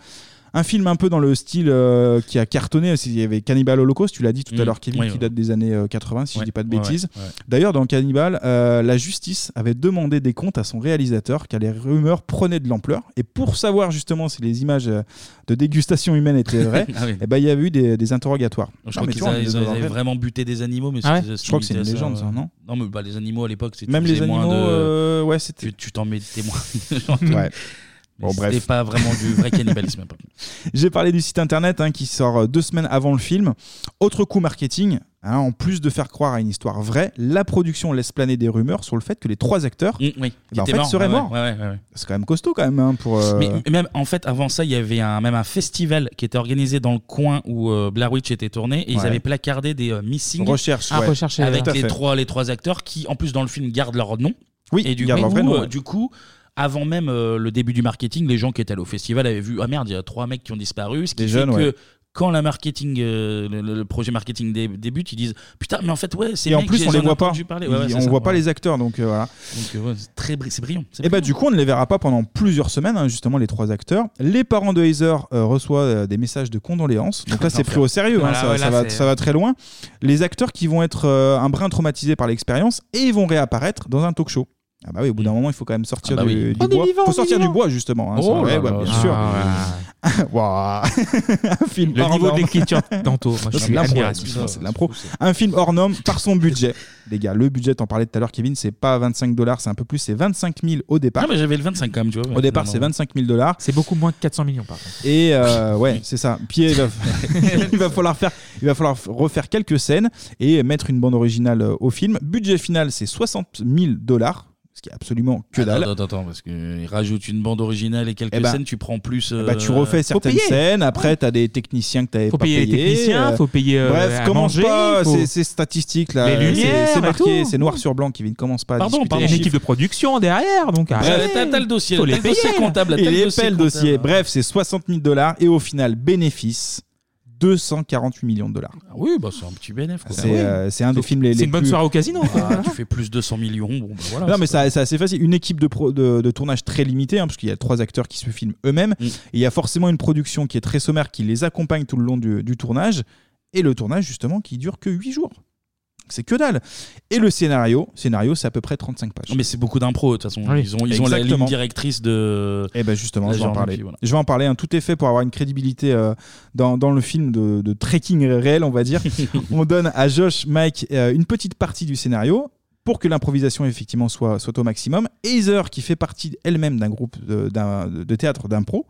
[SPEAKER 6] Un film un peu dans le style euh, qui a cartonné, aussi. il y avait Cannibal Holocaust, tu l'as dit tout à
[SPEAKER 1] Mm.
[SPEAKER 6] l'heure, Kevin,
[SPEAKER 1] Oui,
[SPEAKER 6] qui
[SPEAKER 1] ouais.
[SPEAKER 6] date des années euh, 80, si je dis pas de
[SPEAKER 1] ouais,
[SPEAKER 6] bêtises.
[SPEAKER 1] ouais, ouais.
[SPEAKER 6] D'ailleurs, dans Cannibal, euh, la justice avait demandé des comptes à son réalisateur car les rumeurs prenaient de l'ampleur. Et pour savoir justement si les images euh, de dégustation humaine étaient vraies,
[SPEAKER 1] Ah oui.
[SPEAKER 6] eh ben, il y avait eu des, des interrogatoires.
[SPEAKER 1] Je
[SPEAKER 6] Non,
[SPEAKER 1] crois
[SPEAKER 6] Ah, mais
[SPEAKER 1] qu'ils
[SPEAKER 6] tu vois, on
[SPEAKER 1] a-
[SPEAKER 6] est
[SPEAKER 1] ils
[SPEAKER 6] dans
[SPEAKER 1] avaient
[SPEAKER 6] un vrai-
[SPEAKER 1] vraiment buté des animaux, mais
[SPEAKER 6] Ah ouais
[SPEAKER 1] c'était-
[SPEAKER 6] Je crois que c'est une
[SPEAKER 1] c'était
[SPEAKER 6] légende, ça,
[SPEAKER 1] ouais.
[SPEAKER 6] non
[SPEAKER 1] Non, mais bah, les animaux à l'époque, c'était
[SPEAKER 6] Même les animaux, euh, ouais, c'était.
[SPEAKER 1] Tu t'en mets des moins.
[SPEAKER 6] Ouais.
[SPEAKER 1] Bon, bref. C'était pas vraiment du vrai cannibalisme. par contre.
[SPEAKER 6] J'ai parlé du site internet hein, qui sort euh, deux semaines avant le film. Autre coup marketing, hein, en plus de faire croire à une histoire vraie, la production laisse planer des rumeurs sur le fait que les trois acteurs
[SPEAKER 1] Mm, oui,
[SPEAKER 6] eh ben, en
[SPEAKER 1] Qui
[SPEAKER 6] fait,
[SPEAKER 1] était mort,
[SPEAKER 6] seraient
[SPEAKER 1] ouais,
[SPEAKER 6] morts.
[SPEAKER 1] ouais, ouais, ouais, ouais.
[SPEAKER 6] C'est quand même costaud quand même hein, pour. euh,
[SPEAKER 1] Mais mais même en fait, avant ça, il y avait un, même un festival qui était organisé dans le coin où euh, Blair Witch était tourné et ils
[SPEAKER 6] Ouais.
[SPEAKER 1] avaient placardé des euh, missing
[SPEAKER 6] Recherche, Ah, ouais. recherche,
[SPEAKER 1] avec
[SPEAKER 6] tout à
[SPEAKER 1] les
[SPEAKER 6] fait.
[SPEAKER 1] trois, les trois acteurs qui, en plus, dans le film, gardent leur nom.
[SPEAKER 6] Oui,
[SPEAKER 1] et du
[SPEAKER 6] ils gardent
[SPEAKER 1] coup,
[SPEAKER 6] leur vrai nom,
[SPEAKER 1] euh,
[SPEAKER 6] ouais.
[SPEAKER 1] du coup, avant même euh, le début du marketing, les gens qui étaient allés au festival avaient vu Ah merde, il y a trois mecs qui ont disparu. Ce qui
[SPEAKER 6] Des
[SPEAKER 1] fait
[SPEAKER 6] jeunes,
[SPEAKER 1] que.
[SPEAKER 6] ouais.
[SPEAKER 1] Quand la marketing, euh, le, le- le projet marketing dé- débute, ils disent putain, mais en fait ouais, c'est
[SPEAKER 6] et en plus, on les voit pas.
[SPEAKER 1] on
[SPEAKER 6] Ils- on voit pas les acteurs, donc euh, voilà.
[SPEAKER 1] Donc, euh, ouais, c'est très bri- c'est brillant. c'est
[SPEAKER 6] Et bah du coup, on ne les verra pas pendant plusieurs semaines, hein, justement, les trois acteurs. Les parents de Hazer euh, reçoivent euh, des messages de condoléances. Donc là, c'est pris au sérieux, hein,
[SPEAKER 1] Voilà,
[SPEAKER 6] ça,
[SPEAKER 1] ouais,
[SPEAKER 6] ça
[SPEAKER 1] là,
[SPEAKER 6] va,
[SPEAKER 1] c'est-
[SPEAKER 6] ça va très loin. Les acteurs qui vont être euh, un brin traumatisés par l'expérience et ils vont réapparaître dans un talk show. Ah bah oui, au bout d'un moment, il faut quand même sortir
[SPEAKER 1] Ah bah
[SPEAKER 6] du,
[SPEAKER 1] oui.
[SPEAKER 6] du
[SPEAKER 1] On est
[SPEAKER 6] bois.
[SPEAKER 1] vivant, on
[SPEAKER 6] faut
[SPEAKER 1] est
[SPEAKER 6] sortir du
[SPEAKER 1] vivant.
[SPEAKER 6] bois, justement. hein, ça,
[SPEAKER 1] Oh
[SPEAKER 6] ouais,
[SPEAKER 1] là
[SPEAKER 6] ouais,
[SPEAKER 1] là.
[SPEAKER 6] bien
[SPEAKER 1] Ah
[SPEAKER 6] sûr. Waouh. un film
[SPEAKER 4] Le
[SPEAKER 6] hors
[SPEAKER 4] niveau de
[SPEAKER 6] norme.
[SPEAKER 4] l'écriture d'Anto, moi, je
[SPEAKER 6] C'est
[SPEAKER 4] suis
[SPEAKER 6] de l'impro,
[SPEAKER 4] admiratif.
[SPEAKER 6] là, putain,
[SPEAKER 4] Ça,
[SPEAKER 6] c'est de l'impro. Un film hors norme par son budget. Les gars, le budget, t'en parlais tout à l'heure, Kevin, c'est pas 25 dollars, c'est un peu plus, c'est 25 000 au départ.
[SPEAKER 1] Ah, mais j'avais le 25 quand même, tu vois.
[SPEAKER 6] Au départ,
[SPEAKER 1] Non,
[SPEAKER 6] c'est
[SPEAKER 1] non.
[SPEAKER 6] 25 000 dollars.
[SPEAKER 4] C'est beaucoup moins que 400 millions, par contre.
[SPEAKER 6] Et euh, ouais, c'est ça. Puis il va, il va falloir faire, il va falloir refaire quelques scènes et mettre une bande originale euh, au film. Budget final, c'est 60 000 dollars, ce qui est absolument
[SPEAKER 4] Ah,
[SPEAKER 6] que dalle.
[SPEAKER 1] Attends, attends, attends, parce qu'ils rajoutent une bande originale et quelques
[SPEAKER 6] Eh ben,
[SPEAKER 1] scènes, tu prends plus. euh,
[SPEAKER 6] Bah, tu refais certaines scènes, après tu as des techniciens que tu
[SPEAKER 1] Faut
[SPEAKER 6] pas
[SPEAKER 1] payer les
[SPEAKER 6] payés,
[SPEAKER 1] techniciens,
[SPEAKER 6] euh,
[SPEAKER 1] faut payer, euh,
[SPEAKER 6] Bref,
[SPEAKER 1] à
[SPEAKER 6] commence
[SPEAKER 1] manger,
[SPEAKER 6] pas
[SPEAKER 1] faut-
[SPEAKER 6] ces, ces statistiques là.
[SPEAKER 1] Les
[SPEAKER 6] euh, c'est-
[SPEAKER 1] lumières
[SPEAKER 6] c'est
[SPEAKER 1] et
[SPEAKER 6] marqué,
[SPEAKER 1] tout.
[SPEAKER 6] c'est noir sur blanc, Kevin. Commence pas. à
[SPEAKER 1] Pardon,
[SPEAKER 6] discuter
[SPEAKER 1] pardon,
[SPEAKER 6] des
[SPEAKER 1] j'ai-
[SPEAKER 6] chiffres.
[SPEAKER 4] Équipe de production derrière, donc.
[SPEAKER 1] Bref,
[SPEAKER 4] arrête.
[SPEAKER 1] t'as- t'as le dossier,
[SPEAKER 4] Faut
[SPEAKER 1] t'as
[SPEAKER 4] les
[SPEAKER 1] le
[SPEAKER 4] payer.
[SPEAKER 1] dossier comptable, t'as
[SPEAKER 6] Il
[SPEAKER 1] le
[SPEAKER 6] est
[SPEAKER 1] dossier
[SPEAKER 6] épais, le
[SPEAKER 1] comptable.
[SPEAKER 6] dossier. Bref, c'est 60 000 dollars et au final, bénéfice 248 millions de dollars.
[SPEAKER 1] Oui, bah, c'est un petit bénéfice. quoi.
[SPEAKER 6] C'est euh, c'est un des films les les plus-
[SPEAKER 1] Ah, tu fais plus de 200 millions, bon, bah, voilà.
[SPEAKER 6] non mais ça- c'est assez facile. Une équipe de, pro- de, de tournage très limitée, hein, parce qu'il y a trois acteurs qui se filment eux-mêmes.
[SPEAKER 1] Mm.
[SPEAKER 6] Et il y a forcément une production qui est très sommaire, qui les accompagne tout le long du, du tournage. Et le tournage justement qui dure que 8 jours. C'est que dalle. Et le scénario, scénario, c'est à peu près 35 pages.
[SPEAKER 1] Mais c'est beaucoup d'impro, de toute façon.
[SPEAKER 6] Oui.
[SPEAKER 1] Ils ont, ils ont la ligne
[SPEAKER 6] Exactement.
[SPEAKER 1] directrice de.
[SPEAKER 6] Et ben justement, je vais en parler.
[SPEAKER 1] Voilà.
[SPEAKER 6] Je vais en parler. hein. Tout est fait pour avoir une crédibilité euh, dans, dans le film de, de trekking réel, on va dire. on donne à Josh, Mike, euh, une petite partie du scénario pour que l'improvisation effectivement soit, soit au maximum. Heather, qui fait partie elle-même d'un groupe de, d'un- de théâtre d'impro,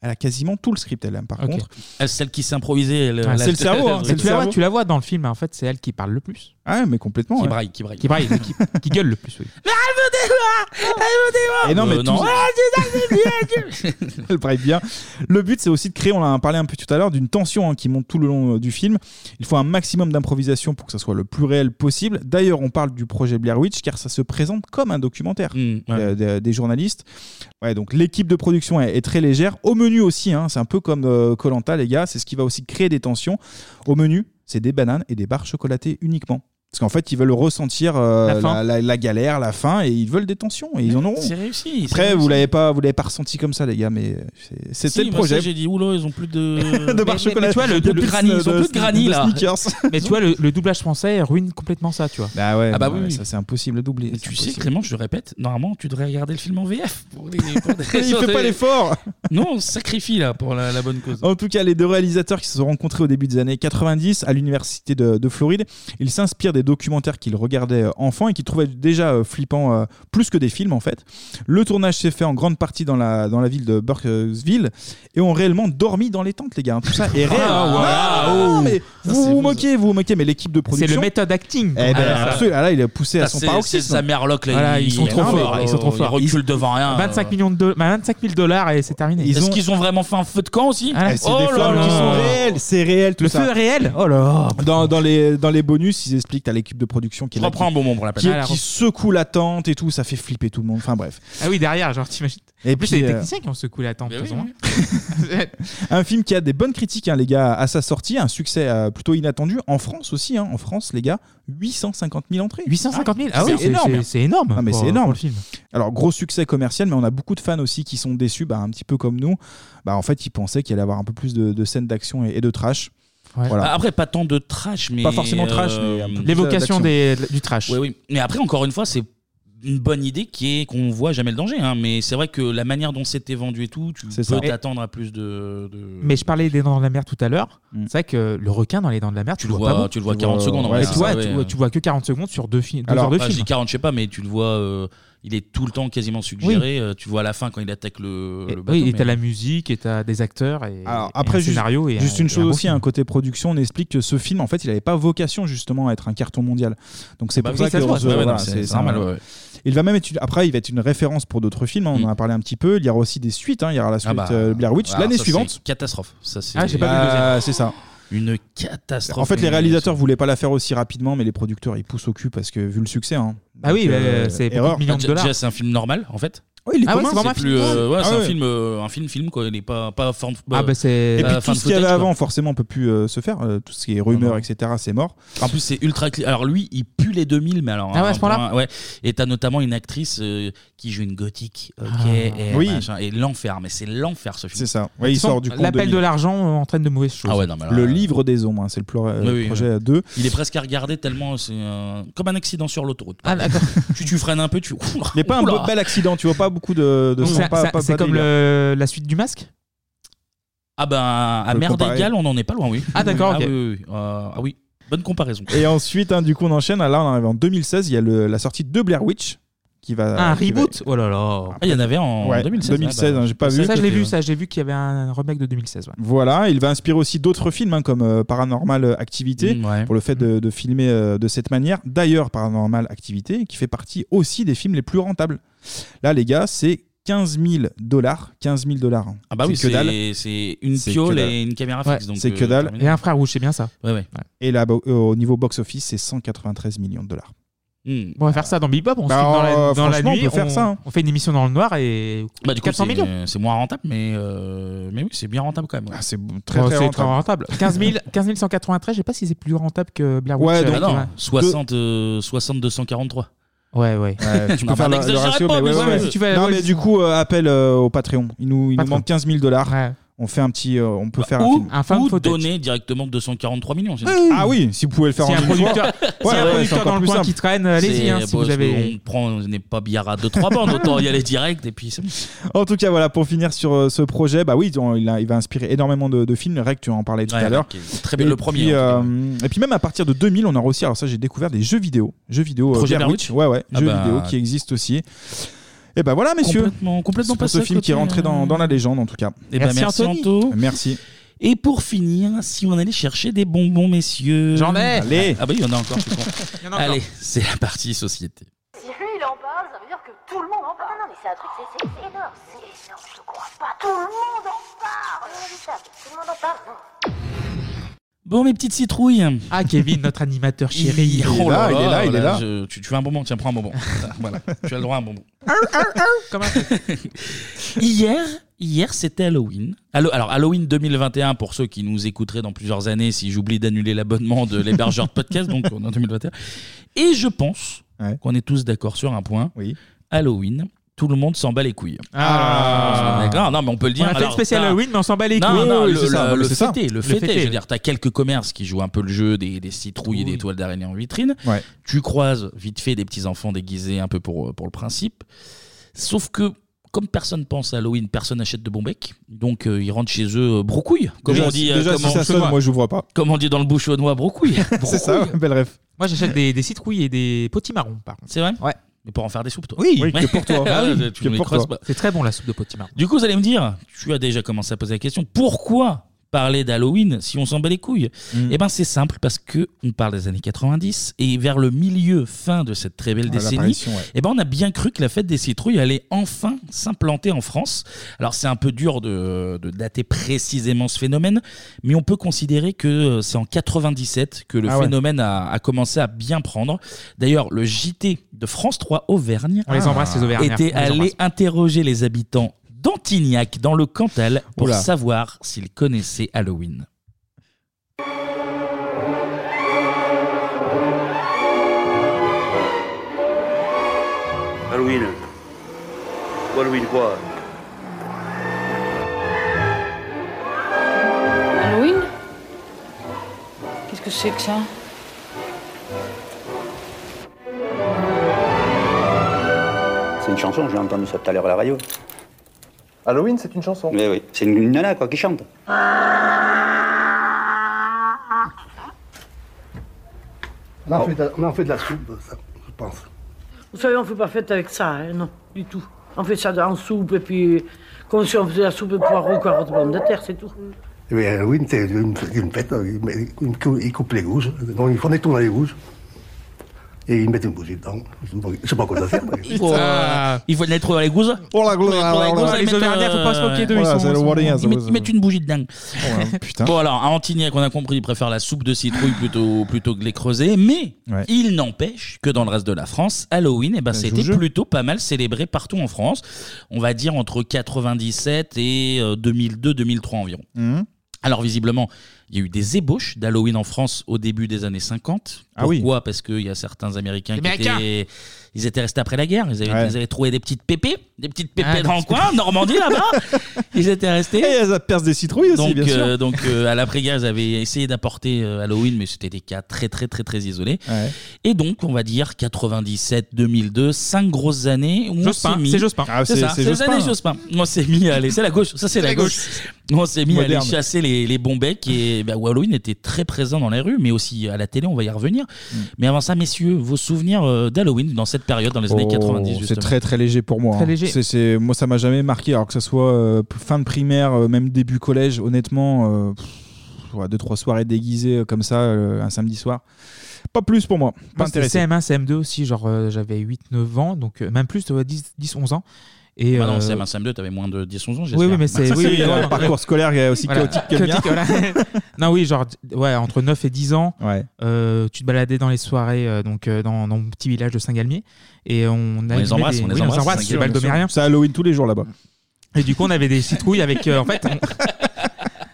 [SPEAKER 6] elle a quasiment tout le script elle-même par contre.
[SPEAKER 1] Euh, Celle qui s'improvisait. elle-
[SPEAKER 4] Ah,
[SPEAKER 1] elle-
[SPEAKER 4] c'est le cerveau, hein,
[SPEAKER 1] elle-
[SPEAKER 4] c'est le Tu la vois, tu la vois dans le film, en fait, c'est elle qui parle le plus.
[SPEAKER 6] Ah, mais complètement.
[SPEAKER 1] Qui
[SPEAKER 4] ouais.
[SPEAKER 1] braille, qui braille.
[SPEAKER 4] Qui braille, qui, qui gueule le plus, oui.
[SPEAKER 6] Et non, mais
[SPEAKER 1] Euh,
[SPEAKER 6] tout- Elle braille bien. Le but, c'est aussi de créer, on en a parlé un peu tout à l'heure, d'une tension hein, qui monte tout le long euh, du film. Il faut un maximum d'improvisation pour que ça soit le plus réel possible. D'ailleurs, on parle du projet Blair Witch car ça se présente comme un documentaire euh, des, des journalistes. Ouais, donc l'équipe de production est, est très légère. Au menu aussi, hein, c'est un peu comme Colanta, les gars. C'est ce qui va aussi créer des tensions. Au menu, c'est des bananes et des barres chocolatées uniquement. Parce qu'en fait, ils veulent ressentir euh,
[SPEAKER 4] La fin.
[SPEAKER 6] la, la- la galère, la fin, et ils veulent des tensions, et ils en auront.
[SPEAKER 1] C'est réussi, c'est
[SPEAKER 6] Après, vous
[SPEAKER 1] réussi.
[SPEAKER 6] l'avez pas, vous l'avez pas ressenti comme ça, les gars, mais c'est- c'était
[SPEAKER 1] Si,
[SPEAKER 6] le
[SPEAKER 1] moi, ça,
[SPEAKER 6] projet.
[SPEAKER 1] J'ai dit, oula, ils ont plus de.
[SPEAKER 6] De barre chocolat.
[SPEAKER 1] tu vois, le,
[SPEAKER 6] Ils ont
[SPEAKER 1] le
[SPEAKER 6] plus
[SPEAKER 1] granny,
[SPEAKER 6] de-
[SPEAKER 1] ils ont plus de granny
[SPEAKER 6] de
[SPEAKER 1] là.
[SPEAKER 6] sneakers.
[SPEAKER 4] Mais tu vois, le, le doublage français ruine complètement ça, tu vois.
[SPEAKER 6] Ah ouais,
[SPEAKER 1] Ah bah
[SPEAKER 6] non,
[SPEAKER 1] oui,
[SPEAKER 6] mais
[SPEAKER 1] oui.
[SPEAKER 6] ça c'est impossible de doubler.
[SPEAKER 1] Mais tu sais, Clément, je le répète, normalement, tu devrais regarder le film en VF. Pour des, pour des
[SPEAKER 6] Il
[SPEAKER 1] raisons
[SPEAKER 6] fait pas
[SPEAKER 1] de-
[SPEAKER 6] l'effort.
[SPEAKER 1] Non, on se sacrifie là pour la, la bonne cause.
[SPEAKER 6] En tout cas, les deux réalisateurs qui se sont rencontrés au début des années 90 à l'université de, de Floride, ils s'inspirent des documentaires qu'ils regardaient euh, enfants et qu'ils trouvaient déjà euh, flippants euh, plus que des films en fait. Le tournage s'est fait en grande partie dans la, dans la ville de Burkesville et ont réellement dormi dans les tentes, les gars. Tout ça est réel.
[SPEAKER 4] Ah,
[SPEAKER 6] Non,
[SPEAKER 4] waouh.
[SPEAKER 6] non, mais
[SPEAKER 4] Ça,
[SPEAKER 6] vous
[SPEAKER 4] c'est
[SPEAKER 6] vous
[SPEAKER 4] vous.
[SPEAKER 6] moquez, vous vous moquez, mais l'équipe de production.
[SPEAKER 4] le méthode acting.
[SPEAKER 6] Eh ben,
[SPEAKER 4] Ah, là, ça.
[SPEAKER 6] absolument. Ah, là, il est poussé à
[SPEAKER 1] Ça,
[SPEAKER 6] son
[SPEAKER 1] c'est-
[SPEAKER 6] paroxysme.
[SPEAKER 1] c'est sa merloc, là,
[SPEAKER 4] Voilà, ils sont trop
[SPEAKER 1] non, mais-
[SPEAKER 4] forts, ils sont trop
[SPEAKER 1] ils
[SPEAKER 4] forts.
[SPEAKER 1] reculent devant rien.
[SPEAKER 4] 25 millions de dollars, 25 000 dollars et c'est terminé.
[SPEAKER 1] Est-ce qu'ils ont vraiment fait un feu de camp aussi
[SPEAKER 4] Ah,
[SPEAKER 6] Eh, c'est des flammes qui sont réelles, c'est réel tout
[SPEAKER 4] Le
[SPEAKER 6] ça.
[SPEAKER 4] feu est réel Oh là
[SPEAKER 6] dans, dans les, dans les bonus, ils expliquent à l'équipe de production qui, est là,
[SPEAKER 1] Reprends
[SPEAKER 6] qui-
[SPEAKER 1] un bon moment pour la peine.
[SPEAKER 6] qui,
[SPEAKER 1] Ah, la
[SPEAKER 6] qui
[SPEAKER 1] ref-
[SPEAKER 6] secoue la tente et tout, ça fait flipper tout le monde. Enfin bref.
[SPEAKER 4] Ah oui, derrière, genre, t'imagines.
[SPEAKER 6] Et
[SPEAKER 4] En plus,
[SPEAKER 6] puis,
[SPEAKER 4] c'est les
[SPEAKER 6] euh,
[SPEAKER 4] techniciens qui ont secoué la tente, de toute façon, hein.
[SPEAKER 6] Un film qui a des bonnes critiques, hein, les gars, à sa sortie, un succès euh, plutôt inattendu. En France aussi, hein. en France, les gars, 850 000 entrées.
[SPEAKER 4] 850 000 Ah oui, c'est- c'est- c'est énorme
[SPEAKER 6] Ah, mais
[SPEAKER 4] pour-
[SPEAKER 6] c'est énorme.
[SPEAKER 4] pour le film.
[SPEAKER 6] Alors, gros succès commercial, mais on a beaucoup de fans aussi qui sont déçus, bah, un petit peu comme nous. Bah, en fait, ils pensaient qu'il allait y avoir un peu plus de, de scènes d'action et, et de trash.
[SPEAKER 1] Bah, Après, pas tant de trash, mais. euh,
[SPEAKER 6] Pas forcément trash, mais un peu plus L'évocation
[SPEAKER 4] des- du trash.
[SPEAKER 1] Oui, oui. Mais après, encore une fois, c'est une bonne idée qui est qu'on voit jamais le danger. hein. Mais c'est vrai que la manière dont c'était vendu et tout, tu
[SPEAKER 4] ça.
[SPEAKER 1] peux t'attendre à plus de. de-
[SPEAKER 4] Mais je parlais des dents de la mer tout à l'heure. C'est vrai que le requin dans les dents de la mer, tu,
[SPEAKER 1] le
[SPEAKER 4] vois,
[SPEAKER 1] vois-
[SPEAKER 4] pas bon.
[SPEAKER 1] Mm. tu le vois 40 secondes, en
[SPEAKER 4] Ouais,
[SPEAKER 1] vrai,
[SPEAKER 4] tu,
[SPEAKER 1] c'est
[SPEAKER 4] vois,
[SPEAKER 1] ça,
[SPEAKER 4] tu,
[SPEAKER 1] ouais.
[SPEAKER 4] vois- tu vois que 40 secondes sur deux, fi- deux heures de
[SPEAKER 1] bah, je
[SPEAKER 4] film.
[SPEAKER 1] dis 40, je sais pas, mais tu le vois, euh, il est tout le temps quasiment suggéré. euh, tu vois à la fin quand il attaque le, le bateau.
[SPEAKER 4] Oui, et
[SPEAKER 1] mais-
[SPEAKER 4] t'as la musique, et t'as des acteurs, et,
[SPEAKER 6] Alors, ah,
[SPEAKER 4] et
[SPEAKER 6] après,
[SPEAKER 4] un
[SPEAKER 6] juste,
[SPEAKER 4] scénario. Et
[SPEAKER 6] juste
[SPEAKER 4] un-
[SPEAKER 6] une
[SPEAKER 4] et un
[SPEAKER 6] chose
[SPEAKER 4] bon
[SPEAKER 6] aussi,
[SPEAKER 4] film.
[SPEAKER 6] un côté production, on explique que ce film, en fait, il n'avait pas vocation justement à être un carton mondial. Donc c'est
[SPEAKER 1] Bah
[SPEAKER 6] pour
[SPEAKER 1] oui,
[SPEAKER 6] ça
[SPEAKER 1] ça
[SPEAKER 6] que
[SPEAKER 1] se voit,
[SPEAKER 6] ce-
[SPEAKER 1] ouais, ouais,
[SPEAKER 6] voilà,
[SPEAKER 1] non, c'est- c'est normal, ouais, ouais.
[SPEAKER 6] Il va même être une- après, il va être une référence pour d'autres films. hein, on en a parlé un petit peu. Il y aura aussi des suites. hein, il y aura la suite
[SPEAKER 1] Ah bah,
[SPEAKER 6] euh, Blair Witch
[SPEAKER 1] alors
[SPEAKER 6] l'année
[SPEAKER 1] ça,
[SPEAKER 6] suivante.
[SPEAKER 1] c'est Catastrophe. Ça, c'est...
[SPEAKER 6] Ah, j'ai pas vu le deuxième. Ah, c'est ça.
[SPEAKER 1] Une catastrophe.
[SPEAKER 6] En fait, les
[SPEAKER 1] Mais-
[SPEAKER 6] réalisateurs voulaient pas la faire aussi rapidement, mais les producteurs ils poussent au cul parce que vu le succès. Hein,
[SPEAKER 1] Ah oui,
[SPEAKER 6] Donc,
[SPEAKER 1] bah,
[SPEAKER 6] euh,
[SPEAKER 1] c'est beaucoup de
[SPEAKER 6] erreur.
[SPEAKER 1] millions de Déjà, dollars. c'est un film normal en fait.
[SPEAKER 6] Oui, il est
[SPEAKER 1] ah ouais,
[SPEAKER 6] commun,
[SPEAKER 1] c'est vraiment un
[SPEAKER 6] c'est
[SPEAKER 1] film.
[SPEAKER 6] plus,
[SPEAKER 1] euh, ouais,
[SPEAKER 6] Ah
[SPEAKER 1] c'est un
[SPEAKER 6] ouais.
[SPEAKER 1] film, euh, un film, film quoi. Il est pas, pas forme.
[SPEAKER 6] Ah bah
[SPEAKER 4] c'est.
[SPEAKER 6] Et puis tout ce qu'il y avait avant, forcément, on peut plus euh, se faire. euh, tout ce qui est
[SPEAKER 1] Ah
[SPEAKER 6] rumeurs,
[SPEAKER 1] bah.
[SPEAKER 6] etc., c'est mort.
[SPEAKER 1] En plus, c'est ultra clean. Alors lui, il pue les 2000, mais alors.
[SPEAKER 6] Ah ouais, à
[SPEAKER 1] un
[SPEAKER 6] ce point-là
[SPEAKER 1] point- Ouais. Et t'as notamment une actrice euh, qui joue une gothique. Ok.
[SPEAKER 4] Ah.
[SPEAKER 1] Et,
[SPEAKER 4] Oui.
[SPEAKER 1] machin, et l'enfer, mais c'est l'enfer ce film.
[SPEAKER 6] C'est ça. Ouais, il sort du compte
[SPEAKER 4] L'appel de
[SPEAKER 6] 2000.
[SPEAKER 4] l'argent euh, entraîne de mauvaises choses.
[SPEAKER 1] Ah ouais, non, mais alors,
[SPEAKER 6] Le
[SPEAKER 1] euh,
[SPEAKER 6] livre des ombres, hein, c'est le pro- euh,
[SPEAKER 1] Oui, oui,
[SPEAKER 6] projet
[SPEAKER 1] oui.
[SPEAKER 6] à deux.
[SPEAKER 1] Il est presque à regarder tellement c'est euh, comme un accident sur l'autoroute.
[SPEAKER 4] Ah,
[SPEAKER 1] quoi. tu, tu freines un peu, tu.
[SPEAKER 6] Mais pas un beau- bel accident, tu vois pas beaucoup de. de
[SPEAKER 1] Donc,
[SPEAKER 6] sang,
[SPEAKER 1] ça-
[SPEAKER 6] pas-
[SPEAKER 1] ça-
[SPEAKER 6] pas-
[SPEAKER 1] c'est
[SPEAKER 6] pas
[SPEAKER 1] comme
[SPEAKER 6] délire.
[SPEAKER 4] Euh, la suite du masque
[SPEAKER 1] Ah ben à
[SPEAKER 6] le
[SPEAKER 1] Mer
[SPEAKER 6] comparer.
[SPEAKER 1] d'Égal, on n'en est pas loin, oui.
[SPEAKER 4] Ah, d'accord,
[SPEAKER 1] Ah,
[SPEAKER 4] ok.
[SPEAKER 1] oui, oui, oui. Euh, ah oui, bonne comparaison.
[SPEAKER 6] Et ensuite, hein, du coup, on enchaîne. Là, on arrive en 2016. Il y a le- la sortie de Blair Witch qui va.
[SPEAKER 4] Un
[SPEAKER 6] qui va-
[SPEAKER 4] reboot Oh là là
[SPEAKER 1] Ah, il y en avait en
[SPEAKER 6] Ouais,
[SPEAKER 1] 2016.
[SPEAKER 6] 2016, hein, j'ai
[SPEAKER 1] bah,
[SPEAKER 6] pas vu. Mm.
[SPEAKER 4] Ça, je l'ai vu,
[SPEAKER 6] Ouais.
[SPEAKER 4] ça, j'ai vu qu'il y avait un remake de 2016. ouais.
[SPEAKER 6] Voilà, il va inspirer aussi d'autres films hein, comme euh, Paranormal Activité
[SPEAKER 4] Mm, ouais.
[SPEAKER 6] pour le fait de, de filmer euh, de cette manière. D'ailleurs, Paranormal Activité qui fait partie aussi des films les plus rentables. Là, les gars, c'est 15 000 dollars. 15 000 dollars. hein.
[SPEAKER 1] Ah bah oui,
[SPEAKER 6] que dalle.
[SPEAKER 1] c'est c'est une
[SPEAKER 6] C'est
[SPEAKER 1] piole
[SPEAKER 6] que dalle.
[SPEAKER 1] et une caméra
[SPEAKER 6] Ouais,
[SPEAKER 1] fixe. donc,
[SPEAKER 6] c'est que
[SPEAKER 1] euh,
[SPEAKER 6] dalle.
[SPEAKER 1] terminé.
[SPEAKER 4] Et un frère rouge, c'est bien ça.
[SPEAKER 6] Et là, bo- euh, au niveau box-office, c'est 193 millions de dollars.
[SPEAKER 1] Hmm.
[SPEAKER 4] On va faire ça dans Bebop, on se
[SPEAKER 6] Bah,
[SPEAKER 4] filme dans
[SPEAKER 6] euh,
[SPEAKER 4] la, dans la
[SPEAKER 6] franchement, on
[SPEAKER 4] nuit,
[SPEAKER 6] peut faire
[SPEAKER 4] on,
[SPEAKER 6] ça, hein.
[SPEAKER 4] on fait une émission dans le noir et
[SPEAKER 1] Bah, du coup,
[SPEAKER 4] 400
[SPEAKER 1] c'est-
[SPEAKER 4] millions.
[SPEAKER 1] C'est moins rentable, mais, euh, mais oui, c'est bien rentable quand même.
[SPEAKER 6] Ah, c'est
[SPEAKER 4] Oh, c'est très rentable. 15, 000, 15 193, je sais pas si c'est plus rentable que Blair Witch.
[SPEAKER 1] Ouais, donc,
[SPEAKER 4] euh, qui
[SPEAKER 1] Ah non,
[SPEAKER 4] va-
[SPEAKER 1] 60, euh, 60 243.
[SPEAKER 4] Ouais, ouais.
[SPEAKER 6] tu peux faire le, le ratio, mais, ouais, ouais.
[SPEAKER 4] Si tu vas-
[SPEAKER 6] non,
[SPEAKER 4] ouais,
[SPEAKER 6] mais
[SPEAKER 4] si-
[SPEAKER 6] du coup, euh, appel euh, au Patreon. Il nous, il nous
[SPEAKER 1] Patreon.
[SPEAKER 6] manque 15 000 dollars. On fait un petit, euh, on peut faire un
[SPEAKER 1] ou,
[SPEAKER 6] film.
[SPEAKER 1] ou donner directement 243 millions. sinon.
[SPEAKER 6] Ah oui, si vous pouvez le faire
[SPEAKER 1] Si
[SPEAKER 6] en
[SPEAKER 1] un
[SPEAKER 6] une fois.
[SPEAKER 1] producteur-
[SPEAKER 6] Ouais,
[SPEAKER 1] si un
[SPEAKER 6] ouais,
[SPEAKER 1] producteur
[SPEAKER 6] c'est encore
[SPEAKER 1] dans le
[SPEAKER 6] plus
[SPEAKER 1] coin
[SPEAKER 6] simple.
[SPEAKER 1] qui traîne, allez-y, C'est hein, si parce vous avez- qu'on prend- on n'est pas billard à deux, trois bandes, autant y aller direct, et puis c'est bon.
[SPEAKER 6] En tout cas, voilà, pour finir sur euh, ce projet, bah oui, on- il, a- il va inspirer énormément de, de films. Rec, tu en parlais tout
[SPEAKER 1] Ouais,
[SPEAKER 6] à l'heure.
[SPEAKER 1] ok. Très bien,
[SPEAKER 6] Et
[SPEAKER 1] le premier,
[SPEAKER 6] puis,
[SPEAKER 1] en tout cas,
[SPEAKER 6] euh, et puis même à partir de 2000, on aura aussi, alors ça j'ai découvert des jeux vidéo. Jeux vidéo. euh,
[SPEAKER 1] Projet
[SPEAKER 6] Blair
[SPEAKER 1] Blair
[SPEAKER 6] Witch.
[SPEAKER 1] Witch
[SPEAKER 6] Ouais, ouais,
[SPEAKER 1] Ah
[SPEAKER 6] jeux
[SPEAKER 1] bah,
[SPEAKER 6] vidéo qui existent aussi. Et ben voilà, messieurs.
[SPEAKER 1] Complètement- complètement
[SPEAKER 6] C'est pour
[SPEAKER 1] passé
[SPEAKER 6] ce
[SPEAKER 1] à
[SPEAKER 6] film qui est
[SPEAKER 1] côté,
[SPEAKER 6] rentré dans,
[SPEAKER 1] euh.
[SPEAKER 6] dans la légende, en tout cas.
[SPEAKER 1] Eh ben, Merci, merci, Anthony. Anto.
[SPEAKER 6] Merci.
[SPEAKER 1] Et pour finir, si on allait chercher des bonbons, messieurs.
[SPEAKER 4] J'en ai.
[SPEAKER 1] Allez Ah, bah, il y en a encore. je suis con.
[SPEAKER 4] Il y en a encore.
[SPEAKER 1] Allez, c'est la partie société.
[SPEAKER 23] Si lui il en parle, ça veut dire que tout le monde en parle. Ah Non, non, mais c'est un truc, c'est énorme. C'est énorme, je crois pas. Tout le monde en parle. Tout le monde en parle.
[SPEAKER 1] Bon, mes petites citrouilles.
[SPEAKER 4] Ah, Kevin, notre animateur chéri. Il,
[SPEAKER 1] Oh
[SPEAKER 4] il est là, il est là.
[SPEAKER 1] je- tu, tu veux un bonbon Tiens, prends un bonbon. voilà, tu as le droit à un bonbon. hier, hier c'était Halloween. Allo- Alors, Halloween 2021, pour ceux qui nous écouteraient dans plusieurs années, si j'oublie d'annuler l'abonnement de l'hébergeur de podcast, donc en 2021. Et je pense qu'on est tous d'accord sur un point. Halloween, tout le monde s'en bat les couilles.
[SPEAKER 4] Ah.
[SPEAKER 1] D'accord Non, mais on peut le dire.
[SPEAKER 4] On a fait le
[SPEAKER 1] Alors,
[SPEAKER 4] spécial
[SPEAKER 1] t'as-
[SPEAKER 4] Halloween, mais on s'en bat les
[SPEAKER 1] non,
[SPEAKER 4] couilles.
[SPEAKER 1] Non,
[SPEAKER 4] Oui,
[SPEAKER 1] le,
[SPEAKER 4] c'est ça.
[SPEAKER 1] le-
[SPEAKER 4] Non, mais
[SPEAKER 1] le
[SPEAKER 4] c'est ça.
[SPEAKER 1] fêter, le
[SPEAKER 4] Le
[SPEAKER 1] fêter.
[SPEAKER 4] fêter.
[SPEAKER 1] Je veux dire, t'as quelques commerces qui jouent un peu le jeu des, des citrouilles et des toiles d'araignée en vitrine.
[SPEAKER 6] Ouais.
[SPEAKER 1] Tu croises vite fait des petits enfants déguisés un peu pour, euh, pour le principe. Sauf que, comme personne pense à Halloween, personne n'achète de bon bec. Donc, euh, ils rentrent chez eux euh, brocouille. Comme
[SPEAKER 6] Déjà,
[SPEAKER 1] on dit,
[SPEAKER 6] si-
[SPEAKER 1] euh,
[SPEAKER 6] déjà,
[SPEAKER 1] comme
[SPEAKER 6] si ça
[SPEAKER 1] on-
[SPEAKER 6] sonne, moi, j'ouvre pas.
[SPEAKER 1] Comme on dit dans le bouchonnois, brocouille.
[SPEAKER 6] C'est ça,
[SPEAKER 1] Brocouille.
[SPEAKER 6] bel rêve.
[SPEAKER 4] Moi, j'achète des, des citrouilles et des potimarrons, par contre.
[SPEAKER 1] C'est vrai Ouais. Mais pour en faire des soupes, toi.
[SPEAKER 4] Oui,
[SPEAKER 1] Oui,
[SPEAKER 4] que pour toi.
[SPEAKER 1] Ah oui,
[SPEAKER 4] que
[SPEAKER 1] tu ne les
[SPEAKER 4] pour
[SPEAKER 1] creuses
[SPEAKER 4] toi.
[SPEAKER 1] pas.
[SPEAKER 4] C'est très bon, la soupe de potimarron.
[SPEAKER 1] Du coup, vous allez me dire, tu as déjà commencé à poser la question, pourquoi parler d'Halloween si on s'en bat les couilles
[SPEAKER 4] Mm.
[SPEAKER 1] Eh bien, c'est simple, parce que on parle des années 90, et vers le milieu, fin de cette très belle
[SPEAKER 6] Ah,
[SPEAKER 1] décennie,
[SPEAKER 6] l'apparition, ouais.
[SPEAKER 1] eh ben, on a bien cru que la fête des citrouilles allait enfin s'implanter en France. Alors, c'est un peu dur de, de dater précisément ce phénomène, mais on peut considérer que euh, c'est en 97 que le
[SPEAKER 6] Ah ouais.
[SPEAKER 1] phénomène a, a commencé à bien prendre. D'ailleurs, le JT de France 3 Auvergne
[SPEAKER 4] On les embrasse, les Auvergnats.
[SPEAKER 1] était
[SPEAKER 4] On les
[SPEAKER 1] allé
[SPEAKER 4] embrasse.
[SPEAKER 1] interroger les habitants d'Antignac, dans le Cantal, pour
[SPEAKER 6] Oula.
[SPEAKER 1] savoir s'ils connaissaient Halloween.
[SPEAKER 9] Halloween. Halloween quoi
[SPEAKER 11] Hmm. Halloween Qu'est-ce que c'est que ça
[SPEAKER 9] C'est une chanson, j'ai entendu ça tout à l'heure à la radio. Halloween, c'est une chanson Oui, oui. C'est une, une nana quoi qui chante.
[SPEAKER 14] On a, fait de, on a fait de la soupe, ça, je pense.
[SPEAKER 11] Vous savez, on fait pas fête avec ça, hein, non, du tout. On fait ça en soupe et puis. Comme si on faisait la soupe de poireaux, carottes, pommes de terre, c'est tout.
[SPEAKER 14] Mais Halloween, c'est Eh une, une fête, ils, met- ils cou- ils coupent les gousses, donc ils font des tours dans les gousses. Et ils mettent une bougie dedans. Je ne sais pas quoi ça sert. mais-
[SPEAKER 1] Il faut, euh, il faut les trouver dans les gousses.
[SPEAKER 6] Oh la
[SPEAKER 1] gousses,
[SPEAKER 6] les Auvergnats, faut pas
[SPEAKER 1] Euh,
[SPEAKER 6] se moquer d'eux, ils Voilà, sont- c'est le ils sont- Warriors,
[SPEAKER 1] Ils mettent-
[SPEAKER 6] ouais,
[SPEAKER 1] ils mettent une bougie de dingue.
[SPEAKER 4] Oh,
[SPEAKER 6] Ouais, hein, putain.
[SPEAKER 1] Bon alors, à Antignac, on a compris, ils préfèrent la soupe de citrouille plutôt, plutôt que les creusets, mais il n'empêche que dans le reste de la France, Halloween, eh ben,
[SPEAKER 6] joue
[SPEAKER 1] c'était
[SPEAKER 6] le jeu.
[SPEAKER 1] plutôt pas mal célébré partout en France, on va dire entre 97 et euh, 2002-2003 environ.
[SPEAKER 6] Mhm.
[SPEAKER 1] Alors visiblement, il y a eu des ébauches d'Halloween en France au début des années 50.
[SPEAKER 6] Ah oui.
[SPEAKER 1] Pourquoi Parce qu'il y a certains Américains qui
[SPEAKER 6] Les Américains.
[SPEAKER 1] étaient, ils étaient restés après la guerre. Ils avaient,
[SPEAKER 6] Ouais.
[SPEAKER 1] ils avaient trouvé des petites pépées, des petites pépées
[SPEAKER 6] Ah,
[SPEAKER 1] dans le
[SPEAKER 6] des
[SPEAKER 1] coin, Normandie là-bas. Ils étaient restés. Et
[SPEAKER 6] ça perce des citrouilles
[SPEAKER 1] donc,
[SPEAKER 6] aussi, bien sûr.
[SPEAKER 1] euh, donc euh, à l'après-guerre, ils avaient essayé d'apporter euh, Halloween, mais c'était des cas très très très très isolés. Et donc, on va dire 97, 2002, cinq grosses années où
[SPEAKER 4] Jospin,
[SPEAKER 1] on s'est mis.
[SPEAKER 4] c'est Jospin. Ah,
[SPEAKER 1] c'est
[SPEAKER 4] c'est-
[SPEAKER 1] ça,
[SPEAKER 4] c'est
[SPEAKER 1] c'est les
[SPEAKER 4] Jospin.
[SPEAKER 1] années Jospin. On s'est mis à aller, c'est la gauche, ça c'est la, gauche. On s'est mis à
[SPEAKER 4] Moderne.
[SPEAKER 1] aller chasser les, les bons becs et bah, Halloween était très présent dans les rues, mais aussi à la télé, on va y revenir.
[SPEAKER 6] Mm.
[SPEAKER 1] Mais avant ça, messieurs, vos souvenirs euh, d'Halloween dans cette période, dans les années
[SPEAKER 6] Oh,
[SPEAKER 1] 90
[SPEAKER 6] C'est
[SPEAKER 1] justement.
[SPEAKER 6] très très léger pour moi.
[SPEAKER 1] Très
[SPEAKER 6] hein.
[SPEAKER 1] léger.
[SPEAKER 6] C'est- c'est- moi ça m'a jamais marqué, alors que ce soit euh, p- fin de primaire, euh, même début collège, honnêtement, euh, pff, ouais, deux trois soirées déguisées euh, comme ça, euh, un samedi soir, pas plus pour moi. Pas
[SPEAKER 4] Moi, c'était
[SPEAKER 6] intéressé.
[SPEAKER 4] CM1, CM2 aussi, genre euh, j'avais 8-9 ans, donc euh, même plus, tu vois, 10, 10 11 ans. Et,
[SPEAKER 1] Bah non,
[SPEAKER 4] euh,
[SPEAKER 1] CM1, CM2, t'avais moins de 10, 11 ans,
[SPEAKER 4] Oui,
[SPEAKER 1] j'espère.
[SPEAKER 4] oui, mais c'est. oui, oui,
[SPEAKER 1] voilà.
[SPEAKER 4] voilà. Voilà. voilà. non, oui, genre, ouais, entre 9 et 10 ans, euh, tu te baladais dans les soirées, euh, donc euh, dans, dans mon petit village de Saint-Galmier. Et on,
[SPEAKER 6] les
[SPEAKER 4] allumait
[SPEAKER 6] embrasse,
[SPEAKER 4] des-
[SPEAKER 6] on les
[SPEAKER 4] oui,
[SPEAKER 6] embrasse,
[SPEAKER 4] les
[SPEAKER 6] Saint-Galmier,
[SPEAKER 4] balles
[SPEAKER 6] bien sûr.
[SPEAKER 4] d'Omérien.
[SPEAKER 6] C'est Halloween tous les jours là-bas.
[SPEAKER 4] Et du coup, on avait des citrouilles avec. euh, en fait, on-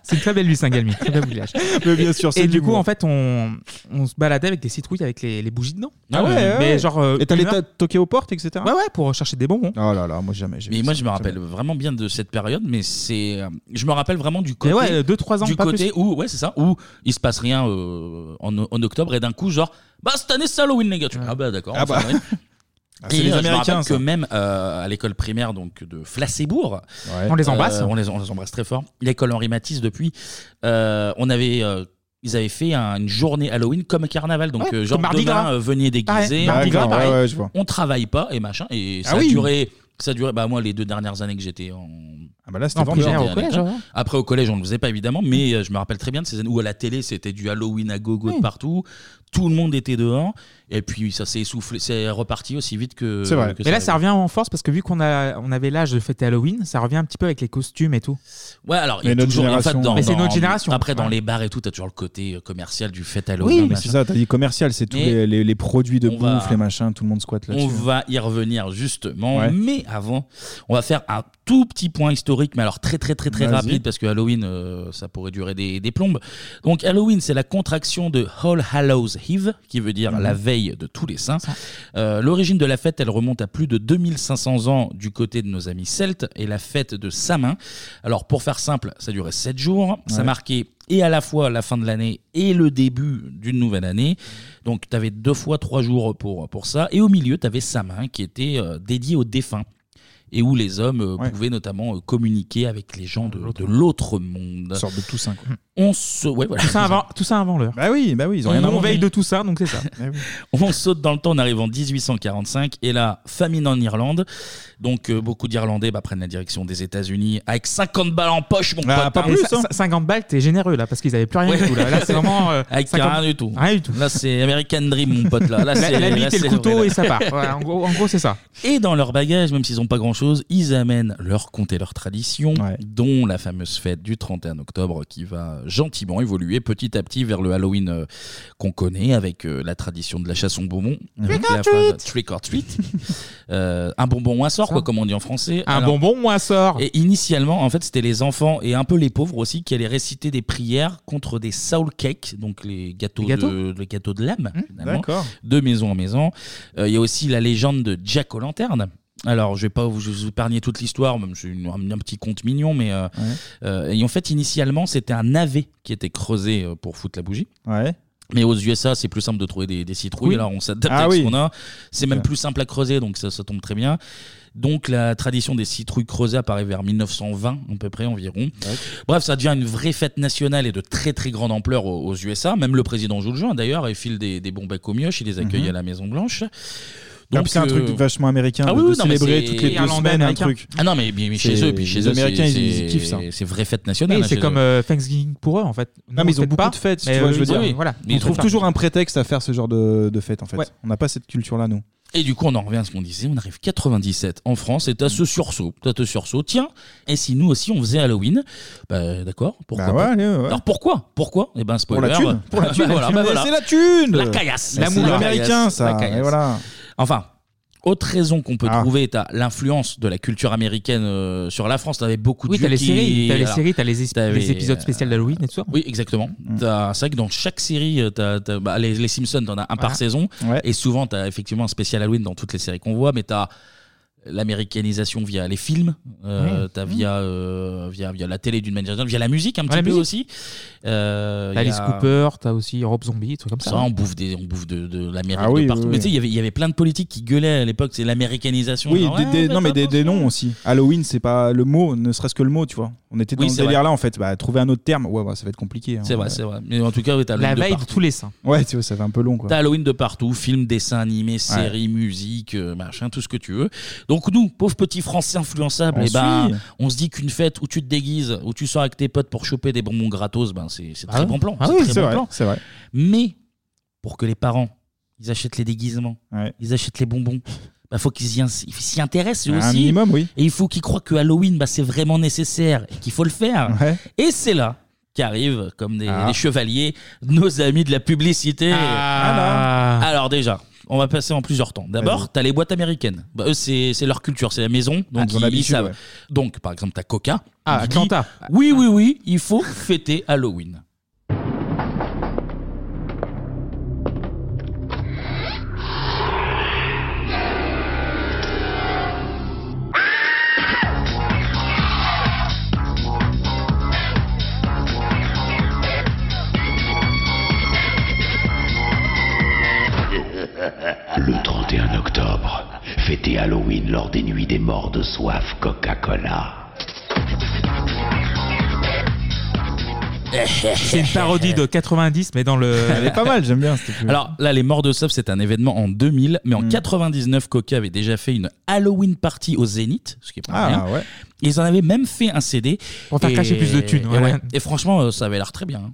[SPEAKER 4] c'est une très belle ville, Saint-Galmier. Très bel village.
[SPEAKER 6] Mais bien sûr,
[SPEAKER 4] Et,
[SPEAKER 6] c'est
[SPEAKER 4] du coup,
[SPEAKER 6] l'humour.
[SPEAKER 4] en fait, on, on se baladait avec des citrouilles avec les, les bougies dedans.
[SPEAKER 6] Ah ouais, ouais,
[SPEAKER 4] Mais
[SPEAKER 6] ouais.
[SPEAKER 4] genre. euh,
[SPEAKER 6] Et t'allais
[SPEAKER 4] une heure-
[SPEAKER 6] ta- toquer aux portes, etc.
[SPEAKER 4] Ouais, ouais, pour chercher des bonbons.
[SPEAKER 6] Oh là là, moi jamais. j'ai
[SPEAKER 1] Mais
[SPEAKER 6] fait
[SPEAKER 1] moi,
[SPEAKER 6] ça.
[SPEAKER 1] je me rappelle vraiment bien de cette période, mais c'est, euh, je me rappelle vraiment du côté,
[SPEAKER 4] ouais, deux, trois ans,
[SPEAKER 1] du
[SPEAKER 4] pas
[SPEAKER 1] côté
[SPEAKER 4] plus.
[SPEAKER 1] où, ouais, c'est ça, où il se passe rien euh, en, en octobre et d'un coup, genre, bah cette année c'est Halloween les gars. Tu fais, Ah bah d'accord.
[SPEAKER 6] Ah
[SPEAKER 1] on fait
[SPEAKER 6] bah.
[SPEAKER 1] Halloween.
[SPEAKER 6] Ah,
[SPEAKER 1] Et
[SPEAKER 6] c'est
[SPEAKER 1] euh,
[SPEAKER 6] les
[SPEAKER 1] je me
[SPEAKER 6] Américains,
[SPEAKER 1] rappelle que
[SPEAKER 6] ça.
[SPEAKER 1] même euh, à l'école primaire donc de Flacébourg,
[SPEAKER 6] Ouais. On les embrasse.
[SPEAKER 1] on, les, on les embrasse très fort. L'école Henri Matisse depuis, euh, on avait, euh, ils avaient fait un- une journée Halloween comme carnaval, donc
[SPEAKER 6] Ouais,
[SPEAKER 1] euh, genre
[SPEAKER 6] comme Mardi
[SPEAKER 1] demain
[SPEAKER 6] Gras.
[SPEAKER 1] euh, venez déguisés,
[SPEAKER 6] Ah ouais, Mardi Gras,
[SPEAKER 1] pareil.
[SPEAKER 6] ouais, ouais, je vois.
[SPEAKER 1] on travaille pas et machin et ça
[SPEAKER 6] Ah
[SPEAKER 1] a
[SPEAKER 6] oui.
[SPEAKER 1] duré, ça a duré. Bah moi les deux dernières années que j'étais en
[SPEAKER 6] bah là, c'était
[SPEAKER 1] En
[SPEAKER 6] vendu.
[SPEAKER 1] primaire,
[SPEAKER 6] Vendu.
[SPEAKER 1] au collège, ouais. Après, au collège, on ne le faisait pas évidemment, mais euh, je me rappelle très bien de ces années où à la télé, c'était du Halloween à gogo de partout. Tout le monde était dehors. Et puis, ça s'est essoufflé, c'est reparti aussi vite que.
[SPEAKER 4] C'est vrai.
[SPEAKER 1] Euh, que
[SPEAKER 4] Mais là, ça revient en force parce que vu qu'on a, on avait l'âge de fêter Halloween, ça revient un petit peu avec les costumes et tout.
[SPEAKER 1] Ouais, alors, il y a
[SPEAKER 4] notre
[SPEAKER 1] toujours. en fait, dans-
[SPEAKER 4] mais c'est
[SPEAKER 1] dans-
[SPEAKER 4] notre génération.
[SPEAKER 1] Après, dans
[SPEAKER 4] Ouais.
[SPEAKER 1] les bars et tout, t'as toujours le côté euh, commercial du fait à
[SPEAKER 6] Oui, mais c'est ça, t'as dit commercial, c'est tous
[SPEAKER 1] Mais
[SPEAKER 6] les, les- les produits de
[SPEAKER 1] on
[SPEAKER 6] bouffe,
[SPEAKER 1] va-
[SPEAKER 6] les machins, tout le monde squatte
[SPEAKER 1] On
[SPEAKER 6] là-dessus. hein.
[SPEAKER 1] va y revenir justement,
[SPEAKER 6] Ouais.
[SPEAKER 1] mais avant, on va faire un tout petit point historique, mais alors très très très très
[SPEAKER 6] Vas-y.
[SPEAKER 1] rapide parce que Halloween, euh, ça pourrait durer des, des plombes. Donc Halloween, c'est la contraction de All Hallows Eve, qui veut dire
[SPEAKER 6] Mhm.
[SPEAKER 1] la veille de tous les saints. Euh, L'origine de la fête, elle remonte à plus de 2500 ans du côté de nos amis celtes et la fête de Samin. Alors pour faire simple, ça durait 7 jours, ça
[SPEAKER 6] Ouais.
[SPEAKER 1] marquait et à la fois la fin de l'année et le début d'une nouvelle année. Donc tu avais deux fois trois jours pour, pour ça. Et au milieu, tu avais Samin qui était euh, dédié aux défunts et où les hommes euh, pouvaient notamment euh, communiquer avec les gens de, de l'autre monde.
[SPEAKER 6] Une sorte de Toussaint, quoi.
[SPEAKER 1] On se... ouais, voilà.
[SPEAKER 4] Tout ça avant, tout ça avant l'heure.
[SPEAKER 6] Bah oui, bah oui,
[SPEAKER 1] ils ont rien
[SPEAKER 4] On
[SPEAKER 1] inventé.
[SPEAKER 4] veille de tout ça, donc c'est ça.
[SPEAKER 1] On saute dans le temps, on arrive en 1845 et là, famine en Irlande. Donc euh, beaucoup d'Irlandais bah, prennent la direction des États-Unis avec 50 balles en poche, mon
[SPEAKER 4] Bah,
[SPEAKER 6] Bah,
[SPEAKER 1] pote. hein.
[SPEAKER 4] Ah, Mais ça- ça- 50 balles, t'es généreux là, parce qu'ils avaient plus rien du tout. Là, Là, c'est vraiment. euh,
[SPEAKER 1] Avec
[SPEAKER 4] 50
[SPEAKER 1] rien du tout. Là, c'est American Dream, mon pote. Là, là
[SPEAKER 4] La-
[SPEAKER 1] c'est
[SPEAKER 4] la bite
[SPEAKER 1] là,
[SPEAKER 4] et
[SPEAKER 1] c'est
[SPEAKER 4] le couteau
[SPEAKER 1] vrai, là.
[SPEAKER 4] et ça part. Ouais, en gros- Oh, en gros, c'est ça.
[SPEAKER 1] Et dans leur bagage, même s'ils n'ont pas grand-chose, ils amènent leur contes et leurs traditions, dont la fameuse fête du 31 octobre qui va gentiment évoluer petit à petit vers le Halloween euh, qu'on connaît avec euh, la tradition de la chasse aux bonbons. avec
[SPEAKER 4] Trick or
[SPEAKER 1] la
[SPEAKER 4] treat.
[SPEAKER 1] phrase trick or treat. Euh, un bonbon, un sort, quoi, comme on dit en français.
[SPEAKER 4] Un
[SPEAKER 1] Alors-
[SPEAKER 4] bonbon ou un sort
[SPEAKER 1] et initialement, en fait, c'était les enfants et un peu les pauvres aussi qui allaient réciter des prières contre des soul cakes, donc les gâteaux,
[SPEAKER 4] Les gâteaux Mmh.
[SPEAKER 1] de les gâteaux de l'âme, finalement,
[SPEAKER 6] d'accord.
[SPEAKER 1] de maison en maison. Euh, Il y a aussi la légende de Jack aux lanternes. Alors, je vais pas vous, je vais vous épargner toute l'histoire, même c'est une- un, un petit conte mignon, mais euh, euh, et en fait, initialement, c'était un navet qui était creusé euh, pour foutre la bougie. Mais aux USA, c'est plus simple de trouver des, des citrouilles.
[SPEAKER 6] Oui.
[SPEAKER 1] Alors, on s'adapte
[SPEAKER 6] Ah
[SPEAKER 1] avec
[SPEAKER 6] oui.
[SPEAKER 1] ce qu'on a. C'est même
[SPEAKER 6] Ouais.
[SPEAKER 1] plus simple à creuser, donc ça, ça tombe très bien. Donc la tradition des citrouilles creusées apparaît vers 1920 à peu près environ. Bref, ça devient une vraie fête nationale et de très très grande ampleur aux, aux USA. Même le président Jules Join d'ailleurs, il file des, des bons becs aux mioches, il les accueille
[SPEAKER 6] Mhm.
[SPEAKER 1] à la Maison Blanche.
[SPEAKER 6] Ah, puis c'est un
[SPEAKER 1] euh,
[SPEAKER 6] truc vachement américain de- de
[SPEAKER 1] Ah non, mais
[SPEAKER 6] célébrer
[SPEAKER 1] c'est-
[SPEAKER 6] toutes les deux Irlandais, semaines un Américains. truc.
[SPEAKER 1] Ah non mais, mais- mais chez
[SPEAKER 6] C'est-
[SPEAKER 1] eux, puis chez
[SPEAKER 6] les
[SPEAKER 1] eux,
[SPEAKER 6] Américains,
[SPEAKER 1] c'est-
[SPEAKER 6] ils- ils
[SPEAKER 1] c'est-
[SPEAKER 6] kiffent ça.
[SPEAKER 1] C'est vraie fête nationale.
[SPEAKER 4] Et
[SPEAKER 1] hein,
[SPEAKER 4] c'est
[SPEAKER 1] chez
[SPEAKER 4] comme
[SPEAKER 1] eux.
[SPEAKER 4] euh, Thanksgiving pour eux en fait. Nous,
[SPEAKER 6] Non, mais
[SPEAKER 4] on
[SPEAKER 6] ils ont
[SPEAKER 4] fête
[SPEAKER 6] beaucoup
[SPEAKER 4] pas,
[SPEAKER 6] de fêtes,
[SPEAKER 4] mais,
[SPEAKER 6] tu vois,
[SPEAKER 4] euh,
[SPEAKER 6] je veux dire.
[SPEAKER 4] oui, Voilà.
[SPEAKER 6] On trouve
[SPEAKER 4] toujours
[SPEAKER 6] toujours un prétexte à faire ce genre de, de fête, en fait. On n'a pas cette culture-là, nous.
[SPEAKER 1] Et du coup, on en revient à ce qu'on disait, on arrive 97 en France, et t'as ce sursaut, t'as ce sursaut, tiens, et si nous aussi on faisait Halloween Bah d'accord, pourquoi
[SPEAKER 6] Bah ouais,
[SPEAKER 1] pas
[SPEAKER 6] allez, ouais.
[SPEAKER 1] Alors pourquoi Pourquoi Eh ben spoiler.
[SPEAKER 6] Pour la thune, pour la thune,
[SPEAKER 1] voilà,
[SPEAKER 6] mais
[SPEAKER 1] bah, voilà.
[SPEAKER 6] c'est la thune
[SPEAKER 1] La caillasse
[SPEAKER 6] L'amour
[SPEAKER 1] C'est la
[SPEAKER 6] américain,
[SPEAKER 1] caillasse,
[SPEAKER 6] ça,
[SPEAKER 1] la caillasse.
[SPEAKER 6] et voilà.
[SPEAKER 1] Enfin, autre raison qu'on
[SPEAKER 6] Ah.
[SPEAKER 1] peut trouver, t'as l'influence de la culture américaine euh, sur la France, t'avais beaucoup
[SPEAKER 4] Oui,
[SPEAKER 1] de
[SPEAKER 4] t'as les
[SPEAKER 1] qui-
[SPEAKER 4] séries, t'as les
[SPEAKER 1] alors,
[SPEAKER 4] séries, t'as les, es-
[SPEAKER 1] t'avais,
[SPEAKER 4] les épisodes
[SPEAKER 1] euh,
[SPEAKER 4] spéciaux d'Halloween et tout ça.
[SPEAKER 1] oui, exactement.
[SPEAKER 6] Mm.
[SPEAKER 1] T'as- C'est vrai que dans chaque série, euh, t'as- t'as- bah, les, les Simpsons, t'en as un par
[SPEAKER 6] Ah.
[SPEAKER 4] Voilà.
[SPEAKER 1] saison. Et souvent, t'as effectivement un spécial Halloween dans toutes les séries qu'on voit, mais t'as l'américanisation via les films, euh,
[SPEAKER 4] Ouais.
[SPEAKER 1] t'as via,
[SPEAKER 6] Mm.
[SPEAKER 1] euh, via, via la télé d'une manière générale, via la musique un
[SPEAKER 4] Ouais,
[SPEAKER 1] petit
[SPEAKER 4] la
[SPEAKER 1] peu
[SPEAKER 4] musique.
[SPEAKER 1] aussi. Euh,
[SPEAKER 4] T'as
[SPEAKER 1] y a-
[SPEAKER 4] Alice Cooper, t'as aussi Rob Zombie, tout comme ça.
[SPEAKER 1] ça, on bouffe, des, on bouffe de, de l'Amérique
[SPEAKER 4] Ah oui,
[SPEAKER 1] de partout.
[SPEAKER 4] oui,
[SPEAKER 1] mais
[SPEAKER 4] oui.
[SPEAKER 1] tu sais, il y avait- il y avait plein de politiques qui gueulaient à l'époque, c'est l'américanisation.
[SPEAKER 6] Oui,
[SPEAKER 1] genre,
[SPEAKER 6] des-
[SPEAKER 1] ouais,
[SPEAKER 6] des-
[SPEAKER 1] faites
[SPEAKER 6] non, mais des, des noms aussi. Halloween, c'est pas le mot, ne serait-ce que le mot, tu vois. On était dans
[SPEAKER 1] Oui,
[SPEAKER 6] ce
[SPEAKER 1] c'est vrai.
[SPEAKER 6] délire-là, en fait. Bah, trouver un autre terme, ouais, bah, ça va être compliqué. hein.
[SPEAKER 1] C'est vrai,
[SPEAKER 6] Ouais.
[SPEAKER 1] c'est vrai. Mais en tout cas, oui, t'as Halloween de partout.
[SPEAKER 4] les saints.
[SPEAKER 6] Ouais, tu vois, ça fait un peu long, quoi.
[SPEAKER 1] T'as Halloween de partout, films, dessins animés, séries, musique, euh, machin, tout ce que tu veux. Donc nous, pauvres petits Français influençables,
[SPEAKER 6] On
[SPEAKER 1] eh ben,
[SPEAKER 6] suit.
[SPEAKER 1] on se dit qu'une fête où tu te déguises, où tu sors avec tes potes pour choper des bonbons gratos, ben c'est c'est
[SPEAKER 6] Ah
[SPEAKER 1] très
[SPEAKER 6] ouais.
[SPEAKER 1] bon plan.
[SPEAKER 6] Ah oui,
[SPEAKER 1] très
[SPEAKER 6] c'est
[SPEAKER 1] bon
[SPEAKER 6] vrai,
[SPEAKER 1] plan.
[SPEAKER 6] c'est vrai.
[SPEAKER 1] Mais pour que les parents, ils achètent les déguisements, ils achètent les bonbons. Il faut qu'ils s'y in- ils s'y intéressent eux
[SPEAKER 6] Un
[SPEAKER 1] aussi.
[SPEAKER 6] minimum, oui.
[SPEAKER 1] Et il faut qu'ils croient que Halloween, bah, c'est vraiment nécessaire et qu'il faut le faire. Et c'est là qu'arrivent, comme des,
[SPEAKER 6] Ah.
[SPEAKER 1] des chevaliers, nos amis de la publicité.
[SPEAKER 6] Ah.
[SPEAKER 1] Alors déjà, on va passer en plusieurs temps. D'abord, t'as les boîtes américaines. Bah, eux, c'est c'est leur culture, c'est la maison. Donc, ils-
[SPEAKER 6] ils ont
[SPEAKER 1] ils,
[SPEAKER 6] l'habitude,
[SPEAKER 1] savent.
[SPEAKER 6] ouais.
[SPEAKER 1] Donc, par exemple, t'as Coca.
[SPEAKER 4] Ah,
[SPEAKER 1] qui dit,
[SPEAKER 4] Atlanta.
[SPEAKER 1] Oui, oui, oui, il faut fêter Halloween.
[SPEAKER 20] Le 31 octobre, fêtez Halloween lors des nuits des morts de soif Coca-Cola.
[SPEAKER 4] C'est une parodie de 90, mais dans le.
[SPEAKER 1] Elle est pas mal,
[SPEAKER 6] j'aime bien.
[SPEAKER 1] Euh, Alors là, les morts de soif, c'est un événement en 2000, mais en
[SPEAKER 6] Hmm.
[SPEAKER 1] 99, Coca avait déjà fait une Halloween party au Zénith, ce qui est pas
[SPEAKER 6] Ah,
[SPEAKER 1] rien.
[SPEAKER 6] ouais.
[SPEAKER 1] Ils en avaient même fait un CD.
[SPEAKER 4] Pour faire
[SPEAKER 1] Et-
[SPEAKER 4] cracher plus de thunes,
[SPEAKER 1] Et,
[SPEAKER 4] ouais.
[SPEAKER 1] Et franchement, euh, ça avait l'air très bien. hein.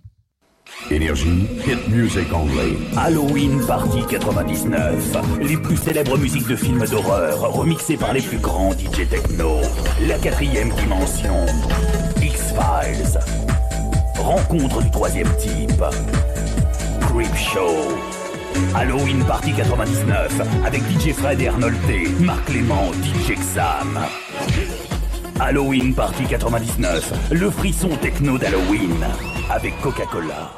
[SPEAKER 12] Énergie, hit music only. Halloween Party 99. Les plus célèbres musiques de films d'horreur, remixées par les plus grands DJ techno. La quatrième dimension. X-Files. Rencontre du troisième type. Creep Show. Halloween Party 99. Avec DJ Fred et Arnold T. Marc Clément, DJ Xam. Halloween Party 99. Le frisson techno d'Halloween. Avec Coca-Cola.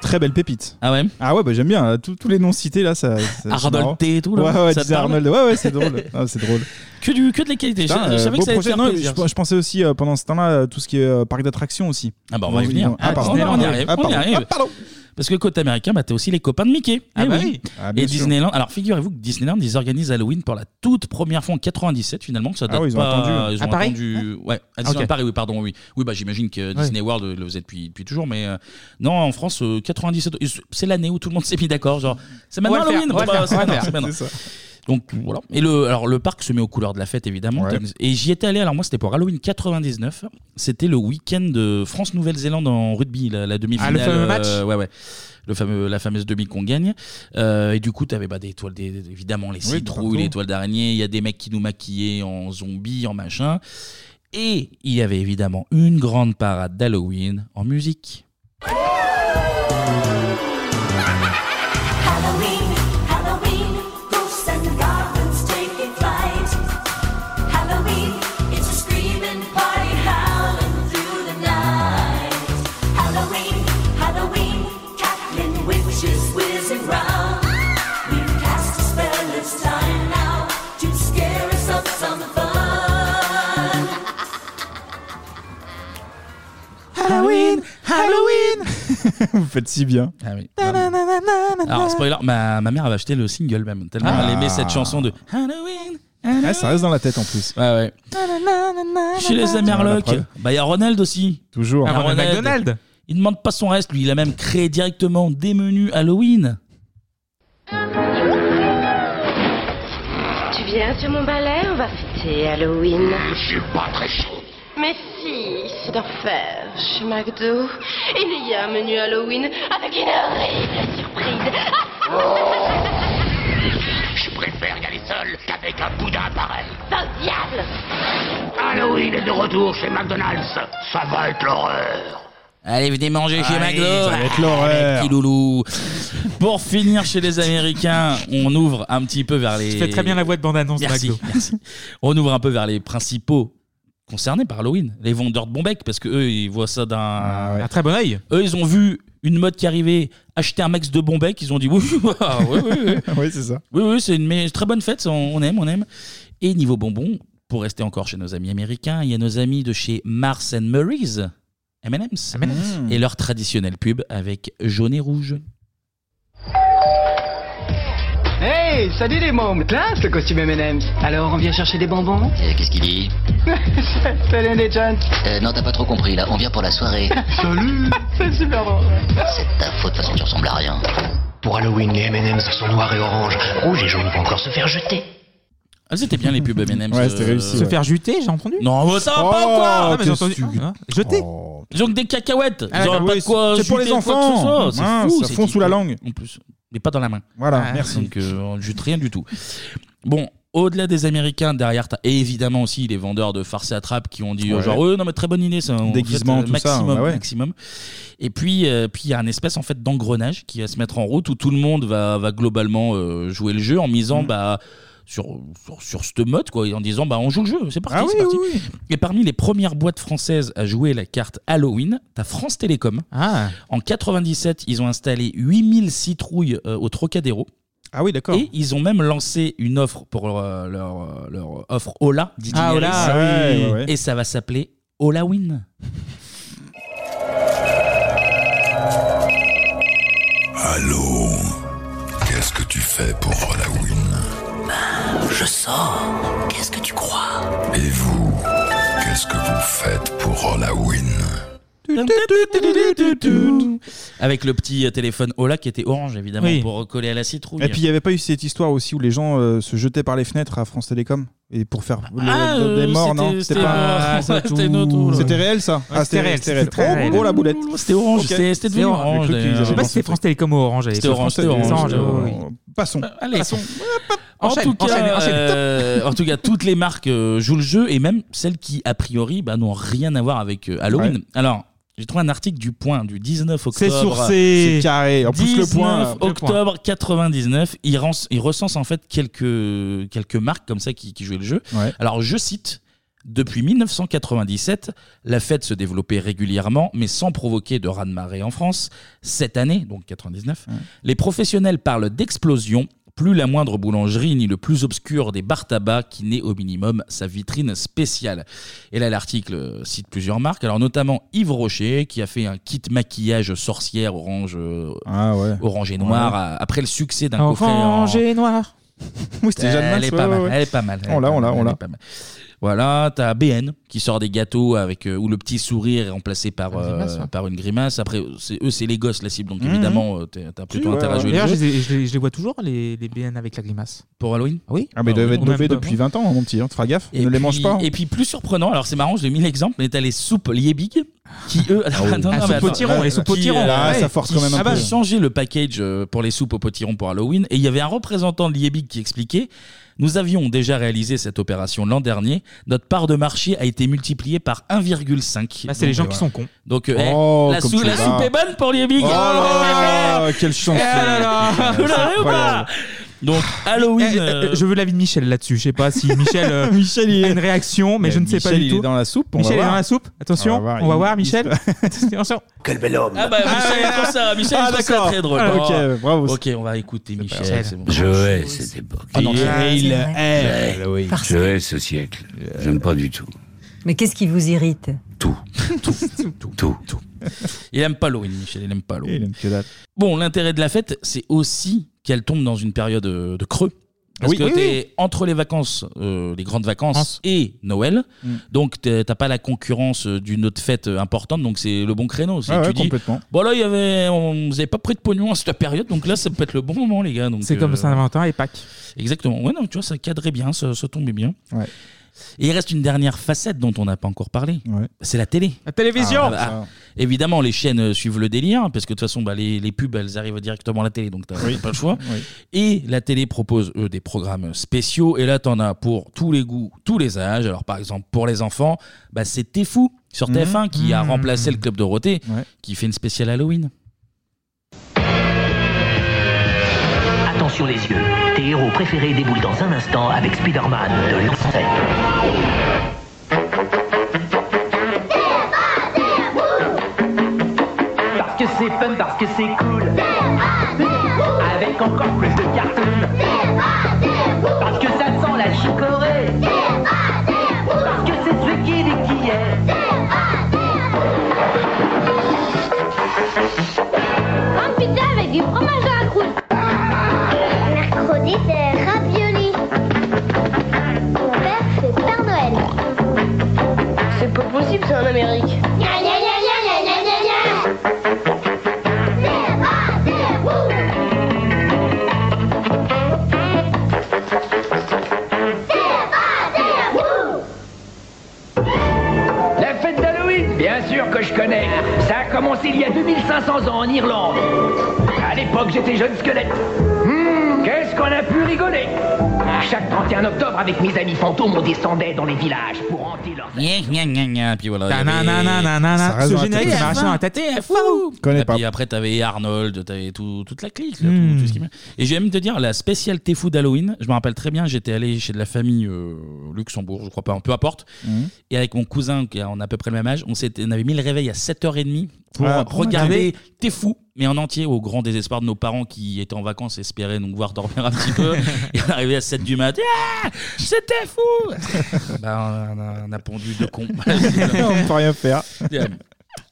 [SPEAKER 6] Très belle pépite.
[SPEAKER 1] Ah ouais
[SPEAKER 6] Ah ouais, bah j'aime bien. Tous, tous les noms cités là, ça. ça- c'est
[SPEAKER 1] Arnold
[SPEAKER 6] marrant.
[SPEAKER 1] T et tout, là.
[SPEAKER 6] Ouais, ouais,
[SPEAKER 1] Ça te
[SPEAKER 6] disait
[SPEAKER 1] parle
[SPEAKER 6] Arnold. Ouais, ouais, c'est drôle. Ah, c'est drôle.
[SPEAKER 1] Que, du, que de la qualité.
[SPEAKER 6] Putain,
[SPEAKER 1] je, je
[SPEAKER 6] euh,
[SPEAKER 1] savais
[SPEAKER 6] beau
[SPEAKER 1] que ça allait te
[SPEAKER 6] projet.
[SPEAKER 1] faire
[SPEAKER 6] Non,
[SPEAKER 1] plaisir.
[SPEAKER 6] je, je pensais aussi euh, pendant ce temps-là euh, tout ce qui est euh, parc d'attractions aussi.
[SPEAKER 1] Ah bah on va y venir.
[SPEAKER 6] Ah,
[SPEAKER 1] Ah,
[SPEAKER 6] pardon.
[SPEAKER 1] Disneyland, on y arrive.
[SPEAKER 6] Ah,
[SPEAKER 1] on y
[SPEAKER 6] pardon.
[SPEAKER 1] arrive.
[SPEAKER 6] Ah, pardon.
[SPEAKER 1] Parce que côté américain, bah, t'as aussi les copains de Mickey.
[SPEAKER 6] Ah
[SPEAKER 1] Eh
[SPEAKER 6] bah oui. Ah, bien
[SPEAKER 1] et
[SPEAKER 6] sûr.
[SPEAKER 1] Disneyland. Alors figurez-vous que Disneyland, ils organisent Halloween pour la toute première fois en 97 finalement. que Ça
[SPEAKER 6] Ah
[SPEAKER 1] date
[SPEAKER 6] oui, ils ont
[SPEAKER 1] pas- euh,
[SPEAKER 6] attendu.
[SPEAKER 1] Ils
[SPEAKER 6] À
[SPEAKER 1] ont
[SPEAKER 6] Paris
[SPEAKER 1] attendu. Ouais, à
[SPEAKER 6] Ah,
[SPEAKER 1] Disneyland
[SPEAKER 6] ok.
[SPEAKER 1] Paris, oui, pardon. Oui, oui bah, j'imagine que Disney World euh, le faisait depuis, depuis toujours. Mais euh, non, en France, euh, 97, c'est l'année où tout le monde s'est mis d'accord. Genre, c'est maintenant
[SPEAKER 4] On va le faire,
[SPEAKER 1] Halloween.
[SPEAKER 4] on va
[SPEAKER 1] Bon,
[SPEAKER 4] le
[SPEAKER 1] bah,
[SPEAKER 4] faire,
[SPEAKER 1] c'est
[SPEAKER 4] on va le
[SPEAKER 1] maintenant,
[SPEAKER 4] faire.
[SPEAKER 1] c'est maintenant.
[SPEAKER 4] C'est ça.
[SPEAKER 1] Donc voilà. Et le, alors, le parc se met aux couleurs de la fête, évidemment.
[SPEAKER 4] Ouais.
[SPEAKER 1] Et j'y étais allé, alors moi c'était pour Halloween 99. C'était le week-end de France-Nouvelle-Zélande en rugby, la, la demi-finale.
[SPEAKER 4] Ah, le fameux
[SPEAKER 1] euh,
[SPEAKER 4] match
[SPEAKER 1] Ouais, ouais. Le fameux, la fameuse demi qu'on gagne. Euh, et du coup, t'avais bah, des toiles, des, des- évidemment, les
[SPEAKER 4] Oui,
[SPEAKER 1] citrouilles,
[SPEAKER 4] partout.
[SPEAKER 1] les toiles d'araignée. Il y a des mecs qui nous maquillaient en zombies, en machin. Et il y avait évidemment une grande parade d'Halloween en musique.
[SPEAKER 17] Halloween, Halloween, ghosts and goblins taking flight. Halloween, it's a screaming party howling through the night. Halloween, Halloween, cackling witches whizzing round. We've cast a spell, it's time now to scare us up some fun.
[SPEAKER 4] Halloween, Halloween.
[SPEAKER 6] Vous faites si bien.
[SPEAKER 1] Ah oui. Alors, spoiler, ma, ma mère avait acheté le single même, tellement elle aimait cette chanson de Halloween.
[SPEAKER 6] Ah. Ouais, ça reste dans la tête en plus.
[SPEAKER 1] Ouais, ouais. Chez les Amerlocs, bah il y a Ronald aussi.
[SPEAKER 6] Toujours.
[SPEAKER 1] Il y a
[SPEAKER 6] Ah, Ronald
[SPEAKER 4] McDonald.
[SPEAKER 1] Il demande pas son reste, lui, il a même créé directement des menus Halloween.
[SPEAKER 21] Tu viens sur mon balai, on va fêter Halloween.
[SPEAKER 20] Je suis pas très chaud.
[SPEAKER 21] Mais si, c'est d'enfer. Euh, Chez McDo, il y a un menu Halloween avec une horrible surprise.
[SPEAKER 20] Oh. Je préfère y aller seul qu'avec un boudin pareil.
[SPEAKER 21] Pas au diable
[SPEAKER 20] Halloween est de retour chez McDonald's. Ça va être l'horreur.
[SPEAKER 1] Allez, venez manger chez
[SPEAKER 20] Allez, ça
[SPEAKER 1] McDo.
[SPEAKER 20] va être
[SPEAKER 1] Ah,
[SPEAKER 20] l'horreur.
[SPEAKER 1] les petits loulous. Pour finir chez les Américains, on ouvre un petit peu vers les.
[SPEAKER 4] Tu fais très bien la voix de bande-annonce de
[SPEAKER 1] Merci,
[SPEAKER 4] McDo.
[SPEAKER 1] merci. On ouvre un peu vers les principaux concernés par Halloween, les vendeurs de Bombec, parce que eux, ils voient ça d'un
[SPEAKER 4] Ah, Un très bon œil.
[SPEAKER 1] Eux, ils ont vu une mode qui arrivait, acheter un max de Bombec, ils ont dit oui, oui, oui, oui, oui.
[SPEAKER 6] Oui, c'est ça.
[SPEAKER 1] Oui, oui, c'est une mais- très bonne fête, ça, on aime, on aime. Et niveau bonbons, pour rester encore chez nos amis américains, il y a nos amis de chez Mars and Murray's, M&M's, et leur traditionnelle pub avec jaune et rouge.
[SPEAKER 15] Hey, salut les mômes Classe le costume M&M's Alors, on vient chercher des bonbons
[SPEAKER 16] Qu'est-ce qu'il dit
[SPEAKER 15] Salut les gens
[SPEAKER 16] Euh, Non, t'as pas trop compris là, on vient pour la soirée.
[SPEAKER 15] Salut C'est super drôle
[SPEAKER 16] Ta faute, de toute façon, tu ressembles à rien.
[SPEAKER 18] Pour Halloween, les M&M's sont noirs et oranges. Rouge et jaune vont encore se faire jeter.
[SPEAKER 1] Ah, c'était bien les pubs M&M's. euh,
[SPEAKER 6] Ouais, c'était réussi,
[SPEAKER 4] Se faire juter, j'ai entendu.
[SPEAKER 1] Non, mais ça va pas
[SPEAKER 4] Oh,
[SPEAKER 1] ou quoi
[SPEAKER 4] non, mais j'ai entendu. Hein, jeter.
[SPEAKER 1] Ils ont que des cacahuètes.
[SPEAKER 4] Ah,
[SPEAKER 1] Ils ont
[SPEAKER 4] d'accord,
[SPEAKER 1] pas
[SPEAKER 4] oui,
[SPEAKER 1] de quoi
[SPEAKER 4] c'est pour
[SPEAKER 1] juter
[SPEAKER 4] les
[SPEAKER 1] quoi que ce
[SPEAKER 4] enfants.
[SPEAKER 1] soit. C'est
[SPEAKER 4] Mince,
[SPEAKER 1] fou,
[SPEAKER 4] ça
[SPEAKER 1] c'est
[SPEAKER 4] fond sous
[SPEAKER 1] typique.
[SPEAKER 4] la langue.
[SPEAKER 1] En plus, mais pas dans la main.
[SPEAKER 6] Voilà, merci.
[SPEAKER 1] Donc euh, on jute rien du tout. Bon. Au-delà des Américains, derrière, t'as évidemment aussi les vendeurs de farce et attrape qui ont dit euh,
[SPEAKER 6] Ouais.
[SPEAKER 1] genre, euh, non, mais très bonne idée, ça. on
[SPEAKER 6] Déguisement,
[SPEAKER 1] fait, euh,
[SPEAKER 6] tout ça,
[SPEAKER 1] maximum,
[SPEAKER 6] bah ouais.
[SPEAKER 1] maximum. Et puis, euh, puis il y a un espèce en fait d'engrenage qui va se mettre en route où tout le monde va, va globalement euh, jouer le jeu en
[SPEAKER 6] Mm.
[SPEAKER 1] misant bah sur, sur, sur cette mode quoi, et en disant bah on joue le jeu, c'est parti,
[SPEAKER 6] Ah
[SPEAKER 1] c'est
[SPEAKER 6] oui,
[SPEAKER 1] parti. Et parmi les premières boîtes françaises à jouer la carte Halloween, t'as France Télécom.
[SPEAKER 6] Ah.
[SPEAKER 1] En 97, ils ont installé 8000 citrouilles euh, au Trocadéro.
[SPEAKER 6] Ah oui, d'accord.
[SPEAKER 1] Et ils ont même lancé une offre pour leur, leur, leur offre Ola, Didi
[SPEAKER 4] Ah,
[SPEAKER 1] Neris.
[SPEAKER 4] Ola, Ah oui. ouais, ouais.
[SPEAKER 1] Et ça va s'appeler Olawin.
[SPEAKER 19] Allô Qu'est-ce que tu fais pour Halloween
[SPEAKER 15] Je sors Qu'est-ce que tu crois
[SPEAKER 19] Et vous Qu'est-ce que vous faites pour Halloween
[SPEAKER 1] Tudu, Avec le petit euh, téléphone Ola qui était orange, évidemment,
[SPEAKER 6] Oui.
[SPEAKER 1] pour recoller à la citrouille.
[SPEAKER 6] Et puis il n'y avait pas eu cette histoire aussi où les gens euh, se jetaient par les fenêtres à France Télécom et pour faire le-
[SPEAKER 1] Ah,
[SPEAKER 6] le-
[SPEAKER 1] euh,
[SPEAKER 6] des morts,
[SPEAKER 1] c'était-
[SPEAKER 6] non
[SPEAKER 1] c'était-
[SPEAKER 6] pas-
[SPEAKER 1] ah, ça, c'était une autre, oula.
[SPEAKER 6] C'était réel ça Ah,
[SPEAKER 1] Ouais, c'était réel,
[SPEAKER 6] C'était réel.
[SPEAKER 1] c'était très réel.
[SPEAKER 6] Oh, oh, la boulette.
[SPEAKER 1] C'était orange,
[SPEAKER 6] Ok.
[SPEAKER 1] c'était- c'était devenu
[SPEAKER 6] J'ai
[SPEAKER 1] orange,
[SPEAKER 6] cru qu'ils
[SPEAKER 1] d'ailleurs.
[SPEAKER 6] avaient
[SPEAKER 1] Je sais pas si
[SPEAKER 6] lancé
[SPEAKER 1] c'était
[SPEAKER 6] le
[SPEAKER 1] France
[SPEAKER 6] truc.
[SPEAKER 1] Télécom ou Orange, allez,
[SPEAKER 6] C'était
[SPEAKER 1] c'est
[SPEAKER 6] orange,
[SPEAKER 1] France Télécom,
[SPEAKER 6] c'était
[SPEAKER 1] c'était
[SPEAKER 6] orange,
[SPEAKER 1] orange.
[SPEAKER 6] oui, oui. Passons.
[SPEAKER 1] Euh, Allez.
[SPEAKER 6] Passons.
[SPEAKER 1] En
[SPEAKER 6] Enchaîne,
[SPEAKER 1] tout, cas,
[SPEAKER 6] enchaîne, enchaîne.
[SPEAKER 1] euh, en tout cas, toutes les marques euh, jouent le jeu et même celles qui, a priori, bah, n'ont rien à voir avec euh, Halloween.
[SPEAKER 6] Ouais.
[SPEAKER 1] Alors, j'ai trouvé un article du Point du 19 octobre.
[SPEAKER 6] C'est sourcé. C'est carré. En plus, le Point,
[SPEAKER 1] 19
[SPEAKER 6] là. Le Point.
[SPEAKER 1] octobre 99, il, rens- il recense en fait quelques, quelques marques comme ça qui, qui jouaient le jeu.
[SPEAKER 6] Ouais.
[SPEAKER 1] Alors, je cite. Depuis 1997, la fête se développait régulièrement, mais sans provoquer de raz-de-marée en France. Cette année, donc 99, les professionnels parlent d'explosion. Plus la moindre boulangerie, ni le plus obscur des bars tabac qui naît au minimum sa vitrine spéciale. Et là, l'article euh, cite plusieurs marques, alors notamment Yves Rocher, qui a fait un kit maquillage sorcière orange, euh, orange et noir,
[SPEAKER 6] Ah Ouais.
[SPEAKER 1] à- euh, après le succès d'un coffret en,
[SPEAKER 4] Orange et noir.
[SPEAKER 6] Oui, c'était Jeanne
[SPEAKER 1] elle
[SPEAKER 6] Masse,
[SPEAKER 1] est
[SPEAKER 6] ouais,
[SPEAKER 1] pas
[SPEAKER 6] ouais,
[SPEAKER 1] mal,
[SPEAKER 6] ouais. Oh
[SPEAKER 1] elle est pas mal. elle est
[SPEAKER 6] On l'a,
[SPEAKER 1] pas
[SPEAKER 6] on l'a,
[SPEAKER 1] mal,
[SPEAKER 6] on
[SPEAKER 1] elle
[SPEAKER 6] l'a.
[SPEAKER 1] est pas mal. Voilà, t'as BN qui sort des gâteaux avec euh, où le petit sourire est remplacé par, euh,
[SPEAKER 4] grimace, ouais.
[SPEAKER 1] par une grimace. Après, c'est- eux, c'est les gosses la cible, donc
[SPEAKER 4] Mhm.
[SPEAKER 1] évidemment, euh, t'es- t'as
[SPEAKER 4] Si,
[SPEAKER 1] plutôt
[SPEAKER 4] ouais,
[SPEAKER 1] intérêt à
[SPEAKER 4] ouais.
[SPEAKER 1] jouer. le
[SPEAKER 4] D'ailleurs, je,
[SPEAKER 1] jeu.
[SPEAKER 4] les ai- je les- je les vois toujours, les, les BN avec la grimace.
[SPEAKER 1] Pour Halloween
[SPEAKER 4] Oui.
[SPEAKER 6] Ah, mais ils doivent être dopés depuis 20 ans, mon petit. hein. Fera gaffe.
[SPEAKER 1] Et
[SPEAKER 6] Ne les
[SPEAKER 1] puis-
[SPEAKER 6] mange pas.
[SPEAKER 1] Et puis plus surprenant, alors c'est marrant, je l'ai mis l'exemple, mais t'as les soupes Liebig qui eux,
[SPEAKER 6] Ah oui. Ah, soupes au tiron, les soupes au
[SPEAKER 1] qui,
[SPEAKER 6] tiron,
[SPEAKER 1] euh,
[SPEAKER 6] là, ça
[SPEAKER 1] ouais,
[SPEAKER 6] force
[SPEAKER 1] qui
[SPEAKER 6] quand même un
[SPEAKER 1] s-
[SPEAKER 6] peu.
[SPEAKER 1] ont changé le package euh, pour les soupes au potiron pour Halloween et il y avait un représentant de Liebig qui expliquait nous avions déjà réalisé cette opération l'an dernier. Notre part de marché a été multipliée par 1,5.
[SPEAKER 4] Ah, c'est les gens qui sont cons.
[SPEAKER 1] Donc euh, eh,
[SPEAKER 4] Oh,
[SPEAKER 1] la,
[SPEAKER 4] comme
[SPEAKER 1] sou-
[SPEAKER 4] tu
[SPEAKER 1] la
[SPEAKER 4] vas.
[SPEAKER 1] soupe est bonne pour Liebig.
[SPEAKER 4] Oh là
[SPEAKER 6] là, quelle chance.
[SPEAKER 1] Eh Vous l'aurez ou pas Donc Halloween. euh,
[SPEAKER 4] Eh, Je veux l'avis de Michel là-dessus. Je sais pas si Michel, euh, a une réaction, mais
[SPEAKER 6] Mais
[SPEAKER 4] je ne sais pas
[SPEAKER 6] Michel,
[SPEAKER 4] du
[SPEAKER 6] il
[SPEAKER 4] tout.
[SPEAKER 6] est dans la soupe, on va
[SPEAKER 4] Michel est
[SPEAKER 6] voir.
[SPEAKER 4] dans la soupe. Attention,
[SPEAKER 6] On va voir,
[SPEAKER 4] on va
[SPEAKER 6] il-
[SPEAKER 4] voir Michel. Attention.
[SPEAKER 1] Quel bel homme Ah bah Michel il trouve ça, Michel
[SPEAKER 4] Ah,
[SPEAKER 1] il trouve ça
[SPEAKER 4] d'accord.
[SPEAKER 1] très drôle.
[SPEAKER 4] Ah,
[SPEAKER 1] Oh.
[SPEAKER 4] ok, bravo.
[SPEAKER 1] Ok, on va écouter Michel.
[SPEAKER 4] grave.
[SPEAKER 1] c'est bon.
[SPEAKER 5] Je hais cette époque.
[SPEAKER 1] Ah non, c'est-
[SPEAKER 5] il
[SPEAKER 1] c'est vrai. Ah,
[SPEAKER 5] hais. Je hais ce siècle. J'aime pas du tout.
[SPEAKER 7] Mais qu'est-ce qui vous irrite
[SPEAKER 5] Tout.
[SPEAKER 1] Il aime pas Halloween, Michel, il aime pas Halloween.
[SPEAKER 6] Il aime que dalle.
[SPEAKER 1] Bon, l'intérêt de la fête, c'est aussi qu'elle tombe dans une période euh, de creux. Parce
[SPEAKER 6] Oui,
[SPEAKER 1] que
[SPEAKER 6] oui,
[SPEAKER 1] t'es entre les vacances, euh, les grandes vacances et Noël,
[SPEAKER 6] Mm.
[SPEAKER 1] donc t'es- t'as pas la concurrence euh, d'une autre fête euh, importante, donc c'est le bon créneau. C'est
[SPEAKER 6] Ah
[SPEAKER 1] tu
[SPEAKER 6] ouais,
[SPEAKER 1] dis,
[SPEAKER 6] complètement.
[SPEAKER 1] Bon là, il y avait, on vous avait pas pris de pognon à cette période, donc là, ça peut être le bon moment, les gars. donc,
[SPEAKER 4] C'est comme
[SPEAKER 1] euh,
[SPEAKER 4] Saint-Valentin et Pâques.
[SPEAKER 1] Exactement. Ouais, non, tu vois, ça cadrait bien, ça, ça tombait bien. Et il reste une dernière facette dont on n'a pas encore parlé. C'est la télé. La
[SPEAKER 4] télévision. Ah.
[SPEAKER 1] Évidemment, les chaînes euh, suivent le délire, parce que de toute façon, bah, les, les pubs, elles arrivent directement à la télé, donc t'as t'as pas le choix. Et la télé propose, eux, des programmes spéciaux. Et là, t'en as pour tous les goûts, tous les âges. Alors, par exemple, pour les enfants, bah, c'est T'es fou sur
[SPEAKER 4] Mhm.
[SPEAKER 1] TF1 qui a remplacé le Club Dorothée, qui fait une spéciale Halloween.
[SPEAKER 22] Attention les yeux, tes héros préférés déboulent dans un instant avec Spider-Man de l'ancêtre.
[SPEAKER 24] Parce que c'est fun, parce que c'est cool. Avec encore plus de cartoons. Parce que ça sent la chicorée. Parce que c'est ce qui est qui
[SPEAKER 25] Un pizza avec du fromage dans la croûte. Mercredi, c'est ravioli. Mon père fait Père Noël. C'est pas possible, c'est en Amérique.
[SPEAKER 24] La fête d'Halloween Bien sûr que je connais. Ça a commencé il y a 2500 ans en Irlande. À l'époque, j'étais jeune squelette. Hmm, Qu'est-ce qu'on a pu rigoler Chaque 31 octobre, avec mes amis fantômes, on descendait dans les villages pour hanter leurs...
[SPEAKER 1] Gna, gna, gna, gna. Puis voilà, il y avait-
[SPEAKER 4] Nananananana. Ce générique qui m'a resté dans la tête. Eh, fou.
[SPEAKER 1] Et puis après, t'avais Arnold, t'avais tout- toute la clique. là, tout-
[SPEAKER 4] Hmm.
[SPEAKER 1] tout ce qui- Et je vais même te dire, la spéciale T'es fou d'Halloween, je me rappelle très bien, j'étais allé chez de la famille euh, Luxembourg, je crois pas, peu importe.
[SPEAKER 6] Mhm.
[SPEAKER 1] Et avec mon cousin, qui a- on a à peu près le même âge, on, s'était- on avait mis le réveil à 7h30 pour
[SPEAKER 6] Ah, pour
[SPEAKER 1] regarder
[SPEAKER 6] regarder.
[SPEAKER 1] T'es fou, mais en entier, au grand désespoir de nos parents qui étaient en vacances, espéraient nous voir dormir un petit peu. et on arrivait à 7 du matin. Ah, C'était fou bah, on, a, on a pondu de cons.
[SPEAKER 6] On peut rien faire.
[SPEAKER 1] Yeah. Euh,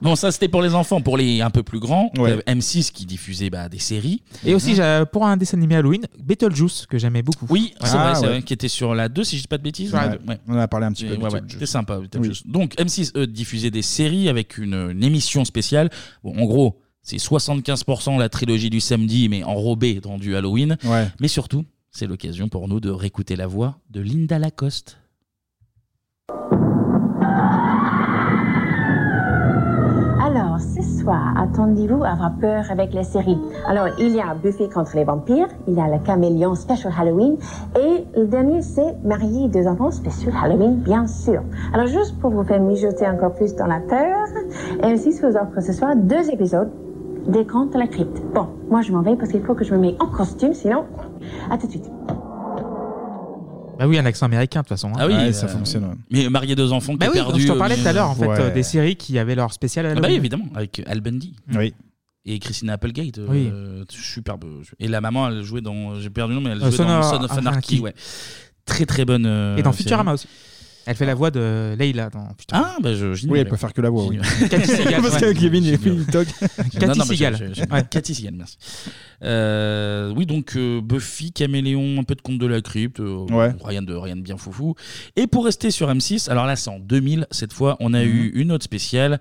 [SPEAKER 1] Bon, ça c'était pour les enfants, pour les un peu plus grands.
[SPEAKER 4] Ouais.
[SPEAKER 1] t'avais M6 qui diffusait bah, des séries.
[SPEAKER 4] Et aussi, j'ai- pour un dessin animé Halloween, Beetlejuice, que j'aimais beaucoup.
[SPEAKER 1] Hein.
[SPEAKER 4] Ah,
[SPEAKER 1] Oui, c'est
[SPEAKER 6] Ah,
[SPEAKER 1] vrai, c'est vrai, qui était sur la 2, si je dis pas de bêtises.
[SPEAKER 4] Sur la
[SPEAKER 1] Ouais,
[SPEAKER 4] deux.
[SPEAKER 1] ouais.
[SPEAKER 6] On en a parlé un petit peu.
[SPEAKER 1] Ouais, ouais,
[SPEAKER 6] Beetlejuice.
[SPEAKER 1] c'était sympa. Beetlejuice.
[SPEAKER 6] Oui.
[SPEAKER 1] Donc M6 eux, diffusait des séries avec une, une émission spéciale. Bon, en gros, c'est 75% la trilogie du samedi, mais enrobée dans du Halloween. Mais surtout, c'est l'occasion pour nous de réécouter la voix de Linda Lacoste.
[SPEAKER 2] Alors, ce soir, attendez-vous à avoir peur avec les séries. Alors, il y a Buffy contre les vampires, il y a le caméléon Special Halloween, et le dernier, c'est Marié deux enfants Special Halloween, bien sûr. Alors, juste pour vous faire mijoter encore plus dans la peur, M6 vous offre ce soir deux épisodes des contes de la crypte. Bon, moi, je m'en vais parce qu'il faut que je me mette en costume, sinon, à tout de suite.
[SPEAKER 4] Bah oui, un accent américain de toute façon. hein.
[SPEAKER 1] euh, Mais marié deux enfants, qui
[SPEAKER 4] Bah
[SPEAKER 1] est
[SPEAKER 4] oui,
[SPEAKER 1] perdu.
[SPEAKER 4] je t'en parlais
[SPEAKER 1] euh,
[SPEAKER 4] tout à l'heure, en fait,
[SPEAKER 1] ouais.
[SPEAKER 4] euh, des séries qui avaient leur spécial.
[SPEAKER 1] Ah
[SPEAKER 4] Halloween.
[SPEAKER 1] bah oui, évidemment, avec Al Bundy.
[SPEAKER 6] Oui.
[SPEAKER 1] Et Christina Applegate, euh,
[SPEAKER 4] Oui.
[SPEAKER 1] euh, superbe. Et la maman, elle jouait dans. J'ai perdu le nom, mais elle
[SPEAKER 4] Euh,
[SPEAKER 1] jouait dans
[SPEAKER 4] Son
[SPEAKER 1] Son of
[SPEAKER 4] of
[SPEAKER 1] Anarchy.
[SPEAKER 4] Anarchy.
[SPEAKER 1] ouais. Très très bonne. euh,
[SPEAKER 4] Et dans
[SPEAKER 1] série.
[SPEAKER 4] Futurama aussi. Elle fait la voix de Leila dans
[SPEAKER 1] Ah, bah je.
[SPEAKER 6] Oui, elle peut faire que la voix. oui.
[SPEAKER 4] Cathy Segal.
[SPEAKER 6] Parce que
[SPEAKER 4] ouais.
[SPEAKER 6] Kevin, il
[SPEAKER 1] Génial.
[SPEAKER 6] il toque.
[SPEAKER 1] Non, non, mais j'ai- j'ai- j'ai- Cathy Segal, merci. Euh, oui, donc euh, Buffy, Caméléon, un peu de Conte de la Crypte. euh,
[SPEAKER 6] Ouais.
[SPEAKER 1] rien, de, rien de bien foufou. Et pour rester sur M6, alors là, c'est en 2000. Cette fois, on
[SPEAKER 6] Mhm.
[SPEAKER 1] a eu une autre spéciale.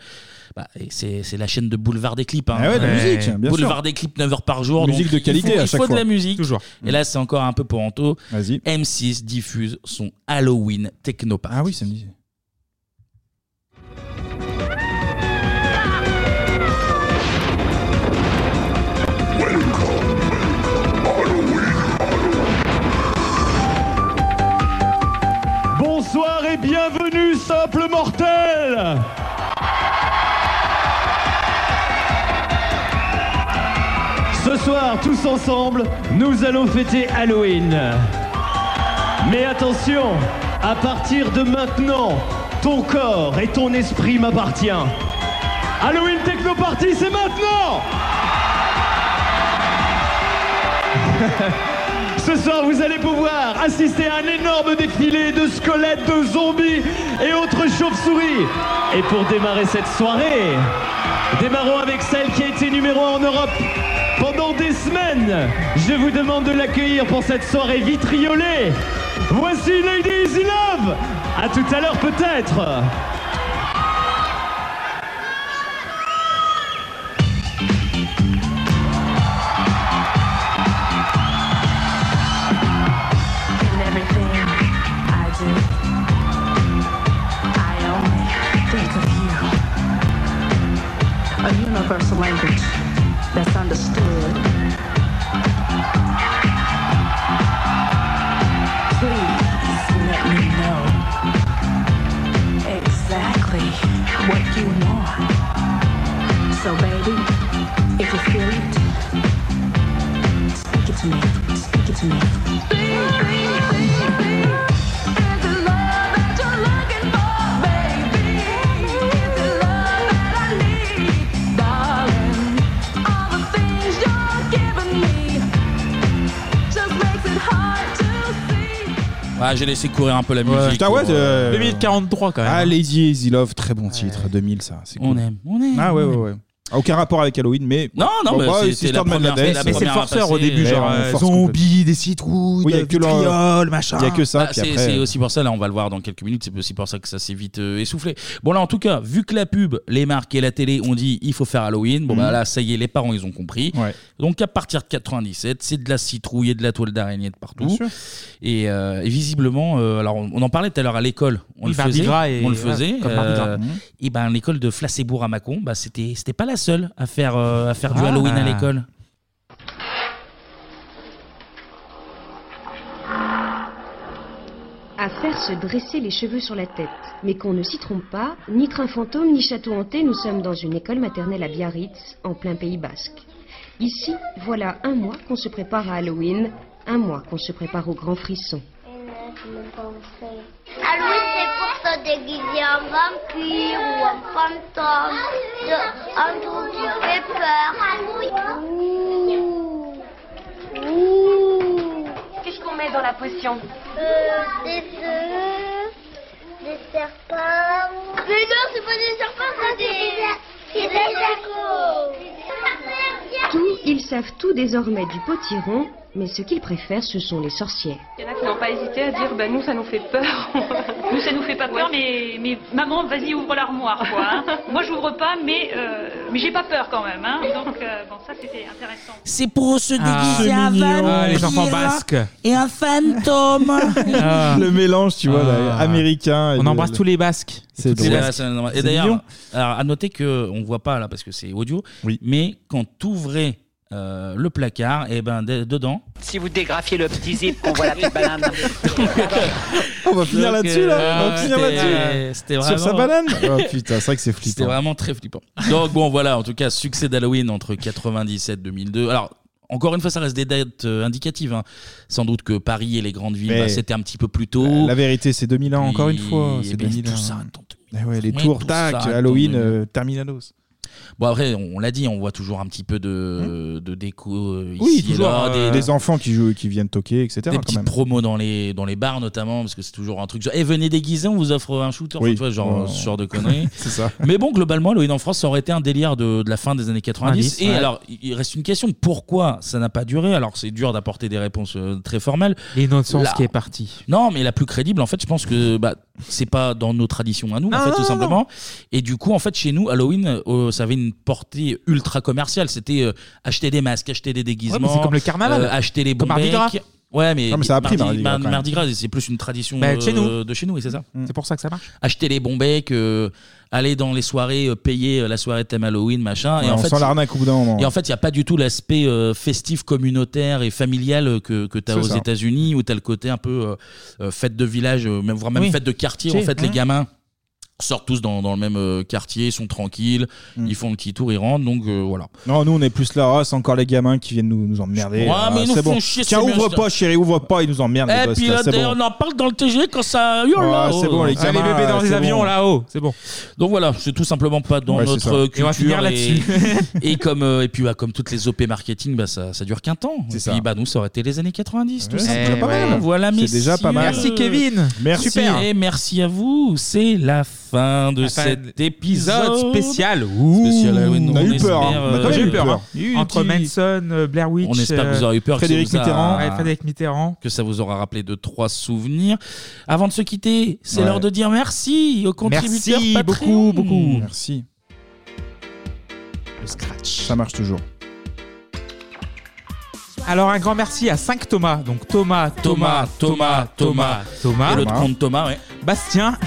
[SPEAKER 1] Bah, et c'est c'est la chaîne de Boulevard des Clips. hein.
[SPEAKER 6] Ah ouais, de la musique, bien
[SPEAKER 1] Boulevard
[SPEAKER 6] sûr.
[SPEAKER 1] des Clips, 9 heures par jour.
[SPEAKER 6] Musique
[SPEAKER 1] donc
[SPEAKER 6] de
[SPEAKER 1] il
[SPEAKER 6] qualité
[SPEAKER 1] faut-
[SPEAKER 6] à
[SPEAKER 1] il
[SPEAKER 6] chaque
[SPEAKER 1] faut de
[SPEAKER 6] fois.
[SPEAKER 1] la musique.
[SPEAKER 6] Toujours.
[SPEAKER 1] Et là, c'est encore un peu pour Anto. M6 diffuse son Halloween Technopark. Ah
[SPEAKER 6] oui, ça me dit.
[SPEAKER 3] Bonsoir et bienvenue, simple mortel Ce soir, tous ensemble, nous allons fêter Halloween. Mais attention, à partir de maintenant, ton corps et ton esprit m'appartiennent. Halloween Techno Party, c'est maintenant Ce soir, vous allez pouvoir assister à un énorme défilé de squelettes, de zombies et autres chauves-souris. Et pour démarrer cette soirée, démarrons avec celle qui a été numéro 1 en Europe pendant des semaines. Je vous demande de l'accueillir pour cette soirée vitriolée. Voici Lady Easy Love. À tout à l'heure peut-être.
[SPEAKER 23] In everything I do, I only think of you. A universal language that's understood. Please let me know exactly what you want. So, baby, if you feel it, speak it to me. Speak it to me.
[SPEAKER 1] Ah, j'ai laissé courir un peu la musique.
[SPEAKER 6] Putain, ouais,
[SPEAKER 1] pour, euh,
[SPEAKER 6] 2043 quand même. Ah, Lazy Easy Love, très bon titre, 2000 ça. c'est
[SPEAKER 1] On
[SPEAKER 6] cool.
[SPEAKER 1] aime, on aime,
[SPEAKER 6] Ah ouais,
[SPEAKER 1] on
[SPEAKER 6] ouais,
[SPEAKER 1] aime.
[SPEAKER 6] ouais. Ah, Aucun rapport avec Halloween, mais.
[SPEAKER 1] Non, non, mais
[SPEAKER 6] bah,
[SPEAKER 1] c'était
[SPEAKER 6] c'est histoire
[SPEAKER 1] la
[SPEAKER 6] de mettre
[SPEAKER 1] première-
[SPEAKER 6] la
[SPEAKER 1] la première à passer, mais on
[SPEAKER 6] euh,
[SPEAKER 1] force
[SPEAKER 6] des citrouilles,
[SPEAKER 1] Oui, il y a que le-
[SPEAKER 6] Il y a que ça,
[SPEAKER 1] Ah,
[SPEAKER 6] puis
[SPEAKER 1] c'est,
[SPEAKER 6] après- euh,
[SPEAKER 1] c'est aussi pour ça, là, on va le voir dans quelques minutes, c'est aussi pour ça que ça s'est vite euh, essoufflé. Bon, là, en tout cas, vu que la pub, les marques et la télé ont dit il faut faire Halloween, bon,
[SPEAKER 6] Mhm.
[SPEAKER 1] bah là, ça y est, les parents, ils ont compris. Donc, à partir de 97, c'est de la citrouille et de la toile d'araignée de partout.
[SPEAKER 6] Bien sûr.
[SPEAKER 1] Et, euh, et visiblement, euh, alors, on, on en parlait tout à l'heure à l'école, on
[SPEAKER 4] Oui,
[SPEAKER 1] le
[SPEAKER 4] Mardi
[SPEAKER 1] faisait.
[SPEAKER 4] Gras et-
[SPEAKER 1] on le
[SPEAKER 4] ouais,
[SPEAKER 1] faisait.
[SPEAKER 4] comme Mardi Gras. Mhm.
[SPEAKER 1] Et ben, l'école de Flassébourg à Mâcon, bah, c'était, c'était pas la seule à faire, euh, à faire du
[SPEAKER 4] Ah.
[SPEAKER 1] Halloween à l'école.
[SPEAKER 8] À faire se dresser les cheveux sur la tête. Mais qu'on ne s'y trompe pas, ni train fantôme, ni château hanté, nous sommes dans une école maternelle à Biarritz, en plein Pays Basque. Ici, voilà un mois qu'on se prépare à Halloween, un mois qu'on se prépare au grand frisson.
[SPEAKER 25] Halloween, Ah c'est pour se déguiser en vampire ou en fantôme, de, en tout qui fait peur.
[SPEAKER 8] Qu'est-ce qu'on met dans la potion
[SPEAKER 25] Euh, des œufs, des serpents. Mais non, c'est pas des serpents, c'est des... C'est des tacos.
[SPEAKER 8] Tout, ils savent tout désormais du potiron, mais ce qu'ils préfèrent, ce sont les sorcières.
[SPEAKER 9] Il y en a qui n'ont pas hésité à dire, bah nous ça nous fait peur.
[SPEAKER 10] Nous, ça nous fait pas peur, mais, mais maman, vas-y, ouvre l'armoire, quoi. hein. Moi, j'ouvre pas, mais, euh, mais j'ai pas peur quand même. hein. Donc, euh, bon, ça, c'était intéressant.
[SPEAKER 1] C'est pour se
[SPEAKER 4] Ah,
[SPEAKER 1] déguiser
[SPEAKER 4] c'est
[SPEAKER 1] un
[SPEAKER 4] mignon. Ah, les
[SPEAKER 1] vampire
[SPEAKER 4] enfants basques.
[SPEAKER 1] et un fantôme. Ah.
[SPEAKER 6] Le mélange, tu vois,
[SPEAKER 4] Ah.
[SPEAKER 6] là, américain. et
[SPEAKER 4] On
[SPEAKER 6] de-
[SPEAKER 4] embrasse tous les Basques.
[SPEAKER 6] C'est
[SPEAKER 4] Toutes les
[SPEAKER 6] drôle.
[SPEAKER 4] Basques.
[SPEAKER 1] C'est normal.
[SPEAKER 4] C'est
[SPEAKER 1] Et d'ailleurs,
[SPEAKER 4] mignon.
[SPEAKER 1] alors, à noter qu'on ne voit pas là parce que c'est audio, mais quand tu ouvrais le placard, et ben de- dedans.
[SPEAKER 11] Si vous dégrafiez le petit zip qu'on voit la petite banane.
[SPEAKER 6] On va finir
[SPEAKER 1] Donc,
[SPEAKER 6] là-dessus, là.
[SPEAKER 1] euh,
[SPEAKER 6] On va finir
[SPEAKER 1] c'était-
[SPEAKER 6] là-dessus.
[SPEAKER 1] c'était
[SPEAKER 6] Sur sa
[SPEAKER 1] vraiment-
[SPEAKER 6] banane. Oh putain, c'est vrai que c'est flippant.
[SPEAKER 1] C'était vraiment très flippant. Donc bon, voilà, en tout cas, succès d'Halloween entre 97 2002. Alors. Encore une fois, ça reste des dates euh, indicatives. hein. Sans doute que Paris et les grandes villes,
[SPEAKER 6] Mais-
[SPEAKER 1] bah, c'était un petit peu plus tôt.
[SPEAKER 6] La vérité, c'est 2000 ans, encore une
[SPEAKER 1] Puis,
[SPEAKER 6] fois.
[SPEAKER 1] eh
[SPEAKER 6] C'est
[SPEAKER 1] ben,
[SPEAKER 6] 2000
[SPEAKER 1] tout
[SPEAKER 6] ans.
[SPEAKER 1] ça,
[SPEAKER 6] Eh ouais, les
[SPEAKER 1] Ouais,
[SPEAKER 6] tours,
[SPEAKER 1] tout
[SPEAKER 6] tac,
[SPEAKER 1] ça,
[SPEAKER 6] Halloween,
[SPEAKER 1] tout,
[SPEAKER 6] euh, Terminados.
[SPEAKER 1] Bon, après, on l'a dit, on voit toujours un petit peu de, de déco euh, ici
[SPEAKER 6] Hein Oui,
[SPEAKER 1] et
[SPEAKER 6] toujours.
[SPEAKER 1] là,
[SPEAKER 6] euh,
[SPEAKER 1] des,
[SPEAKER 6] Des enfants qui jouent, qui viennent toquer, etc.
[SPEAKER 1] des
[SPEAKER 6] quand
[SPEAKER 1] petites
[SPEAKER 6] même.
[SPEAKER 1] promos dans les, dans les bars notamment parce que c'est toujours un truc genre et venez déguiser on vous offre un shooter Enfin,
[SPEAKER 6] Oui.
[SPEAKER 1] tu vois, genre
[SPEAKER 6] Ouais.
[SPEAKER 1] ce genre de conneries
[SPEAKER 6] C'est ça.
[SPEAKER 1] mais bon globalement Halloween en France ça aurait été un délire de, de la fin des années 90
[SPEAKER 4] 90,
[SPEAKER 1] et
[SPEAKER 4] ouais.
[SPEAKER 1] alors il il reste une question pourquoi ça n'a pas duré alors c'est dur d'apporter des réponses euh, très formelles
[SPEAKER 4] L'innocence
[SPEAKER 1] La-
[SPEAKER 4] qui est partie.
[SPEAKER 1] non, mais la plus crédible, en fait, je pense que bah, c'est pas dans nos traditions à nous,
[SPEAKER 4] Non,
[SPEAKER 1] en fait,
[SPEAKER 4] non,
[SPEAKER 1] tout
[SPEAKER 4] non,
[SPEAKER 1] simplement. Et du coup, en fait, chez nous, Halloween, euh, ça avait une portée ultra commerciale. C'était euh, acheter des masques, acheter des déguisements. euh,
[SPEAKER 4] Ouais, mais c'est comme le carnaval.
[SPEAKER 1] acheter les bons
[SPEAKER 4] Comme Mardi
[SPEAKER 1] becs.
[SPEAKER 4] Gras.
[SPEAKER 1] Ouais, mais,
[SPEAKER 4] Non, mais ça a pris Mardi Gras,
[SPEAKER 1] Mar-
[SPEAKER 4] quand même.
[SPEAKER 1] Mardi Gras, c'est plus une tradition
[SPEAKER 4] Bah, de chez
[SPEAKER 1] euh,
[SPEAKER 4] nous.
[SPEAKER 1] de chez nous, et c'est ça.
[SPEAKER 6] Mm.
[SPEAKER 4] C'est pour ça que ça marche.
[SPEAKER 1] Acheter les bons becs, euh, aller dans les soirées, euh, payer euh, la soirée thème Halloween, machin.
[SPEAKER 6] Ouais,
[SPEAKER 1] et en
[SPEAKER 6] on
[SPEAKER 1] fait,
[SPEAKER 6] sent l'arnaque au bout d'un moment.
[SPEAKER 1] et en fait, il n'y a pas du tout l'aspect euh, festif, communautaire et familial euh, que, que tu as
[SPEAKER 6] C'est
[SPEAKER 1] aux
[SPEAKER 6] ça.
[SPEAKER 1] États-Unis, où tu as le côté un peu euh, euh, fête de village, euh, même, voire même
[SPEAKER 4] Oui.
[SPEAKER 1] fête de quartier.
[SPEAKER 4] Si.
[SPEAKER 1] En fait, les
[SPEAKER 4] Mhm.
[SPEAKER 1] gamins sortent tous dans, dans le même euh, quartier, sont tranquilles,
[SPEAKER 6] Mm.
[SPEAKER 1] ils font le petit tour, ils rentrent. Donc euh, voilà.
[SPEAKER 6] Non, nous on est plus là, oh, c'est encore les gamins qui viennent nous, nous emmerder.
[SPEAKER 1] Ouais,
[SPEAKER 6] Ah,
[SPEAKER 1] mais ils nous
[SPEAKER 6] c'est
[SPEAKER 1] font
[SPEAKER 6] bon.
[SPEAKER 1] chier,
[SPEAKER 6] Tiens,
[SPEAKER 1] c'est bien, Eh,
[SPEAKER 6] ouvre
[SPEAKER 1] ça.
[SPEAKER 6] pas, chérie, ouvre pas, ils nous emmerdent. les
[SPEAKER 1] Et
[SPEAKER 6] gosses,
[SPEAKER 1] puis
[SPEAKER 6] là,
[SPEAKER 1] là,
[SPEAKER 6] c'est
[SPEAKER 1] d'ailleurs,
[SPEAKER 6] bon.
[SPEAKER 1] on en parle dans le TG quand ça hurle
[SPEAKER 6] Ah,
[SPEAKER 1] là-haut.
[SPEAKER 6] c'est bon, les
[SPEAKER 1] Ah,
[SPEAKER 6] gamins, euh,
[SPEAKER 1] dans
[SPEAKER 6] Oh, c'est
[SPEAKER 1] les oh.
[SPEAKER 6] bon.
[SPEAKER 1] là-haut, c'est bon. Donc voilà, c'est tout simplement pas dans
[SPEAKER 6] Ouais, c'est ça.
[SPEAKER 1] notre culture.
[SPEAKER 6] Et on va finir
[SPEAKER 1] et-
[SPEAKER 6] là-dessus.
[SPEAKER 1] Et, comme euh, et puis bah, comme toutes les OP marketing, bah, ça ça dure qu'un temps. Et puis bah nous ça aurait été les années 90 tout
[SPEAKER 6] Ouais,
[SPEAKER 1] ça.
[SPEAKER 6] c'est déjà pas
[SPEAKER 4] Eh
[SPEAKER 6] mal.
[SPEAKER 1] Eh Voilà
[SPEAKER 6] C'est
[SPEAKER 1] messieurs.
[SPEAKER 6] déjà pas mal. Merci, Kevin. Merci.
[SPEAKER 1] Super. Et merci à vous. C'est la fin de
[SPEAKER 4] La fin
[SPEAKER 1] cet
[SPEAKER 4] de-
[SPEAKER 1] épisode
[SPEAKER 4] épisode spécial.
[SPEAKER 1] Spécial Halloween.
[SPEAKER 4] On a eu
[SPEAKER 1] espère,
[SPEAKER 4] peur, hein.
[SPEAKER 1] euh,
[SPEAKER 4] Bah, j'ai eu peur, hein. Il y a eu un
[SPEAKER 1] Entre
[SPEAKER 4] petit-
[SPEAKER 1] Manson, euh, Blair Witch. On espère que vous aurez eu peur. que ça
[SPEAKER 4] Frédéric
[SPEAKER 1] vous a-
[SPEAKER 4] Mitterrand. Ouais, Frédéric Mitterrand.
[SPEAKER 1] Que ça vous aura rappelé de trois souvenirs. Avant de se quitter, c'est
[SPEAKER 4] Ouais.
[SPEAKER 1] l'heure de dire merci aux contributeurs.
[SPEAKER 4] Merci
[SPEAKER 1] Patreon.
[SPEAKER 4] beaucoup, beaucoup.
[SPEAKER 6] Merci. Ça marche toujours.
[SPEAKER 4] Alors un grand merci à 5 Thomas. Donc Thomas, Thomas, Thomas, Thomas, Thomas.
[SPEAKER 1] Et l'autre compte Thomas, ouais.
[SPEAKER 4] Bastien,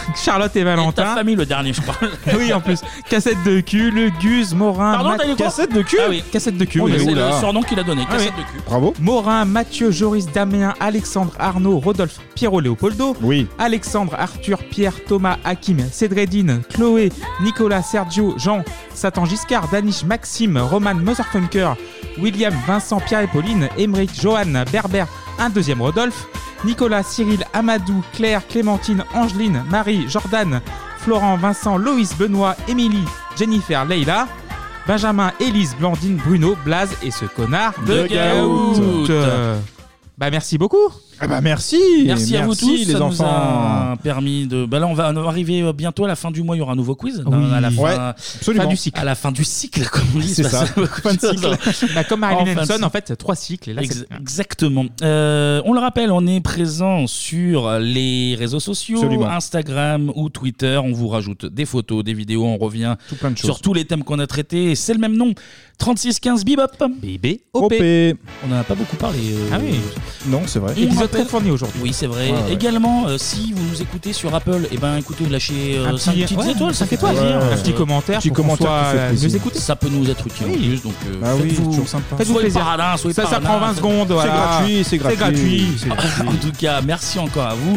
[SPEAKER 4] Charlotte et Valentin.
[SPEAKER 1] ta famille, le dernier, je parle.
[SPEAKER 4] oui, en plus. Cassette de cul, le Gus, Morin.
[SPEAKER 1] Pardon, t'as dit quoi
[SPEAKER 4] Cassette de cul
[SPEAKER 1] Ah oui.
[SPEAKER 4] Cassette de cul.
[SPEAKER 1] Oh,
[SPEAKER 4] oui.
[SPEAKER 1] c'est le surnom qu'il a donné,
[SPEAKER 4] Ah oui.
[SPEAKER 1] cassette de cul.
[SPEAKER 6] Bravo.
[SPEAKER 4] Morin, Mathieu, Joris, Damien, Alexandre, Arnaud, Rodolphe, Pierrot, Léopoldo.
[SPEAKER 6] Oui.
[SPEAKER 4] Alexandre, Arthur, Pierre, Thomas, Hakim, Cédredine, Chloé, Nicolas, Sergio, Jean, Satan Giscard, Danish, Maxime, Roman, Motherfunker, William, Vincent, Pierre et Pauline, Émeric, Johan, Berber, un deuxième Rodolphe, Nicolas, Cyril, Amadou, Claire, Clémentine, Angeline, Marie, Jordan, Florent, Vincent, Loïs, Benoît, Émilie, Jennifer, Leila, Benjamin, Élise, Blandine, Bruno, Blaze et ce connard de,
[SPEAKER 1] De Gaout.
[SPEAKER 4] Euh, Bah merci beaucoup.
[SPEAKER 6] Ah bah merci.
[SPEAKER 1] Merci, à vous tous,
[SPEAKER 6] les
[SPEAKER 1] ça nous
[SPEAKER 6] enfants.
[SPEAKER 1] a permis de. Bah là, on va on va arriver euh, bientôt à la fin du mois. Il y aura un nouveau quiz hein, à la fin,
[SPEAKER 6] Ouais,
[SPEAKER 1] fin du cycle. À la fin du cycle, comme on dit.
[SPEAKER 4] C'est
[SPEAKER 1] il se passe
[SPEAKER 4] ça.
[SPEAKER 1] beaucoup
[SPEAKER 4] Fin de
[SPEAKER 1] de choses.
[SPEAKER 4] cycle. Bah, comme Marilyn
[SPEAKER 1] En fin de
[SPEAKER 4] Manson,
[SPEAKER 1] cycle.
[SPEAKER 4] en fait, trois cycles, et là,
[SPEAKER 1] Ex-
[SPEAKER 4] c'est-
[SPEAKER 1] exactement. Euh, on le rappelle, on est présent sur les réseaux sociaux,
[SPEAKER 6] Absolument.
[SPEAKER 1] Instagram ou Twitter. On vous rajoute des photos, des vidéos. On revient
[SPEAKER 6] plein de
[SPEAKER 1] sur
[SPEAKER 6] choses.
[SPEAKER 1] tous les thèmes qu'on a traités. C'est le même nom 3615 Bibop. BB.
[SPEAKER 6] OP.
[SPEAKER 1] On n'en a pas beaucoup parlé. euh,
[SPEAKER 6] Ah oui. Non, c'est vrai.
[SPEAKER 1] On rappelle-
[SPEAKER 4] fourni aujourd'hui.
[SPEAKER 1] Oui, c'est vrai.
[SPEAKER 6] Ouais, ouais.
[SPEAKER 1] Également, euh, si vous nous écoutez sur Apple, eh ben, écoutez, lâchez
[SPEAKER 4] Un
[SPEAKER 1] 5
[SPEAKER 4] petit-
[SPEAKER 1] petites
[SPEAKER 4] ouais,
[SPEAKER 1] étoiles, ça
[SPEAKER 4] cinq
[SPEAKER 1] fait
[SPEAKER 4] étoiles.
[SPEAKER 1] plaisir.
[SPEAKER 4] Ouais. Un petit
[SPEAKER 1] Euh,
[SPEAKER 4] commentaire Petit pour qu'on commentaire soit, qui fait euh, plaisir. mieux écouté.
[SPEAKER 1] Ça peut nous être utile en
[SPEAKER 4] Oui.
[SPEAKER 1] plus. Donc, euh,
[SPEAKER 4] Bah oui,
[SPEAKER 1] faites-vous-
[SPEAKER 4] c'est toujours sympa.
[SPEAKER 1] Faites-vous
[SPEAKER 4] Soyez
[SPEAKER 1] plaisir.
[SPEAKER 4] parrain, soyez Ça, ça parrain. prend 20 secondes,
[SPEAKER 1] C'est
[SPEAKER 4] voilà.
[SPEAKER 1] gratuit,
[SPEAKER 4] C'est gratuit. C'est
[SPEAKER 1] Ah, en tout cas, merci encore à vous.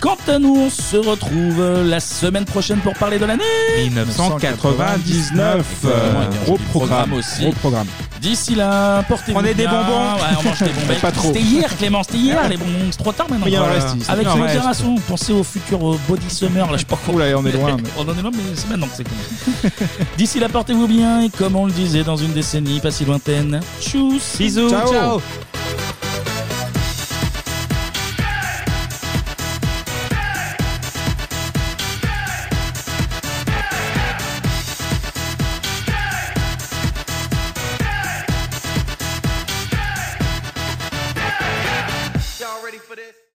[SPEAKER 1] Quant à nous, on se retrouve euh, la semaine prochaine pour parler de l'année
[SPEAKER 6] 1999.
[SPEAKER 1] Exactement, avec un
[SPEAKER 6] euh, Gros
[SPEAKER 1] joli programme
[SPEAKER 6] programme.
[SPEAKER 1] aussi.
[SPEAKER 6] Gros programme.
[SPEAKER 1] D'ici là, portez-vous
[SPEAKER 6] Prenez des
[SPEAKER 1] bien.
[SPEAKER 6] bonbons.
[SPEAKER 1] Ouais, on mange des bonbons.
[SPEAKER 6] Mais pas trop.
[SPEAKER 1] C'était hier, Clément, c'était hier les bonbons. C'est trop tard maintenant.
[SPEAKER 6] Mais il y en reste, il-
[SPEAKER 1] Avec
[SPEAKER 6] il en
[SPEAKER 1] les
[SPEAKER 6] reste.
[SPEAKER 1] générations, pensez au futur euh, body summer. Là, je sais pas quoi.
[SPEAKER 6] on est loin, mais-
[SPEAKER 1] on en est loin, mais c'est maintenant que c'est connu. D'ici là, portez-vous bien. Et comme on le disait dans une décennie pas si lointaine, tchuss.
[SPEAKER 4] Bisous, ciao.